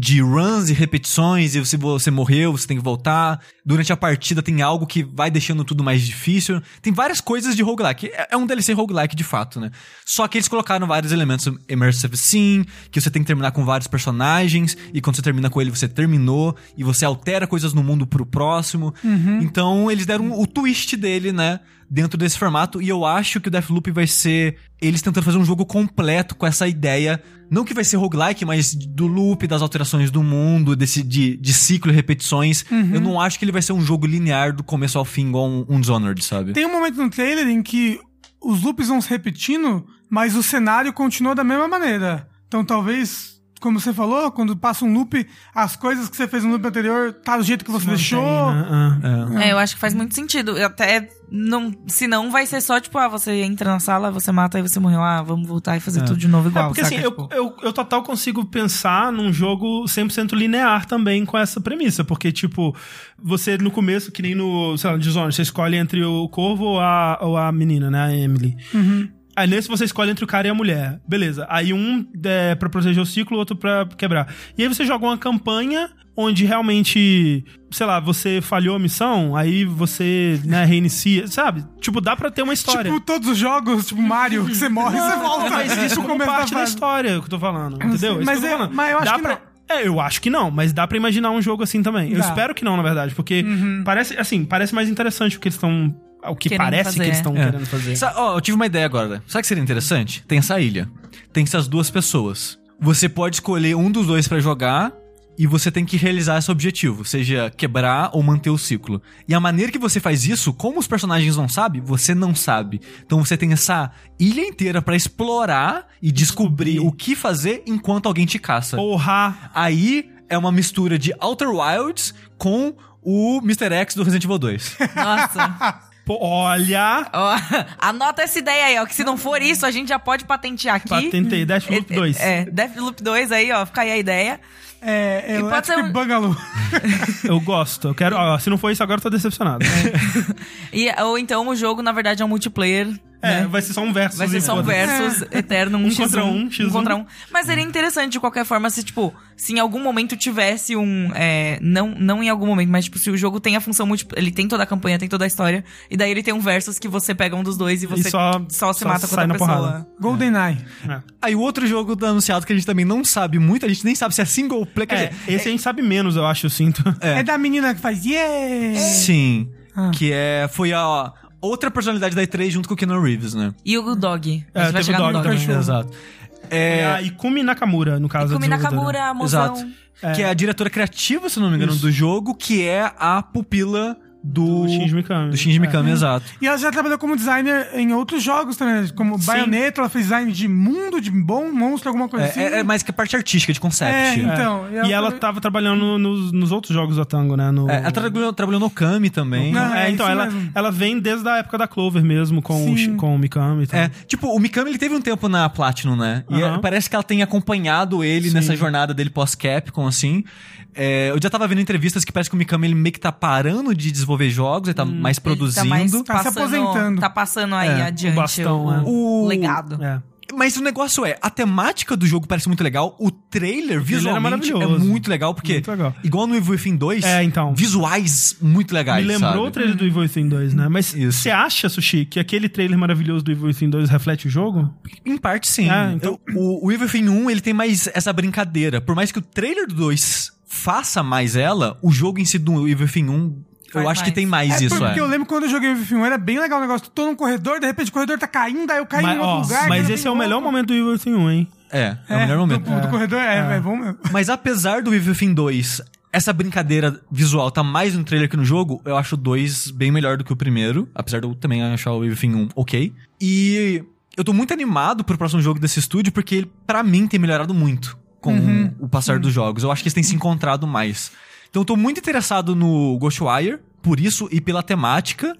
Speaker 4: de runs e repetições, e se você morreu, você tem que voltar. Durante a partida tem algo que vai deixando tudo mais difícil. Tem várias coisas de roguelike. É é um DLC roguelike de fato, né? Só que eles colocaram vários elementos immersive sim, que você tem que terminar com vários personagens, e quando você termina com ele, você terminou, e você altera coisas no mundo pro próximo. Então eles deram o twist dele, né? dentro desse formato. E eu acho que o Deathloop vai ser eles tentando fazer um jogo completo com essa ideia. Não que vai ser roguelike, mas do loop, das alterações do mundo, desse de, de ciclo e repetições. Eu não acho que ele vai ser um jogo linear do começo ao fim, igual um, um Dishonored, sabe?
Speaker 2: Tem um momento no trailer em que os loops vão se repetindo, mas o cenário continua da mesma maneira. Então talvez, como você falou, quando passa um loop, as coisas que você fez no loop anterior tá do jeito que você deixou.
Speaker 1: Ah, ah.
Speaker 3: É, eu acho que faz muito sentido. Eu até não, se não vai ser só tipo, ah, você entra na sala, você mata e você morreu. Ah, vamos voltar e fazer tudo de novo igual.
Speaker 1: É, porque
Speaker 3: saca?
Speaker 1: assim, eu,
Speaker 3: Tipo,
Speaker 1: eu, eu total consigo pensar num jogo 100% linear também com essa premissa, porque, tipo, você no começo, que nem no, sei lá, no Dishonored, você escolhe entre o corvo ou a, ou a menina, né, a Emily.
Speaker 3: Uhum.
Speaker 1: Aí nesse você escolhe entre o cara e a mulher. Beleza. Aí um é pra proteger o ciclo, o outro pra quebrar. E aí você joga uma campanha onde realmente, sei lá, você falhou a missão, aí você, né, reinicia, sabe? Tipo, dá pra ter uma história.
Speaker 2: Tipo, todos os jogos, tipo Mario, que você morre, você volta. Tipo,
Speaker 1: Mas isso
Speaker 2: pro
Speaker 1: como
Speaker 2: começo
Speaker 1: parte da
Speaker 2: fase.
Speaker 1: história é que eu tô falando, entendeu? Isso
Speaker 2: mas
Speaker 1: que eu tô
Speaker 2: é-
Speaker 1: falando.
Speaker 2: mas eu acho
Speaker 1: Dá
Speaker 2: que
Speaker 1: pra-
Speaker 2: não.
Speaker 1: É, eu acho que não, mas dá pra imaginar um jogo assim também. Eu
Speaker 2: Dá. Uhum.
Speaker 1: espero que não, na verdade, porque parece, assim, parece mais interessante o que eles estão. O que
Speaker 3: Querendo
Speaker 1: parece
Speaker 3: fazer.
Speaker 1: que eles estão
Speaker 4: É.
Speaker 1: querendo fazer.
Speaker 4: Sa- Ó, eu tive uma ideia agora. né? Sabe o que seria interessante? Tem essa ilha. Tem essas duas pessoas. Você pode escolher um dos dois pra jogar e você tem que realizar esse objetivo, seja quebrar ou manter o ciclo. E a maneira que você faz isso, como os personagens não sabem, você não sabe. Então você tem essa ilha inteira pra explorar e descobrir o que fazer enquanto alguém te caça.
Speaker 1: Porra!
Speaker 4: Aí é uma mistura de Outer Wilds com o Mr. X do Resident Evil 2.
Speaker 3: Nossa.
Speaker 1: po- olha!
Speaker 3: Ó, anota essa ideia aí, ó. Que se não for isso, a gente já pode patentear aqui.
Speaker 1: Patentei Deathloop 2.
Speaker 3: É, Deathloop 2 aí, ó. Fica aí a ideia.
Speaker 2: É,
Speaker 3: E pode ser
Speaker 2: Electric
Speaker 3: um-
Speaker 2: Bungalow.
Speaker 1: Eu gosto. Eu quero. ó, se não for isso agora, eu tô decepcionado.
Speaker 3: É, E, ou então o jogo, na verdade, é um multiplayer.
Speaker 1: é, vai ser só um verso.
Speaker 3: Vai ser só um versus eterno, um,
Speaker 1: Um
Speaker 3: x
Speaker 1: contra um, x1.
Speaker 3: contra um. Mas seria interessante, de qualquer forma, se, tipo, se em algum momento tivesse um... é, não, não em algum momento, mas, tipo, se o jogo tem a função múltipla... Ele tem toda a campanha, tem toda a história. E daí ele tem um versus que você pega um dos dois e você
Speaker 1: só-
Speaker 3: só, se
Speaker 1: só
Speaker 3: mata com
Speaker 1: sai
Speaker 3: outra
Speaker 1: na
Speaker 3: pessoa.
Speaker 1: porrada.
Speaker 2: GoldenEye.
Speaker 4: Aí o outro jogo tá anunciado que a gente também não sabe muito, a gente nem sabe se é single player. quer
Speaker 1: É,
Speaker 4: dizer,
Speaker 1: esse a gente sabe menos, eu acho, eu sinto.
Speaker 2: É. da menina que faz
Speaker 4: É.
Speaker 2: yeah!
Speaker 4: Sim.
Speaker 2: Ah.
Speaker 4: Que é. Foi a outra personalidade da E3 junto com o Keanu Reeves, né?
Speaker 3: E o Dog.
Speaker 1: É,
Speaker 3: A gente vai
Speaker 1: teve
Speaker 3: chegar
Speaker 1: o
Speaker 3: no
Speaker 1: Dog
Speaker 3: Dog.
Speaker 1: também. Cachorro.
Speaker 4: Exato. É,
Speaker 1: É. a Ikumi Nakamura, no caso. a
Speaker 3: Kumi
Speaker 1: desenvolvedora.
Speaker 3: Nakamura, mozão.
Speaker 4: exato. Que é a diretora criativa, se não me engano, do jogo, que é a pupila do.
Speaker 1: Do Shinji Mikami.
Speaker 4: Do Shinji
Speaker 1: É.
Speaker 4: Mikami, exato.
Speaker 2: E ela já trabalhou como designer em outros jogos também, né? como Bayonetta, ela fez design de mundo, de bom monstro, alguma coisa assim.
Speaker 4: É, é, é mais que a parte artística, de concept.
Speaker 2: É,
Speaker 4: É.
Speaker 2: então.
Speaker 1: É. E ela tava trabalhando nos, nos outros jogos da Tango, né? No...
Speaker 4: É, ela trabalhou, trabalhou no Kami também.
Speaker 2: Não,
Speaker 1: É,
Speaker 2: é
Speaker 1: então,
Speaker 2: isso
Speaker 1: ela,
Speaker 2: mesmo.
Speaker 1: ela vem desde a época da Clover mesmo, com, o,
Speaker 2: Sim.
Speaker 1: Shi- com o Mikami e tal.
Speaker 4: É, tipo, o Mikami ele teve um tempo na Platinum, né? E
Speaker 1: Tá. Aham.
Speaker 4: é, parece que ela tem acompanhado ele nessa jornada dele pós-Capcom, assim. É, eu já tava vendo entrevistas que parece que o Mikami ele meio que tá parando de desenvolver jogos, ele
Speaker 1: Hum,
Speaker 4: tá mais
Speaker 3: Ele
Speaker 4: produzindo.
Speaker 3: Tá, mais
Speaker 2: Tá se
Speaker 3: passando-
Speaker 2: aposentando.
Speaker 3: Tá passando aí
Speaker 4: É,
Speaker 3: adiante
Speaker 1: o bastão, é.
Speaker 4: O-
Speaker 3: legado.
Speaker 1: É.
Speaker 4: Mas o negócio é, a temática do jogo parece muito legal, o trailer visualmente é,
Speaker 1: maravilhoso.
Speaker 4: muito legal, porque
Speaker 1: Muito legal.
Speaker 4: igual no Evil Within 2,
Speaker 1: É, então.
Speaker 4: visuais muito legais,
Speaker 1: Me lembrou o
Speaker 4: sabe? Uhum.
Speaker 1: trailer do Evil Within 2, né? Mas
Speaker 4: Isso.
Speaker 1: você acha, Sushi, que aquele trailer maravilhoso do Evil Within 2 reflete o jogo?
Speaker 4: Em parte, sim.
Speaker 1: Ah, então-
Speaker 4: Eu- o, o Evil Within 1, ele tem mais essa brincadeira. Por mais que o trailer do 2 faça mais ela, o jogo em si do Evil Within 1,
Speaker 3: Faz
Speaker 4: eu acho que
Speaker 3: mais.
Speaker 4: tem mais
Speaker 2: é
Speaker 4: isso,
Speaker 2: porque
Speaker 4: é.
Speaker 2: eu lembro quando eu joguei o filme, era bem legal o negócio. eu Tô num corredor, de repente o corredor tá caindo, aí eu caí
Speaker 1: mas
Speaker 2: em outro
Speaker 1: ó,
Speaker 2: lugar.
Speaker 1: mas esse é o melhor momento do Evil Within 1, hein?
Speaker 4: É, é, o melhor momento.
Speaker 2: Do, do corredor é, é. bom mesmo.
Speaker 4: Mas apesar do Evil Within 2, essa brincadeira visual tá mais no trailer que no jogo, eu acho o 2 bem melhor do que o primeiro. Apesar de eu também achar o Evil Within 1 ok. E eu tô muito animado pro próximo jogo desse estúdio, porque ele, pra mim, tem melhorado muito com
Speaker 3: Uhum.
Speaker 4: o passar dos jogos. Eu acho que eles têm se encontrado mais. Então eu tô muito interessado no Ghostwire, por isso, e pela temática,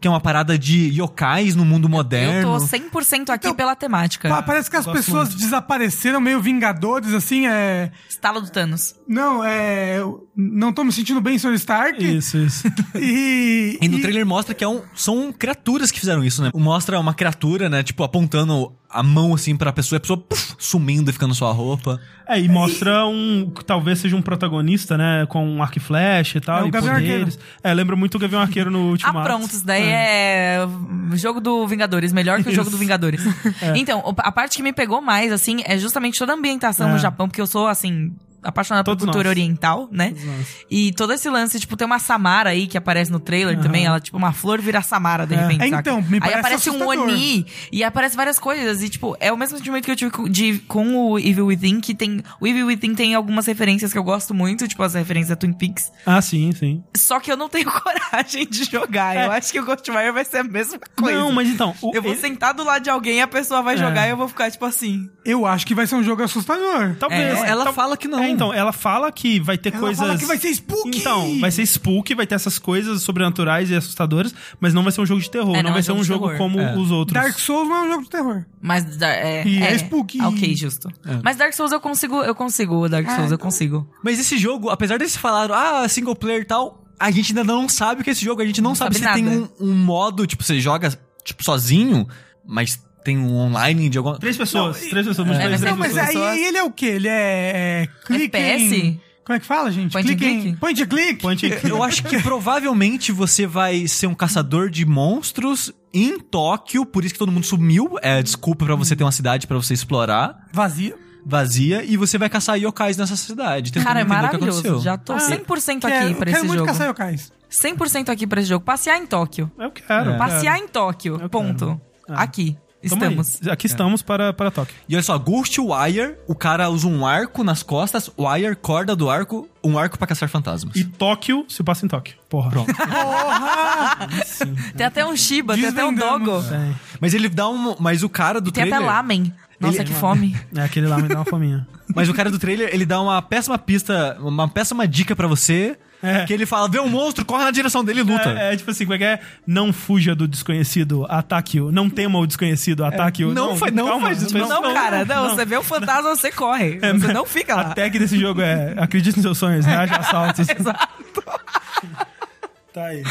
Speaker 4: que é uma parada de yokais no mundo moderno.
Speaker 3: Eu tô 100% aqui
Speaker 1: Então,
Speaker 3: pela temática.
Speaker 1: tá.
Speaker 2: Pa- Parece que as
Speaker 1: É. gosto
Speaker 2: pessoas desapareceram, meio vingadores, assim, é.
Speaker 3: Estalo do Thanos.
Speaker 2: Não, é. eu Não tô me sentindo bem, Sr. Stark.
Speaker 1: Isso, isso.
Speaker 2: E.
Speaker 4: E no trailer mostra que é um- são criaturas que fizeram isso, né? Mostra uma criatura, né? Tipo, apontando a mão assim pra pessoa, e a pessoa puf, sumindo e ficando sua roupa.
Speaker 1: É, e mostra um. que Talvez seja um protagonista, né? Com um arco e flecha e tal.
Speaker 2: É, o
Speaker 1: e
Speaker 2: Gavião
Speaker 1: poderes. É, lembra muito o Gavião Arqueiro no
Speaker 3: Ah,
Speaker 1: Ultimato.
Speaker 3: pronto, isso daí é. jogo do Vingadores, melhor que o jogo do Vingadores.
Speaker 2: É.
Speaker 3: Então, o- a parte que me pegou mais, assim, é justamente toda a ambientação
Speaker 1: É.
Speaker 3: no Japão, porque eu sou, assim, apaixonada
Speaker 1: Todos
Speaker 3: por cultura
Speaker 1: nós.
Speaker 3: oriental, né? E todo esse lance, tipo, tem uma Samara aí que aparece no trailer também, ela, tipo, uma flor vira Samara, de repente.
Speaker 2: É,
Speaker 3: saca?
Speaker 2: então, me parece
Speaker 3: Aí aparece um
Speaker 2: assustador.
Speaker 3: Oni, e aparece várias coisas, e, tipo, é o mesmo sentimento que eu tive com, de- com o Evil Within, que tem. O Evil Within tem algumas referências que eu gosto muito, tipo, as referências a Twin Peaks.
Speaker 1: Ah, sim, sim.
Speaker 3: Só que eu não tenho coragem de jogar. Eu acho que o Ghostwire vai ser a mesma coisa.
Speaker 1: Não, mas então. o-
Speaker 3: Eu vou
Speaker 1: ele-
Speaker 3: sentar do lado de alguém, a pessoa vai
Speaker 1: É.
Speaker 3: jogar e eu vou ficar tipo assim.
Speaker 2: Eu acho que vai ser um jogo assustador.
Speaker 1: Talvez.
Speaker 4: É, ela
Speaker 1: tal-
Speaker 4: fala que não.
Speaker 1: É, então, ela fala que vai ter
Speaker 2: Ela
Speaker 1: coisas.
Speaker 2: fala que vai ser spooky!
Speaker 1: Então, vai ser spook, vai ter essas coisas sobrenaturais e assustadoras, mas não vai ser um jogo de terror,
Speaker 3: É,
Speaker 1: não, vai ser
Speaker 3: de
Speaker 1: um jogo
Speaker 3: terror.
Speaker 1: como
Speaker 4: É.
Speaker 1: os outros.
Speaker 2: Dark Souls não é um jogo de terror.
Speaker 3: Mas da- é,
Speaker 2: E é spooky. É.
Speaker 3: Ok, justo. Mas Dark Souls eu consigo, eu consigo, Dark Souls eu consigo.
Speaker 4: Mas esse jogo, apesar deles falaram, ah, single player e tal, a gente ainda não sabe o que é esse jogo. A gente não, sabe,
Speaker 3: sabe
Speaker 4: se tem um,
Speaker 3: nada.
Speaker 4: um modo, tipo, você joga, tipo, sozinho, mas tem um online de alguma...
Speaker 1: Três pessoas, três pessoas,
Speaker 3: É,
Speaker 1: multiplayer,
Speaker 3: mas
Speaker 1: três
Speaker 2: Não,
Speaker 3: Não,
Speaker 2: mas
Speaker 1: pessoas.
Speaker 2: aí, aí ele é o quê? Ele é. é clique em-
Speaker 3: FPS?
Speaker 2: Como é que fala, gente?
Speaker 3: Point and
Speaker 2: clique em-
Speaker 3: click?
Speaker 2: Point and click?
Speaker 1: Point and
Speaker 4: Eu acho que provavelmente você vai ser um caçador de monstros em Tóquio, por isso que todo mundo sumiu. É desculpa pra você ter uma cidade pra você explorar
Speaker 2: Vazio.
Speaker 4: vazia e você vai caçar yokais nessa cidade. tentando
Speaker 3: Cara, é
Speaker 4: entender o que
Speaker 3: maravilhoso.
Speaker 4: aconteceu.
Speaker 3: Já tô 100% aqui
Speaker 2: É. Quero,
Speaker 3: pra
Speaker 2: quero
Speaker 3: esse
Speaker 2: muito
Speaker 3: jogo.
Speaker 2: caçar yokais.
Speaker 3: 100% aqui pra esse jogo. Passear em Tóquio.
Speaker 1: Eu quero.
Speaker 2: É.
Speaker 1: eu
Speaker 3: Passear
Speaker 1: quero.
Speaker 3: em Tóquio. ponto.
Speaker 1: Tamo
Speaker 3: Aqui.
Speaker 1: aí.
Speaker 3: Estamos. É.
Speaker 1: Aqui estamos para, para Tóquio.
Speaker 4: E olha só, Ghost Wire, o cara usa um arco nas costas, wire, corda do arco, um arco pra caçar fantasmas.
Speaker 1: E Tóquio se passa em Tóquio. Porra. Pronto.
Speaker 3: Tem até um Shiba, tem até um Dogo.
Speaker 2: Desvendamos. É.
Speaker 1: É,
Speaker 4: Mas ele dá um. Mas o cara do
Speaker 3: Tem
Speaker 4: trailer.
Speaker 3: até Lamen. Nossa, que fome.
Speaker 1: É, aquele lá me dá uma fominha.
Speaker 4: Mas o cara do trailer, ele dá uma péssima pista, uma péssima dica pra você.
Speaker 1: É.
Speaker 4: Que ele fala: vê um monstro, corre na direção dele e luta.
Speaker 1: É, é tipo assim, como é que é? Não fuja do desconhecido, ataque-o. Não tema o desconhecido, ataque-o.
Speaker 4: não fa- não
Speaker 1: calma,
Speaker 4: faz isso,
Speaker 3: Não, cara,
Speaker 1: né?
Speaker 3: não, Você vê o fantasma, você corre.
Speaker 1: É,
Speaker 3: você não fica lá.
Speaker 1: A tag desse jogo é acredite nos seus sonhos, né? Haja assaltos. tá aí.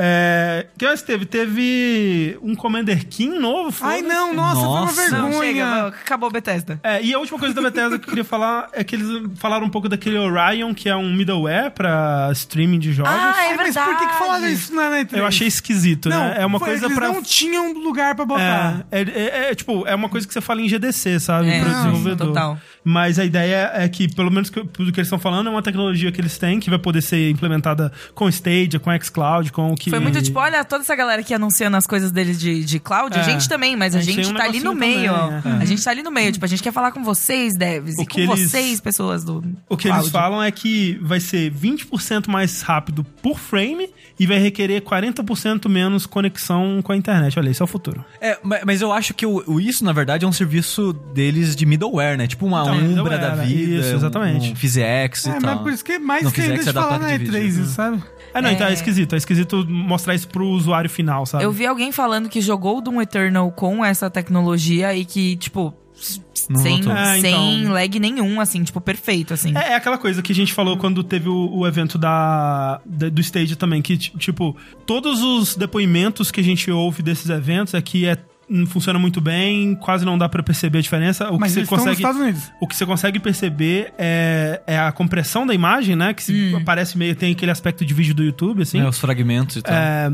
Speaker 1: É, que mais teve? Teve um Commander King novo?
Speaker 2: Ai,
Speaker 1: foda-se.
Speaker 2: não, nossa,
Speaker 4: Nossa.
Speaker 2: foi
Speaker 1: um
Speaker 2: uma
Speaker 3: Não,
Speaker 2: vergonha.
Speaker 3: chega, não, acabou Bethesda.
Speaker 1: É, e a última coisa da Bethesda que eu queria falar é que eles falaram um pouco daquele Orion, que é um middleware pra streaming de jogos.
Speaker 3: Ah, é
Speaker 2: Ai, mas por que, que
Speaker 3: verdade.
Speaker 2: falaram isso na E3?
Speaker 1: eu achei esquisito,
Speaker 2: Não,
Speaker 1: né? É uma
Speaker 2: foi-
Speaker 1: coisa
Speaker 2: eles
Speaker 1: pra
Speaker 2: não tinham um lugar pra botar.
Speaker 1: É, é, é, é, tipo, é uma coisa que você fala em GDC, sabe?
Speaker 3: É,
Speaker 1: pro
Speaker 3: não,
Speaker 1: desenvolvedor.
Speaker 3: total.
Speaker 1: Mas a ideia é que, pelo menos que, tudo que eles estão falando, é uma tecnologia que eles têm, que vai poder ser implementada com Stadia, com xCloud, com o que.
Speaker 3: Foi muito tipo, olha, toda essa galera que anunciando as coisas deles de, de cloud,
Speaker 1: É.
Speaker 3: a gente também, mas a,
Speaker 1: A gente
Speaker 3: gente,
Speaker 1: tem um
Speaker 3: tá ali no
Speaker 1: negocinho
Speaker 3: meio.
Speaker 1: também, é.
Speaker 3: A gente tá ali no meio. Tipo, a gente quer falar com vocês, devs,
Speaker 1: O
Speaker 3: e
Speaker 1: que
Speaker 3: com
Speaker 1: eles-
Speaker 3: vocês, pessoas do.
Speaker 1: O que eles
Speaker 3: cloud.
Speaker 1: falam é que vai ser 20% mais rápido por frame e vai requerer 40% menos conexão com a internet. Olha, isso é o futuro.
Speaker 4: É, ma- mas eu acho que o, o isso, na verdade, é um serviço deles de middleware, né? Tipo uma
Speaker 1: Então,
Speaker 4: Umbra
Speaker 1: middleware,
Speaker 4: da
Speaker 1: né?
Speaker 4: vida.
Speaker 1: Isso, exatamente.
Speaker 4: Um, um PhysX e
Speaker 2: É,
Speaker 4: tal.
Speaker 2: mas por isso que mais
Speaker 4: Não,
Speaker 2: que ainda
Speaker 4: PhysX é
Speaker 2: de
Speaker 4: da
Speaker 2: falar
Speaker 4: placa
Speaker 2: na
Speaker 4: de
Speaker 2: E3,
Speaker 4: vídeo.
Speaker 3: né?
Speaker 2: isso, sabe?
Speaker 1: É, não, então é esquisito. É esquisito mostrar isso pro usuário final, sabe?
Speaker 3: Eu vi alguém falando que jogou o Doom Eternal com essa tecnologia e que, tipo, s-
Speaker 4: Não
Speaker 3: sem,
Speaker 4: notou.
Speaker 1: É,
Speaker 3: sem
Speaker 1: então.
Speaker 3: lag nenhum, assim, tipo, perfeito, assim.
Speaker 1: É, é aquela coisa que a gente falou quando teve o, o evento da, da- do stage também, que, ti- tipo, todos os depoimentos que a gente ouve desses eventos é que é, hum, funciona muito bem, quase não dá pra perceber a diferença. O
Speaker 2: Mas
Speaker 1: que você
Speaker 2: eles estão nos
Speaker 1: consegue.
Speaker 2: Estados Unidos.
Speaker 1: O que você consegue perceber é, é a compressão da imagem, né? Que se
Speaker 2: Hum.
Speaker 1: aparece meio, tem aquele aspecto de vídeo do YouTube, assim.
Speaker 4: né, os fragmentos e tal.
Speaker 1: É,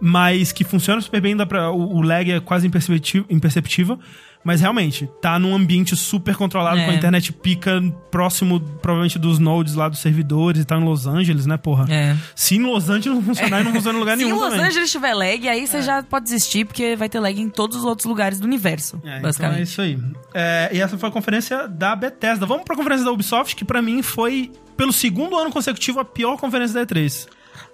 Speaker 1: mas que funciona super bem, dá pra, o, o lag é quase imperceptível, imperceptível. Mas realmente, tá num ambiente super controlado,
Speaker 3: É.
Speaker 1: com a internet pica, próximo, provavelmente, dos nodes lá dos servidores, e tá em Los Angeles, né, porra?
Speaker 3: É.
Speaker 1: Se em Los Angeles não funcionar, e não funciona em lugar
Speaker 3: Se
Speaker 1: É nenhum
Speaker 3: em Los
Speaker 1: também. É.
Speaker 3: Angeles tiver lag, aí você já pode desistir, porque vai ter lag em todos os outros lugares do universo,
Speaker 1: É, então é
Speaker 3: basicamente.
Speaker 1: isso aí. É, e essa foi a conferência da Bethesda. Vamos pra conferência da Ubisoft, que pra mim foi, pelo segundo ano consecutivo, a pior conferência da E3.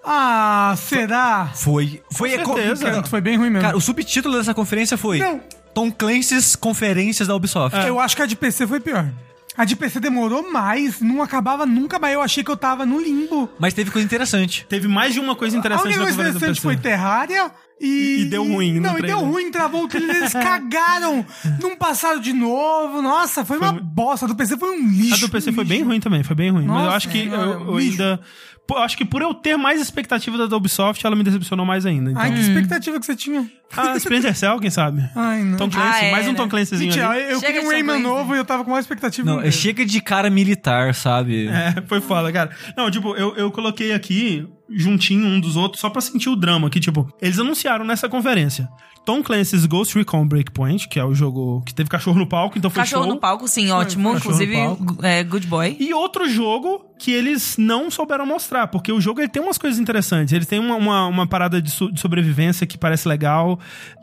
Speaker 2: Ah, será?
Speaker 4: Foi. Foi
Speaker 1: Com
Speaker 4: a co-
Speaker 1: certeza.
Speaker 4: Cara,
Speaker 2: Cara, foi bem ruim mesmo.
Speaker 4: Cara, o subtítulo dessa conferência foi
Speaker 2: Não. É.
Speaker 4: Tom Clancy's Conferências da Ubisoft.
Speaker 1: É.
Speaker 2: Eu acho que a de PC foi pior. A de PC demorou mais, não acabava nunca, mas eu achei que eu tava no limbo.
Speaker 4: Mas teve coisa interessante.
Speaker 1: Teve mais de uma coisa
Speaker 2: A
Speaker 1: interessante
Speaker 2: única
Speaker 1: na
Speaker 2: coisa
Speaker 1: conferência da
Speaker 2: interessante
Speaker 1: PC.
Speaker 2: foi Terraria E,
Speaker 1: E- e deu ruim né? no
Speaker 2: Não, e
Speaker 1: trailer.
Speaker 2: deu ruim, travou o trailer, eles cagaram. Não passaram de novo. Nossa, foi, uma bosta. A do PC foi um
Speaker 1: A
Speaker 2: lixo.
Speaker 1: do PC
Speaker 2: um
Speaker 1: foi
Speaker 2: lixo.
Speaker 1: bem ruim também, foi bem ruim. Mas eu
Speaker 2: Nossa,
Speaker 1: acho
Speaker 3: é,
Speaker 1: que eu,
Speaker 2: cara,
Speaker 1: eu
Speaker 2: lixo.
Speaker 1: ainda. pô, eu acho que por eu ter mais expectativa da Ubisoft, ela me decepcionou mais ainda. Então.
Speaker 2: Ai, que expectativa que você tinha.
Speaker 1: Ah, Splinter Cell, quem sabe?
Speaker 2: Ai, não.
Speaker 1: Tom Clancy,
Speaker 3: Ah, é,
Speaker 1: mais um
Speaker 3: né?
Speaker 1: Tom Clancyzinho
Speaker 2: Mentira,
Speaker 1: ali.
Speaker 2: eu eu
Speaker 3: Chega
Speaker 2: queria
Speaker 3: de
Speaker 2: um Rayman
Speaker 3: coisa.
Speaker 2: novo e eu tava com mais expectativa.
Speaker 4: Não, é, chega de cara militar, sabe?
Speaker 1: É, foi foda, cara. Não, tipo, eu, eu coloquei aqui juntinho um dos outros só pra sentir o drama que, tipo, eles anunciaram nessa conferência Tom Clancy's Ghost Recon Breakpoint, que é o jogo que teve cachorro no palco, então foi
Speaker 3: Cachorro
Speaker 1: show.
Speaker 3: no palco, sim, ótimo.
Speaker 1: cachorro no
Speaker 3: Inclusive, gu- é, Good Boy.
Speaker 1: E outro jogo que eles não souberam mostrar, porque o jogo ele tem umas coisas interessantes. Ele tem uma, uma, uma parada de, so- de sobrevivência que parece legal.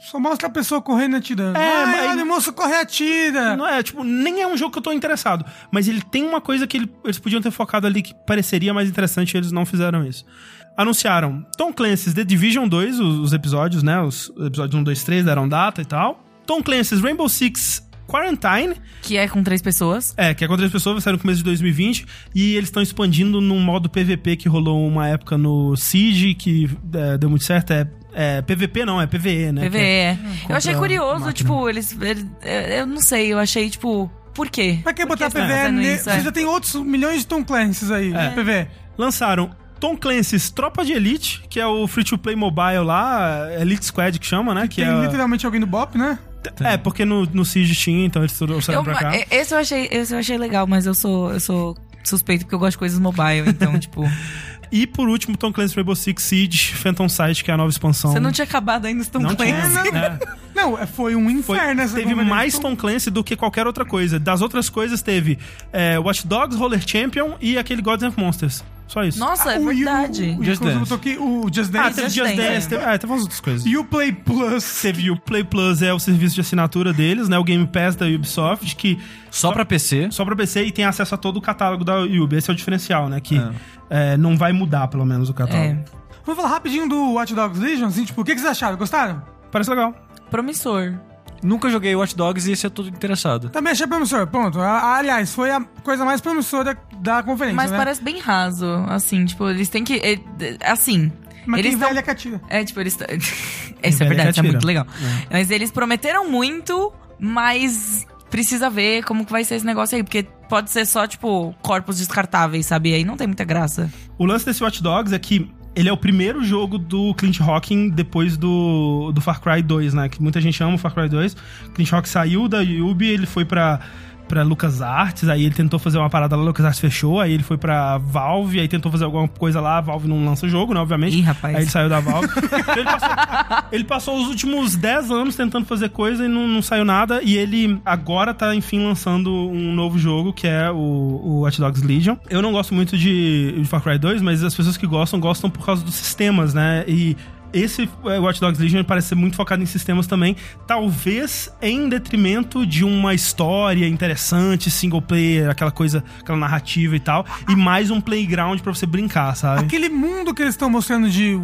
Speaker 2: Só mostra a pessoa correndo e atirando.
Speaker 1: É,
Speaker 2: É, Ai,
Speaker 1: mas-
Speaker 2: olha, moço, corre e atira.
Speaker 1: Não é, tipo, nem é um jogo que eu tô interessado. Mas ele tem uma coisa que ele- eles podiam ter focado ali que pareceria mais interessante e eles não fizeram isso. Anunciaram Tom Clancy's The Division 2, os, os episódios, né? Os episódios 1, 2, 3 deram data e tal. Tom Clancy's Rainbow Six Quarantine,
Speaker 3: Que é com três pessoas.
Speaker 1: é, que é contra as pessoas, vai sair no começo de 2020, e eles estão expandindo num modo PVP que rolou uma época no Siege, que é, deu muito certo, é, é PVP não, é PVE, né?
Speaker 3: PVE.
Speaker 1: Que é-
Speaker 3: eu achei
Speaker 1: contra
Speaker 3: curioso,
Speaker 1: máquina.
Speaker 3: tipo, eles, eles- é, Eu não sei, eu achei, tipo, por quê?
Speaker 2: Pra que botar
Speaker 3: estão
Speaker 2: PV?
Speaker 3: fazendo
Speaker 2: Ne...
Speaker 3: isso,
Speaker 2: Você
Speaker 3: é?
Speaker 1: tá
Speaker 2: já tem outros milhões de Tom Clancy's aí,
Speaker 1: É.
Speaker 2: PV.
Speaker 1: Lançaram Tom Clancy's Tropa de Elite, que é o free-to-play mobile lá, Elite Squad que chama, né? Que
Speaker 2: tem
Speaker 1: é,
Speaker 2: literalmente alguém do Bop, né?
Speaker 1: é, porque no, no Siege tinha, então eles trouxeram
Speaker 3: Eu-
Speaker 1: pra cá.
Speaker 3: é- esse, eu achei, esse eu achei legal, mas eu sou, eu sou suspeito porque eu gosto de coisas mobile, então, tipo.
Speaker 1: E por último, Tom Clancy's Rainbow Six Siege Phantom Sight, que é a nova expansão.
Speaker 3: Você não tinha acabado ainda, estão
Speaker 1: Não
Speaker 3: com
Speaker 1: tinha,
Speaker 3: esse.
Speaker 1: né?
Speaker 2: Não, é, foi um
Speaker 1: Foi-
Speaker 2: inferno essa
Speaker 1: teve
Speaker 2: conferência.
Speaker 1: mais Tom Clancy do que qualquer outra coisa. Das outras coisas, teve é, Watch Dogs, Roller Champion e aquele Gods and Monsters. Só isso.
Speaker 3: Nossa, é
Speaker 2: O- e
Speaker 3: verdade.
Speaker 2: O, o,
Speaker 4: Just
Speaker 2: inclusive, eu
Speaker 4: Dance.
Speaker 2: toquei o Just
Speaker 1: ah,
Speaker 2: Dance.
Speaker 1: teve
Speaker 3: Just
Speaker 1: Just
Speaker 3: Dance,
Speaker 1: Dance,
Speaker 3: é.
Speaker 1: teve, ah, teve umas outras coisas.
Speaker 2: e o Play Plus.
Speaker 1: Teve o Play Plus, é o serviço de assinatura deles, né? O Game Pass da Ubisoft, que
Speaker 4: Só pra PC.
Speaker 1: só pra PC e tem acesso a todo o catálogo da Ubi. Esse é o diferencial, né? Que é, não vai mudar, pelo menos, o catálogo.
Speaker 3: É.
Speaker 2: Vamos falar rapidinho do Watch Dogs Legion, assim, tipo, o que, que vocês acharam? Gostaram?
Speaker 1: Parece legal.
Speaker 3: Promissor.
Speaker 4: Nunca joguei Watch Dogs e esse eu tô interessado.
Speaker 2: Também achei promissor, ponto. A- Aliás, foi a coisa mais promissora da conferência,
Speaker 3: Mas
Speaker 2: né?
Speaker 3: parece bem raso, assim, tipo, eles têm que. é- é- Assim.
Speaker 2: Mas
Speaker 3: eles
Speaker 2: quem
Speaker 3: tão-
Speaker 2: velha que atira.
Speaker 3: É, tipo, eles. tão-
Speaker 1: velho
Speaker 3: Isso
Speaker 1: que
Speaker 3: é verdade, isso é
Speaker 1: atira.
Speaker 3: muito legal. Mas eles prometeram muito, mas precisa ver como que vai ser esse negócio aí, porque pode ser só, tipo, corpos descartáveis, sabe? Aí não tem muita graça.
Speaker 1: O lance desse Watch Dogs é que ele é o primeiro jogo do Clint Hawking depois do, do Far Cry 2, né? Que muita gente ama o Far Cry 2. Clint Hawking saiu da Ubi, ele foi pra, pra Lucas Arts, aí ele tentou fazer uma parada lá, Lucas Arts fechou, aí ele foi pra Valve, aí tentou fazer alguma coisa lá, a Valve não lança o jogo, né? Obviamente.
Speaker 3: Ih, rapaz.
Speaker 1: Aí ele saiu da Valve. Então ele, passou, ele passou os últimos 10 anos tentando fazer coisa e não, não saiu nada. E ele agora tá, enfim, lançando um novo jogo, que é o, o Watch Dogs Legion. Eu não gosto muito de, de Far Cry 2, mas as pessoas que gostam, gostam por causa dos sistemas, né? E esse é, Watch Dogs Legion parece ser muito focado em sistemas também, talvez em detrimento de uma história interessante, single player, aquela coisa, aquela narrativa e tal, e mais um playground pra você brincar, sabe?
Speaker 2: Aquele mundo que eles estão mostrando de,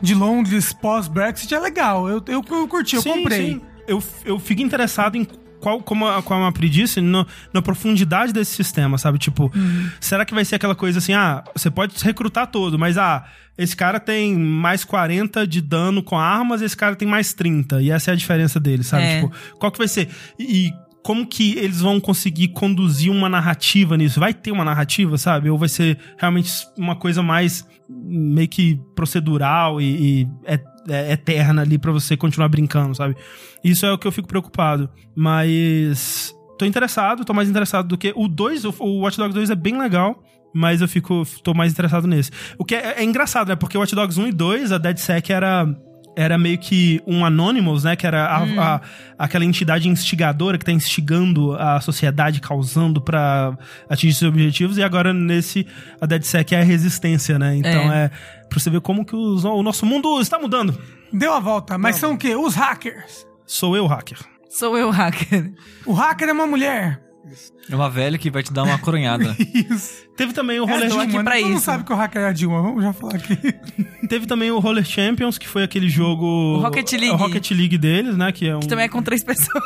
Speaker 2: de Londres pós-Brexit é legal. Eu, eu, eu curti, eu
Speaker 1: Sim,
Speaker 2: comprei.
Speaker 1: sim. Eu, eu fico interessado em qual, como a, como a Mapri disse, no- na profundidade desse sistema, sabe? Tipo, será que vai ser aquela coisa assim, ah, você pode se recrutar todo, mas ah, esse cara tem mais 40 de dano com armas, esse cara tem mais 30. E essa é a diferença dele, sabe?
Speaker 3: É.
Speaker 1: Tipo, qual que vai ser? E. e como que eles vão conseguir conduzir uma narrativa nisso? Vai ter uma narrativa, sabe? Ou vai ser realmente uma coisa mais meio que procedural e, e é- é eterna ali pra você continuar brincando, sabe? Isso é o que eu fico preocupado. Mas tô interessado, tô mais interessado do que o 2, o- o Watch Dogs 2 é bem legal. Mas eu fico, tô mais interessado nesse. O que é, é engraçado, né? Porque o Watch Dogs 1 e 2, a DeadSec era, era meio que um Anonymous, né? Que era a- a- aquela entidade instigadora que tá instigando a sociedade, causando pra atingir seus objetivos. E agora nesse, a DeadSec é a resistência, né? Então é, pra você ver como que os- o nosso mundo está mudando.
Speaker 2: Deu a volta. Mas são o quê? Os hackers.
Speaker 1: Sou eu, hacker.
Speaker 3: Sou eu, hacker.
Speaker 2: O hacker é uma mulher.
Speaker 1: Isso.
Speaker 4: É uma velha que vai te dar uma coronhada.
Speaker 2: Isso.
Speaker 1: Teve também o
Speaker 2: É,
Speaker 1: Roller
Speaker 2: Dilma,
Speaker 3: aqui pra
Speaker 2: todo mundo
Speaker 3: isso.
Speaker 2: sabe que o hacker é a Dilma, vamos já falar aqui.
Speaker 1: Teve também o Roller Champions, que foi aquele jogo. O
Speaker 3: Rocket League.
Speaker 1: O Rocket League deles, né? Que é um.
Speaker 3: Que também é com três pessoas.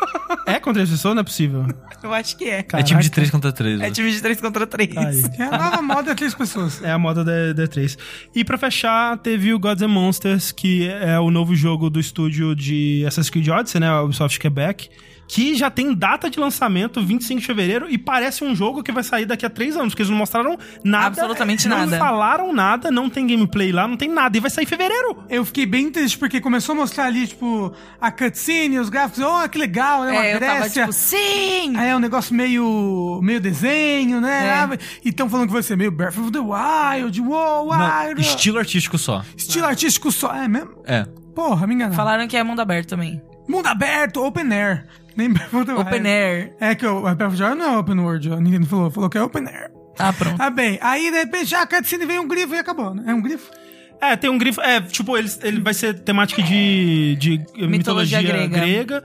Speaker 1: É contra as pessoas, não é possível.
Speaker 3: Eu acho que é.
Speaker 4: é time de 3 contra 3.
Speaker 3: É time de três contra três.
Speaker 1: Tá Aí.
Speaker 2: É a nova moda é três pessoas.
Speaker 1: É a moda da D3. E pra fechar, teve o Gods and Monsters, que é o novo jogo do estúdio de Assassin's Creed Odyssey, né? A Ubisoft Quebec. Que já tem data de lançamento, 25 de fevereiro, e parece um jogo que vai sair daqui a três anos, porque eles não mostraram nada.
Speaker 3: Absolutamente
Speaker 1: Não
Speaker 3: nada.
Speaker 1: falaram nada, não tem gameplay lá, não tem nada. E vai sair em fevereiro.
Speaker 2: Eu fiquei bem triste porque começou a mostrar ali, tipo, a cutscene, os gráficos. Oh, que legal, né? Uma
Speaker 3: É, eu tava
Speaker 2: Grécia.
Speaker 3: tipo, sim!
Speaker 2: Aí é um negócio meio, meio desenho, né?
Speaker 3: É.
Speaker 2: Ah, E estão falando que vai ser meio Breath of the Wild, wow,
Speaker 4: Não,
Speaker 2: wild.
Speaker 4: estilo artístico só.
Speaker 2: Estilo artístico só. É mesmo?
Speaker 4: É.
Speaker 2: Porra, me enganaram.
Speaker 3: Falaram que é mundo aberto também.
Speaker 2: Mundo aberto, open air. Nem Breath of the Wild.
Speaker 3: Open air.
Speaker 2: É que o Breath of the Wild não é open world, ó. ninguém falou. Falou que é open air.
Speaker 3: Ah, pronto.
Speaker 2: Ah, bem. Aí, de repente, ah, a cutscene vem um grifo e acabou, né? É um grifo?
Speaker 1: É, tem um grifo. É, tipo, ele, ele vai ser temática de, de mitologia, grega.
Speaker 3: grega.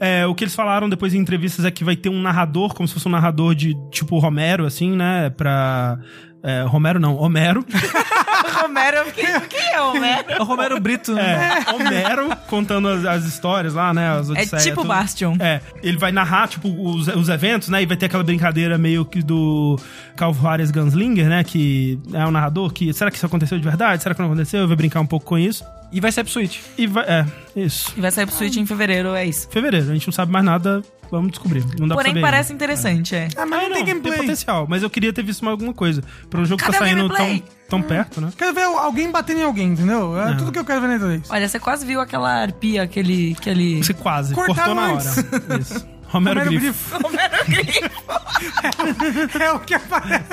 Speaker 1: É, o que eles falaram depois em entrevistas é que vai ter um narrador, como se fosse um narrador de tipo Romero, assim, né? Pra. é, Romero não, Homero.
Speaker 3: Romero, eu fiquei, o que é Romero?
Speaker 4: É o Romero Brito, né?
Speaker 1: É, Homero contando as, as histórias lá, né? As
Speaker 3: É
Speaker 1: odisseias,
Speaker 3: tipo
Speaker 1: tudo.
Speaker 3: Bastion.
Speaker 1: É, ele vai narrar, tipo, os, os eventos, né? E vai ter aquela brincadeira meio que do Calvares Gunslinger, né? Que é o narrador que. Será que isso aconteceu de verdade? Será que não aconteceu? Eu vou brincar um pouco com isso.
Speaker 4: E vai ser pro Switch.
Speaker 1: E vai. É, isso.
Speaker 3: E vai sair pro Switch em fevereiro, é isso.
Speaker 1: Fevereiro, a gente não sabe mais nada, vamos descobrir. Não dá
Speaker 3: Porém,
Speaker 1: pra saber.
Speaker 3: parece interessante, é.
Speaker 2: Ah, mas
Speaker 1: ainda.
Speaker 2: não, tem gameplay.
Speaker 1: potencial, mas eu queria ter visto mais alguma coisa. Pra um jogo que
Speaker 3: Cadê
Speaker 1: tá
Speaker 3: o
Speaker 1: saindo tão,
Speaker 3: gameplay?
Speaker 1: tão perto, né?
Speaker 2: Quero ver alguém batendo em alguém, entendeu? É tudo que eu quero ver na E3.
Speaker 3: Olha, você quase viu aquela arpia, aquele. aquele...
Speaker 1: Você quase, cortou
Speaker 2: Cortaram
Speaker 1: na
Speaker 2: antes.
Speaker 1: hora. Isso. Romero,
Speaker 2: Romero
Speaker 1: Grifo.
Speaker 2: Grifo.
Speaker 3: Romero Grifo.
Speaker 2: É o que aparece.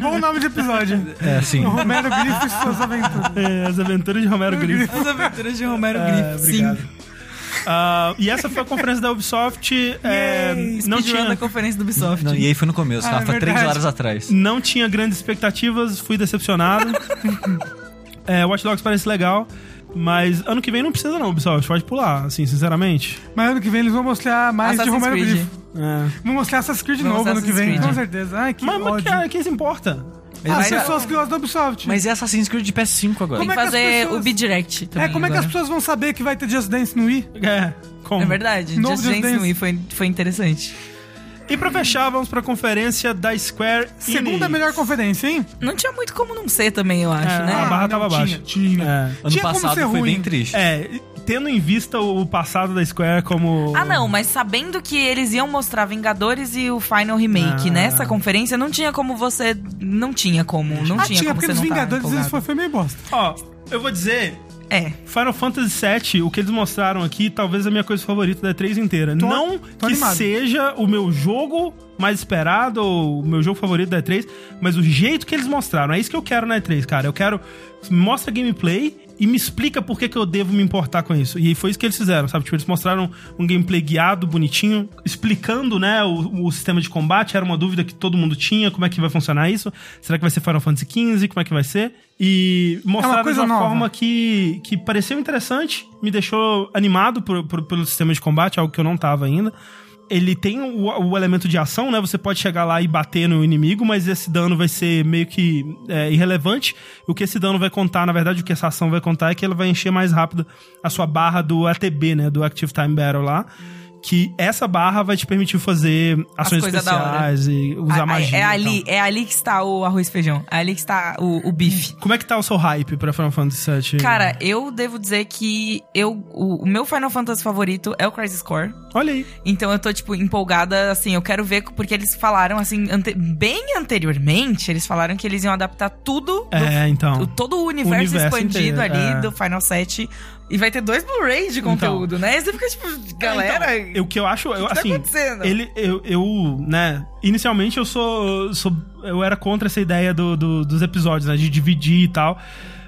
Speaker 2: Bom nome de episódio.
Speaker 4: É, sim.
Speaker 2: Romero Grifo e suas aventuras.
Speaker 1: É, As aventuras de Romero
Speaker 2: É
Speaker 1: Grifo.
Speaker 3: As aventuras de Romero
Speaker 1: É,
Speaker 3: Grifo, sim.
Speaker 1: obrigado. Ah, e essa foi a conferência da Ubisoft. é,
Speaker 3: Yay,
Speaker 1: não,
Speaker 3: speedrun
Speaker 1: tinha,
Speaker 3: da conferência do Ubisoft.
Speaker 4: Não, e aí foi no começo,
Speaker 2: Ah, é
Speaker 4: Rafa, três
Speaker 2: verdade.
Speaker 4: horas atrás.
Speaker 1: não tinha grandes expectativas, fui decepcionado. é, Watch Dogs parece legal, mas ano que vem não precisa, não, Ubisoft. Pode pular, assim, sinceramente.
Speaker 2: Mas ano que vem eles vão mostrar mais de
Speaker 3: Assassin's
Speaker 2: Ah, Romero
Speaker 3: Creed.
Speaker 2: Grifo.
Speaker 1: É.
Speaker 2: Vão mostrar Assassin's Creed de
Speaker 3: Vão
Speaker 2: novo ano
Speaker 3: mostrar
Speaker 2: que vem,
Speaker 3: Assassin's Creed. é-
Speaker 2: com certeza. Ai, que
Speaker 1: Mas, mas
Speaker 2: ódio.
Speaker 1: que, é- quem se importa?
Speaker 4: Mas,
Speaker 2: As
Speaker 4: mas,
Speaker 2: pessoas que gostam da Ubisoft.
Speaker 4: mas é Assassin's Creed de PS5 agora.
Speaker 3: Tem
Speaker 2: Como
Speaker 3: que
Speaker 2: é que as
Speaker 3: fazer
Speaker 2: pessoas-
Speaker 3: o B-Direct também.
Speaker 2: é, como é que as
Speaker 3: agora.
Speaker 2: pessoas vão saber que vai ter Just Dance no Wii?
Speaker 1: É, como?
Speaker 3: É verdade,
Speaker 2: Novo
Speaker 3: Just
Speaker 2: Just
Speaker 3: Dance
Speaker 2: Dance.
Speaker 3: no Wii foi, foi interessante.
Speaker 1: E pra fechar, vamos pra conferência da Square Enix.
Speaker 2: Segunda é melhor conferência, hein?
Speaker 3: Não tinha muito como não ser também, eu acho,
Speaker 1: É,
Speaker 3: né?
Speaker 2: Ah,
Speaker 1: a barra tava
Speaker 2: não,
Speaker 1: baixa.
Speaker 2: tinha, tinha.
Speaker 1: É.
Speaker 4: Ano
Speaker 2: Tinha como
Speaker 4: passado
Speaker 2: ser
Speaker 4: foi
Speaker 2: ruim.
Speaker 4: bem triste.
Speaker 1: É, e tendo em vista o passado da Square como...
Speaker 3: Ah, não, mas sabendo que eles iam mostrar Vingadores e o Final Remake
Speaker 1: Ah.
Speaker 3: nessa conferência, não tinha como você. Não tinha como. Não
Speaker 2: Ah,
Speaker 3: tinha,
Speaker 2: tinha,
Speaker 3: como
Speaker 2: porque
Speaker 3: você
Speaker 2: dos
Speaker 3: não tá
Speaker 2: Vingadores eles
Speaker 3: empolgado.
Speaker 2: foi, foi meio bosta.
Speaker 1: Ó, eu vou dizer,
Speaker 3: É.
Speaker 1: Final Fantasy VII, o que eles mostraram aqui, talvez a minha coisa favorita da E3 inteira.
Speaker 2: Tô-
Speaker 1: não
Speaker 2: tô
Speaker 1: que
Speaker 2: animado.
Speaker 1: seja o meu jogo mais esperado, ou o meu jogo favorito da E3, mas o jeito que eles mostraram. É isso que eu quero na E3, cara. Eu quero... Mostra gameplay... E me explica por que, que eu devo me importar com isso. E foi isso que eles fizeram, sabe? Tipo, eles mostraram um gameplay guiado, bonitinho, explicando, né, o, o sistema de combate. Era uma dúvida que todo mundo tinha, como é que vai funcionar isso. Será que vai ser Final Fantasy XV? Como é que vai ser? E mostraram
Speaker 2: É coisa
Speaker 1: de uma
Speaker 2: nova.
Speaker 1: forma que, que pareceu interessante, me deixou animado por- por- pelo sistema de combate, algo que eu não tava ainda. Ele tem o, o elemento de ação, né? Você pode chegar lá e bater no inimigo, mas esse dano vai ser meio que é, irrelevante. O que esse dano vai contar, na verdade, o que essa ação vai contar é que ela vai encher mais rápido a sua barra do ATB, né? Do Active Time Battle lá. Que essa barra vai te permitir fazer ações
Speaker 3: coisas da hora.
Speaker 1: especiais e usar
Speaker 3: Ah,
Speaker 1: magia. então. e
Speaker 3: é, ali,
Speaker 1: tal.
Speaker 3: é ali que está o arroz e feijão. É ali que está o, o bife.
Speaker 1: Como é que tá o seu hype pra Final Fantasy VII?
Speaker 3: Cara, eu devo dizer que eu, o, o meu Final Fantasy favorito é o Crisis Core.
Speaker 1: olha aí.
Speaker 3: Então eu tô, tipo, empolgada, assim, eu quero ver, porque eles falaram, assim, ante- bem anteriormente, eles falaram que eles iam adaptar tudo do
Speaker 1: É, então.
Speaker 3: o- todo o universo,
Speaker 1: universo
Speaker 3: expandido
Speaker 1: inteiro,
Speaker 3: ali
Speaker 1: é. Então.
Speaker 3: do Final 7. E vai ter dois Blu-rays de conteúdo, né? E você fica
Speaker 1: É,
Speaker 3: tipo, galera,
Speaker 1: Eu- O que eu acho, eu,
Speaker 3: o que tá
Speaker 1: assim,
Speaker 3: acontecendo?
Speaker 1: ele, eu, eu, né, inicialmente eu sou, sou, eu era contra essa ideia do, do- dos episódios, né, de dividir e tal,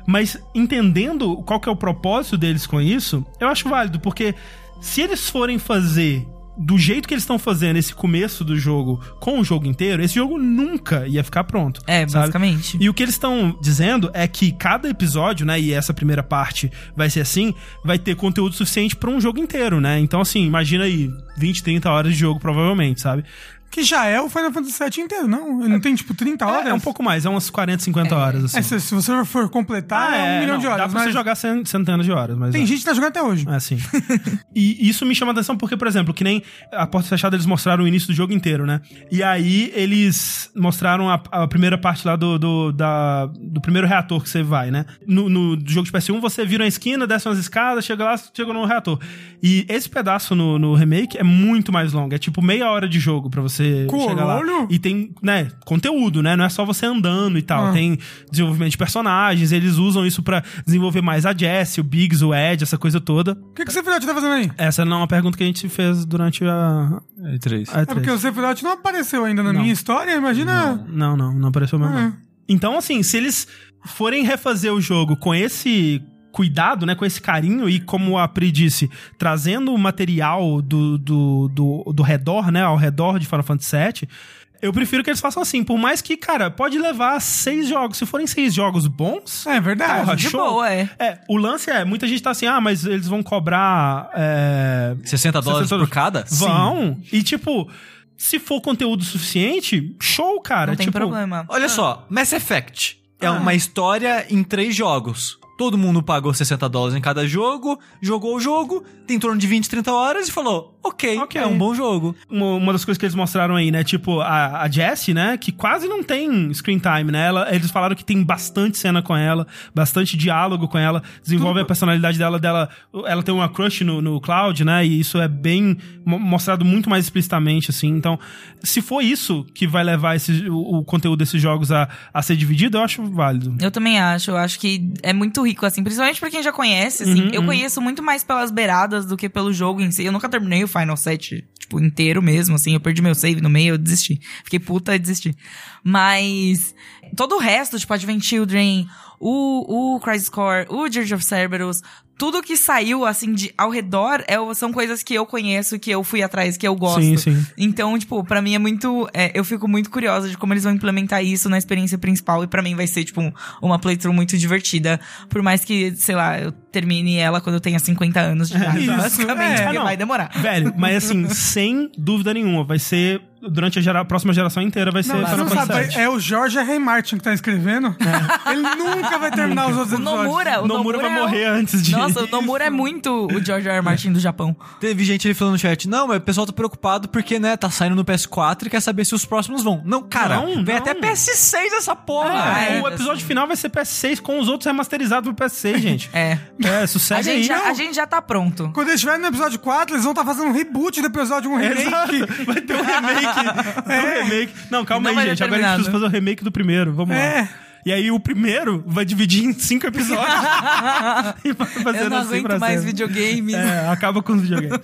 Speaker 1: mas entendendo qual que é o propósito deles com isso, eu acho válido, porque se eles forem fazer do jeito que eles estão fazendo esse começo do jogo com o jogo inteiro, esse jogo nunca ia ficar pronto.
Speaker 3: É,
Speaker 1: sabe?
Speaker 3: basicamente.
Speaker 1: E o que eles estão dizendo é que cada episódio, né, e essa primeira parte vai ser assim, vai ter conteúdo suficiente pra um jogo inteiro, né? Então, assim, imagina aí 20, 30 horas de jogo, provavelmente, sabe?
Speaker 2: Que já é o Final Fantasy VII inteiro, não? Ele não tem, tipo, 30 horas?
Speaker 1: É, é um pouco mais, é umas 40, 50 horas, assim. Ah,
Speaker 2: É, se, se você for completar, é um milhão
Speaker 1: não,
Speaker 2: de horas.
Speaker 1: Dá pra
Speaker 2: mas
Speaker 1: você jogar cen- centenas de horas, mas.
Speaker 2: Tem
Speaker 1: é.
Speaker 2: gente que tá jogando até hoje.
Speaker 1: É, sim. e isso me chama a atenção porque, por exemplo, que nem a porta fechada eles mostraram o início do jogo inteiro, né? E aí eles mostraram a, a primeira parte lá do, do, da- do primeiro reator que você vai, né? No, no jogo de PS1 você vira uma esquina, desce umas escadas, chega lá, chega no reator. E esse pedaço no, no remake é muito mais longo, é tipo meia hora de jogo pra você chegar lá.
Speaker 2: Caralho!
Speaker 1: E tem, né, conteúdo, né? Não é só você andando e tal.
Speaker 2: Ah.
Speaker 1: Tem desenvolvimento de personagens, eles usam isso pra desenvolver mais a Jess, o Biggs, o Ed, essa coisa toda.
Speaker 2: O que, que o Sephiroth tá fazendo aí?
Speaker 1: Essa não é uma pergunta que a gente fez durante a.
Speaker 4: É, três.
Speaker 1: a
Speaker 2: É porque o
Speaker 1: E3.
Speaker 2: Sephiroth não apareceu ainda na
Speaker 1: Não.
Speaker 2: minha história, imagina...
Speaker 1: Não, não, não apareceu mesmo. não.
Speaker 2: Ah,
Speaker 1: Então, assim, se eles forem refazer o jogo com esse cuidado, né, com esse carinho e como a Pri disse, trazendo o material do, do, do, do redor, né, ao redor de Final Fantasy VII, eu prefiro que eles façam assim, por mais que, cara, pode levar seis jogos, se forem seis jogos bons,
Speaker 2: é verdade.
Speaker 1: Porra,
Speaker 3: De
Speaker 1: show.
Speaker 3: boa, é.
Speaker 1: É, o lance é, muita gente tá assim, ah, mas eles vão cobrar é,
Speaker 4: 60 dólares
Speaker 1: 60
Speaker 4: por cada?
Speaker 1: Vão. E, tipo, se for conteúdo suficiente, show, cara.
Speaker 3: Não tem
Speaker 1: tipo,
Speaker 3: problema.
Speaker 4: Olha só, Mass Effect é
Speaker 1: Ah.
Speaker 4: uma história em três jogos. Todo mundo pagou 60 dólares em cada jogo, jogou o jogo, tem em torno de 20, 30 horas e falou: ok,
Speaker 1: Ok.
Speaker 4: é um bom jogo.
Speaker 1: Uma, uma das coisas que eles mostraram aí, né? Tipo, a, a Jessie, né? Que quase não tem screen time, né? Ela, eles falaram que tem bastante cena com ela, bastante diálogo com ela, desenvolve a personalidade dela, dela. Ela tem uma crush no, no Cloud, né? E isso é bem mo- mostrado muito mais explicitamente, assim. Então, se for isso que vai levar esse, o, o conteúdo desses jogos a, a ser dividido, eu acho válido.
Speaker 3: Eu também acho, eu acho que é muito rico, assim, principalmente pra quem já conhece, assim.
Speaker 1: Uhum,
Speaker 3: eu
Speaker 1: uhum.
Speaker 3: conheço muito mais pelas beiradas do que pelo jogo em si. Eu nunca terminei o Final Set, tipo, inteiro mesmo, assim. Eu perdi meu save no meio, eu desisti. Fiquei puta e desisti. Mas todo o resto, tipo, Advent Children, o, o Crisis Core, o Dirge of Cerberus, tudo que saiu, assim, de ao redor é, são coisas que eu conheço, que eu fui atrás, que eu gosto.
Speaker 1: Sim, sim.
Speaker 3: Então, tipo, pra mim é muito. é, eu fico muito curiosa de como eles vão implementar isso na experiência principal. E pra mim vai ser, tipo, um- uma playthrough muito divertida. Por mais que, sei lá, eu termine ela quando eu tenha 50 anos de idade.
Speaker 2: Isso,
Speaker 3: basicamente,
Speaker 1: é,
Speaker 3: porque
Speaker 1: não.
Speaker 3: vai demorar.
Speaker 1: Velho, mas assim, sem dúvida nenhuma, vai ser. Durante a, gera- a próxima geração inteira vai ser
Speaker 2: Não, você
Speaker 1: Final
Speaker 2: não sabe,
Speaker 1: Fantasy VII.
Speaker 2: é o George R. R. Martin que tá escrevendo.
Speaker 1: É.
Speaker 2: Ele nunca vai terminar os outros
Speaker 3: O
Speaker 2: episódios.
Speaker 3: Nomura, o
Speaker 1: Nomura
Speaker 3: Nomura,
Speaker 1: vai
Speaker 3: é um-
Speaker 1: morrer antes de-
Speaker 3: Nossa, o Nomura é muito o George R. R. Martin do Japão.
Speaker 4: Teve gente ali falando no chat: não, mas o pessoal tá preocupado porque, né, tá saindo no PS4 e quer saber se os próximos vão. Não, cara,
Speaker 1: Não, não.
Speaker 4: vem até PS6 essa porra.
Speaker 3: Ah, é,
Speaker 1: o
Speaker 3: assim.
Speaker 1: episódio final vai ser PS6 com os outros remasterizados pro PS6, gente.
Speaker 3: É.
Speaker 1: É,
Speaker 3: A
Speaker 1: sucesso aí.
Speaker 3: gente, já,
Speaker 1: não.
Speaker 3: a gente já tá pronto.
Speaker 2: Quando eles estiverem no episódio 4, eles vão estar fazendo um reboot do episódio
Speaker 1: É,
Speaker 2: 1 remake.
Speaker 1: Exato. Vai ter um remake. um remake. Não, calma
Speaker 3: Não vai
Speaker 1: aí, gente. Agora a
Speaker 3: ter
Speaker 1: gente
Speaker 3: terminado.
Speaker 1: precisa fazer o remake do primeiro. Vamos lá.
Speaker 2: É.
Speaker 1: E aí o primeiro vai dividir em cinco episódios. e vai fazendo
Speaker 3: Eu não
Speaker 1: assim
Speaker 3: aguento
Speaker 1: pra
Speaker 3: mais
Speaker 1: sempre.
Speaker 3: videogames.
Speaker 1: É, acaba com os videogames.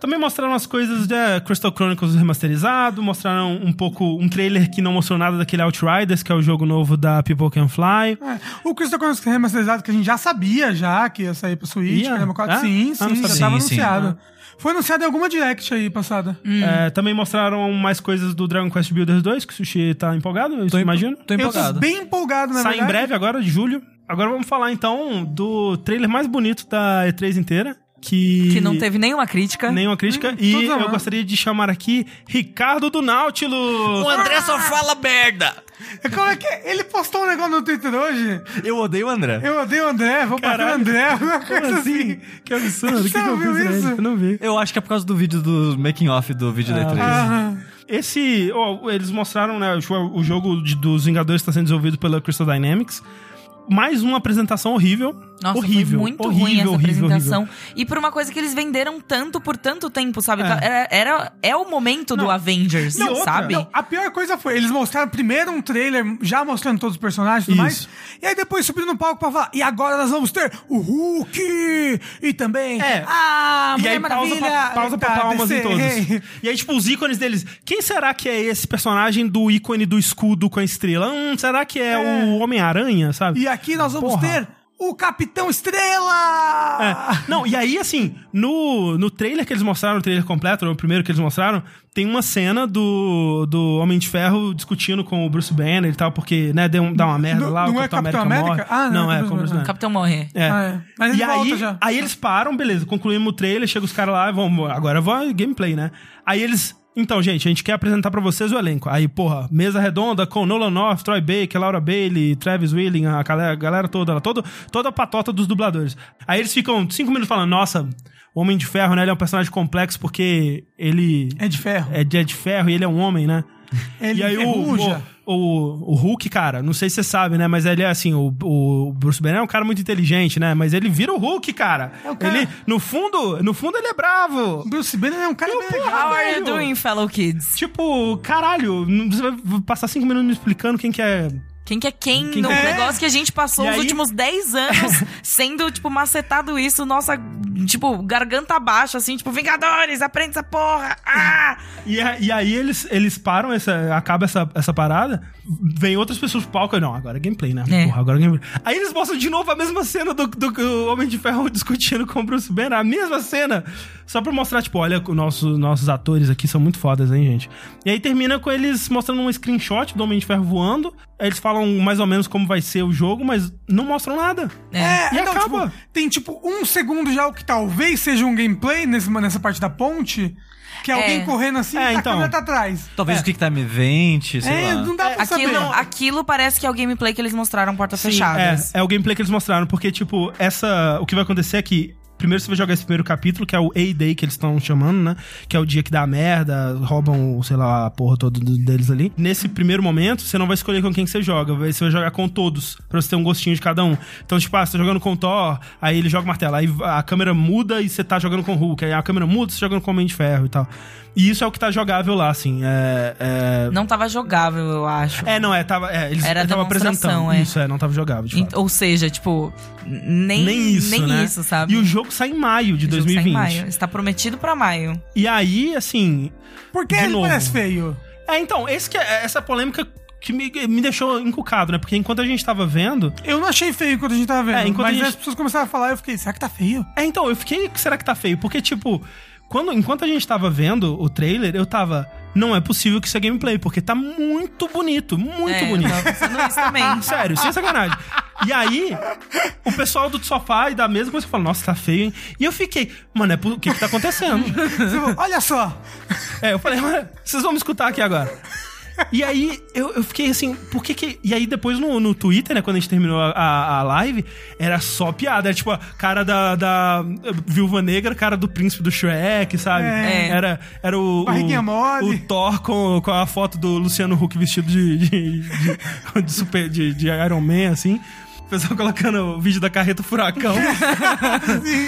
Speaker 1: Também mostraram as coisas de eh, Crystal Chronicles remasterizado, mostraram um pouco um trailer que não mostrou nada daquele Outriders, que é o jogo novo da People Can Fly.
Speaker 2: É. O Crystal Chronicles remasterizado, que a gente já sabia já que ia sair pro Switch,
Speaker 1: Ia?
Speaker 2: pra Demo 4.
Speaker 1: É?
Speaker 2: Sim,
Speaker 1: Ah, não
Speaker 2: sim,
Speaker 1: sabia. Ah.
Speaker 2: já tava
Speaker 4: Sim, sim.
Speaker 2: anunciado. Foi anunciado em alguma direct aí passada.
Speaker 1: Eh, também mostraram mais coisas do Dragon Quest Builders 2, que o Sushi tá empolgado, eu imagino.
Speaker 4: Tô
Speaker 2: Eu tô
Speaker 4: empolgado.
Speaker 2: bem empolgado, na
Speaker 1: Sai em
Speaker 2: verdade.
Speaker 1: breve agora, de julho. Agora vamos falar então do trailer mais bonito da E3 inteira, que...
Speaker 3: Que não teve né? nenhuma crítica.
Speaker 1: Nenhuma crítica. e
Speaker 2: todos
Speaker 1: eu
Speaker 2: amando.
Speaker 1: gostaria de chamar aqui Ricardo do Nautilus.
Speaker 4: André só fala merda.
Speaker 2: Como é que é? Ele postou um negócio no Twitter hoje.
Speaker 4: Eu odeio o André.
Speaker 2: Eu odeio o André, vou bater o
Speaker 1: Caralho.
Speaker 2: André, alguma coisa assim.
Speaker 1: Que absurdo, que
Speaker 2: Você
Speaker 1: que eu
Speaker 2: ouviu
Speaker 1: fiz pra ele?
Speaker 2: isso?
Speaker 1: Eu não vi.
Speaker 4: Eu acho que é por causa do vídeo do making off do vídeo
Speaker 1: É.
Speaker 4: da E3.
Speaker 1: Ah,
Speaker 2: Aham.
Speaker 1: Esse. ó, eles mostraram, né? O o jogo de- dos Vingadores está sendo desenvolvido pela Crystal Dynamics. Mais uma apresentação horrível.
Speaker 3: Nossa,
Speaker 1: horrível.
Speaker 3: foi muito
Speaker 1: horrível,
Speaker 3: ruim essa
Speaker 1: horrível,
Speaker 3: apresentação. E por uma coisa que eles venderam tanto por tanto tempo, sabe?
Speaker 1: É.
Speaker 3: Era, era, é o momento do Avengers,
Speaker 1: e outra,
Speaker 3: sabe?
Speaker 1: não,
Speaker 2: A pior coisa foi, eles mostraram primeiro um trailer já mostrando todos os personagens e tudo mais.
Speaker 1: Isso.
Speaker 2: E aí depois subiram no palco pra falar, e agora nós vamos ter o Hulk! E também.
Speaker 1: É.
Speaker 2: Ah,
Speaker 1: E
Speaker 2: Mulher
Speaker 1: aí pausa pra,
Speaker 2: Maravilha,
Speaker 1: pausa pra
Speaker 2: tá,
Speaker 1: palmas em
Speaker 2: DC.
Speaker 1: todos. E aí, tipo, os ícones deles. Quem será que é esse personagem do
Speaker 2: É.
Speaker 1: ícone do escudo com a estrela? Hum, será que é, o Homem-Aranha, sabe?
Speaker 2: E aqui nós vamos
Speaker 1: Porra.
Speaker 2: ter o Capitão Estrela!
Speaker 1: É. Não, e aí, assim, no, no trailer que eles mostraram, no trailer completo, o primeiro que eles mostraram, tem uma cena do, do Homem de Ferro discutindo com o Bruce Banner e tal, porque, né, deu, um- dá uma merda
Speaker 2: Não-
Speaker 1: lá, o
Speaker 2: não é
Speaker 1: Capitão,
Speaker 2: Capitão
Speaker 1: América,
Speaker 2: América?
Speaker 1: morre.
Speaker 2: Ah,
Speaker 1: não,
Speaker 2: não,
Speaker 1: é
Speaker 2: Bruce
Speaker 1: com o Bruce Banner.
Speaker 2: Banner.
Speaker 3: Capitão morre.
Speaker 1: É.
Speaker 2: Ah, é. Mas ele
Speaker 1: e
Speaker 2: volta
Speaker 1: aí,
Speaker 2: já.
Speaker 1: aí eles param, beleza, concluímos o trailer, chega os caras lá, vamos, agora vai gameplay, né? Aí eles. Então, gente, a gente quer apresentar pra vocês o elenco. Aí, porra, mesa redonda com Nolan North, Troy Baker, Laura Bailey, Travis Willing, a galera, a galera toda, todo, toda a patota dos dubladores. Aí eles ficam cinco minutos falando, nossa, o Homem de Ferro, né? Ele é um personagem complexo porque ele
Speaker 2: É de ferro.
Speaker 1: é de, é de ferro e ele é um homem, né?
Speaker 2: Ele é
Speaker 1: e aí o,
Speaker 2: enferruja.
Speaker 1: o, o, o Hulk, cara, não sei se você sabe, né? Mas ele é assim, o, o Bruce Banner é um cara muito inteligente, né? Mas ele vira o Hulk, cara.
Speaker 2: É o cara-
Speaker 1: Ele, no fundo, no fundo ele é bravo.
Speaker 2: Bruce Banner é um cara bem legal.
Speaker 3: How are
Speaker 1: velho.
Speaker 3: you doing, fellow kids?
Speaker 1: Tipo, caralho, não- você vai passar cinco minutos me explicando quem que é...
Speaker 3: Quem que é quem,
Speaker 1: Quem
Speaker 3: no
Speaker 1: que é?
Speaker 3: negócio que a gente passou
Speaker 1: E
Speaker 3: os
Speaker 1: aí-
Speaker 3: últimos 10 anos sendo, tipo, macetado isso, nossa, tipo, garganta baixa, assim, tipo, Vingadores, aprende essa porra! Ah!
Speaker 1: E, a- e aí eles, eles param, essa, acaba essa, essa parada, vem outras pessoas pro palco, eu, não, agora é gameplay, né?
Speaker 3: É.
Speaker 1: Porra, agora é gameplay. Aí eles mostram de novo a mesma cena do, do, do Homem de Ferro discutindo com o Bruce Banner, a mesma cena, só pra mostrar, tipo, olha, o nosso, nossos atores aqui são muito fodas, hein, gente? E aí termina com eles mostrando um screenshot do Homem de Ferro voando, aí eles falam mais ou menos como vai ser o jogo, mas não mostram nada.
Speaker 2: É,
Speaker 1: E
Speaker 2: então,
Speaker 1: acaba.
Speaker 2: tipo, tem tipo um segundo já, o que talvez seja um gameplay nesse, nessa parte da ponte, que é alguém correndo assim
Speaker 1: É,
Speaker 2: e a
Speaker 1: então.
Speaker 2: câmera tá atrás.
Speaker 4: Talvez o que que tá me vente, sei
Speaker 2: É,
Speaker 3: Ah.
Speaker 4: lá.
Speaker 2: não dá pra saber.
Speaker 3: Aquilo, aquilo parece que é o gameplay que eles mostraram porta
Speaker 1: É,
Speaker 3: fechada.
Speaker 1: é o gameplay que eles mostraram, porque, tipo, essa. O que vai acontecer é que. Primeiro você vai jogar esse primeiro capítulo, que é o A-Day que eles estão chamando, né? Que é o dia que dá a merda, roubam, sei lá, a porra toda do- deles ali. Nesse primeiro momento, você não vai escolher com quem que você joga, vai- você vai jogar com todos, pra você ter um gostinho de cada um. Então, tipo, ah, você tá jogando com o Thor, aí ele joga o martelo, aí a câmera muda e você tá jogando com o Hulk, aí a câmera muda e você tá jogando com o Homem de Ferro e tal. E isso é o que tá jogável lá, assim. É, é...
Speaker 3: Não tava jogável, eu acho.
Speaker 1: é, não, é, tava. É, eles
Speaker 3: Era
Speaker 1: eles tavam
Speaker 3: demonstração,
Speaker 1: apresentando.
Speaker 3: é.
Speaker 1: Isso, é, não tava jogável, de
Speaker 3: E-
Speaker 1: fato.
Speaker 3: Ou seja, tipo, nem,
Speaker 1: Nem isso,
Speaker 3: nem
Speaker 1: né?
Speaker 3: isso, sabe?
Speaker 1: E o jogo sai em maio de
Speaker 3: O jogo sai
Speaker 1: 2020.
Speaker 3: em maio. Está prometido pra maio.
Speaker 1: E aí, assim.
Speaker 2: Por que
Speaker 1: De
Speaker 2: ele
Speaker 1: novo.
Speaker 2: parece feio?
Speaker 1: É, então, esse que é- essa polêmica que me, me deixou encucado, né? Porque enquanto a gente tava vendo.
Speaker 2: Eu não achei feio enquanto a gente tava vendo,
Speaker 1: É, enquanto
Speaker 2: mas
Speaker 1: a gente-
Speaker 2: as pessoas começaram a falar, eu fiquei, será que tá feio?
Speaker 1: É, então, eu fiquei. Será que tá feio? Porque, tipo, quando, enquanto a gente tava vendo o trailer, eu tava. Não é possível que isso é gameplay, porque tá muito bonito, muito
Speaker 3: é,
Speaker 1: bonito. Ah,
Speaker 3: Eu tava pensando isso também.
Speaker 1: Sério, sem sacanagem. E aí, o pessoal do sofá e da mesa começou a falar, nossa, tá feio, hein? E eu fiquei, mano, é, po- o que que tá acontecendo?
Speaker 2: Você falou, Tipo, Olha só,
Speaker 1: É, eu falei, "Olha, vocês vão me escutar aqui agora. E aí, eu, eu fiquei assim, por que que... E aí, depois no, no Twitter, né, quando a gente terminou a, a, a live, era só piada. Era tipo, a cara da, da Viúva Negra, cara do Príncipe do Shrek, sabe?
Speaker 2: É.
Speaker 1: Era, era o...
Speaker 2: Barriguinha
Speaker 1: o,
Speaker 2: mole.
Speaker 1: O Thor com, com a foto do Luciano Huck vestido de... de, de, de super, de, de Iron Man, assim. O pessoal colocando o vídeo da carreta furacão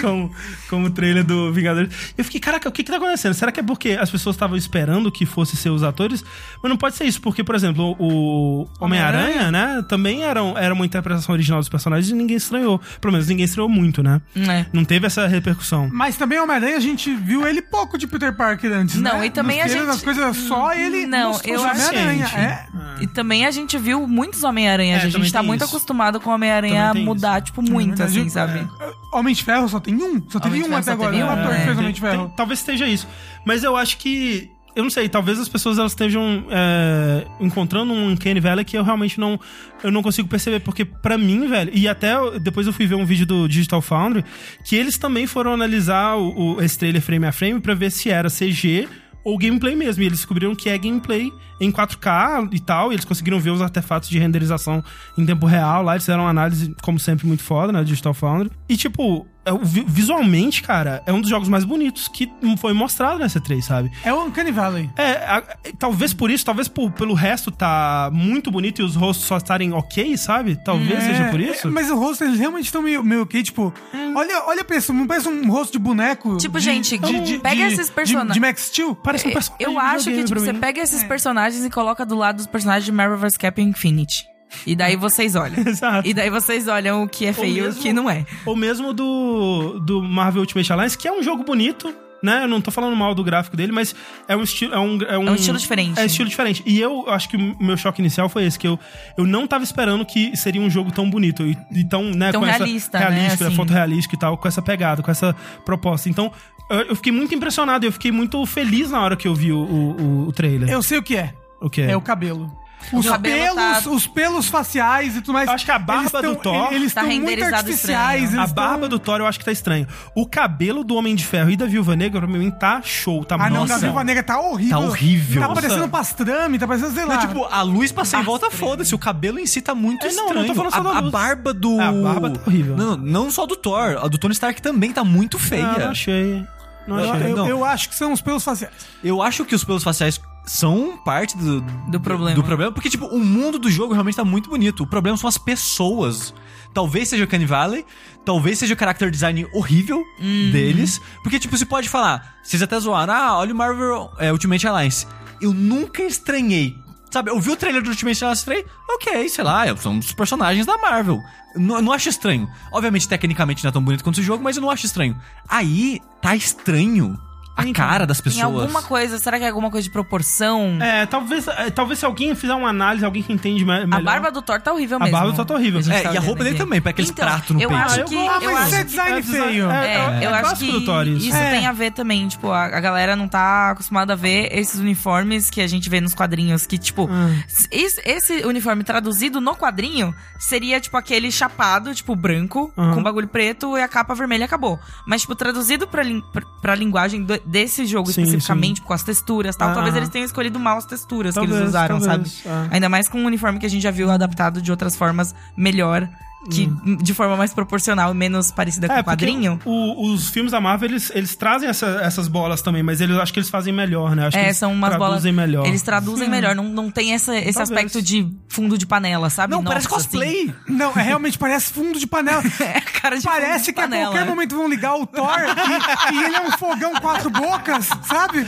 Speaker 1: como, como trailer do Vingadores. Eu fiquei, caraca, o que que tá acontecendo? Será que é porque as pessoas estavam esperando que fosse ser os atores? Mas não pode ser isso, porque, por exemplo, o Homem-Aranha, né? Também era, um- era uma interpretação original dos personagens e ninguém estranhou. Pelo menos ninguém estranhou muito, né?
Speaker 3: É.
Speaker 1: Não teve essa repercussão.
Speaker 2: mas também Homem-Aranha a gente viu ele pouco de Peter Parker antes,
Speaker 3: Não,
Speaker 2: né?
Speaker 3: e também
Speaker 2: Nos
Speaker 3: a
Speaker 2: trailers,
Speaker 3: gente-
Speaker 2: As coisas só ele
Speaker 3: Não,
Speaker 2: mostrou
Speaker 3: eu
Speaker 2: o
Speaker 3: acho-
Speaker 2: Homem-Aranha.
Speaker 1: Gente.
Speaker 2: É,
Speaker 3: E também a gente viu muitos Homem-Aranha.
Speaker 1: Ah. É,
Speaker 3: a gente
Speaker 1: também
Speaker 3: tá
Speaker 1: tem
Speaker 3: muito
Speaker 1: isso.
Speaker 3: acostumado com o Homem-Aranha
Speaker 1: Também tem É
Speaker 3: mudar, tipo, muito,
Speaker 2: verdade,
Speaker 3: assim, sabe?
Speaker 2: é, Homem de Ferro só tem um, só teve
Speaker 3: Homem de
Speaker 2: um
Speaker 3: Ferro
Speaker 2: até
Speaker 3: só
Speaker 2: agora,
Speaker 3: teve
Speaker 2: um
Speaker 3: um,
Speaker 2: ator
Speaker 3: é.
Speaker 2: que fez
Speaker 1: Tem-
Speaker 2: Homem de Ferro.
Speaker 1: tem- talvez esteja isso. Mas eu acho que. Eu não sei, talvez as pessoas elas estejam é, encontrando um Uncanny Valley que eu realmente não, eu não consigo perceber. Porque pra mim, velho, e até eu- depois eu fui ver um vídeo do Digital Foundry, que eles também foram analisar o, o, esse trailer frame a frame pra ver se era CG ou gameplay mesmo. E eles descobriram que é gameplay em 4K e tal. E eles conseguiram ver os artefatos de renderização em tempo real lá. Eles fizeram uma análise, como sempre, muito foda, né? Digital Foundry. E, tipo, é o vi- visualmente, cara, é um dos jogos mais bonitos que foi mostrado nessa 3, sabe?
Speaker 2: É o Uncanny Valley.
Speaker 1: É, a- é, talvez por isso, talvez por- pelo resto tá muito bonito e os rostos só estarem ok, sabe?
Speaker 3: Hum,
Speaker 1: Talvez seja
Speaker 2: É,
Speaker 1: por isso.
Speaker 2: é, mas o rosto, eles realmente estão meio, meio que, tipo... Olha, olha pra isso, não parece um rosto de boneco.
Speaker 3: É. Tipo,
Speaker 2: de-
Speaker 3: gente, pega esses personagens.
Speaker 2: De, de Max Steel.
Speaker 1: Parece um personagem.
Speaker 3: é, Eu
Speaker 1: de
Speaker 3: acho que,
Speaker 1: videogame
Speaker 3: tipo,
Speaker 1: pra
Speaker 3: você
Speaker 1: mim. é.
Speaker 3: pega esses personagens e coloca do lado dos personagens de Marvel vs. Capcom Infinity. E daí vocês olham.
Speaker 1: Exato.
Speaker 3: E daí vocês olham o que é feio e o
Speaker 1: mesmo-
Speaker 3: que não é.
Speaker 1: Ou mesmo do, do Marvel Ultimate Alliance, que é um jogo bonito, né? Eu não tô falando mal do gráfico dele, mas é um estilo. É um, é, um,
Speaker 3: É um estilo diferente.
Speaker 1: É estilo diferente. E eu acho que o meu choque inicial foi esse, que eu, eu não tava esperando que seria um jogo tão bonito e, e tão, né,
Speaker 3: Tão
Speaker 1: com
Speaker 3: realista, né,
Speaker 1: essa realística,
Speaker 3: assim.
Speaker 1: fotorrealística e tal, com essa pegada, com essa proposta. Então, eu, eu fiquei muito impressionado, eu fiquei muito feliz na hora que eu vi o, o, o trailer.
Speaker 2: Eu sei o que é.
Speaker 1: o que
Speaker 2: É, o cabelo. Os
Speaker 3: cabelo
Speaker 2: pelos,
Speaker 3: tá-
Speaker 2: os pelos faciais e tudo mais.
Speaker 1: Eu acho que a barba do
Speaker 2: eles tão-
Speaker 1: Thor
Speaker 2: Eles
Speaker 3: tá
Speaker 2: estão muito
Speaker 3: renderizado
Speaker 2: artificiais.
Speaker 1: A
Speaker 2: eles tão-
Speaker 1: barba do Thor eu acho que tá estranho. O cabelo do Homem de Ferro e da Viúva Negra, pra mim, tá show, tá
Speaker 2: Ah, não,
Speaker 1: nossa.
Speaker 2: da Viúva Negra tá horrível.
Speaker 4: Tá horrível.
Speaker 2: Tá
Speaker 4: Nossa.
Speaker 2: parecendo pastrame, tá parecendo, sei lá.
Speaker 4: Não, tipo, a luz passa em volta, foda-se. O cabelo em si tá muito
Speaker 1: É, não,
Speaker 4: estranho.
Speaker 1: eu não tô falando só
Speaker 4: a,
Speaker 1: da
Speaker 4: a
Speaker 1: luz.
Speaker 4: barba do.
Speaker 1: É, a barba tá horrível.
Speaker 4: Não, não só do Thor. A do Tony Stark também tá muito feia.
Speaker 1: Ah, não achei. Não
Speaker 4: Eu-
Speaker 1: achei.
Speaker 2: eu,
Speaker 4: não.
Speaker 2: eu acho que são os pelos faciais.
Speaker 4: Eu acho que os pelos faciais são parte do,
Speaker 3: Do problema.
Speaker 4: do problema, porque, tipo, o mundo do jogo realmente tá muito bonito. O problema são as pessoas. Talvez seja o Canny Valley, talvez seja o character design horrível
Speaker 3: Uhum.
Speaker 4: deles. Porque, tipo, você pode falar, vocês até zoaram, ah, olha o Marvel é, Ultimate Alliance. Eu nunca estranhei. Sabe, eu vi o trailer do Ultimate Alliance 3, ok, sei lá, são os personagens da Marvel. Eu Não, eu não acho estranho. Obviamente, tecnicamente não é tão bonito quanto esse jogo, mas eu não acho estranho. Aí, tá estranho a cara das pessoas.
Speaker 3: Então, Em alguma coisa, será que é alguma coisa de proporção?
Speaker 1: É, talvez, é, talvez se alguém fizer uma análise, alguém que entende me- melhor.
Speaker 3: A barba do Thor tá horrível
Speaker 1: A
Speaker 3: mesmo.
Speaker 1: barba do Thor tá horrível.
Speaker 3: gente
Speaker 4: É,
Speaker 3: tá
Speaker 4: e a
Speaker 3: olhando
Speaker 4: roupa dele
Speaker 3: aqui.
Speaker 4: também, parece aqueles pratos no
Speaker 3: eu
Speaker 4: peito.
Speaker 3: Acho
Speaker 1: Ah, eu
Speaker 3: que,
Speaker 1: gosto,
Speaker 3: eu
Speaker 1: mas
Speaker 3: acho
Speaker 1: é
Speaker 3: que-
Speaker 2: design feio.
Speaker 1: É,
Speaker 3: É, eu acho
Speaker 1: clássico
Speaker 3: que
Speaker 1: do Thor isso.
Speaker 3: isso
Speaker 2: É.
Speaker 3: tem a ver também, tipo, a, a galera não tá acostumada a ver esses uniformes que a gente vê nos quadrinhos, que,
Speaker 1: Ah.
Speaker 3: tipo, s- es- esse uniforme traduzido no quadrinho seria, tipo, aquele chapado, tipo, branco,
Speaker 1: Uhum.
Speaker 3: com bagulho preto e a capa vermelha acabou. Mas, tipo, traduzido pra, lin- pra- pra linguagem do- desse jogo
Speaker 1: Sim,
Speaker 3: especificamente, com as texturas e tal,
Speaker 1: Ah.
Speaker 3: talvez eles tenham escolhido mal as texturas que
Speaker 1: Talvez,
Speaker 3: eles usaram,
Speaker 1: talvez,
Speaker 3: sabe?
Speaker 1: é.
Speaker 3: Ainda mais com um uniforme que a gente já viu adaptado de outras formas melhor, que de forma mais proporcional e menos parecida com
Speaker 1: Hum. É,
Speaker 3: o
Speaker 1: porque
Speaker 3: quadrinho.
Speaker 1: o- os filmes da Marvel, eles, eles trazem essa- essas bolas também, mas eles acho que eles fazem melhor, né? Acho que
Speaker 3: É,
Speaker 1: eles
Speaker 3: são umas bolas.
Speaker 1: traduzem melhor.
Speaker 3: Eles traduzem melhor, não, não tem essa- esse
Speaker 1: Talvez.
Speaker 3: aspecto de fundo de panela, sabe?
Speaker 4: Não,
Speaker 3: Nossa,
Speaker 4: parece
Speaker 3: assim.
Speaker 4: cosplay.
Speaker 2: Não, é, realmente parece fundo de panela.
Speaker 3: É, cara de fundo de
Speaker 2: Parece que a
Speaker 3: panela. é.
Speaker 2: qualquer momento vão ligar o Thor e, e ele é um fogão quatro bocas, sabe?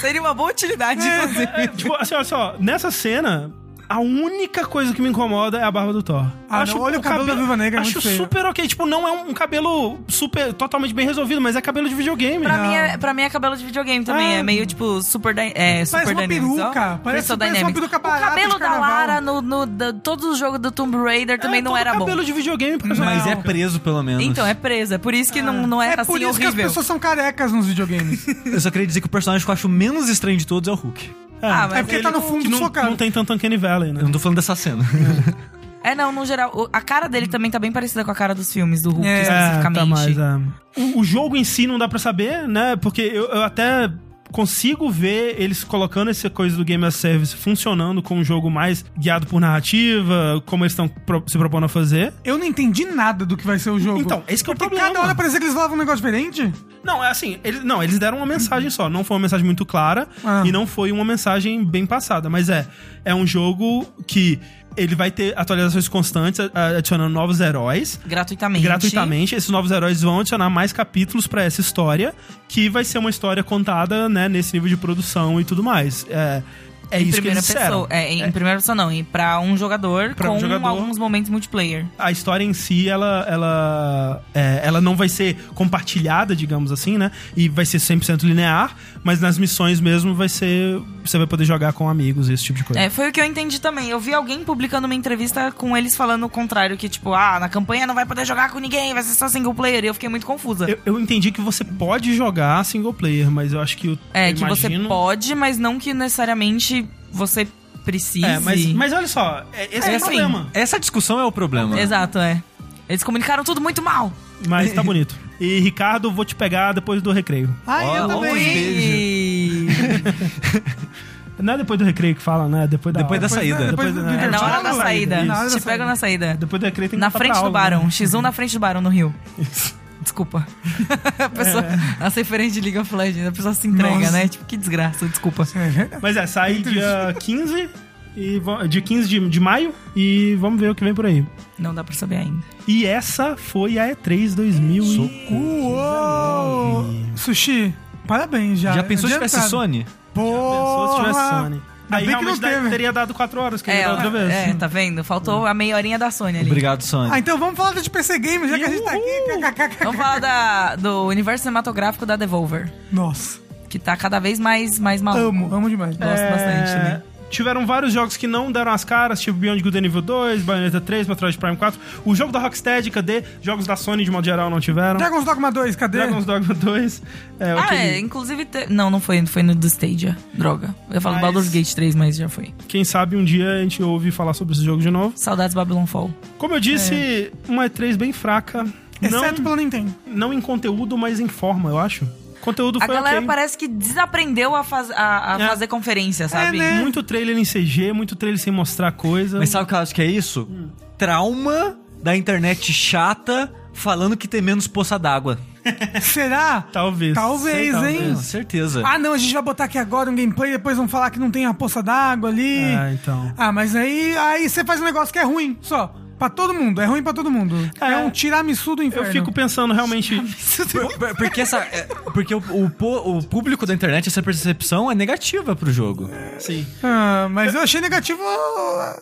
Speaker 3: Seria uma boa utilidade, inclusive.
Speaker 1: É, tipo, assim, olha só, nessa cena, a única coisa que me incomoda é a barba do Thor. um
Speaker 2: Ah, não, olha o cabelo da Viúva Negra, é
Speaker 1: Acho
Speaker 2: muito feio.
Speaker 1: super ok. Tipo, não é um um cabelo super, totalmente bem resolvido, mas é cabelo de videogame.
Speaker 3: Pra mim, é, pra mim é cabelo de videogame também.
Speaker 1: Ah.
Speaker 3: É meio tipo super, dy- é, super
Speaker 2: Parece uma
Speaker 3: Dynamics, ó.
Speaker 2: peruca, parece-
Speaker 3: Crystal
Speaker 2: parece uma
Speaker 3: Dynamics.
Speaker 2: peruca
Speaker 3: O
Speaker 2: barata
Speaker 3: cabelo
Speaker 2: de
Speaker 3: da
Speaker 2: carnaval.
Speaker 3: Lara no, no, da- todo o jogo do Tomb Raider também
Speaker 1: É,
Speaker 3: não
Speaker 1: todo
Speaker 3: era bom. Uhum.
Speaker 1: cabelo de videogame, porque
Speaker 4: Mas é preso, pelo menos.
Speaker 3: Então, é presa. Por isso que não, não era
Speaker 2: é
Speaker 3: assim
Speaker 2: por isso
Speaker 3: horrível.
Speaker 2: que as pessoas são carecas nos videogames.
Speaker 4: Eu só queria dizer que o personagem que eu acho menos estranho de todos é o Hulk.
Speaker 3: Ah, mas
Speaker 2: é porque tá no fundo
Speaker 1: que
Speaker 2: do
Speaker 1: não,
Speaker 2: sua cara.
Speaker 1: não tem tanto Uncanny Valley,
Speaker 4: Eu
Speaker 1: né?
Speaker 4: não tô falando dessa cena.
Speaker 3: É, não, no geral. o- A cara dele também tá bem parecida com a cara dos filmes, do
Speaker 2: É,
Speaker 3: Hulk, especificamente.
Speaker 1: tá mais, é. o, o jogo em si não dá pra saber, né? Porque eu, eu até consigo ver eles colocando essa coisa do Game as Service funcionando com um jogo mais guiado por narrativa, como eles estão pro- se propondo a fazer.
Speaker 2: Eu não entendi nada do que vai ser o jogo.
Speaker 1: Então, esse que é o
Speaker 2: Porque
Speaker 1: problema.
Speaker 2: cada hora parece que eles lavam um negócio diferente.
Speaker 1: Não, é assim, eles, não, eles deram uma mensagem só. Não foi uma mensagem muito clara
Speaker 2: Ah.
Speaker 1: e não foi uma mensagem bem passada. Mas é, é um jogo que ele vai ter atualizações constantes, a- adicionando novos heróis.
Speaker 3: Gratuitamente.
Speaker 1: Gratuitamente, esses novos heróis vão adicionar mais capítulos pra essa história, que vai ser uma história contada, né, nesse nível de produção e tudo mais. É, é
Speaker 3: em
Speaker 1: isso que
Speaker 3: primeira
Speaker 1: eles disseram.
Speaker 3: pessoa. É, em primeira pessoa não, e pra um jogador
Speaker 1: Pra um
Speaker 3: com
Speaker 1: jogador.
Speaker 3: alguns momentos multiplayer.
Speaker 1: a história em si, ela, ela, é, ela não vai ser compartilhada, digamos assim, né? E vai ser 100% linear, mas nas missões mesmo vai ser. Você vai poder jogar com amigos e esse tipo de coisa.
Speaker 3: É, foi o que eu entendi também. Eu vi alguém publicando uma entrevista com eles falando o contrário, que tipo, ah, na campanha não vai poder jogar com ninguém, vai ser só single player. E eu fiquei muito confusa.
Speaker 1: Eu, eu entendi que você pode jogar single player, mas eu acho que o.
Speaker 3: é,
Speaker 1: eu
Speaker 3: que você
Speaker 1: imagino-
Speaker 3: pode, mas não que necessariamente você precise.
Speaker 1: É, mas, mas olha só, é- esse é,
Speaker 3: É
Speaker 1: o
Speaker 3: assim.
Speaker 1: problema.
Speaker 4: Essa discussão é o problema.
Speaker 3: Exato, é. Eles comunicaram tudo muito mal.
Speaker 1: Mas tá bonito. E Ricardo, vou te pegar depois do recreio.
Speaker 2: Ah,
Speaker 4: Ó,
Speaker 2: eu
Speaker 4: ó,
Speaker 2: também.
Speaker 4: os Beijo.
Speaker 3: E-
Speaker 1: Não é depois do recreio que fala, né? Depois da
Speaker 4: Depois
Speaker 1: aula.
Speaker 4: da saída.
Speaker 2: Depois,
Speaker 1: Depois-
Speaker 2: do
Speaker 1: é,
Speaker 3: É na hora
Speaker 2: intervalo.
Speaker 3: da saída.
Speaker 1: isso.
Speaker 2: Na hora da
Speaker 3: Te pego na saída.
Speaker 1: Depois do recreio tem que
Speaker 3: Na
Speaker 1: voltar pra
Speaker 3: frente do
Speaker 1: aula, né?
Speaker 3: Barão. X1 na frente do Barão no Rio. Desculpa. A pessoa.
Speaker 1: É.
Speaker 3: As referências de League of Legends, a pessoa se entrega,
Speaker 2: Nossa.
Speaker 3: né? Tipo, que desgraça, desculpa.
Speaker 1: Mas é, sai dia 15 e va- dia 15 de, de maio e vamos ver o que vem por aí.
Speaker 3: Não dá pra saber ainda.
Speaker 1: E essa foi a E3 2000 e-
Speaker 2: Uou! Sushi, parabéns já.
Speaker 4: Já pensou se tivesse
Speaker 2: Adiantado.
Speaker 4: Sony?
Speaker 1: Pessoas
Speaker 2: Porra!
Speaker 1: tivesse Sony. Aí
Speaker 2: bem que
Speaker 1: realmente
Speaker 2: não
Speaker 1: dá-
Speaker 2: teve.
Speaker 1: teria dado quatro horas, que
Speaker 3: É,
Speaker 1: ele deu outra vez.
Speaker 3: é, tá vendo? Faltou a meia horinha da Sony ali.
Speaker 4: Obrigado, Sony.
Speaker 2: Ah, então vamos falar de PC Games, já que a gente tá aqui. KKKK.
Speaker 3: Vamos falar da- do universo cinematográfico da Devolver,
Speaker 2: Nossa,
Speaker 3: que tá cada vez mais, mais maluco.
Speaker 2: amo, amo demais.
Speaker 3: Gosto bastante
Speaker 1: É,
Speaker 3: né? também.
Speaker 1: Tiveram vários jogos que não deram as caras, tipo Beyond Good and Evil 2, Bayonetta 3, Metroid Prime 4. O jogo da Rocksteady, cadê? Jogos da Sony, de modo geral, não tiveram.
Speaker 2: Dragon's Dogma 2, cadê?
Speaker 1: Dragon's Dogma 2. É,
Speaker 3: Tá, Ah,
Speaker 1: aquele-
Speaker 3: é, inclusive. te- Não, não foi, foi no do Stadia. Droga. Eu falo
Speaker 1: Mas-
Speaker 3: Baldur's Gate 3, mas já foi.
Speaker 1: Quem sabe um dia a gente ouve falar sobre esse jogo de novo.
Speaker 3: Saudades Babylon Fall.
Speaker 1: Como eu
Speaker 3: É.
Speaker 1: disse, uma E3 bem fraca.
Speaker 2: Exceto
Speaker 1: não,
Speaker 2: pela Nintendo.
Speaker 1: não em conteúdo, mas em forma, eu acho. Conteúdo
Speaker 3: A
Speaker 1: foi
Speaker 3: galera
Speaker 1: ok.
Speaker 3: parece que desaprendeu a, faz- a- a
Speaker 1: É.
Speaker 3: fazer conferência, sabe?
Speaker 2: né?
Speaker 1: Muito trailer em CG, muito trailer sem mostrar
Speaker 2: então-
Speaker 1: coisa.
Speaker 4: Mas sabe o que eu acho que é isso?
Speaker 3: Hum.
Speaker 4: Trauma da internet chata falando que tem menos poça d'água.
Speaker 2: Será?
Speaker 1: Talvez.
Speaker 2: Talvez, hein?
Speaker 4: Com certeza.
Speaker 2: Ah, não, a gente vai botar aqui agora um gameplay, depois vão falar que não tem a poça d'água ali.
Speaker 1: Ah, então.
Speaker 2: Ah, mas aí, aí você faz um negócio que é ruim, só. Pra todo mundo, é ruim pra todo mundo. É,
Speaker 1: É.
Speaker 2: um tiramisu do
Speaker 1: Eu
Speaker 2: inferno.
Speaker 1: fico pensando realmente.
Speaker 3: um-
Speaker 4: Por- por- porque essa, é- porque o, o po- o público da internet, essa percepção é negativa pro jogo.
Speaker 1: Sim.
Speaker 2: Ah, mas eu achei negativo ah,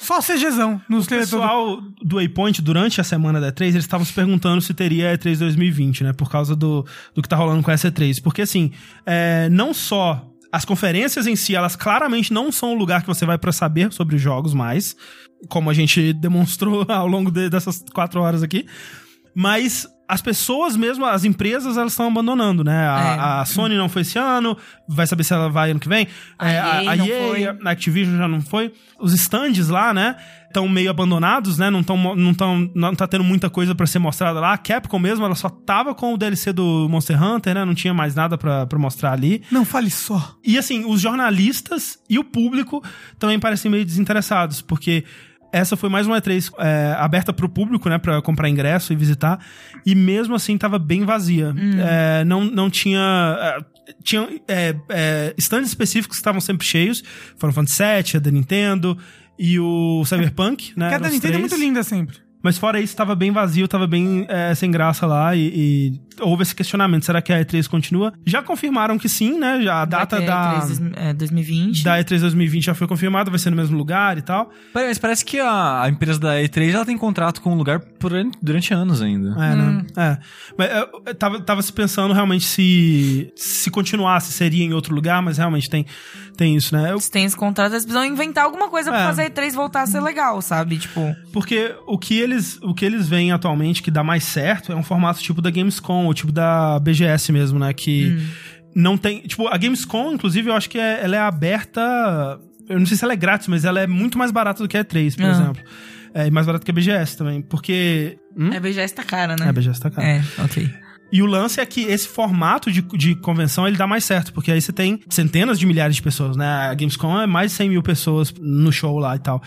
Speaker 2: só o CGzão nos
Speaker 1: O
Speaker 2: trailers todo.
Speaker 1: pessoal do Waypoint, durante a semana da E3, eles estavam se perguntando se teria a E3 2020, né? Por causa do, do que tá rolando com essa E3. Porque, assim, é, não só as conferências em si, elas claramente não são o lugar que você vai pra saber sobre jogos mais, como a gente demonstrou ao longo de- dessas quatro horas aqui, mas... As pessoas mesmo, as empresas, elas estão abandonando, né? A,
Speaker 3: É.
Speaker 1: a Sony não foi esse ano, vai saber se ela vai ano que vem.
Speaker 3: A
Speaker 1: É,
Speaker 3: EA não foi.
Speaker 1: a Activision já não foi. Os stands lá, né? Estão meio abandonados, né? Não, tão, mo- não, tão, não tá tendo muita coisa pra ser mostrada lá. A Capcom mesmo, ela só tava com o DLC do Monster Hunter, né? Não tinha mais nada pra pra mostrar ali.
Speaker 2: Não fale só.
Speaker 1: E assim, os jornalistas e o público também parecem meio desinteressados, porque essa foi mais uma E3 é, aberta pro público, né, Pra comprar ingresso e visitar, e mesmo assim tava bem vazia.
Speaker 2: Hum.
Speaker 1: É, não, não tinha. é, tinha é, é, stands específicos que estavam sempre cheios, foram Fantasy VII, a da Nintendo e o Cyberpunk, né?
Speaker 2: Porque a
Speaker 1: eram
Speaker 2: da
Speaker 1: os
Speaker 2: Nintendo é
Speaker 1: três.
Speaker 2: muito linda sempre.
Speaker 1: Mas fora isso, tava bem vazio, tava bem eh, sem graça lá e, e houve esse questionamento. Será que a E3 continua? Já confirmaram que sim, né? Já a data
Speaker 3: Vai ter
Speaker 1: da,
Speaker 3: E3, é, 2020.
Speaker 1: da E3 2020 já foi confirmada, vai ser no mesmo lugar e tal.
Speaker 4: Pera- Mas parece que a, a empresa da E3 ela tem contrato com o lugar por- durante anos ainda.
Speaker 1: É, né? É. Mas eh, eu tava, tava se pensando realmente se se continuasse, seria em outro lugar, mas realmente tem, tem isso, né? Eu-
Speaker 3: Eles têm esse contrato, eles precisam inventar alguma coisa pra
Speaker 1: É. Hum?
Speaker 3: fazer a E3 voltar a ser legal, sabe? Tipo,
Speaker 1: porque o que eles o que eles veem atualmente que dá mais certo é um formato tipo da Gamescom, ou tipo da BGS mesmo, né? Que não tem. Tipo, a Gamescom, inclusive, eu acho que é- ela é aberta. Eu não sei se ela é grátis, mas ela é muito mais barata do que a E3, por
Speaker 3: Ah.
Speaker 1: exemplo. É, e mais barata que a BGS também. Porque. Hum?
Speaker 3: a BGS tá cara,
Speaker 1: É,
Speaker 3: né?
Speaker 1: a BGS tá cara.
Speaker 3: É, ok.
Speaker 1: E o lance é que esse formato de, de convenção ele dá mais certo, porque aí você tem centenas de milhares de pessoas, né? A Gamescom é mais de 100 mil pessoas no show lá e tal.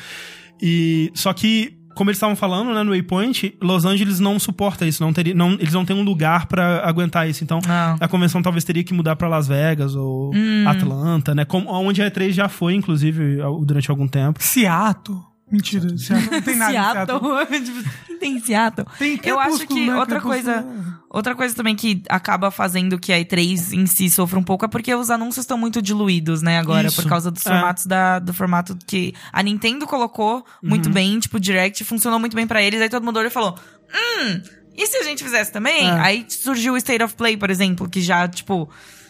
Speaker 1: E só que como eles estavam falando, né, no Waypoint, Los Angeles não suporta isso, não teria, não, eles não têm um lugar pra aguentar isso. Então,
Speaker 3: Ah.
Speaker 1: a convenção talvez teria que mudar pra Las Vegas ou Atlanta, né? Como, onde a E3 já foi, inclusive, ao- durante algum tempo.
Speaker 2: Seattle. Mentira, Seattle não tem nada. em
Speaker 3: Seattle. Tipo, tem Seattle.
Speaker 2: Tem
Speaker 3: Eu acho
Speaker 2: Crepúsculo,
Speaker 3: que
Speaker 2: né?
Speaker 3: outra
Speaker 2: Crepúsculo.
Speaker 3: coisa- Outra coisa também que acaba fazendo que a E3 em si sofra um pouco é porque os anúncios estão muito diluídos, né, agora,
Speaker 1: Isso.
Speaker 3: por causa dos
Speaker 1: É.
Speaker 3: formatos da, do formato que a Nintendo colocou
Speaker 1: Uhum.
Speaker 3: muito bem, tipo, Direct funcionou muito bem pra eles, aí todo mundo olhou e falou: Hum, e se a gente fizesse
Speaker 1: É.
Speaker 3: também? Aí surgiu o State of Play, por exemplo, que já, tipo.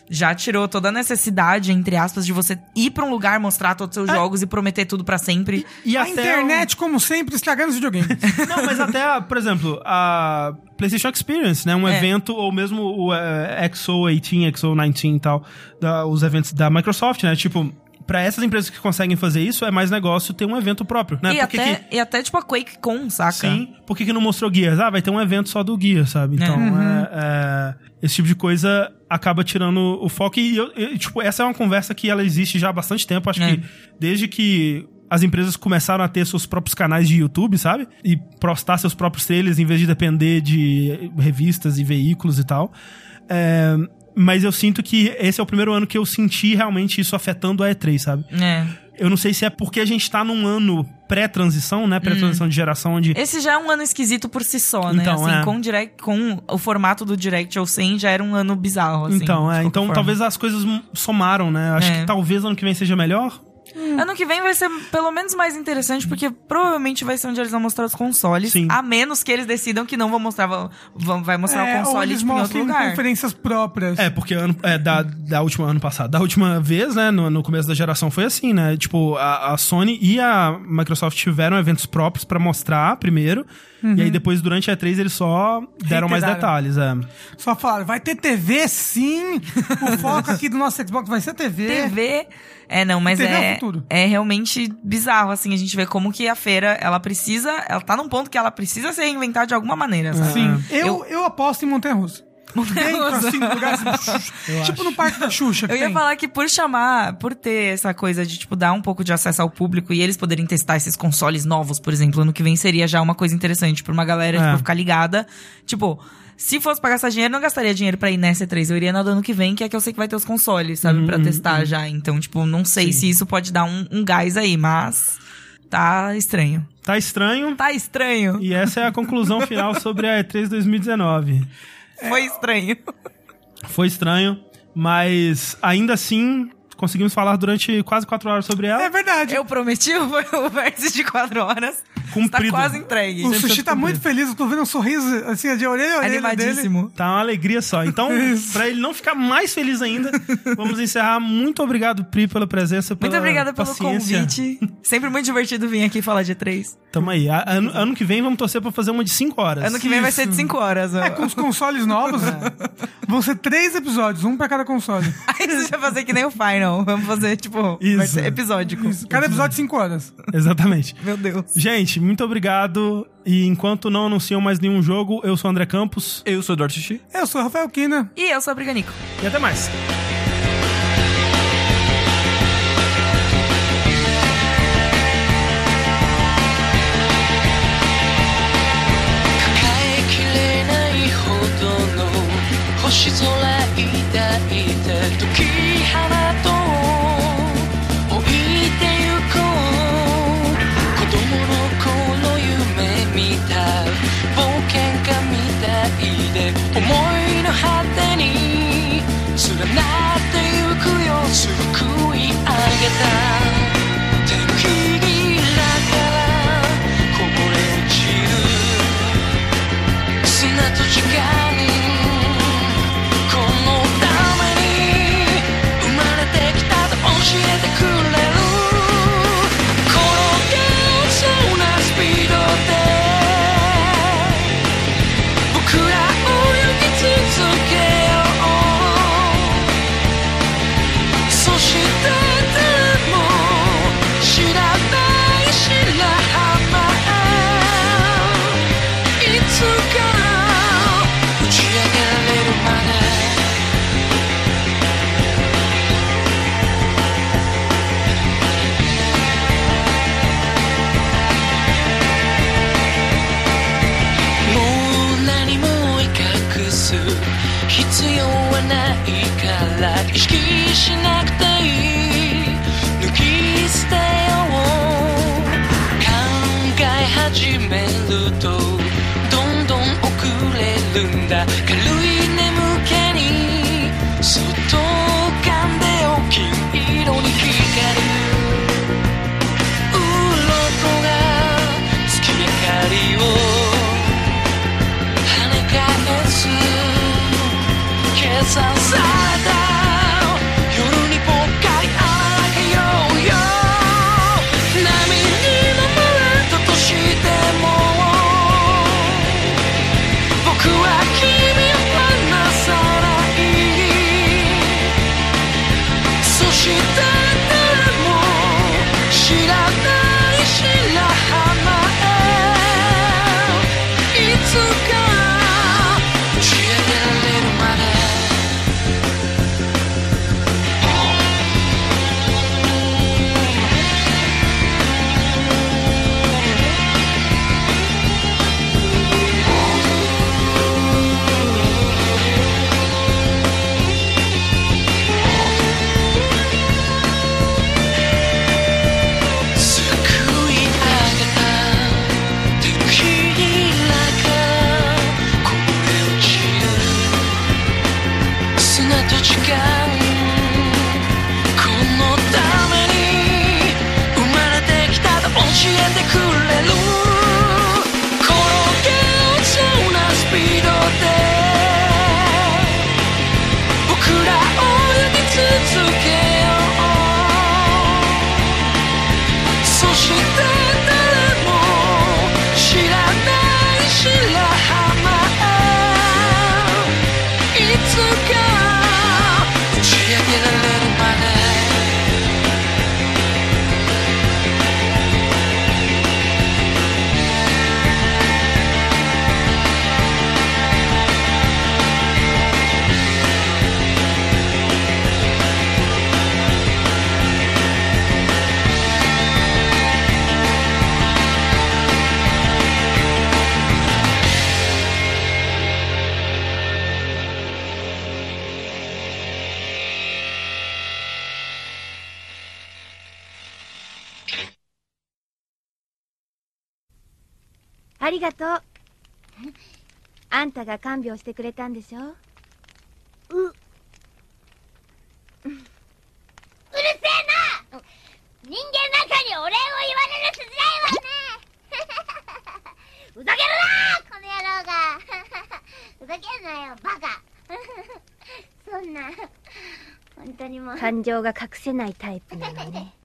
Speaker 3: Já tirou toda a necessidade, entre aspas, de você ir pra um lugar, mostrar todos
Speaker 1: É.
Speaker 3: os seus jogos e prometer tudo pra sempre.
Speaker 1: E
Speaker 2: A
Speaker 1: até o-
Speaker 2: internet, como sempre, estragando os videogames.
Speaker 1: Não, mas até, por exemplo, a PlayStation Experience, né? Um
Speaker 3: É.
Speaker 1: evento, ou mesmo o eh, XO18, XO19 e tal, da- os eventos da Microsoft, né? Tipo, pra essas empresas que conseguem fazer isso, é mais negócio ter um evento próprio, né?
Speaker 3: e,
Speaker 1: Por que
Speaker 3: até,
Speaker 1: que-
Speaker 3: e até, tipo, a Quake Con, saca?
Speaker 1: Sim. Por que, que não mostrou Gears? Ah, vai ter um evento só do Gears, sabe? Então, é- é, esse tipo de coisa acaba tirando o foco. E, eu, eu- tipo, essa é uma conversa que ela existe já há bastante tempo. Acho
Speaker 3: É.
Speaker 1: que desde que as empresas começaram a ter seus próprios canais de YouTube, sabe? E postar seus próprios trailers em vez de depender de revistas e veículos e tal. É, mas eu sinto que esse é o primeiro ano que eu senti realmente isso afetando a E3, sabe?
Speaker 3: É.
Speaker 1: Eu não sei se é porque a gente tá num ano pré-transição, né? Pré-transição de geração, onde
Speaker 3: Esse já é um ano esquisito por si só, né?
Speaker 1: Então,
Speaker 3: assim,
Speaker 1: é.
Speaker 3: com, o direct, com o formato do Direct ou sem, já era um ano bizarro, assim.
Speaker 1: Então,
Speaker 3: de
Speaker 1: é,
Speaker 3: qualquer
Speaker 1: então
Speaker 3: forma.
Speaker 1: talvez as coisas somaram, né? Acho
Speaker 3: É.
Speaker 1: que talvez ano que vem seja melhor.
Speaker 3: Ano que vem vai ser pelo menos mais interessante, porque provavelmente vai ser onde eles vão mostrar os consoles.
Speaker 1: Sim.
Speaker 3: A menos que eles decidam que não vão mostrar, vão, vão- vai mostrar
Speaker 2: É,
Speaker 3: o
Speaker 2: ou
Speaker 3: console
Speaker 2: eles
Speaker 3: tipo, em outro
Speaker 2: mostram
Speaker 3: lugar.
Speaker 2: conferências próprias.
Speaker 1: É, porque ano, é, da, da última ano passado, da última vez, né, no, no começo da geração foi assim, né? Tipo, a, a Sony e a Microsoft tiveram eventos próprios pra mostrar primeiro, e
Speaker 3: Uhum.
Speaker 1: aí depois durante a E3 eles só deram mais
Speaker 2: Reiteraram.
Speaker 1: detalhes, é.
Speaker 2: Só falaram, vai ter TV sim. O foco aqui do nosso Xbox vai ser TV.
Speaker 3: TV. É, não, mas
Speaker 2: TV é o
Speaker 3: é,
Speaker 2: futuro.
Speaker 3: é realmente bizarro, assim, a gente vê como que a feira, ela precisa, ela tá num ponto que ela precisa se reinventar de alguma maneira, sabe?
Speaker 2: Sim. Ah. Eu, eu aposto em Montanha Russa. Dentro, assim, do lugar assim, Tipo no Parque da Xuxa. que
Speaker 3: Eu ia
Speaker 2: tem.
Speaker 3: falar que por chamar, por ter essa coisa de, tipo, dar um pouco de acesso ao público e eles poderem testar esses consoles novos, por exemplo, ano que vem seria já uma coisa interessante pra uma galera,
Speaker 1: É.
Speaker 3: tipo, ficar ligada. Tipo, se fosse pra gastar dinheiro, eu não gastaria dinheiro pra ir nessa E3. Eu iria na do ano que vem, que é que eu sei que vai ter os consoles, sabe?
Speaker 2: Uhum,
Speaker 3: pra testar já. Então, tipo, não sei se isso pode dar um, um gás aí, mas tá estranho.
Speaker 1: Tá estranho.
Speaker 3: Tá estranho.
Speaker 1: E essa é a conclusão final sobre a E3 2019.
Speaker 2: é-
Speaker 3: Foi estranho.
Speaker 1: Foi estranho, mas ainda assim conseguimos falar durante quase quatro horas sobre ela.
Speaker 2: É verdade.
Speaker 3: Eu prometi o vértice de quatro horas.
Speaker 1: Cumprido.
Speaker 3: Tá quase entregue.
Speaker 2: O
Speaker 1: Sempre
Speaker 2: Sushi
Speaker 1: tanto
Speaker 2: tá
Speaker 1: cumprido.
Speaker 2: muito feliz, eu tô vendo um sorriso assim de orelha a orelha dele.
Speaker 3: Animadíssimo.
Speaker 1: Tá uma alegria só. Então, pra ele não ficar mais feliz ainda, vamos encerrar. Muito obrigado, Pri, pela presença. Pela
Speaker 3: Muito obrigada pelo
Speaker 1: paciência.
Speaker 3: convite. Sempre muito divertido vir aqui falar de três.
Speaker 1: Tamo aí. A- Ano, ano que vem vamos torcer pra fazer uma de 5 horas.
Speaker 3: Ano que vem vai ser de cinco horas. ó.
Speaker 2: É, com os consoles novos, vão ser três episódios, um pra cada console.
Speaker 3: Aí a gente vai fazer que nem o final. Vamos fazer, tipo, vai
Speaker 1: Isso.
Speaker 3: ser episódico.
Speaker 2: Cada episódio, cinco horas.
Speaker 1: Exatamente.
Speaker 3: Meu Deus.
Speaker 1: Gente, muito obrigado. E enquanto não anunciam mais nenhum jogo, eu sou o André Campos.
Speaker 4: Eu sou o Eduardo Xixi.
Speaker 2: Eu sou o Rafael Kina.
Speaker 3: E eu sou a Briganico.
Speaker 1: E até mais.
Speaker 6: 抱えきれないほどの星空抱いて時花と置いてゆこう子供の頃夢見た冒険家みたいで思いの果てに連なってゆくよすくい上げた「手切りだからこぼれ落ちる」「砂と時間このために生まれてきたと教えてくれる」「転げそうなスピードで僕ら泳ぎ続けよう」そしてでも知らない白浜へいつから打ち上げられるまでもう何も隠す必要はないから意識しなくていい脱ぎ捨てよう考え始めるとどんどん遅れるんだ軽い眠気にそっと噛んでよ金色に光る鱗が月明かりを跳ね返す計算された夜にぽっかりあらけようよ波に飲まれたとしても僕は君を離さないそして誰も知らない白浜へいつか打ち上げられるまで教えてくれる転げ落ちそうなスピードで僕らを泳ぎ続けようそして誰も知らない白浜へいつか打ち上げられるまで
Speaker 7: ありがとう。あんたが看病してくれたんでしょう。うる
Speaker 8: うるせえな人間なんかにお礼を言われる筋合いはね ふざけるなこの野郎が ふざけんなよバカ そんな本当にもう
Speaker 7: 感情が隠せないタイプなのね。